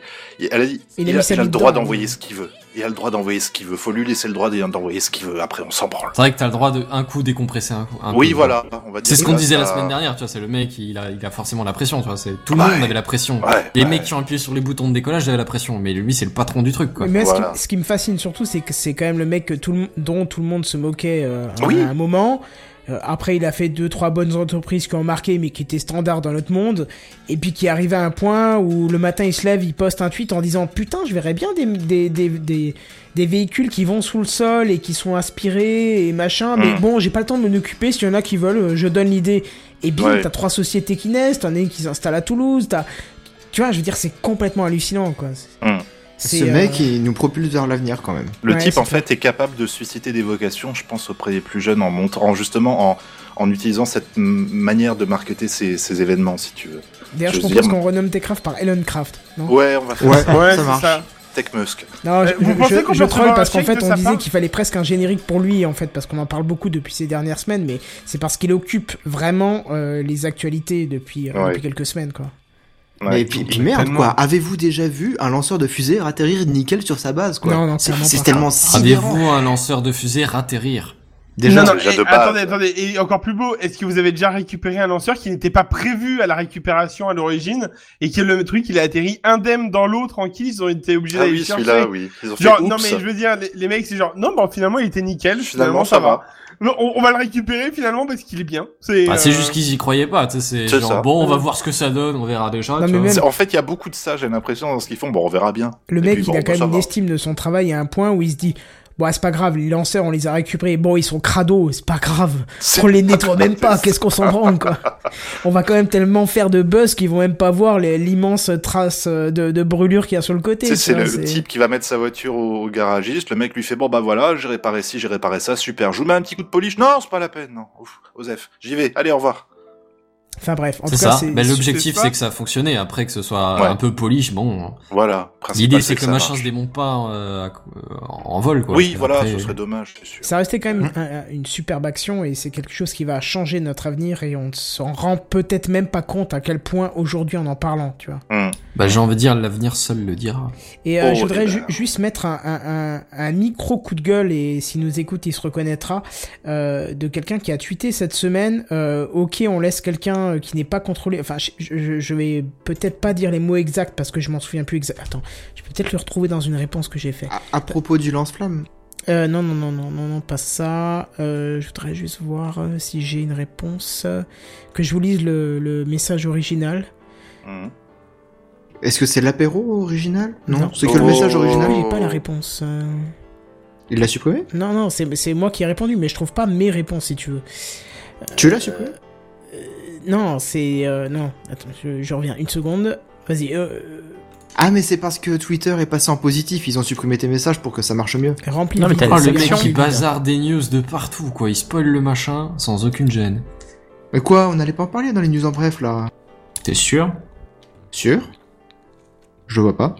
Speaker 4: elle a dit,
Speaker 1: Il
Speaker 4: il,
Speaker 1: a
Speaker 4: a,
Speaker 1: mis sa
Speaker 4: il a le
Speaker 1: bite
Speaker 4: droit
Speaker 1: dedans.
Speaker 4: d'envoyer ce qu'il veut. Il a le droit d'envoyer ce qu'il veut. Faut lui laisser le droit d'envoyer ce qu'il veut. Après, on s'en branle.
Speaker 5: C'est vrai que t'as le droit de un coup décompresser un coup. un
Speaker 4: oui,
Speaker 5: coup.
Speaker 4: voilà. On va
Speaker 5: C'est
Speaker 4: dire
Speaker 5: ce qu'on
Speaker 4: ça,
Speaker 5: disait la
Speaker 4: ça-
Speaker 5: semaine dernière, tu vois, c'est le mec, il a, il a forcément la pression, tu vois, c'est, tout le
Speaker 4: Ah bah
Speaker 5: monde
Speaker 4: ouais.
Speaker 5: avait la pression.
Speaker 4: Ouais,
Speaker 5: Les
Speaker 4: ouais.
Speaker 5: mecs qui ont appuyé sur les boutons de décollage avaient la pression, mais lui, c'est le patron du truc, quoi.
Speaker 1: Mais moi, ce qui-
Speaker 4: Voilà.
Speaker 1: ce, qui, me fascine surtout, c'est que c'est quand même le mec que tout le, dont tout le monde se moquait euh, à
Speaker 4: Oui.
Speaker 1: un moment. Euh, après, il a fait deux, trois bonnes entreprises qui ont marqué, mais qui étaient standards dans notre monde. Et puis qui arrive à un point où le matin, il se lève, il poste un tweet en disant Putain, je verrais bien des, des, des, des, des véhicules qui vont sous le sol et qui sont inspirés et machin. Mais
Speaker 4: Mm.
Speaker 1: bon, j'ai pas le temps de m'en occuper. S'il y en a qui veulent, euh, je donne l'idée. Et bim,
Speaker 4: Ouais.
Speaker 1: t'as trois sociétés qui naissent, t'en as une qui s'installe à Toulouse, t'as. Tu vois, je veux dire, c'est complètement hallucinant, quoi.
Speaker 4: Mm.
Speaker 8: ce
Speaker 1: euh,
Speaker 8: mec, il nous propulse vers l'avenir quand même.
Speaker 4: Le
Speaker 1: Ouais,
Speaker 4: type,
Speaker 1: c'est
Speaker 4: en fait, est capable de susciter des vocations, je pense, auprès des plus jeunes en montrant justement en, en utilisant cette m- manière de marketer ces, ces événements, si tu veux.
Speaker 1: D'ailleurs, je
Speaker 4: Je veux
Speaker 1: propose
Speaker 4: dire-
Speaker 1: qu'on renomme Techcraft par Elon Craft. Non,
Speaker 4: Ouais, on va faire
Speaker 8: Ouais,
Speaker 4: ça.
Speaker 6: Ouais,
Speaker 8: ça
Speaker 6: c'est
Speaker 8: marche.
Speaker 6: ça.
Speaker 4: Tech Musk.
Speaker 1: non je,
Speaker 6: Euh, vous
Speaker 1: je-
Speaker 6: pensez
Speaker 1: je-
Speaker 6: qu'on
Speaker 1: je
Speaker 6: peut
Speaker 1: troll
Speaker 6: recevoir
Speaker 1: parce
Speaker 6: un
Speaker 1: qu'en
Speaker 6: chèque
Speaker 1: fait,
Speaker 6: de
Speaker 1: on
Speaker 6: sa
Speaker 1: disait
Speaker 6: part
Speaker 1: qu'il fallait presque un générique pour lui, en fait, parce qu'on en parle beaucoup depuis ces dernières semaines, mais c'est parce qu'il occupe vraiment euh, les actualités depuis, euh,
Speaker 4: Ouais.
Speaker 1: depuis quelques semaines, quoi.
Speaker 4: Ouais.
Speaker 8: Et puis, puis merde
Speaker 6: tellement-
Speaker 8: quoi, avez-vous déjà vu un lanceur de fusée atterrir nickel sur sa base quoi
Speaker 1: Non, non,
Speaker 8: C'est
Speaker 1: clairement
Speaker 8: c'est
Speaker 1: pas.
Speaker 8: tellement sidérant.
Speaker 5: Rendez-vous un lanceur de fusée atterrir.
Speaker 8: Déjà,
Speaker 6: non, non,
Speaker 4: déjà
Speaker 6: et-
Speaker 4: de base.
Speaker 6: attendez, attendez, et encore plus beau, est-ce que vous avez déjà récupéré un lanceur qui n'était pas prévu à la récupération à l'origine et que le truc il a atterri indemne dans l'eau tranquille, ils ont été obligés
Speaker 4: Ah
Speaker 6: d'aller
Speaker 4: oui,
Speaker 6: le chercher.
Speaker 4: celui-là, oui. Ils ont fait
Speaker 6: Genre, non
Speaker 4: oups.
Speaker 6: mais je veux dire, les, les mecs c'est genre, non bah finalement il était nickel, finalement,
Speaker 4: Finalement, ça va.
Speaker 6: Non, on, on va le récupérer finalement parce qu'il est bien. C'est
Speaker 8: Ah,
Speaker 5: Bah, c'est
Speaker 6: euh,
Speaker 5: juste qu'ils y croyaient pas, tu sais, c'est
Speaker 4: C'est
Speaker 5: genre,
Speaker 4: ça.
Speaker 5: bon, on va voir ce que ça donne, on verra déjà,
Speaker 1: Non,
Speaker 5: tu
Speaker 1: mais
Speaker 5: vois.
Speaker 1: même-
Speaker 4: C'est- En fait, il y a beaucoup de ça, j'ai l'impression, dans ce qu'ils font. Bon, on verra bien.
Speaker 1: Le
Speaker 4: Et
Speaker 1: mec,
Speaker 4: puis,
Speaker 1: il
Speaker 4: bon,
Speaker 1: a quand
Speaker 4: bah, ça
Speaker 1: même une
Speaker 4: va.
Speaker 1: estime de son travail à un point où il se dit Bon, ah, c'est pas grave, les lanceurs, on les a récupérés. Bon, ils sont crados, c'est pas grave.
Speaker 4: C'est
Speaker 1: On les nettoie même pas,
Speaker 4: c'est
Speaker 1: qu'est-ce qu'on s'en branle, quoi. On va quand même tellement faire de buzz qu'ils vont même pas voir les- l'immense trace euh, de, de brûlure qu'il y a sur le côté.
Speaker 4: Tu sais,
Speaker 1: tu
Speaker 4: c'est
Speaker 1: vois,
Speaker 4: le,
Speaker 1: c'est-
Speaker 4: le type qui va mettre sa voiture au, au garagiste. Le mec lui fait bon bah voilà, j'ai réparé ci, j'ai réparé ça, super. Je vous mets un petit coup de polish. Non, c'est pas la peine. Non, ouf, Osef, j'y vais. Allez, au revoir.
Speaker 1: Enfin bref, en
Speaker 5: C'est
Speaker 1: tout cas,
Speaker 5: ça.
Speaker 1: c'est.
Speaker 4: Ben,
Speaker 5: Bah, l'objectif,
Speaker 6: c'est
Speaker 5: c'est que ça fonctionnait. Après, que ce soit
Speaker 4: Ouais.
Speaker 5: un peu polish, bon.
Speaker 4: Voilà. principal,
Speaker 5: L'idée, c'est que le
Speaker 4: ça
Speaker 5: machin
Speaker 4: marche.
Speaker 5: se démonte pas euh, à- euh, en vol, quoi.
Speaker 4: Oui,
Speaker 5: Parce que
Speaker 4: voilà,
Speaker 5: après- euh,
Speaker 4: ce serait dommage, c'est sûr.
Speaker 1: Ça restait quand même
Speaker 4: Hum.
Speaker 1: un- un- une superbe action et c'est quelque chose qui va changer notre avenir et on ne s'en rend peut-être même pas compte à quel point aujourd'hui en en parlant, tu vois.
Speaker 4: Hmm.
Speaker 5: Bah, j'ai envie de dire, l'avenir seul le dira.
Speaker 1: Et euh,
Speaker 4: Oh,
Speaker 1: je voudrais
Speaker 4: eh ben.
Speaker 1: ju- juste mettre un, un- un- un micro coup de gueule et s'il nous écoute, il se reconnaîtra euh, de quelqu'un qui a tweeté cette semaine. euh, ok, on laisse quelqu'un euh, qui n'est pas contrôlé. Enfin, je, je, je vais peut-être pas dire les mots exacts parce que je m'en souviens plus exact. Attends, je peux peut-être le retrouver dans une réponse que j'ai faite.
Speaker 8: à, à propos du lance-flamme,
Speaker 1: Euh, non, non, non, non, non, non, pas ça. Euh, je voudrais juste voir euh, si j'ai une réponse. euh, que je vous lise le, le message original.
Speaker 4: Hmm.
Speaker 8: est-ce que c'est l'apéro original Non,
Speaker 1: Non.
Speaker 8: c'est que le
Speaker 4: Oh.
Speaker 8: message
Speaker 1: Ah,
Speaker 8: original.
Speaker 1: j'ai pas la réponse. euh.
Speaker 8: Il l'a supprimé
Speaker 1: Non, non, c'est c'est moi qui ai répondu, mais je trouve pas mes réponses si tu veux.
Speaker 8: Tu l'as supprimé
Speaker 1: Euh, non, c'est. euh, non, attends, je, je reviens une seconde. Vas-y, euh, euh,
Speaker 8: Ah mais c'est parce que Twitter est passé en positif, ils ont supprimé tes messages pour que ça marche mieux.
Speaker 1: remplis Ah,
Speaker 3: Non, mais
Speaker 1: vite
Speaker 3: t'as
Speaker 1: la
Speaker 5: Oh, le mec
Speaker 1: section.
Speaker 5: qui bazarde des news de partout, quoi. Il spoil le machin sans aucune gêne.
Speaker 8: Mais quoi, on n'allait pas en parler dans les news en bref là
Speaker 5: T'es sûr
Speaker 8: Sûr Je vois pas.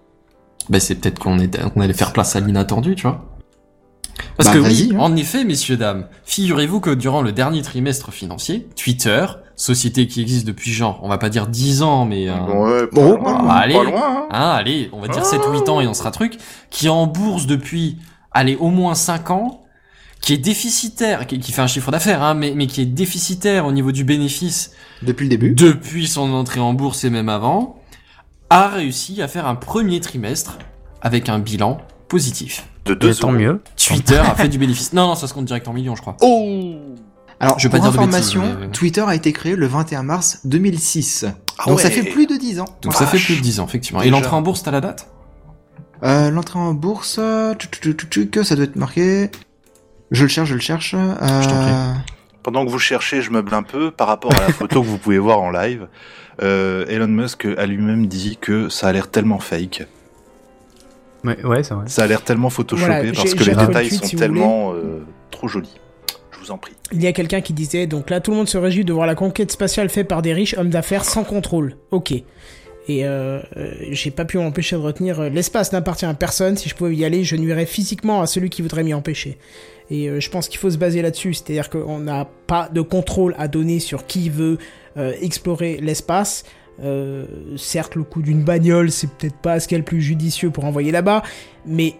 Speaker 5: Bah, c'est peut-être qu'on est, on allait faire place à l'inattendu, tu vois. Parce
Speaker 8: Bah,
Speaker 5: que oui,
Speaker 8: vas-y, hein.
Speaker 5: en effet, messieurs, dames, figurez-vous que durant le dernier trimestre financier, Twitter, société qui existe depuis genre, on va pas dire 10 ans, mais... euh,
Speaker 4: Ouais, pas
Speaker 8: Oh,
Speaker 4: loin,
Speaker 5: bah,
Speaker 4: pas
Speaker 5: allez.
Speaker 4: loin, hein.
Speaker 5: hein, allez, on va dire 7-8 ans et on sera truc, qui embourse depuis, allez, au moins 5 ans, qui est déficitaire, qui, qui fait un chiffre d'affaires, hein, mais, mais qui est déficitaire au niveau du bénéfice
Speaker 8: Depuis le début.
Speaker 5: depuis son entrée en bourse et même avant, a réussi à faire un premier trimestre avec un bilan positif.
Speaker 4: De
Speaker 3: Et
Speaker 4: deux
Speaker 3: tant
Speaker 4: euros.
Speaker 3: mieux.
Speaker 5: Twitter a fait du bénéfice. Non, non, ça se compte direct en millions, je crois.
Speaker 8: Alors,
Speaker 5: Je vais pas
Speaker 8: pour
Speaker 5: dire de
Speaker 8: information,
Speaker 5: bêtises, mais-
Speaker 8: Twitter a été créé le 21 mars 2006. Donc ça
Speaker 4: Ah ouais.
Speaker 8: fait plus de 10 ans.
Speaker 5: Donc ça fait plus de 10 ans, effectivement. Et
Speaker 4: Déjà.
Speaker 5: l'entrée en bourse, t'as la date
Speaker 8: Euh, L'entrée en bourse, euh, tchou, tchou, tchou, tchou, que ça doit être marqué. Je le cherche, je le cherche. euh,
Speaker 5: t'en
Speaker 4: Pendant que vous cherchez, je meuble un peu par rapport à la photo que vous pouvez voir en live. Euh, Elon Musk a lui-même dit que ça a l'air tellement fake.
Speaker 3: Ouais, ouais, c'est vrai.
Speaker 4: Ça a l'air tellement photoshopé
Speaker 1: Voilà, j'ai-
Speaker 4: parce que
Speaker 1: j'ai
Speaker 4: les
Speaker 1: retrouvé le
Speaker 4: détails
Speaker 1: tweet,
Speaker 4: sont
Speaker 1: si vous
Speaker 4: tellement euh, trop jolis. Je vous en prie.
Speaker 1: Il y a quelqu'un qui disait donc là tout le monde se réjouit de voir la conquête spatiale faite par des riches hommes d'affaires sans contrôle. Ok. Et euh, euh, j'ai pas pu m'empêcher de retenir euh, l'espace n'appartient à personne. Si je pouvais y aller, je nuirais physiquement à celui qui voudrait m'y empêcher. Et euh, je pense qu'il faut se baser là-dessus, c'est-à-dire qu'on n'a pas de contrôle à donner sur qui veut euh, explorer l'espace. Euh, certes, le coup d'une bagnole, c'est peut-être pas ce qu'il y a le plus judicieux pour envoyer là-bas, mais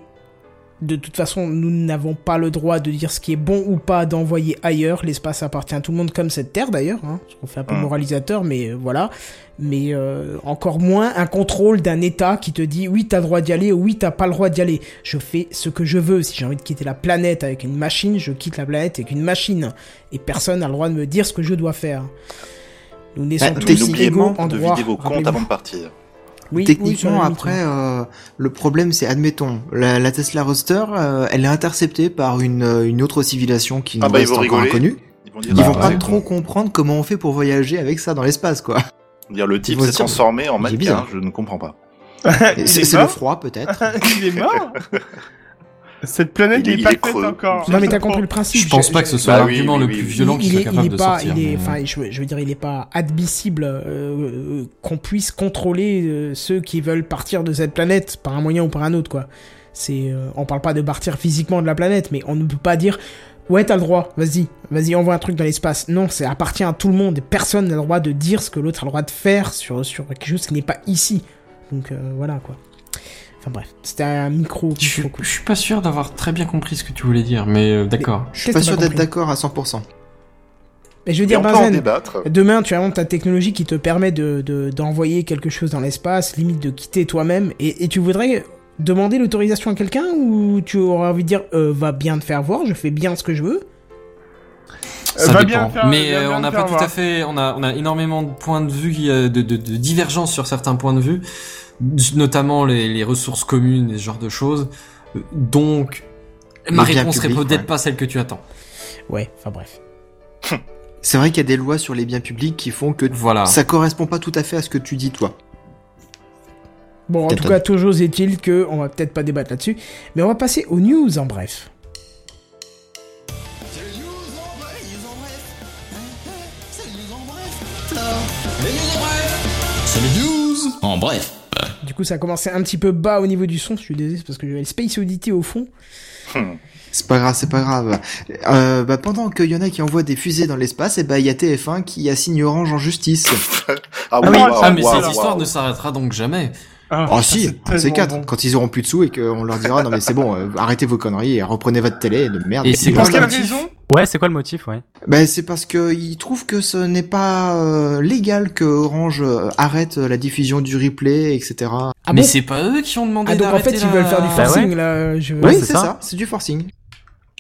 Speaker 1: de toute façon, nous n'avons pas le droit de dire ce qui est bon ou pas d'envoyer ailleurs. L'espace appartient à tout le monde, comme cette terre d'ailleurs. Hein. On fait un peu
Speaker 4: Mm.
Speaker 1: moralisateur, mais euh, voilà. Mais euh, encore moins un contrôle d'un État qui te dit oui, t'as le droit d'y aller, oui, t'as pas le droit d'y aller. Je fais ce que je veux. Si j'ai envie de quitter la planète avec une machine, je quitte la planète avec une machine. Et personne n'a le droit de me dire ce que je dois faire. Nous naissons
Speaker 8: Bah,
Speaker 1: tous
Speaker 4: Et
Speaker 8: Techniquement,
Speaker 4: n'oubliez
Speaker 1: égaux
Speaker 4: pas
Speaker 1: en
Speaker 4: de
Speaker 1: droit.
Speaker 4: vider vos comptes
Speaker 1: rappelez-vous.
Speaker 4: avant de partir.
Speaker 1: Oui, bah, oui, sur
Speaker 8: Techniquement,
Speaker 1: la limite,
Speaker 8: après, euh, le problème, c'est, admettons, la, la Tesla Roadster, euh, elle est interceptée par une, euh, une autre civilisation qui nous
Speaker 4: Ah bah, ils
Speaker 8: reste
Speaker 4: vont
Speaker 8: encore
Speaker 4: rigoler.
Speaker 8: inconnue.
Speaker 4: Ils vont dire,
Speaker 8: Ils
Speaker 4: ah,
Speaker 8: vont
Speaker 4: bah,
Speaker 8: pas
Speaker 4: c'est
Speaker 8: trop
Speaker 4: con.
Speaker 8: comprendre comment on fait pour voyager avec ça dans l'espace, quoi.
Speaker 4: Dire, le type
Speaker 8: vont
Speaker 4: s'est
Speaker 8: se dire,
Speaker 4: transformé en
Speaker 8: il est
Speaker 4: mannequin,
Speaker 8: bizarre.
Speaker 4: je ne comprends pas.
Speaker 8: Et
Speaker 6: Il
Speaker 8: C'est
Speaker 6: est
Speaker 8: c'est le
Speaker 6: mort
Speaker 8: froid, peut-être.
Speaker 1: Ah,
Speaker 6: Il est mort Cette planète
Speaker 4: Il est-
Speaker 6: n'est
Speaker 4: il
Speaker 6: pas
Speaker 4: est
Speaker 6: faite
Speaker 4: creux.
Speaker 6: encore.
Speaker 1: Non mais t'as compris le principe.
Speaker 5: euh, Je pense pas que ce soit
Speaker 4: Bah oui,
Speaker 5: l'argument
Speaker 4: oui,
Speaker 5: le
Speaker 4: oui,
Speaker 5: plus
Speaker 4: oui.
Speaker 5: violent qu'il soit capable
Speaker 1: il est
Speaker 5: de
Speaker 1: pas,
Speaker 5: sortir.
Speaker 1: il est-
Speaker 5: mais- euh,
Speaker 1: enfin, je, veux- je veux dire, il est pas admissible euh, euh, qu'on puisse contrôler euh, ceux qui veulent partir de cette planète par un moyen ou par un autre, quoi. C'est, euh, on parle pas de partir physiquement de la planète, mais on ne peut pas dire, ouais, t'as le droit, vas-y, vas-y, envoie un truc dans l'espace. Non, ça appartient à tout le monde. et Personne n'a le droit de dire ce que l'autre a le droit de faire sur sur quelque chose qui n'est pas ici. Donc euh, voilà, quoi. Enfin bref, c'était un micro.
Speaker 5: Je, suis-
Speaker 1: micro coup.
Speaker 5: je suis pas sûr d'avoir très bien compris ce que tu voulais dire, mais euh, d'accord.
Speaker 8: Je suis
Speaker 1: Qu'est-ce que
Speaker 8: pas
Speaker 1: t'as
Speaker 8: sûr
Speaker 1: pas
Speaker 8: d'être
Speaker 1: compris
Speaker 8: d'accord à 100%.
Speaker 1: Mais je veux
Speaker 4: Et
Speaker 1: dire,
Speaker 4: on peut en
Speaker 1: Benzen, Ah
Speaker 4: débattre.
Speaker 1: Demain, tu inventes ta technologie qui te permet de, de- d'envoyer quelque chose dans l'espace, limite de quitter toi-même, et, et tu voudrais demander l'autorisation à quelqu'un ou tu aurais envie de dire euh, va bien te faire voir, je fais bien ce que je veux
Speaker 5: Ça
Speaker 6: va
Speaker 5: dépend.
Speaker 6: bien faire-
Speaker 5: mais
Speaker 6: va
Speaker 5: euh,
Speaker 6: bien
Speaker 5: on n'a
Speaker 6: faire
Speaker 5: pas tout
Speaker 6: voir.
Speaker 5: à fait, on a, on a énormément de points de vue, qui, euh, de, de, de divergences sur certains points de vue, notamment les, les ressources communes et ce genre de choses. Euh, Donc,
Speaker 8: Le
Speaker 5: ma
Speaker 8: bien
Speaker 5: réponse serait
Speaker 8: public,
Speaker 5: peut-être
Speaker 8: ouais.
Speaker 5: pas celle que tu attends.
Speaker 1: Ouais, enfin bref.
Speaker 8: C'est vrai qu'il y a des lois sur les biens publics qui font que
Speaker 5: Voilà.
Speaker 8: ça correspond pas tout à fait à ce que tu dis, toi.
Speaker 1: Bon, en tout
Speaker 8: Captain.
Speaker 1: cas, toujours est-il que on va peut-être pas débattre là-dessus, mais on va passer aux news en bref.
Speaker 10: C'est les news En bref.
Speaker 1: Du coup, ça a commencé un petit peu bas au niveau du son, je suis désolé, c'est parce que j'avais le Space Oddity au fond.
Speaker 8: C'est pas grave, c'est pas grave. Euh, bah, pendant qu'il y en a qui envoient des fusées dans l'espace, et bah, il y a TF1 qui assigne Orange en justice.
Speaker 4: Ah
Speaker 6: oui,
Speaker 4: waouh,
Speaker 5: Ah mais
Speaker 4: waouh,
Speaker 5: cette
Speaker 4: waouh.
Speaker 5: histoire ne s'arrêtera donc jamais.
Speaker 6: Ah,
Speaker 8: Oh
Speaker 6: ça,
Speaker 8: si, c'est
Speaker 6: tellement
Speaker 8: quatre.
Speaker 6: bon.
Speaker 8: Quand ils auront plus de sous et qu'on leur dira non mais c'est bon, euh, arrêtez vos conneries et reprenez votre télé de merde.
Speaker 5: Et c'est
Speaker 8: Ils
Speaker 5: quoi
Speaker 8: vont
Speaker 6: Pour
Speaker 5: Parce
Speaker 8: se
Speaker 6: quelle
Speaker 5: que-
Speaker 8: dire-
Speaker 6: raison
Speaker 3: Ouais, c'est quoi le motif, ouais.
Speaker 8: Ben c'est parce que ils trouvent que ce n'est pas euh, légal que Orange euh, arrête euh, la diffusion du replay, etc.
Speaker 1: Ah
Speaker 5: mais
Speaker 1: bon
Speaker 5: c'est pas eux qui ont demandé
Speaker 1: Ah donc en
Speaker 5: d'arrêter
Speaker 1: fait, ils
Speaker 5: la-
Speaker 1: veulent faire du
Speaker 3: Bah
Speaker 1: forcing là, je...
Speaker 8: oui,
Speaker 3: c'est
Speaker 8: c'est ça,
Speaker 3: ça.
Speaker 8: c'est du forcing.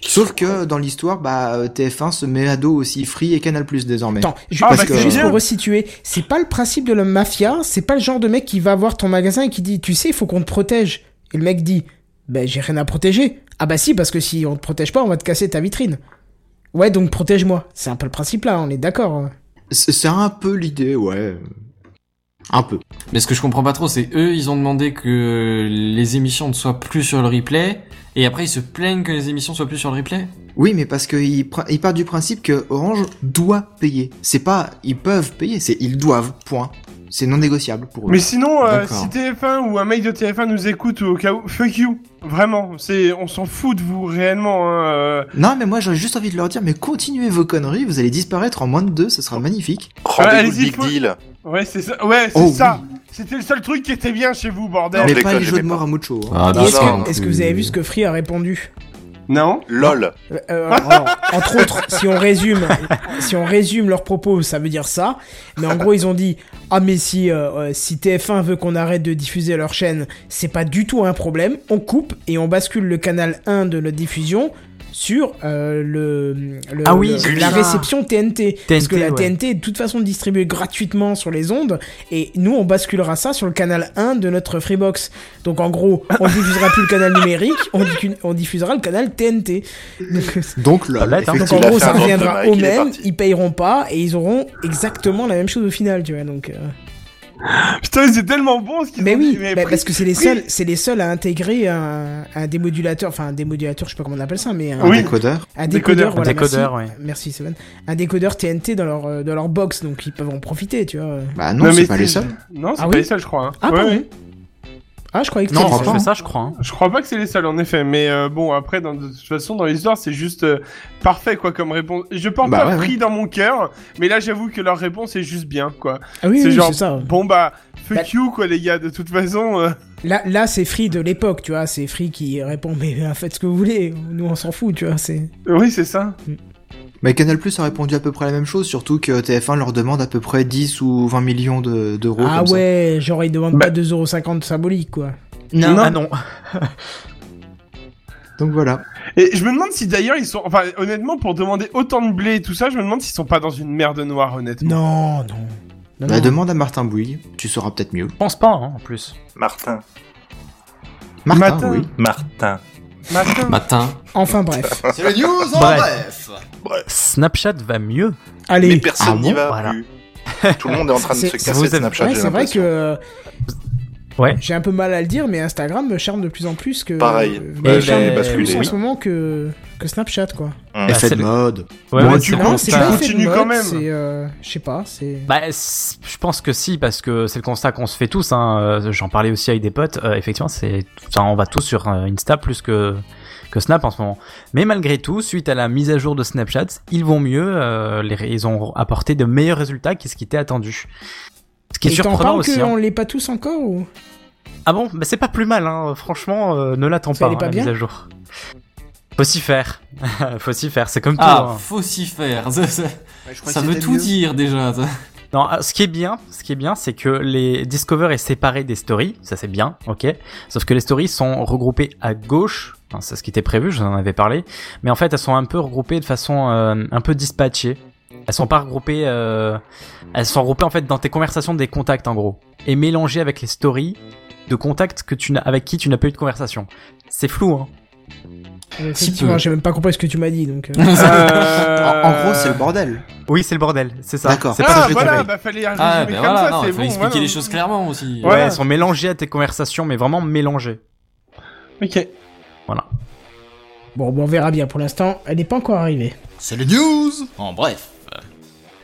Speaker 8: Sauf que dans l'histoire, bah euh, TF1 se met à dos aussi Free et Canal+ désormais.
Speaker 1: Attends, ju-
Speaker 6: Ah,
Speaker 1: parce
Speaker 8: bah,
Speaker 1: que
Speaker 8: c'est
Speaker 1: juste
Speaker 6: bien.
Speaker 1: pour resituer, c'est pas le principe de la mafia, c'est pas le genre de mec qui va voir ton magasin et qui dit Tu sais, il faut qu'on te protège. Et le mec dit Ben, j'ai rien à protéger. Ah, bah si, parce que si on te protège pas, on va te casser ta vitrine. Ouais, donc protège-moi. C'est un peu le principe là, on est d'accord. hein.
Speaker 8: C'est c'est un peu l'idée, ouais. Un peu.
Speaker 5: Mais ce que je comprends pas trop, c'est eux, ils ont demandé que les émissions ne soient plus sur le replay, et après ils se plaignent que les émissions soient plus sur le replay.
Speaker 8: Oui, mais parce qu'ils il part du principe que Orange doit payer. C'est pas ils peuvent payer, c'est ils doivent, point. C'est non négociable pour eux.
Speaker 6: Mais sinon, euh,
Speaker 8: D'accord.
Speaker 6: si TF1 ou un mec de TF1 nous écoute au cas où, fuck you. Vraiment, c'est, on s'en fout de vous réellement. hein, euh.
Speaker 8: Non, mais moi j'aurais juste envie de leur dire, mais continuez vos conneries, vous allez disparaître en moins de deux, ce sera magnifique.
Speaker 6: allez-y,
Speaker 4: Rendez-vous le big
Speaker 6: faut-
Speaker 4: deal.
Speaker 6: Ouais, c'est ça. Ouais, c'est
Speaker 8: Oh,
Speaker 6: ça. C'était le seul truc qui était bien chez vous, bordel.
Speaker 8: mais
Speaker 4: déconne,
Speaker 8: pas les
Speaker 4: les
Speaker 8: jeux de
Speaker 4: mets
Speaker 8: mort à Mucho.
Speaker 5: Ah.
Speaker 8: hein.
Speaker 5: Bah,
Speaker 1: Et Est-ce
Speaker 4: non, non
Speaker 1: que, est-ce que vous avez vu ce que Free a répondu
Speaker 6: Non.
Speaker 4: LOL.
Speaker 1: Euh, euh, alors, Entre autres, si on résume, si on résume leurs propos, ça veut dire ça. Mais en gros, ils ont dit ah mais si euh, euh, si TF1 veut qu'on arrête de diffuser leur chaîne, c'est pas du tout un problème. On coupe et on bascule le canal 1 de notre diffusion sur euh, le, le-
Speaker 3: Ah oui,
Speaker 1: le-
Speaker 3: j'ai vu
Speaker 1: la
Speaker 3: ça.
Speaker 1: réception TNT, parce que
Speaker 3: TNT,
Speaker 1: la
Speaker 3: ouais.
Speaker 1: TNT est de toute façon distribuée gratuitement sur les ondes et nous on basculera ça sur le canal 1 de notre Freebox. Donc en gros, on diffusera plus le canal numérique, on, diffu- on diffusera le canal TNT. Donc,
Speaker 8: Donc là,
Speaker 3: Pas bête, hein.
Speaker 1: donc
Speaker 4: Effectivement,
Speaker 1: en gros,
Speaker 4: il a
Speaker 1: ça
Speaker 4: fait un drop de
Speaker 1: reviendra
Speaker 4: mic,
Speaker 1: au
Speaker 4: il est
Speaker 1: même,
Speaker 4: parti.
Speaker 1: ils payeront pas et ils auront exactement la même chose au final, tu vois. Donc, euh.
Speaker 6: Putain, c'est tellement bon ce qu'ils
Speaker 1: mais
Speaker 6: ont
Speaker 1: oui,
Speaker 6: dit, mais
Speaker 1: bah,
Speaker 6: pris-
Speaker 1: parce que c'est les
Speaker 6: pris-
Speaker 1: seuls, c'est les seuls à intégrer un, un démodulateur, enfin un démodulateur, je sais pas comment on appelle ça, mais un,
Speaker 6: Oui.
Speaker 8: un décodeur.
Speaker 1: un décodeur,
Speaker 6: Décodeur.
Speaker 1: voilà,
Speaker 3: Un décodeur,
Speaker 1: merci, merci Seven, un décodeur TNT dans leur euh, dans leur box, donc ils peuvent en profiter, tu vois.
Speaker 8: Bah non,
Speaker 6: Non, mais
Speaker 8: c'est pas les
Speaker 6: c'est-
Speaker 8: seuls.
Speaker 6: Non, c'est
Speaker 1: Ah
Speaker 6: pas
Speaker 1: oui
Speaker 6: les seuls, je crois. hein.
Speaker 1: Ah
Speaker 6: Ouais,
Speaker 1: pardon.
Speaker 6: ouais.
Speaker 1: Ah, je croyais que
Speaker 3: Non,
Speaker 1: c'était
Speaker 8: Enfin,
Speaker 3: on
Speaker 1: ça.
Speaker 8: pas, hein.
Speaker 3: fait ça, je crois. hein.
Speaker 6: Je crois pas que c'est les seuls, en effet. Mais euh, bon, après, dans, de toute façon, dans l'histoire, c'est juste euh, parfait, quoi, comme réponse. Je porte
Speaker 8: Bah
Speaker 6: pas
Speaker 8: ouais,
Speaker 6: pris dans mon cœur, mais là, j'avoue que leur réponse est juste bien, quoi.
Speaker 1: Ah oui,
Speaker 6: c'est
Speaker 1: oui,
Speaker 6: genre,
Speaker 1: c'est ça.
Speaker 6: bon, bah, fuck
Speaker 1: Bah-
Speaker 6: you, quoi, les gars, de toute façon. euh.
Speaker 1: Là, là, c'est Free de l'époque, tu vois. C'est Free qui répond, mais euh, faites ce que vous voulez. Nous, on s'en fout, tu vois. C'est
Speaker 6: Oui, c'est ça.
Speaker 8: Mais Canal Plus a répondu à peu près la même chose, surtout que TF1 leur demande à peu près 10 ou 20 millions de- d'euros.
Speaker 1: ah
Speaker 8: comme ça.
Speaker 1: ouais, genre ils demandent
Speaker 6: Bah-
Speaker 1: pas 2,50€ symbolique, quoi.
Speaker 8: Non.
Speaker 3: Ah non.
Speaker 8: Donc voilà.
Speaker 6: Et je me demande si d'ailleurs ils sont. Enfin, honnêtement, pour demander autant de blé et tout ça, je me demande s'ils sont pas dans une merde noire, honnêtement.
Speaker 1: Non, non. Non,
Speaker 8: Bah,
Speaker 1: non.
Speaker 8: demande à Martin Bouygues, tu sauras peut-être mieux.
Speaker 3: Je pense pas, hein, en plus.
Speaker 4: Martin.
Speaker 8: Martin,
Speaker 6: Martin.
Speaker 8: oui.
Speaker 4: Martin.
Speaker 6: Matin.
Speaker 5: Matin.
Speaker 1: Enfin bref.
Speaker 10: C'est le news en
Speaker 3: Bref.
Speaker 10: bref.
Speaker 3: Snapchat va mieux.
Speaker 4: Mais
Speaker 1: Allez.
Speaker 4: personne
Speaker 3: Ah
Speaker 4: n'y
Speaker 3: bon
Speaker 4: va
Speaker 3: Voilà.
Speaker 4: plus. Tout le monde est en train de se
Speaker 1: C'est-
Speaker 4: casser
Speaker 3: vous
Speaker 4: de
Speaker 3: avez-
Speaker 4: Snapchat.
Speaker 1: Ouais,
Speaker 4: j'ai
Speaker 1: c'est vrai
Speaker 4: l'impression.
Speaker 1: que euh,
Speaker 3: Ouais.
Speaker 1: j'ai un peu mal à le dire, mais Instagram me charme de plus en plus que.
Speaker 4: Pareil.
Speaker 1: me
Speaker 3: Et
Speaker 1: charme
Speaker 3: ben,
Speaker 4: est basculé.
Speaker 1: plus en
Speaker 3: oui.
Speaker 1: ce moment que que Snapchat, quoi.
Speaker 4: Bah,
Speaker 8: Effet
Speaker 3: c'est
Speaker 8: de
Speaker 3: le-
Speaker 8: mode.
Speaker 3: Ouais,
Speaker 6: Bon,
Speaker 3: ouais,
Speaker 6: tu
Speaker 3: c'est-
Speaker 6: comprends.
Speaker 1: Non, c'est pas
Speaker 6: Continue
Speaker 1: fait de mode,
Speaker 6: quand même.
Speaker 1: C'est, euh, je sais pas, c'est.
Speaker 3: Bah, c- je pense que si, parce que c'est le constat qu'on se fait tous. Hein. euh, J'en parlais aussi avec des potes. euh, effectivement, c'est, enfin, on va tous sur euh, Insta plus que que Snap en ce moment. Mais malgré tout, suite à la mise à jour de Snapchat, ils vont mieux. euh, les- ils ont apporté de meilleurs résultats que ce qui était attendu. Ce qui est
Speaker 1: Et t'en
Speaker 3: surprenant
Speaker 1: parles
Speaker 3: aussi.
Speaker 1: qu'on
Speaker 3: hein.
Speaker 1: l'est pas tous encore ou
Speaker 3: Ah bon, bah, c'est pas plus mal. Hein. Franchement, euh, ne l'attends
Speaker 1: Ça
Speaker 3: pas,
Speaker 1: allait
Speaker 3: hein,
Speaker 1: pas
Speaker 3: la
Speaker 1: bien
Speaker 3: mise à jour. Faut s'y faire. Faut s'y faire. C'est comme tout.
Speaker 5: Ah,
Speaker 3: hein.
Speaker 5: faut s'y faire. Ça, ça- ça veut tout dire déjà. ça.
Speaker 3: Non, ah, ce qui est bien, ce qui est bien, c'est que les Discover est séparé des stories, ça c'est bien, ok. Sauf que les stories sont regroupées à gauche, Enfin, c'est ce qui était prévu, je vous en avais parlé. Mais en fait, elles sont un peu regroupées de façon euh, un peu dispatchée. Elles sont pas regroupées, euh, elles sont regroupées en fait dans tes conversations des contacts en gros, et mélangées avec les stories de contacts que tu n'as, avec qui tu n'as pas eu de conversation. C'est flou, hein.
Speaker 1: Effectivement,
Speaker 5: peu.
Speaker 1: j'ai même pas compris ce que tu m'as dit, donc. euh.
Speaker 8: En,
Speaker 6: Euh,
Speaker 8: en gros, c'est le bordel.
Speaker 3: Oui, c'est le bordel, c'est ça.
Speaker 8: D'accord.
Speaker 3: C'est pas
Speaker 6: Ah,
Speaker 3: très
Speaker 6: voilà,
Speaker 3: complet.
Speaker 6: bah fallait résumer
Speaker 5: Ah, ben
Speaker 6: comme
Speaker 5: voilà,
Speaker 6: ça,
Speaker 5: non,
Speaker 6: c'est
Speaker 5: il
Speaker 6: bon. hein.
Speaker 5: faut expliquer
Speaker 6: voilà.
Speaker 5: les choses clairement aussi.
Speaker 3: Ouais,
Speaker 6: Voilà.
Speaker 3: elles sont mélangées à tes conversations, mais vraiment mélangées.
Speaker 6: Ok.
Speaker 1: Bon, bon, on verra bien. Pour l'instant, elle n'est pas encore arrivée.
Speaker 10: C'est le news en bref.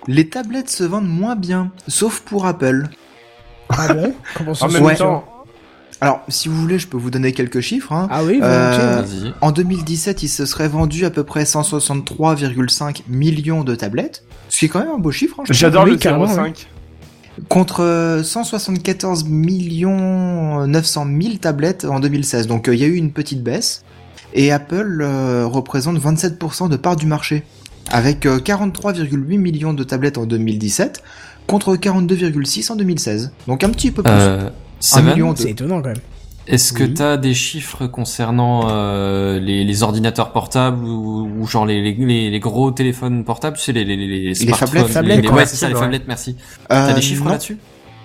Speaker 8: Les tablettes se vendent moins bien, sauf pour Apple.
Speaker 1: Ah bon Comment ça
Speaker 6: En
Speaker 1: se
Speaker 6: même
Speaker 1: fait
Speaker 6: temps,
Speaker 8: Alors, si vous voulez, je peux vous donner quelques chiffres. hein.
Speaker 1: Ah oui,
Speaker 8: Euh,
Speaker 1: volontiers.
Speaker 5: Vas-y.
Speaker 8: En 2017, il se serait vendu à peu près 163,5 millions de tablettes, ce qui est quand même un beau chiffre. hein, je
Speaker 6: j'adore
Speaker 1: oui,
Speaker 6: le
Speaker 1: carrément,
Speaker 6: 05.
Speaker 8: trouve. Contre euh, 174 millions euh, 900 000 tablettes en 2016, donc euh, il y a eu une petite baisse. Et Apple euh, représente 27% de part du marché, avec euh, 43,8 millions de tablettes en 2017 contre 42,6 en 2016. Donc un petit peu plus.
Speaker 5: Euh,
Speaker 8: un
Speaker 5: Seven,
Speaker 8: million
Speaker 1: Ah, C'est
Speaker 8: de...
Speaker 1: étonnant quand même.
Speaker 5: est-ce que
Speaker 8: Oui.
Speaker 5: t'as des chiffres concernant euh, les, les ordinateurs portables ou, ou genre les, les, les- les gros téléphones portables, tu sais, les, les, les, les smartphones,
Speaker 8: phablettes,
Speaker 1: phablettes,
Speaker 5: les-
Speaker 3: quoi.
Speaker 5: ouais, c'est ça, les
Speaker 3: Ouais.
Speaker 5: phablettes, merci. T'as
Speaker 8: Euh,
Speaker 5: des chiffres
Speaker 8: non.
Speaker 5: là-dessus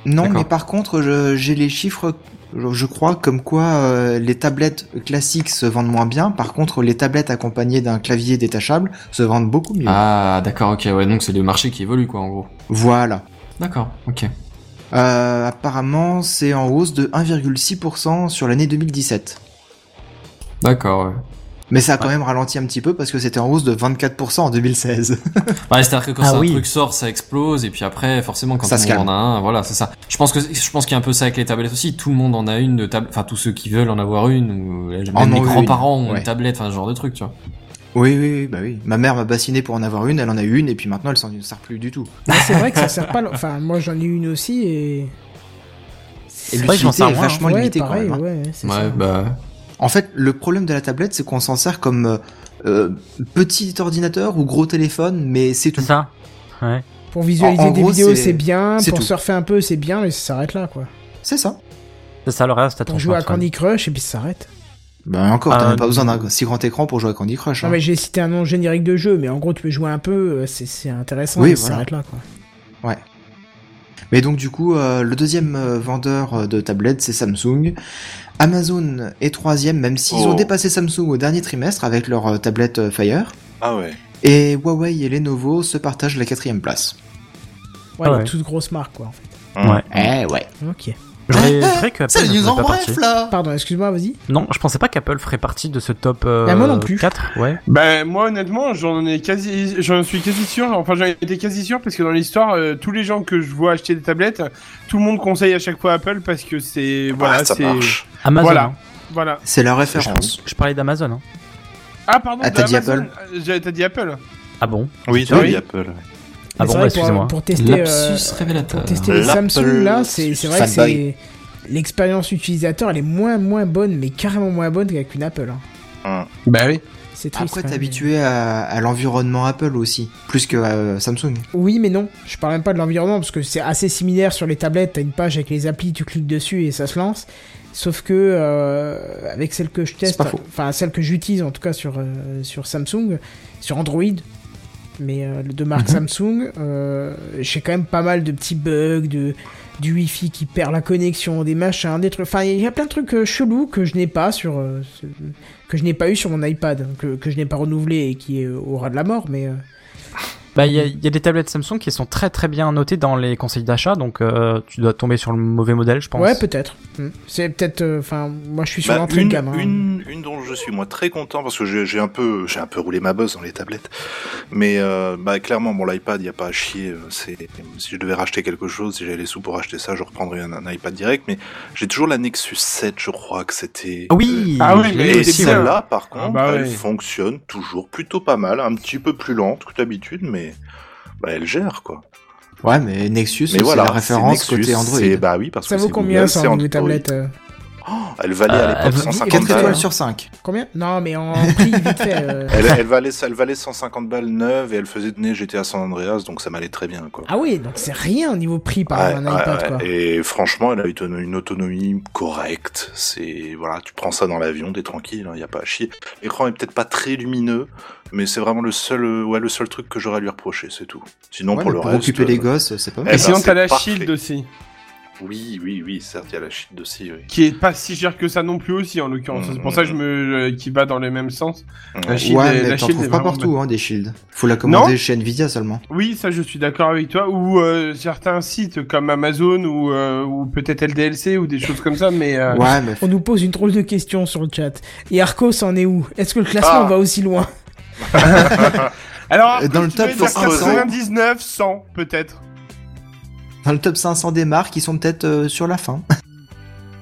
Speaker 8: Non,
Speaker 5: D'accord.
Speaker 8: mais par contre, je- j'ai les chiffres, je je crois, comme quoi euh, les tablettes classiques se vendent moins bien. Par contre, les tablettes accompagnées d'un clavier détachable se vendent beaucoup mieux.
Speaker 5: Ah, d'accord, ok, ouais, donc c'est le marché qui évolue, quoi, en gros.
Speaker 8: Voilà.
Speaker 5: D'accord, ok.
Speaker 8: Euh, apparemment, c'est en hausse de 1,6% sur l'année 2017.
Speaker 5: D'accord, ouais.
Speaker 8: Mais ça a quand même ralenti un petit peu parce que c'était en hausse de 24% en 2016.
Speaker 5: Ouais, c'est-à-dire que quand
Speaker 8: Ah
Speaker 5: c'est un
Speaker 8: oui.
Speaker 5: truc sort, ça explose, et puis après, forcément, quand
Speaker 8: Ça
Speaker 5: tout
Speaker 8: se
Speaker 5: le monde
Speaker 8: calme.
Speaker 5: en a un, voilà, c'est ça. Je pense que je pense qu'il y a un peu ça avec les tablettes aussi. Tout le monde en a une de tablette, enfin tous ceux qui veulent en avoir une, ou euh,
Speaker 8: En
Speaker 5: même les
Speaker 8: ont eu
Speaker 5: grands-parents
Speaker 8: une,
Speaker 5: ont
Speaker 8: ouais.
Speaker 5: une tablette, enfin ce genre de truc, tu vois.
Speaker 8: oui, oui, oui, bah oui. Ma mère m'a bassiné pour en avoir une, elle en a eu une, et puis maintenant elle s'en sert plus du tout.
Speaker 1: Mais c'est vrai que ça sert pas. Enfin, moi j'en ai une aussi et.
Speaker 8: Et l'utilité est vachement
Speaker 1: Ouais,
Speaker 8: limitée
Speaker 1: pareil,
Speaker 8: quand même. hein.
Speaker 1: ouais, c'est ça.
Speaker 5: bah.
Speaker 8: En fait, le problème de la tablette, c'est qu'on s'en sert comme euh, euh, petit ordinateur ou gros téléphone, mais c'est tout.
Speaker 3: ça. Ouais.
Speaker 1: Pour visualiser
Speaker 8: En- en
Speaker 1: des
Speaker 8: gros,
Speaker 1: vidéos,
Speaker 8: c'est-
Speaker 1: c'est bien.
Speaker 8: c'est
Speaker 1: Pour
Speaker 8: tout.
Speaker 1: surfer un peu, c'est bien, mais ça s'arrête là, quoi.
Speaker 8: C'est ça.
Speaker 3: C'est ça le reste, t'as ton
Speaker 1: Pour jouer à
Speaker 3: smartphone.
Speaker 1: Candy Crush et puis ça s'arrête.
Speaker 8: Bah encore, t'as
Speaker 3: Euh,
Speaker 8: même pas besoin d'un si grand écran pour jouer à Candy Crush.
Speaker 1: Non,
Speaker 8: hein.
Speaker 1: mais j'ai cité un nom générique de jeu, mais en gros, tu peux jouer un peu, euh, c'est- c'est intéressant,
Speaker 8: Oui,
Speaker 1: mais ça
Speaker 8: voilà.
Speaker 1: s'arrête là, quoi.
Speaker 8: Ouais. Mais donc du coup, euh, le deuxième euh, vendeur euh, de tablettes, c'est Samsung. Amazon est troisième, même s'ils ont
Speaker 4: Oh.
Speaker 8: dépassé Samsung au dernier trimestre avec leur euh, tablette euh, Fire.
Speaker 4: Ah ouais.
Speaker 8: Et Huawei et Lenovo se partagent la quatrième place.
Speaker 1: Ouais,
Speaker 3: Ah
Speaker 1: les
Speaker 3: ouais.
Speaker 1: toutes grosses marques, quoi, en fait.
Speaker 3: Ouais.
Speaker 8: Eh ouais.
Speaker 1: Ok.
Speaker 3: J'aurais- je dirais que Apple ne ferait pas partie.
Speaker 8: là
Speaker 1: Pardon, excuse-moi, vas-y.
Speaker 3: Non, je pensais pas qu'Apple ferait partie de ce top euh,
Speaker 1: Ah, moi non plus.
Speaker 3: 4, ouais.
Speaker 6: Ben moi honnêtement j'en ai quasi j'en suis quasi sûr enfin j'en étais quasi sûr parce que dans l'histoire euh, tous les gens que je vois acheter des tablettes tout le monde conseille à chaque fois Apple parce que c'est voilà
Speaker 4: Ah, ça
Speaker 6: c'est
Speaker 4: marche.
Speaker 3: Amazon.
Speaker 6: voilà
Speaker 3: hein.
Speaker 6: voilà
Speaker 8: C'est la référence.
Speaker 3: Je parlais d'Amazon. hein.
Speaker 6: ah pardon
Speaker 8: Ah,
Speaker 6: de
Speaker 8: t'as dit
Speaker 6: Amazon. Euh, j'ai- t'as dit Apple
Speaker 3: Ah bon
Speaker 4: Oui,
Speaker 6: Ah
Speaker 4: t'as
Speaker 6: oui.
Speaker 4: dit Apple.
Speaker 3: Ah
Speaker 1: Mais c'est vrai,
Speaker 3: bon, bah,
Speaker 1: pour-
Speaker 3: excusez-moi.
Speaker 1: Pour tester, euh,
Speaker 5: Lapsus révélateur.
Speaker 1: pour tester
Speaker 8: Euh,
Speaker 1: les
Speaker 4: L'Apple
Speaker 1: Samsung, là, c'est c'est vrai que
Speaker 8: fanboy.
Speaker 1: c'est. L'expérience utilisateur, elle est moins, moins bonne, mais carrément moins bonne qu'avec une Apple. hein.
Speaker 6: bah oui
Speaker 1: C'est triste.
Speaker 8: Après,
Speaker 1: hein,
Speaker 8: t'es
Speaker 1: mais-
Speaker 8: habitué à, à l'environnement Apple aussi, plus que à Samsung.
Speaker 1: Oui, mais non. Je parle même pas de l'environnement parce que c'est assez similaire sur les tablettes. T'as une page avec les applis, tu cliques dessus et ça se lance. Sauf que euh, avec celle que je teste,
Speaker 8: pas faux.
Speaker 1: enfin celle que j'utilise en tout cas sur euh, sur Samsung, sur Android, mais euh, de marque
Speaker 8: Mhm.
Speaker 1: Samsung, euh, j'ai quand même pas mal de petits bugs, de du Wi-Fi qui perd la connexion, des machins, des trucs. Enfin, il y a plein de trucs euh, chelous que je n'ai pas sur euh, ce- que je n'ai pas eu sur mon iPad, hein, que, que je n'ai pas renouvelé et qui est au ras de la mort, mais. euh,
Speaker 3: Bah, il y, a- il y a des tablettes Samsung qui sont très très bien notées dans les conseils d'achat, donc euh, tu dois tomber sur le mauvais modèle, je pense.
Speaker 1: Ouais, peut-être. Mm. C'est peut-être. euh, Enfin, moi, je suis sur
Speaker 4: Bah,
Speaker 1: l'entrée
Speaker 4: une,
Speaker 1: de gamme. hein.
Speaker 4: une, une dont je suis moi très content parce que j'ai j'ai un peu j'ai un peu roulé ma bosse dans les tablettes, mais euh, bah clairement bon l'iPad il y a pas à chier. euh, C'est si je devais racheter quelque chose, si j'avais les sous pour acheter ça, je reprendrais un, un iPad direct. Mais j'ai toujours la Nexus 7, je crois que c'était. euh,
Speaker 3: Ah oui
Speaker 6: Ah oui,
Speaker 3: je
Speaker 6: mais
Speaker 3: l'ai
Speaker 4: Et
Speaker 6: c'est
Speaker 3: aussi,
Speaker 6: ça.
Speaker 3: ouais.
Speaker 4: celle-là, par contre,
Speaker 6: Ah bah
Speaker 4: elle
Speaker 6: ouais.
Speaker 4: fonctionne toujours plutôt pas mal, un petit peu plus lente que d'habitude, mais bah, elle gère quoi.
Speaker 8: Ouais, mais Nexus,
Speaker 4: Mais
Speaker 8: c'est
Speaker 4: voilà,
Speaker 8: la référence
Speaker 4: c'est Nexus,
Speaker 8: côté Android.
Speaker 4: c'est- Bah oui, parce
Speaker 1: Ça
Speaker 4: que
Speaker 1: vaut
Speaker 4: c'est
Speaker 1: combien
Speaker 4: Google,
Speaker 1: ça
Speaker 4: c'est
Speaker 1: en
Speaker 4: Android.
Speaker 1: nouvelle tablette euh,
Speaker 4: Elle valait
Speaker 3: Euh,
Speaker 4: à
Speaker 3: elle
Speaker 4: l'époque
Speaker 3: vaut-
Speaker 4: 150
Speaker 8: 4
Speaker 4: balles.
Speaker 8: étoiles sur 5.
Speaker 1: Combien Non, mais en prix vite fait. euh.
Speaker 4: Elle, elle valait, elle valait 150 balles neuves et elle faisait tenir GTA San Andreas, donc ça m'allait très bien, quoi.
Speaker 1: Ah oui, donc c'est rien au niveau prix par
Speaker 8: Ah,
Speaker 4: Ouais,
Speaker 1: rapport à un
Speaker 4: ouais,
Speaker 1: iPad, quoi.
Speaker 4: ouais. Et franchement, elle a eu ton- une autonomie correcte. C'est voilà, tu prends ça dans l'avion, t'es tranquille, il y a pas à chier. L'écran est peut-être pas très lumineux, mais c'est vraiment le seul, euh, ouais, le seul truc que j'aurais à lui reprocher, c'est tout. Sinon
Speaker 8: Ouais,
Speaker 4: pour
Speaker 8: mais
Speaker 4: le
Speaker 8: pour
Speaker 4: reste,
Speaker 8: occuper
Speaker 4: euh,
Speaker 8: les gosses, c'est pas
Speaker 4: Eh
Speaker 6: et
Speaker 8: mal.
Speaker 4: ben,
Speaker 6: sinon
Speaker 4: c'est
Speaker 6: t'as la
Speaker 4: parfait.
Speaker 6: Shield aussi
Speaker 4: Oui, oui, oui, certes, il y a la chute aussi. Oui.
Speaker 6: qui est pas si chère que ça non plus aussi en l'occurrence
Speaker 4: Mhm.
Speaker 6: c'est pour ça que je me euh, qui va dans les mêmes sens la Shield
Speaker 8: ouais,
Speaker 6: est- la
Speaker 8: mais t'en
Speaker 6: Shield est
Speaker 8: trouves pas
Speaker 6: vraiment bonne.
Speaker 8: partout, hein, des shields. Faut la commander chez Nvidia seulement.
Speaker 6: Oui, ça je suis d'accord avec toi. Ou euh, certains sites comme Amazon ou, euh, ou peut-être LDLC ou des choses comme ça, mais euh,
Speaker 8: Ouais, mais
Speaker 1: On nous pose une drôle de question sur le chat. Et Arcos en est où Est-ce que le classement
Speaker 4: Ah.
Speaker 1: va aussi loin
Speaker 6: alors
Speaker 8: Euh, dans le
Speaker 6: tu
Speaker 8: top,
Speaker 6: peux dire
Speaker 8: faut creuser.
Speaker 6: 99, 100 peut-être.
Speaker 8: dans le top 500 des marques, ils sont peut-être euh, sur la fin.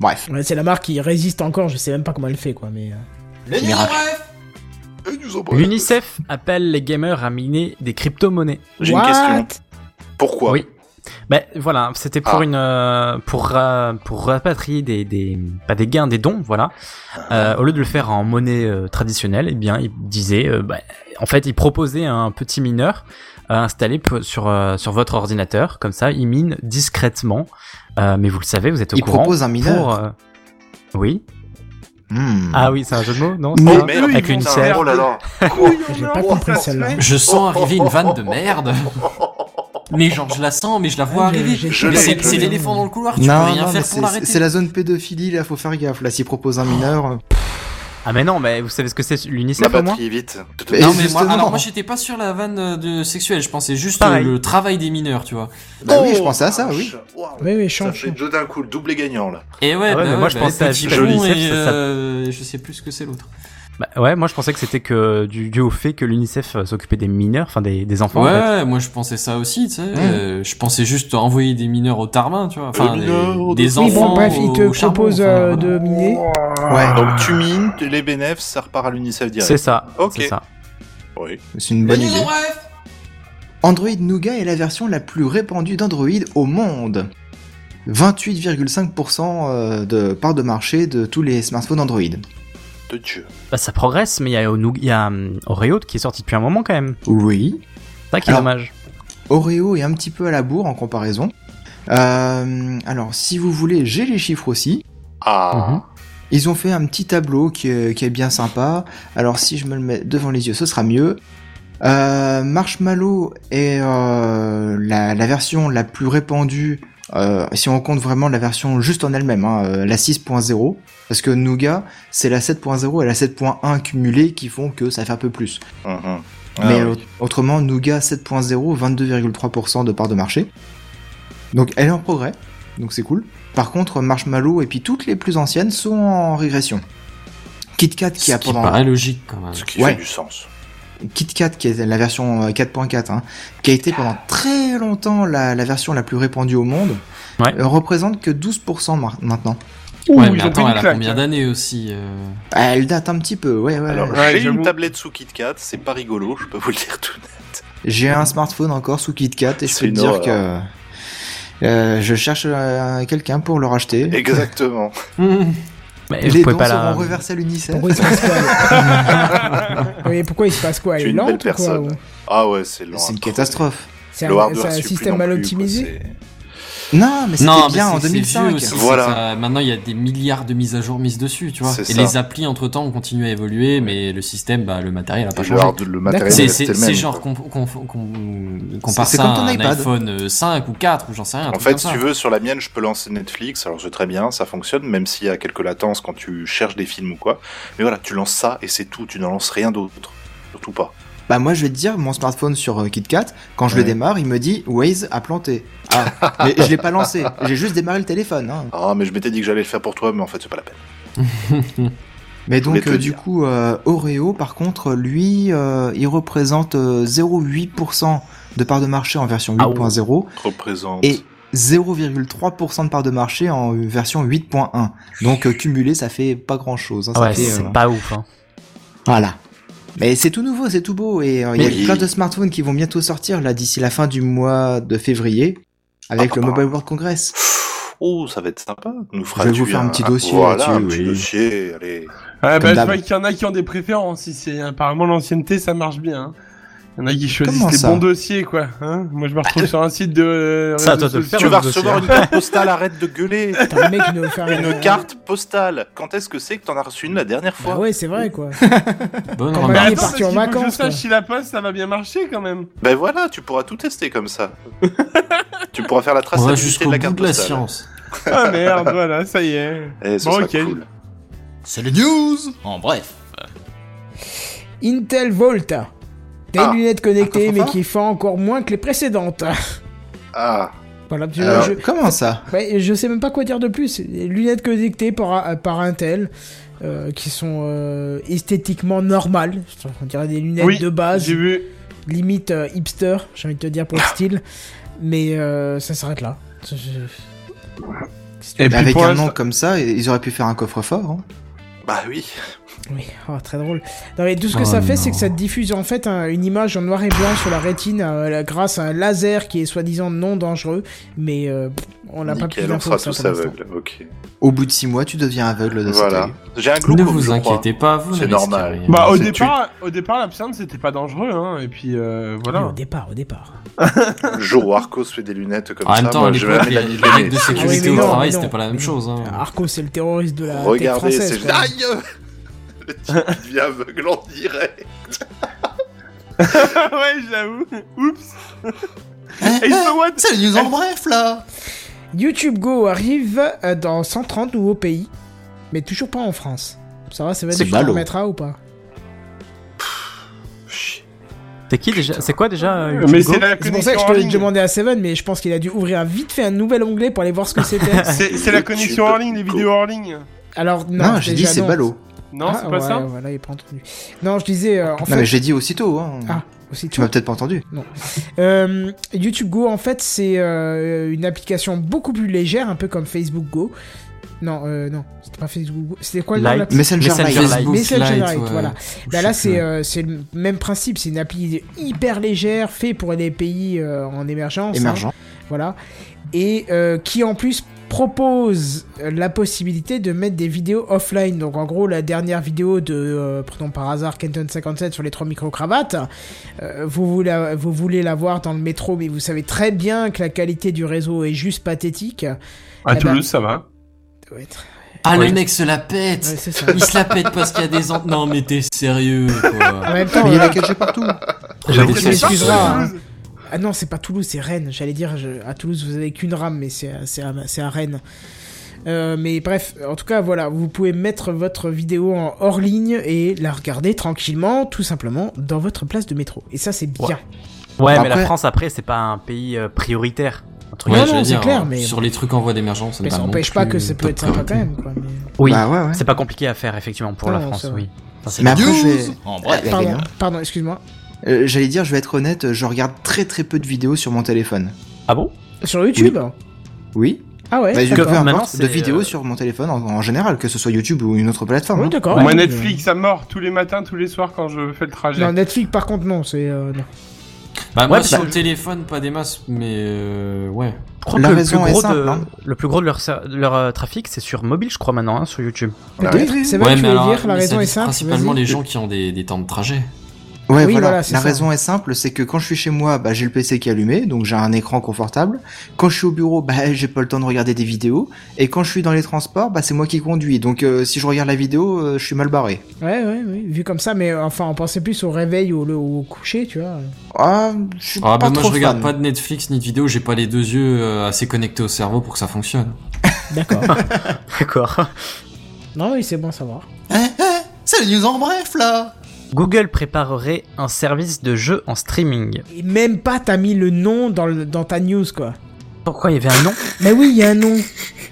Speaker 8: Bref.
Speaker 1: Ouais, C'est la marque qui résiste encore, je sais même pas comment elle fait, quoi. Mais euh,
Speaker 8: Miracle.
Speaker 3: L'UNICEF appelle les gamers à miner des crypto-monnaies.
Speaker 4: J'ai une
Speaker 1: What
Speaker 4: question. Pourquoi
Speaker 3: Oui. Ben voilà, c'était pour
Speaker 4: Ah.
Speaker 3: une euh, pour ra- pour rapatrier des des pas des gains, des dons, voilà. Euh, au lieu de le faire en monnaie euh, traditionnelle, eh bien, il disait euh, bah, en fait, il proposait un petit mineur euh, installé p- sur euh, sur votre ordinateur, comme ça, il mine discrètement. Euh, mais vous le savez, vous êtes au
Speaker 8: Il
Speaker 3: courant.
Speaker 8: propose un mineur
Speaker 3: pour, euh, Oui.
Speaker 8: Hmm.
Speaker 3: Ah oui, c'est un jeu de mots, non
Speaker 4: Oh,
Speaker 3: c'est ça
Speaker 4: merde,
Speaker 3: Avec
Speaker 4: putain,
Speaker 3: une serre.
Speaker 4: Oh là là.
Speaker 1: j'ai pas compris celle-là.
Speaker 5: Je sens arriver une vanne de merde. Mais genre je la sens, mais je la vois
Speaker 1: Ouais,
Speaker 5: arriver.
Speaker 1: j'ai-
Speaker 4: j'ai-
Speaker 5: Mais
Speaker 4: je
Speaker 5: C'est
Speaker 4: l'ai-
Speaker 5: c'est l'éléphant dans le couloir, tu peux
Speaker 8: Non,
Speaker 5: rien
Speaker 8: non, mais
Speaker 5: faire pour
Speaker 8: c'est-
Speaker 5: l'arrêter.
Speaker 8: c'est la zone pédophilie, là, faut faire gaffe. Là, s'ils proposent un mineur. euh,
Speaker 3: Ah mais non, mais vous savez ce que c'est
Speaker 4: La
Speaker 3: l'UNICEF au moins
Speaker 4: batterie, vite.
Speaker 8: Mais-
Speaker 5: Non mais moi,
Speaker 8: justement.
Speaker 5: alors moi j'étais pas sur la vanne euh, de sexuelle, je pensais juste
Speaker 3: Pareil.
Speaker 5: euh, le travail des mineurs, tu vois.
Speaker 8: Bah oui, je pensais à ça, oui.
Speaker 4: Waouh.
Speaker 1: Oui, oui,
Speaker 4: Ça
Speaker 1: change.
Speaker 4: fait deux d'un coup, le double gagnant là.
Speaker 5: Et ouais,
Speaker 3: Ah ouais,
Speaker 5: bah
Speaker 3: mais moi, je pensais à
Speaker 5: petit
Speaker 3: Jules
Speaker 5: con
Speaker 3: Licef,
Speaker 5: et,
Speaker 3: ça- ça-
Speaker 5: euh, je sais plus ce que c'est l'autre.
Speaker 3: Bah, ouais, moi je pensais que c'était que du dû au fait que l'UNICEF euh, s'occupait des mineurs, enfin des, des enfants.
Speaker 5: Ouais,
Speaker 3: en fait.
Speaker 5: moi je pensais ça aussi, tu sais. euh, je pensais juste envoyer des mineurs au Tarmin, tu vois. Enfin,
Speaker 4: Des
Speaker 5: des,
Speaker 4: mineurs,
Speaker 5: des
Speaker 4: des-
Speaker 1: Oui,
Speaker 5: enfants.
Speaker 1: bon, bref,
Speaker 5: au,
Speaker 1: il te
Speaker 5: au charbon,
Speaker 1: propose
Speaker 5: enfin,
Speaker 1: euh,
Speaker 5: voilà.
Speaker 1: de miner.
Speaker 5: Ah.
Speaker 8: Ouais.
Speaker 4: Donc oh, tu mines, les bénéfices, ça repart à l'UNICEF direct.
Speaker 3: C'est ça.
Speaker 4: Ok.
Speaker 3: C'est ça.
Speaker 4: Oui.
Speaker 8: C'est une bonne idée. Android Nougat est la version la plus répandue d'Android au monde. 28,5% euh, de part de marché de tous les smartphones Android.
Speaker 4: De Dieu.
Speaker 3: Bah, ça progresse, mais il y a, Onou- il y a hum, Oreo qui est sorti depuis un moment quand même.
Speaker 8: Oui.
Speaker 3: C'est ça qui est
Speaker 8: Alors-
Speaker 3: dommage.
Speaker 8: Oreo est un petit peu à la bourre en comparaison. Euh, alors, si vous voulez, j'ai les chiffres aussi.
Speaker 4: Ah.
Speaker 3: Mhm.
Speaker 8: Ils ont fait un petit tableau qui est, qui est bien sympa. Alors si je me le mets devant les yeux, ce sera mieux. Euh, Marshmallow est euh, la, la version la plus répandue, euh, si on compte vraiment la version juste en elle-même, hein, euh, la 6.0. Parce que Nougat, c'est la 7.0 et la 7.1 cumulées qui font que ça fait un peu plus.
Speaker 4: Mhm.
Speaker 8: Mais
Speaker 4: Ah,
Speaker 8: au- autrement, Nougat 7.0, 22,3% de part de marché. Donc elle est en progrès, donc c'est cool. Par contre, Marshmallow et puis toutes les plus anciennes sont en régression. KitKat qui
Speaker 5: Ce
Speaker 8: a
Speaker 5: qui
Speaker 8: pendant
Speaker 5: paraît logique quand même.
Speaker 4: Ce qui
Speaker 8: Ouais.
Speaker 4: fait du sens.
Speaker 8: KitKat qui est la version euh, 4.4, hein, qui a été pendant très longtemps la, la version la plus répandue au monde,
Speaker 3: Ouais.
Speaker 8: euh, représente que 12% mar- maintenant.
Speaker 6: Ouh,
Speaker 5: ouais,
Speaker 6: ils
Speaker 5: mais
Speaker 6: ont pris
Speaker 5: attends,
Speaker 6: une
Speaker 5: elle a
Speaker 6: claque.
Speaker 5: combien d'années aussi euh,
Speaker 8: Elle date un petit peu, ouais ouais.
Speaker 4: Alors,
Speaker 8: ouais.
Speaker 6: Ouais,
Speaker 4: j'ai une
Speaker 6: j'avoue.
Speaker 4: tablette sous KitKat, c'est pas rigolo, je peux vous le dire tout de suite.
Speaker 8: J'ai un smartphone encore sous KitKat et je
Speaker 4: C'est
Speaker 8: peux te
Speaker 4: une
Speaker 8: dire que
Speaker 4: horreur.
Speaker 8: euh, je cherche euh, quelqu'un pour le racheter.
Speaker 4: Exactement.
Speaker 3: Mais vous
Speaker 8: Les
Speaker 3: pouvez
Speaker 8: dons
Speaker 3: pas
Speaker 8: seront
Speaker 3: la.
Speaker 8: reversés à l'UNICEF.
Speaker 1: Pourquoi il se passe quoi Oui, pourquoi il se passe quoi
Speaker 4: Tu
Speaker 1: Elle
Speaker 4: es
Speaker 1: est
Speaker 4: une
Speaker 1: lente
Speaker 4: belle
Speaker 1: ou quoi,
Speaker 4: personne.
Speaker 1: ou-
Speaker 4: Ah ouais, c'est lent.
Speaker 8: C'est
Speaker 4: à
Speaker 8: une
Speaker 4: crever.
Speaker 8: catastrophe.
Speaker 1: C'est
Speaker 4: Le
Speaker 1: un,
Speaker 4: hardware
Speaker 1: c'est un
Speaker 4: suit plus non
Speaker 1: système mal
Speaker 4: plus,
Speaker 1: optimisé
Speaker 4: quoi, c'est-
Speaker 8: Non, mais
Speaker 5: Non,
Speaker 8: c'était bien
Speaker 5: mais
Speaker 8: en
Speaker 5: c'est- c'est vieux
Speaker 8: 2005.
Speaker 5: aussi, c'est
Speaker 4: Voilà.
Speaker 5: que ça- maintenant, il y a des milliards de mises à jour mises dessus, tu vois.
Speaker 4: C'est
Speaker 5: Et
Speaker 4: ça.
Speaker 5: les applis, entre-temps, ont continué à évoluer, mais le système, bah, le matériel a pas
Speaker 4: Et
Speaker 5: changé.
Speaker 4: le, hard- le matériel
Speaker 5: C'est-
Speaker 4: reste
Speaker 5: C'est
Speaker 4: le
Speaker 5: c'est
Speaker 4: même,
Speaker 5: genre
Speaker 4: quoi.
Speaker 5: qu'on qu'on- qu'on- qu'on compare
Speaker 8: C'est- c'est
Speaker 5: ça
Speaker 8: comme
Speaker 5: à
Speaker 8: ton
Speaker 5: un
Speaker 8: iPad.
Speaker 5: iPhone euh, 5 ou 4 ou j'en sais rien. un
Speaker 4: En
Speaker 5: truc
Speaker 4: fait,
Speaker 5: comme
Speaker 4: si
Speaker 5: ça.
Speaker 4: tu veux, sur la mienne, je peux lancer Netflix, alors c'est très bien, ça fonctionne, même s'il y a quelques latences quand tu cherches des films ou quoi. Mais voilà, tu lances ça et c'est tout, tu n'en lances rien d'autre. Surtout pas.
Speaker 8: Bah moi je vais te dire, mon smartphone sur euh, KitKat, quand je le
Speaker 4: Ouais.
Speaker 8: démarre, il me dit Waze a planté. Ah, mais je l'ai pas lancé, j'ai juste démarré le téléphone. hein.
Speaker 4: Ah, mais je m'étais dit que j'allais le faire pour toi, mais en fait, c'est pas la peine.
Speaker 8: Mais
Speaker 4: voulais
Speaker 8: donc
Speaker 4: te
Speaker 8: euh,
Speaker 4: le
Speaker 8: du
Speaker 4: dire.
Speaker 8: coup, euh, Oreo par contre, lui, euh, il représente euh, 0,8% de part de marché en version
Speaker 3: Ah ouais.
Speaker 8: 8.0
Speaker 4: Représente.
Speaker 8: et 0,3% de part de marché en euh, version 8.1. Donc euh, cumulé, ça euh, fait pas grand chose.
Speaker 3: Ah Ouais, c'est pas ouf. hein.
Speaker 8: Voilà. Mais c'est tout nouveau, c'est tout beau, et euh, il y
Speaker 4: Mais-
Speaker 8: a plein de smartphones qui vont bientôt sortir là d'ici la fin du mois de février avec
Speaker 4: Ah,
Speaker 8: le
Speaker 4: ah,
Speaker 8: Mobile World Congress.
Speaker 4: Oh, ça va être sympa. Nous fera
Speaker 8: Je vais vous faire un petit dossier
Speaker 4: Voilà, un
Speaker 8: là-dessus,
Speaker 4: petit
Speaker 8: oui.
Speaker 4: dossier. Allez.
Speaker 6: Ah,
Speaker 8: Comme
Speaker 6: bah, je
Speaker 8: d'hab.
Speaker 6: vois qu'il y en a qui ont des préférences ici. Apparemment, l'ancienneté, ça marche bien. hein. Il y en a qui choisissent
Speaker 8: Comment
Speaker 6: les
Speaker 8: ça
Speaker 6: bons dossiers, quoi. hein. Moi, je me retrouve sur un site de. euh,
Speaker 3: Ça,
Speaker 6: réseaux
Speaker 3: toi, de le
Speaker 6: sociaux.
Speaker 4: Tu
Speaker 3: le
Speaker 4: vas
Speaker 3: dossier.
Speaker 4: recevoir une carte postale, arrête de gueuler.
Speaker 1: Putain, le mec, il nous a offert
Speaker 4: Une carte postale. Quand est-ce que c'est que t'en as reçu une la dernière
Speaker 1: Bah
Speaker 4: fois
Speaker 1: ouais, c'est vrai quoi.
Speaker 5: Bonne
Speaker 1: Quand
Speaker 6: Mais
Speaker 1: Il est
Speaker 6: Bah, attends,
Speaker 5: remarque.
Speaker 6: parce
Speaker 1: parti
Speaker 6: qu'il
Speaker 1: en
Speaker 6: faut que je
Speaker 1: vacances,
Speaker 6: sache
Speaker 1: quoi.
Speaker 6: si la poste, ça va bien marcher quand même.
Speaker 4: Ben voilà, tu pourras tout tester comme ça. tu pourras faire la
Speaker 5: On va
Speaker 4: traçabilité
Speaker 5: jusqu'au
Speaker 4: de la
Speaker 5: bout
Speaker 4: carte
Speaker 5: de la
Speaker 4: postale.
Speaker 5: science.
Speaker 6: Ah merde, voilà, ça y est.
Speaker 4: Eh, ce
Speaker 6: Bon,
Speaker 4: sera
Speaker 6: ok.
Speaker 4: cool.
Speaker 10: C'est les news En bref.
Speaker 1: Intel Volta. T'as
Speaker 4: Ah,
Speaker 1: une lunette
Speaker 8: un
Speaker 1: connectée, mais
Speaker 8: coffre-fort
Speaker 1: qui fend encore moins que les précédentes.
Speaker 4: Ah,
Speaker 1: Voilà, je,
Speaker 8: Alors,
Speaker 1: je-
Speaker 8: comment ça
Speaker 1: ouais, je sais même pas quoi dire de plus. Les Lunettes connectées par, par Intel, euh, qui sont euh, esthétiquement normales. On dirait des lunettes
Speaker 6: Oui,
Speaker 1: de base,
Speaker 6: J'ai vu.
Speaker 1: limite euh, hipster, j'ai envie de te dire pour le style. Mais euh, ça s'arrête là. Je- je-
Speaker 6: Et
Speaker 8: Mais avec
Speaker 6: pour
Speaker 8: un
Speaker 6: l'instant-
Speaker 8: nom comme ça, ils auraient pu faire un coffre-fort. hein.
Speaker 4: bah oui.
Speaker 1: Oui, oh, très drôle. Non, mais tout
Speaker 8: Oh
Speaker 1: ce que ça fait, c'est que ça diffuse en fait un- une image en noir et blanc sur la rétine euh, là, grâce à un laser qui est soi-disant non dangereux. Mais euh, pff, on n'a pas plus
Speaker 4: Nickel, on
Speaker 1: d'infos
Speaker 4: sera
Speaker 1: que ça
Speaker 4: tous
Speaker 1: pour l'instant.
Speaker 4: aveugles. Ok.
Speaker 8: Au bout de six mois, tu deviens aveugle de
Speaker 4: Voilà.
Speaker 8: cette
Speaker 4: J'ai un hein. glaucome,
Speaker 5: Bah, Ne vous
Speaker 4: je crois.
Speaker 5: inquiétez pas, vous
Speaker 4: C'est
Speaker 5: n'avez
Speaker 4: normal.
Speaker 5: rien.
Speaker 6: Bah, au
Speaker 4: C'est
Speaker 6: départ, au départ, l'absinthe, c'était pas dangereux, hein. Et puis, euh,
Speaker 1: Oui, au
Speaker 6: voilà.
Speaker 1: départ, au départ.
Speaker 4: Joe Arcos fait des lunettes comme
Speaker 5: Ah, En
Speaker 4: ça.
Speaker 5: même temps,
Speaker 4: moi,
Speaker 5: à
Speaker 4: je
Speaker 5: l'époque,
Speaker 4: vais
Speaker 5: les,
Speaker 4: mettre
Speaker 5: les
Speaker 4: la
Speaker 5: règles de
Speaker 4: lunette.
Speaker 1: Ah oui,
Speaker 5: sécurité
Speaker 1: mais
Speaker 5: au
Speaker 1: non,
Speaker 5: travail,
Speaker 1: mais
Speaker 5: c'était
Speaker 1: non. Ah,
Speaker 5: pas la même chose. Hein.
Speaker 1: Arco, c'est le terroriste de la tech
Speaker 4: Regardez,
Speaker 1: Ah, française.
Speaker 4: c'est.
Speaker 1: quoi.
Speaker 4: Aïe Le type devient aveugle, on dirait.
Speaker 6: Ah ouais, j'avoue. Oups. Et so
Speaker 8: Eh,
Speaker 6: what
Speaker 10: C'est les news en bref, là
Speaker 1: YouTube Go arrive euh, dans 130 nouveaux pays, mais toujours pas en France. Ça va, ça va être
Speaker 8: C'est
Speaker 1: tu t'en
Speaker 8: ballot.
Speaker 1: remettras ou pas
Speaker 3: C'est qui déjà C'est quoi déjà euh,
Speaker 6: Mais
Speaker 3: Hugo
Speaker 6: c'est la
Speaker 1: C'est pour ça que
Speaker 6: connexion
Speaker 1: je
Speaker 6: en
Speaker 1: te l'ai
Speaker 6: ligne.
Speaker 1: demandé à Seven, mais je pense qu'il a dû ouvrir vite fait un nouvel onglet
Speaker 6: Ah.
Speaker 1: pour aller voir ce que c'était.
Speaker 6: C'est c'est la
Speaker 4: YouTube
Speaker 6: connexion en ligne, les
Speaker 4: Go.
Speaker 6: vidéos en ligne.
Speaker 1: Alors,
Speaker 8: Non,
Speaker 1: non,
Speaker 8: j'ai dit
Speaker 1: déjà,
Speaker 8: c'est
Speaker 1: non.
Speaker 8: ballot.
Speaker 6: Non,
Speaker 1: Ah,
Speaker 6: c'est pas
Speaker 1: ouais,
Speaker 6: ça
Speaker 1: Voilà, il est pas entendu. Non, je disais, euh, en
Speaker 8: Non,
Speaker 1: fait.
Speaker 8: mais j'ai dit aussitôt. Hein.
Speaker 1: Ah, aussi,
Speaker 8: Tu m'as peut-être pas entendu.
Speaker 1: Euh, YouTube Go, en fait, c'est euh, une application beaucoup plus légère, un peu comme Facebook Go. Non, euh, non, c'était pas Facebook Go. C'était quoi le nom de
Speaker 3: Light.
Speaker 1: l'appli
Speaker 8: Messenger
Speaker 3: Messenger
Speaker 8: Live.
Speaker 3: Live.
Speaker 5: Facebook
Speaker 1: Messenger
Speaker 5: Lite,
Speaker 1: Lite,
Speaker 5: ouais.
Speaker 1: voilà.
Speaker 5: Ou
Speaker 1: Bah
Speaker 5: je
Speaker 1: là,
Speaker 5: sais plus.
Speaker 1: c'est euh, c'est le même principe. C'est une appli hyper légère, fait pour les pays euh, en émergence. hein,
Speaker 8: Émergent.
Speaker 1: voilà. Et euh, qui en plus propose euh, la possibilité de mettre des vidéos offline. Donc en gros, la dernière vidéo de, euh, prenons par hasard, Kenton 57 sur les trois micro-cravates, euh, vous, voulez, la- vous voulez la voir dans le métro, mais vous savez très bien que la qualité du réseau est juste pathétique.
Speaker 6: À
Speaker 1: Eh ben-
Speaker 6: Toulouse, ça va.
Speaker 1: Ça doit être-
Speaker 5: Ah,
Speaker 3: Oui.
Speaker 5: le mec se la pète
Speaker 1: Ouais, c'est ça.
Speaker 5: Il se la pète parce qu'il y a des ent... Non, mais t'es sérieux,
Speaker 1: En
Speaker 5: quoi.
Speaker 1: même temps,
Speaker 8: Mais il y a
Speaker 1: euh,
Speaker 8: la 4G partout.
Speaker 3: J'avoue
Speaker 1: tu
Speaker 3: que c'est-
Speaker 1: m'excuseras, hein.
Speaker 6: Toulouse.
Speaker 1: Ah non, c'est pas Toulouse, c'est Rennes. J'allais dire, je- à Toulouse, vous avez qu'une rame, mais c'est à, c'est à- c'est à Rennes. Euh, mais bref, en tout cas, voilà, vous pouvez mettre votre vidéo en hors ligne et la regarder tranquillement, tout simplement, dans votre place de métro. Et ça, c'est bien.
Speaker 3: Ouais. Ouais, mais la
Speaker 8: Après-
Speaker 3: France, après, c'est pas un pays euh, prioritaire. Entre
Speaker 1: Ouais,
Speaker 3: guillemets.
Speaker 5: je
Speaker 1: non,
Speaker 5: veux
Speaker 1: c'est
Speaker 5: dire,
Speaker 1: clair,
Speaker 5: hein,
Speaker 1: mais-
Speaker 5: Sur les trucs en voie d'émergence, ça
Speaker 1: Mais
Speaker 5: n'est
Speaker 1: ça
Speaker 5: pas
Speaker 1: n'empêche
Speaker 5: non
Speaker 1: pas
Speaker 5: plus
Speaker 1: que ça peut
Speaker 5: top
Speaker 1: être sympa quand
Speaker 5: priorité.
Speaker 1: même. Quoi, mais-
Speaker 3: Oui,
Speaker 8: Bah ouais, ouais.
Speaker 3: c'est pas compliqué à faire, effectivement, pour la
Speaker 1: Non,
Speaker 3: France,
Speaker 1: c'est vrai.
Speaker 3: oui. Enfin, c'est-
Speaker 8: Mais après, je vais-
Speaker 10: En
Speaker 8: Ouais, la
Speaker 1: Pardon,
Speaker 8: gagne, hein.
Speaker 1: pardon excuse-moi.
Speaker 8: Euh, J'allais dire, je vais être honnête, je regarde très très peu de vidéos sur mon téléphone.
Speaker 3: Ah bon
Speaker 1: Sur YouTube
Speaker 8: Oui
Speaker 1: Ah ouais,
Speaker 8: Bah, je- peu
Speaker 1: d'accord.
Speaker 3: Comme maintenant,
Speaker 8: importe, de
Speaker 3: c'est,
Speaker 8: vidéos
Speaker 3: euh,
Speaker 8: sur mon téléphone en, en général, que ce soit YouTube ou une autre plateforme.
Speaker 1: Ouais,
Speaker 8: hein.
Speaker 1: d'accord.
Speaker 6: Moi,
Speaker 1: Ouais,
Speaker 6: Bah, Netflix à mort tous les matins, tous les soirs quand je fais le
Speaker 1: euh,
Speaker 6: trajet.
Speaker 1: Non, Netflix, par contre, non, c'est. euh, non.
Speaker 5: Bah, moi,
Speaker 3: Ouais,
Speaker 5: sur
Speaker 3: bah-
Speaker 5: le téléphone, pas des masses, mais euh, ouais.
Speaker 3: Je crois
Speaker 8: La
Speaker 3: que le plus,
Speaker 8: raison est
Speaker 3: gros de,
Speaker 8: simple, hein.
Speaker 3: le plus gros de leur, ser- de leur euh, trafic, c'est sur mobile, je crois, maintenant, hein, sur YouTube.
Speaker 8: Ah
Speaker 1: Peut-être,
Speaker 8: oui, oui,
Speaker 1: c'est
Speaker 8: oui.
Speaker 1: vrai
Speaker 5: ouais,
Speaker 1: que tu
Speaker 5: mais
Speaker 1: voulais
Speaker 5: alors,
Speaker 1: dire, la
Speaker 5: mais ça
Speaker 1: raison est
Speaker 5: vise
Speaker 1: simple.
Speaker 5: Principalement
Speaker 1: vas-y.
Speaker 5: les gens qui ont des, des temps de trajet.
Speaker 8: Ouais,
Speaker 1: Oui,
Speaker 8: voilà.
Speaker 1: voilà, c'est
Speaker 8: la
Speaker 1: ça.
Speaker 8: raison est simple, c'est que quand je suis chez moi, bah, j'ai le PC qui est allumé, donc j'ai un écran confortable. Quand je suis au bureau, bah, j'ai pas le temps de regarder des vidéos. Et quand je suis dans les transports, bah, c'est moi qui conduis. Donc euh, si je regarde la vidéo, euh, je suis mal barré.
Speaker 1: Ouais, ouais, ouais, vu comme ça, mais euh, enfin, on pensait plus au réveil ou le- au coucher, tu vois.
Speaker 8: Ah, je suis
Speaker 5: Ah,
Speaker 8: pas
Speaker 5: bah, moi,
Speaker 8: trop
Speaker 5: je regarde
Speaker 8: fan.
Speaker 5: pas de Netflix ni de vidéos, j'ai pas les deux yeux euh, assez connectés au cerveau pour que ça fonctionne.
Speaker 1: D'accord.
Speaker 3: D'accord.
Speaker 1: non, oui, c'est bon à savoir.
Speaker 8: Hein,
Speaker 10: c'est les news en bref là
Speaker 3: Google préparerait un service de jeu en streaming.
Speaker 1: Et même pas t'as mis le nom dans, le- dans ta news, quoi.
Speaker 3: Pourquoi il y avait un nom
Speaker 1: Mais oui, il y a un nom.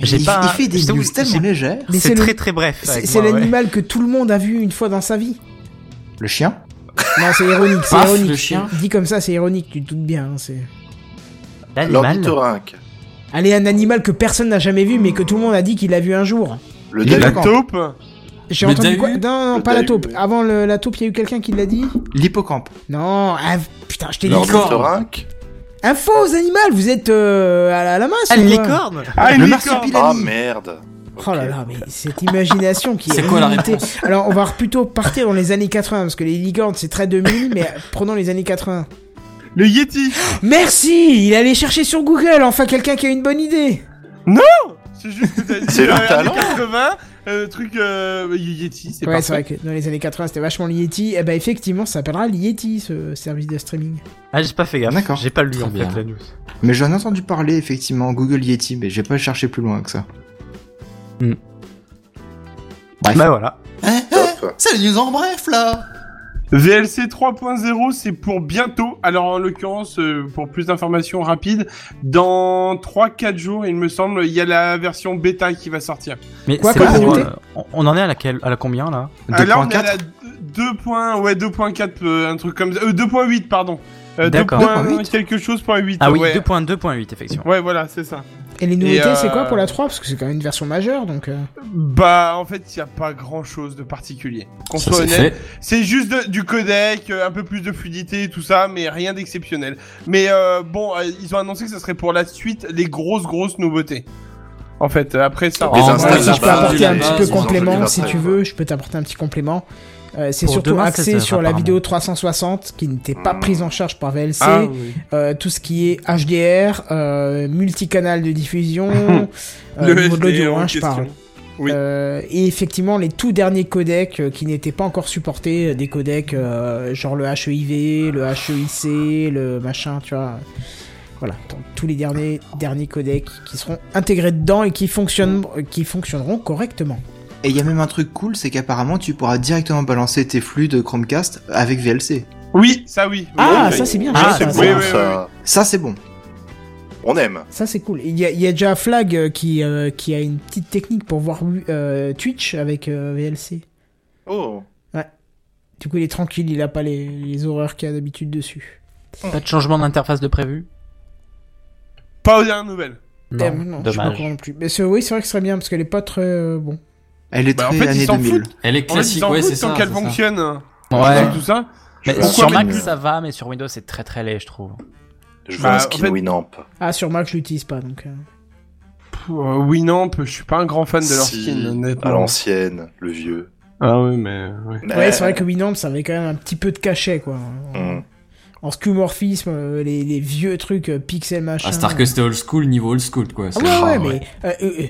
Speaker 3: J'ai
Speaker 8: il,
Speaker 3: pas-
Speaker 8: il fait des
Speaker 3: j'ai-
Speaker 8: news
Speaker 3: j'ai-
Speaker 8: tellement légères.
Speaker 1: Mais
Speaker 3: C'est
Speaker 1: c'est le-
Speaker 3: très très bref.
Speaker 1: C'est
Speaker 3: avec
Speaker 1: c'est
Speaker 3: moi, ouais.
Speaker 1: l'animal que tout le monde a vu une fois dans sa vie.
Speaker 8: Le chien
Speaker 1: Non, c'est ironique, c'est
Speaker 5: Paf,
Speaker 1: ironique.
Speaker 5: le chien.
Speaker 1: Dit comme ça, c'est ironique, tu te doutes bien. hein, c'est-
Speaker 3: L'animal.
Speaker 4: L'ornithorynque.
Speaker 1: Allez, un animal que personne n'a jamais vu, mais que tout le monde a dit qu'il a vu un jour.
Speaker 4: Le
Speaker 6: La
Speaker 4: dahu.
Speaker 6: taupe
Speaker 1: J'ai
Speaker 5: Le
Speaker 1: entendu
Speaker 5: Dahu
Speaker 1: quoi Non, non,
Speaker 4: Le
Speaker 1: pas la
Speaker 4: Dahu,
Speaker 1: taupe.
Speaker 4: ouais.
Speaker 1: Avant le- la taupe, il y a eu quelqu'un qui l'a dit
Speaker 8: L'hippocampe.
Speaker 1: Non, ah, putain, je t'ai dit.
Speaker 4: L'ornithorynque.
Speaker 1: Info aux animaux, vous êtes euh, à, la, à la masse
Speaker 3: Ah,
Speaker 1: ou
Speaker 3: une
Speaker 1: quoi
Speaker 3: licorne
Speaker 6: Ah,
Speaker 8: le
Speaker 6: une licorne.
Speaker 8: marsupilami.
Speaker 4: Ah merde.
Speaker 1: Oh là là, mais cette imagination qui est.
Speaker 5: C'est quoi la
Speaker 1: limitée. Alors, on va plutôt partir dans les années 80, parce que les licornes, c'est très 2000, mais prenons les années 80.
Speaker 6: Le Yeti.
Speaker 1: Merci Il est allé chercher sur Google, enfin quelqu'un qui a une bonne idée
Speaker 6: C'est juste que t'as dit.
Speaker 4: C'est
Speaker 6: euh,
Speaker 4: leur
Speaker 6: années
Speaker 4: talent.
Speaker 6: 80, euh, truc euh, Yeti, c'est
Speaker 1: Ouais, c'est vrai
Speaker 6: parfait.
Speaker 1: que dans les années 80, c'était vachement l'Yeti. Et bah, effectivement, ça s'appellera l'Yeti, ce service de streaming.
Speaker 3: Ah, j'ai pas fait gaffe.
Speaker 8: D'accord.
Speaker 3: J'ai pas lu
Speaker 5: Très
Speaker 3: en
Speaker 5: bien.
Speaker 3: fait la news.
Speaker 8: Mais j'en ai entendu parler effectivement Google Yeti, mais j'ai pas cherché plus loin que ça.
Speaker 3: Hmm.
Speaker 8: Bref.
Speaker 3: Bah voilà.
Speaker 4: Top.
Speaker 10: C'est les news en bref là
Speaker 6: VLC 3.0, c'est pour bientôt. Alors, en l'occurrence, euh, pour plus d'informations rapides, dans 3-4 jours, il me semble, il y a la version bêta qui va sortir.
Speaker 3: Mais
Speaker 1: Quoi,
Speaker 3: c'est
Speaker 1: quoi,
Speaker 3: pour,
Speaker 1: communauté
Speaker 3: euh, on- on en est à laquelle à la combien là
Speaker 6: Alors, Ah, on est à
Speaker 8: 2.4
Speaker 6: la 2. points- Ouais, 2.4, euh, un truc comme ça. Euh, 2.8, pardon. Euh,
Speaker 3: D'accord.
Speaker 6: 2.8
Speaker 8: 2.8.
Speaker 6: quelque chose, point 8.
Speaker 3: Ah oui,
Speaker 6: ouais.
Speaker 3: 2.2.8 effectivement.
Speaker 6: Ouais, voilà, c'est ça.
Speaker 1: Et les nouveautés,
Speaker 6: euh,
Speaker 1: c'est quoi pour la 3 Parce que c'est quand même une version majeure, donc. euh,
Speaker 6: Bah, en fait, il n'y a pas grand chose de particulier. Qu'on
Speaker 5: Ça,
Speaker 6: soit
Speaker 5: c'est
Speaker 6: honnête,
Speaker 5: fait.
Speaker 6: C'est juste de- du codec, euh, un peu plus de fluidité, tout ça, mais rien d'exceptionnel. Mais euh, bon, euh, ils ont annoncé que ça serait pour la suite les grosses grosses nouveautés. En fait, euh, après ça.
Speaker 4: Les
Speaker 6: en-
Speaker 4: installs
Speaker 1: Moi, si je peux
Speaker 4: là-bas,
Speaker 1: apporter un
Speaker 4: là-bas,
Speaker 1: petit peu
Speaker 4: ils ont
Speaker 1: complément,
Speaker 4: enlevé
Speaker 1: si
Speaker 4: la
Speaker 1: tu
Speaker 4: presse,
Speaker 1: veux, je peux t'apporter un petit complément. Euh, c'est
Speaker 3: Pour
Speaker 1: surtout
Speaker 3: demain, c'est
Speaker 1: axé
Speaker 3: ça,
Speaker 1: sur la
Speaker 3: apparemment.
Speaker 1: vidéo 360 qui n'était pas prise en charge par VLC,
Speaker 6: Ah, oui.
Speaker 1: euh, tout ce qui est HDR, euh, multicanal de diffusion, euh,
Speaker 6: Le
Speaker 1: niveau de l'audio,
Speaker 6: SDR en
Speaker 1: hein, je parle.
Speaker 6: question. Oui.
Speaker 1: Euh, et effectivement, les tout derniers codecs euh, qui n'étaient pas encore supportés, euh, des codecs euh, genre le HEIV, le HEIC, le machin, tu vois. Voilà, donc tous les derniers, derniers codecs qui seront intégrés dedans et qui, fonctionnent, euh, qui fonctionneront correctement.
Speaker 8: Et il y a même un truc cool, c'est qu'apparemment tu pourras directement balancer tes flux de Chromecast avec VLC.
Speaker 6: Oui, ça oui.
Speaker 1: Ah,
Speaker 6: Oui,
Speaker 1: ça
Speaker 6: oui.
Speaker 1: c'est bien.
Speaker 3: Ah,
Speaker 1: ça,
Speaker 6: c'est
Speaker 1: ça,
Speaker 6: oui,
Speaker 1: ça.
Speaker 6: oui.
Speaker 4: Ça,
Speaker 8: Ça c'est bon.
Speaker 4: on aime.
Speaker 1: Ça, c'est cool. Il y, a, il y a déjà Flag euh, qui, euh, qui a une petite technique pour voir euh, Twitch avec euh, VLC.
Speaker 4: Oh
Speaker 1: Du coup, il est tranquille, il a pas les, les horreurs qu'il y a d'habitude dessus.
Speaker 3: Pas de changement d'interface de prévu
Speaker 6: Pas aux dernières nouvelles.
Speaker 1: Eh,
Speaker 3: Euh, Non,
Speaker 1: mais non, je suis pas au
Speaker 3: dommage.
Speaker 1: courant non plus. Mais c'est- oui, c'est vrai que ce serait bien parce qu'elle est pas très euh, bon.
Speaker 8: Elle est
Speaker 6: Bah, en
Speaker 8: très
Speaker 6: fait, ils
Speaker 8: année
Speaker 6: s'en
Speaker 8: 2000.
Speaker 5: Elle est
Speaker 6: En fait, ils
Speaker 5: classique,
Speaker 6: s'en
Speaker 5: ouais,
Speaker 6: foutent
Speaker 5: c'est ça.
Speaker 6: tant qu'elle
Speaker 5: c'est ça.
Speaker 6: fonctionne.
Speaker 3: Ouais.
Speaker 6: Tout ça.
Speaker 3: Mais
Speaker 6: Pourquoi
Speaker 3: sur
Speaker 6: mais-
Speaker 3: Mac, ça va, mais sur Windows, c'est très très laid, je trouve.
Speaker 4: Je
Speaker 6: Bah,
Speaker 4: vois un
Speaker 6: en
Speaker 4: skin
Speaker 6: fait-
Speaker 4: Winamp.
Speaker 1: Ah, sur Mac, je l'utilise pas donc. euh.
Speaker 6: Pff, euh, Winamp, je suis pas un grand fan de leur
Speaker 4: Si,
Speaker 6: skin,
Speaker 4: à
Speaker 6: honnêtement.
Speaker 4: l'ancienne, le vieux.
Speaker 6: Ah oui, mais. ouais.
Speaker 2: Euh.
Speaker 1: Ouais, c'est vrai que Winamp, ça avait quand même un petit peu de cachet quoi.
Speaker 2: Mm.
Speaker 1: En,
Speaker 4: Hmm.
Speaker 1: en skeuomorphisme, euh, les, les vieux trucs euh, pixel machin.
Speaker 5: Ah, Star que c'était old school niveau old school, quoi.
Speaker 1: Ah
Speaker 5: c'est-
Speaker 1: ouais, ouais,
Speaker 5: ah,
Speaker 1: mais euh, euh, euh,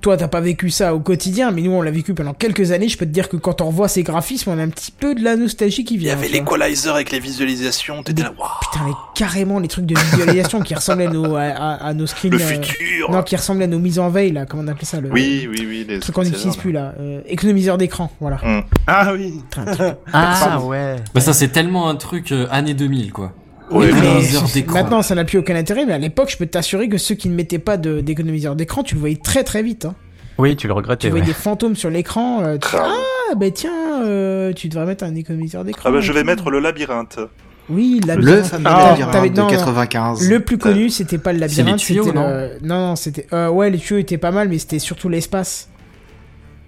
Speaker 1: toi, t'as pas vécu ça au quotidien, mais nous, on l'a vécu pendant quelques années. Je peux te dire que quand on revoit ces graphismes, on a un petit peu de la nostalgie qui
Speaker 2: Il y
Speaker 1: vient.
Speaker 2: avait
Speaker 1: tu vois.
Speaker 2: l'equalizer avec les visualisations, t'étais là, waouh,
Speaker 1: Putain, mais carrément les trucs de visualisation qui ressemblaient à nos, à, à- à nos screens.
Speaker 2: le
Speaker 1: euh,
Speaker 2: futur
Speaker 1: Non, qui ressemblaient à nos mises en veille, là, comment on appelait ça le,
Speaker 4: Oui, Hum. oui, oui. Les
Speaker 1: le truc qu'on n'utilise plus, là. euh, économiseur d'écran, voilà.
Speaker 6: Ah oui.
Speaker 1: Putain, un truc-
Speaker 3: Ah ouais.
Speaker 5: Bah, ça, c'est tellement un truc euh, année 2000, quoi.
Speaker 4: Ouais,
Speaker 1: Mais
Speaker 5: mais- économiseur d'écran.
Speaker 1: Maintenant, ça n'a plus aucun intérêt, mais à l'époque, je peux t'assurer que ceux qui ne mettaient pas de- d'économiseur d'écran, tu le voyais très très vite. hein.
Speaker 3: Oui, tu le
Speaker 1: Tu
Speaker 3: regrettais.
Speaker 1: voyais
Speaker 3: ouais.
Speaker 1: des fantômes sur l'écran. euh, tu-
Speaker 4: Grave.
Speaker 1: ah, bah tiens, euh, tu devrais mettre un économiseur d'écran.
Speaker 4: Ah bah je vais
Speaker 1: et tout.
Speaker 4: mettre le labyrinthe.
Speaker 1: Oui, la
Speaker 8: Le fameux
Speaker 6: Ah,
Speaker 1: t'avais-
Speaker 8: labyrinthe
Speaker 1: non,
Speaker 8: de
Speaker 1: non.
Speaker 8: 95.
Speaker 1: Le plus connu, c'était pas le
Speaker 5: C'est les
Speaker 1: labyrinthe,
Speaker 5: tuyaux,
Speaker 1: c'était
Speaker 5: non
Speaker 1: le... Non, non, c'était... euh, ouais, les tuyaux étaient pas mal, mais c'était surtout l'espace.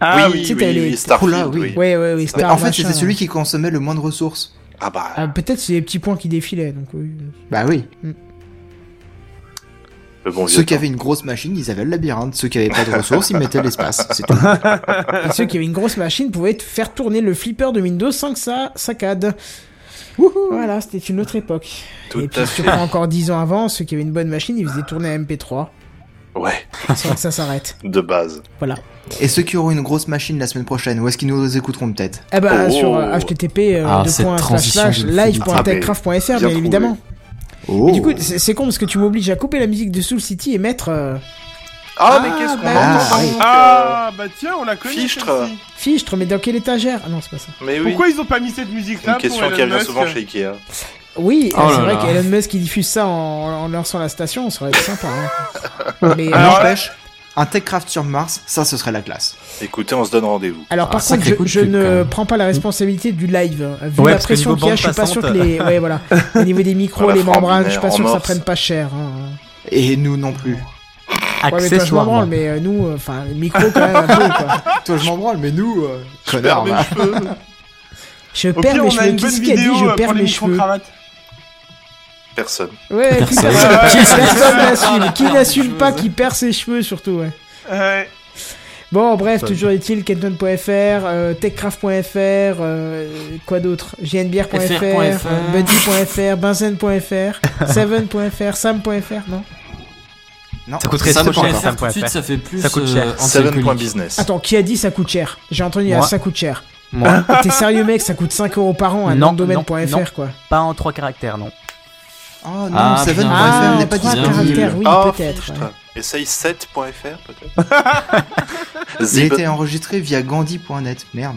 Speaker 6: Ah
Speaker 1: oui,
Speaker 4: oui,
Speaker 1: tu sais,
Speaker 4: oui,
Speaker 1: t'as les-
Speaker 4: oui, Starfield,
Speaker 8: Oula, oui.
Speaker 4: oui.
Speaker 1: Ouais, ouais, oui.
Speaker 8: Mais
Speaker 1: Star,
Speaker 8: en fait,
Speaker 1: machin,
Speaker 8: c'était celui
Speaker 1: là.
Speaker 8: qui consommait le moins de ressources.
Speaker 4: Ah bah,
Speaker 1: Ah, Peut-être c'est les petits points qui défilaient, donc oui.
Speaker 8: Bah oui.
Speaker 4: le bon vieux
Speaker 8: Ceux qui
Speaker 4: temps.
Speaker 8: avaient une grosse machine, ils avaient le labyrinthe. Ceux qui avaient pas de ressources, ils mettaient l'espace. C'est tout.
Speaker 1: Et ceux qui avaient une grosse machine pouvaient te faire tourner le flipper de Windows sans que ça saccade. Voilà, c'était une autre époque.
Speaker 4: Tout
Speaker 1: Et puis
Speaker 4: à
Speaker 1: si tu
Speaker 4: fait.
Speaker 1: prends encore 10 ans avant, ceux qui avaient une bonne machine, ils faisaient tourner un MP3
Speaker 4: Ouais,
Speaker 1: sans que ça s'arrête.
Speaker 4: de base.
Speaker 1: Voilà.
Speaker 8: Et ceux qui auront une grosse machine la semaine prochaine, où est-ce qu'ils nous écouteront peut-être
Speaker 1: Eh ben,
Speaker 4: Oh.
Speaker 1: sur euh, http euh,
Speaker 5: Ah,
Speaker 1: deux
Speaker 5: cette
Speaker 1: points slash
Speaker 5: transition
Speaker 1: slash
Speaker 5: de fou.
Speaker 1: live.techcraft.fr, bien,
Speaker 4: trouvé.
Speaker 1: évidemment.
Speaker 8: Oh.
Speaker 1: Mais Du coup, c'est c'est con parce que tu m'obliges à couper la musique de Soul City et mettre euh,
Speaker 4: Ah,
Speaker 1: Ah,
Speaker 4: mais qu'est-ce qu'on
Speaker 1: bah,
Speaker 4: entend
Speaker 8: oui.
Speaker 4: donc,
Speaker 6: Ah bah tiens, on la connaît.
Speaker 4: Fichtre.
Speaker 6: celle-ci.
Speaker 1: Fichtre, mais dans quelle étagère Ah non, c'est pas ça.
Speaker 4: euh, Mais oui,
Speaker 6: Pourquoi ils ont pas mis cette musique là
Speaker 4: une question
Speaker 6: pour
Speaker 4: qui
Speaker 6: Elon
Speaker 4: revient
Speaker 6: Musk
Speaker 4: souvent chez Ikea.
Speaker 1: Oui,
Speaker 5: Oh
Speaker 1: euh, c'est
Speaker 5: là
Speaker 1: vrai
Speaker 5: là.
Speaker 1: qu'Elon Musk il diffuse ça en, en lançant la station, ça aurait été sympa. hein. Mais,
Speaker 6: Alors là-
Speaker 8: N'empêche, un Techcraft sur Mars, ça ce serait la classe.
Speaker 4: Écoutez, on se donne rendez-vous.
Speaker 1: Alors par
Speaker 5: Ah,
Speaker 1: contre,
Speaker 5: sacré
Speaker 1: je,
Speaker 5: coup de
Speaker 1: je
Speaker 5: pub, quand
Speaker 1: ne
Speaker 5: même.
Speaker 1: prends pas la responsabilité du live. hein. Vu la
Speaker 3: Ouais, parce que
Speaker 1: pression
Speaker 3: niveau
Speaker 1: qu'il y a,
Speaker 3: bande
Speaker 1: je suis pas sûr que
Speaker 3: passante.
Speaker 1: les, ouais voilà, au niveau des micros,
Speaker 4: Voilà,
Speaker 1: les
Speaker 4: Franck
Speaker 1: membranes, je suis
Speaker 4: Biner,
Speaker 1: pas sûr que ça
Speaker 4: amorce.
Speaker 1: prenne pas cher. hein.
Speaker 8: Et nous non plus.
Speaker 1: Ouais, mais toi je m'en branle,
Speaker 3: Accessoirement.
Speaker 1: mais euh, nous, euh, enfin, le micro quand même un peu quoi.
Speaker 8: Toi je m'en branle, mais nous, euh,
Speaker 6: Perds
Speaker 8: connards,
Speaker 6: mes
Speaker 8: va.
Speaker 6: cheveux.
Speaker 1: Je
Speaker 6: Au
Speaker 1: perds
Speaker 6: pire,
Speaker 1: mes
Speaker 6: on a
Speaker 1: cheveux.
Speaker 6: une bonne
Speaker 1: Qu'est-ce qu'il a dit
Speaker 6: vidéo euh,
Speaker 1: Je
Speaker 6: pour
Speaker 1: perds
Speaker 6: les
Speaker 1: mes cheveux.
Speaker 6: micro-cravates.
Speaker 4: Personne.
Speaker 1: Ouais, plus
Speaker 5: Personne.
Speaker 1: personne personne
Speaker 6: Ouais.
Speaker 1: n'assume. Qui
Speaker 5: Ouais.
Speaker 1: n'assume pas,
Speaker 5: Ouais.
Speaker 1: qui perd ses cheveux surtout, ouais.
Speaker 6: Ouais.
Speaker 1: Bon, bref, toujours est-il, Kenton.fr, euh, techcraft.fr, euh, quoi d'autre GNBR.fr,
Speaker 5: FR.fr,
Speaker 1: euh, Buddy.fr, Benzen.fr, Seven.fr, Sam.fr, non
Speaker 8: Non,
Speaker 3: Ça coûterait
Speaker 5: ça,
Speaker 3: trop
Speaker 5: me
Speaker 3: cher,
Speaker 5: faire tout de suite,
Speaker 3: 5.fr.
Speaker 5: ça fait plus.
Speaker 3: Ça coûte cher.
Speaker 5: euh, anti-alcoolique.
Speaker 4: 7.business.
Speaker 1: Attends, qui a dit ça coûte cher J'ai entendu, ah,
Speaker 3: Moi.
Speaker 1: ça coûte cher. Ah,
Speaker 3: Moi,
Speaker 1: T'es sérieux, mec, ça coûte 5 euros par an à
Speaker 3: Non, non, non.
Speaker 1: nandomaine.fr, quoi.
Speaker 3: pas en trois caractères, non.
Speaker 8: Oh non,
Speaker 5: Ah,
Speaker 8: Seven.fr
Speaker 5: bien.
Speaker 1: Ah,
Speaker 8: n'est
Speaker 1: en
Speaker 8: pas
Speaker 1: trois
Speaker 8: disponible.
Speaker 1: caractères, oui,
Speaker 4: Ah,
Speaker 1: peut-être.
Speaker 4: fichtre.
Speaker 1: ouais.
Speaker 4: Essaye 7.fr peut-être.
Speaker 8: Il
Speaker 4: Zip.
Speaker 8: était enregistré via Gandhi.net, merde.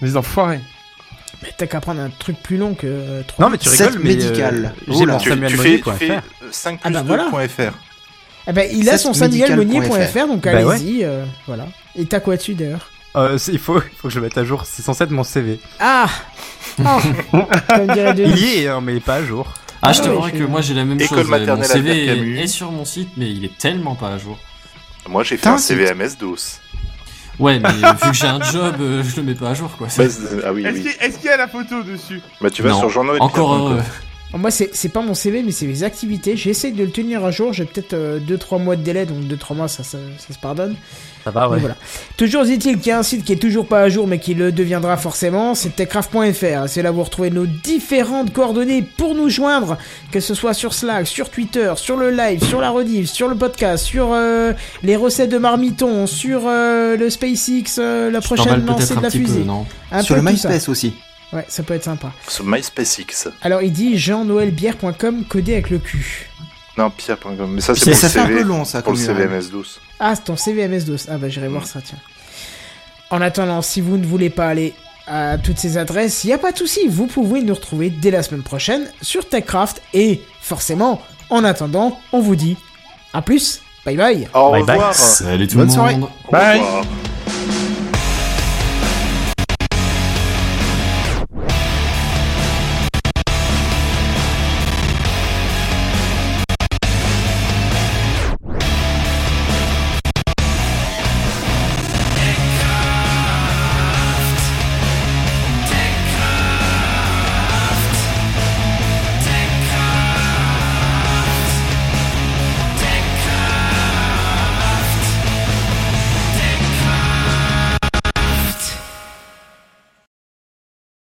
Speaker 6: Les enfoirés.
Speaker 1: Mais T'as qu'à prendre un truc plus long que euh, trois.
Speaker 3: Non, mais tu
Speaker 8: Sept
Speaker 3: rigoles, mais.
Speaker 8: médicales.
Speaker 3: euh, J'ai
Speaker 8: Oula.
Speaker 3: mon
Speaker 4: Tu,
Speaker 3: Samuel
Speaker 4: tu fais,
Speaker 3: Monnier.fr.
Speaker 4: 5
Speaker 1: Ah
Speaker 4: plus
Speaker 1: bah voilà.
Speaker 4: 2.fr.
Speaker 1: Eh ben, il a son samuelmeunier.fr, donc
Speaker 3: Bah ouais.
Speaker 1: allez-y, euh, voilà. Et t'as quoi dessus, d'ailleurs
Speaker 3: Euh, c'est- il faut, il faut que je mette à jour. C'est censé être mon CV.
Speaker 1: Ah oh. Comme dirait Denis.
Speaker 3: Il y est, hein, mais il est pas à jour.
Speaker 5: Ah, je
Speaker 1: Ah
Speaker 5: t'avouerai
Speaker 1: ouais,
Speaker 5: que
Speaker 1: c'est-
Speaker 5: moi j'ai la même
Speaker 4: École
Speaker 5: chose. ouais. Mon
Speaker 4: maternelle
Speaker 5: CV
Speaker 4: Albert Camus.
Speaker 5: est, est sur mon site, mais il est tellement pas à jour.
Speaker 4: Moi j'ai fait
Speaker 8: Putain,
Speaker 4: un
Speaker 8: c'est-
Speaker 4: CVMS DOS.
Speaker 5: Ouais, mais vu que j'ai un job, euh, je le mets pas à jour, quoi.
Speaker 4: Bah, c'est- ah oui,
Speaker 6: Est-ce
Speaker 4: oui.
Speaker 6: qu'il est-ce qu'il y a la photo dessus
Speaker 4: Bah tu vas
Speaker 5: Non.
Speaker 4: sur journaux et
Speaker 5: Encore
Speaker 1: bah,
Speaker 5: euh,
Speaker 4: Picard.com.
Speaker 5: heureux.
Speaker 1: Moi, c'est c'est pas mon CV, mais c'est mes activités. J'essaye de le tenir à jour. J'ai peut-être 2-3 mois de délai, donc 2-3 mois, ça, ça, ça se pardonne.
Speaker 3: Ça va,
Speaker 1: Mais
Speaker 5: Ah
Speaker 3: ouais.
Speaker 1: voilà. Toujours est-il qu'il y a un site qui est toujours pas à jour, mais qui le deviendra forcément. C'est techcraft.fr. C'est là où vous retrouvez nos différentes coordonnées pour nous joindre, que ce soit sur Slack, sur Twitter, sur le live, sur la rediff, sur le podcast, sur euh, les recettes de marmiton, sur euh, le SpaceX, euh, la
Speaker 5: Je t'emballe
Speaker 1: prochaine lancée
Speaker 5: peut-être
Speaker 1: de
Speaker 5: un
Speaker 1: la
Speaker 5: petit peu,
Speaker 1: fusée.
Speaker 5: non
Speaker 1: Un
Speaker 8: Sur
Speaker 1: peu
Speaker 8: le
Speaker 1: tout ça.
Speaker 8: MySpace aussi.
Speaker 1: Ouais, ça peut être sympa.
Speaker 4: Sur MySpaceX.
Speaker 1: Alors il dit jean-noëlbière.com codé avec le cul.
Speaker 4: Non, Pierre.com. Mais ça c'est
Speaker 8: Mais
Speaker 4: pour
Speaker 8: ça
Speaker 4: le
Speaker 8: fait un peu
Speaker 4: CV.
Speaker 8: long ça
Speaker 4: Pour
Speaker 8: comme
Speaker 4: le
Speaker 8: euh, URL.
Speaker 4: CVMS DOS.
Speaker 1: Ah, c'est ton CVMS DOS. Ah bah j'irai voir ça, tiens. En attendant, si vous ne voulez pas aller à toutes ces adresses, il n'y a pas de souci, vous pouvez nous retrouver dès la semaine prochaine sur TechCraft et forcément, en attendant, on vous dit à plus, bye bye
Speaker 4: Au
Speaker 3: Bye bye.
Speaker 4: revoir.
Speaker 5: Salut tout
Speaker 8: Bonne
Speaker 5: le monde.
Speaker 8: soirée.
Speaker 4: Au
Speaker 6: Bye.
Speaker 4: revoir.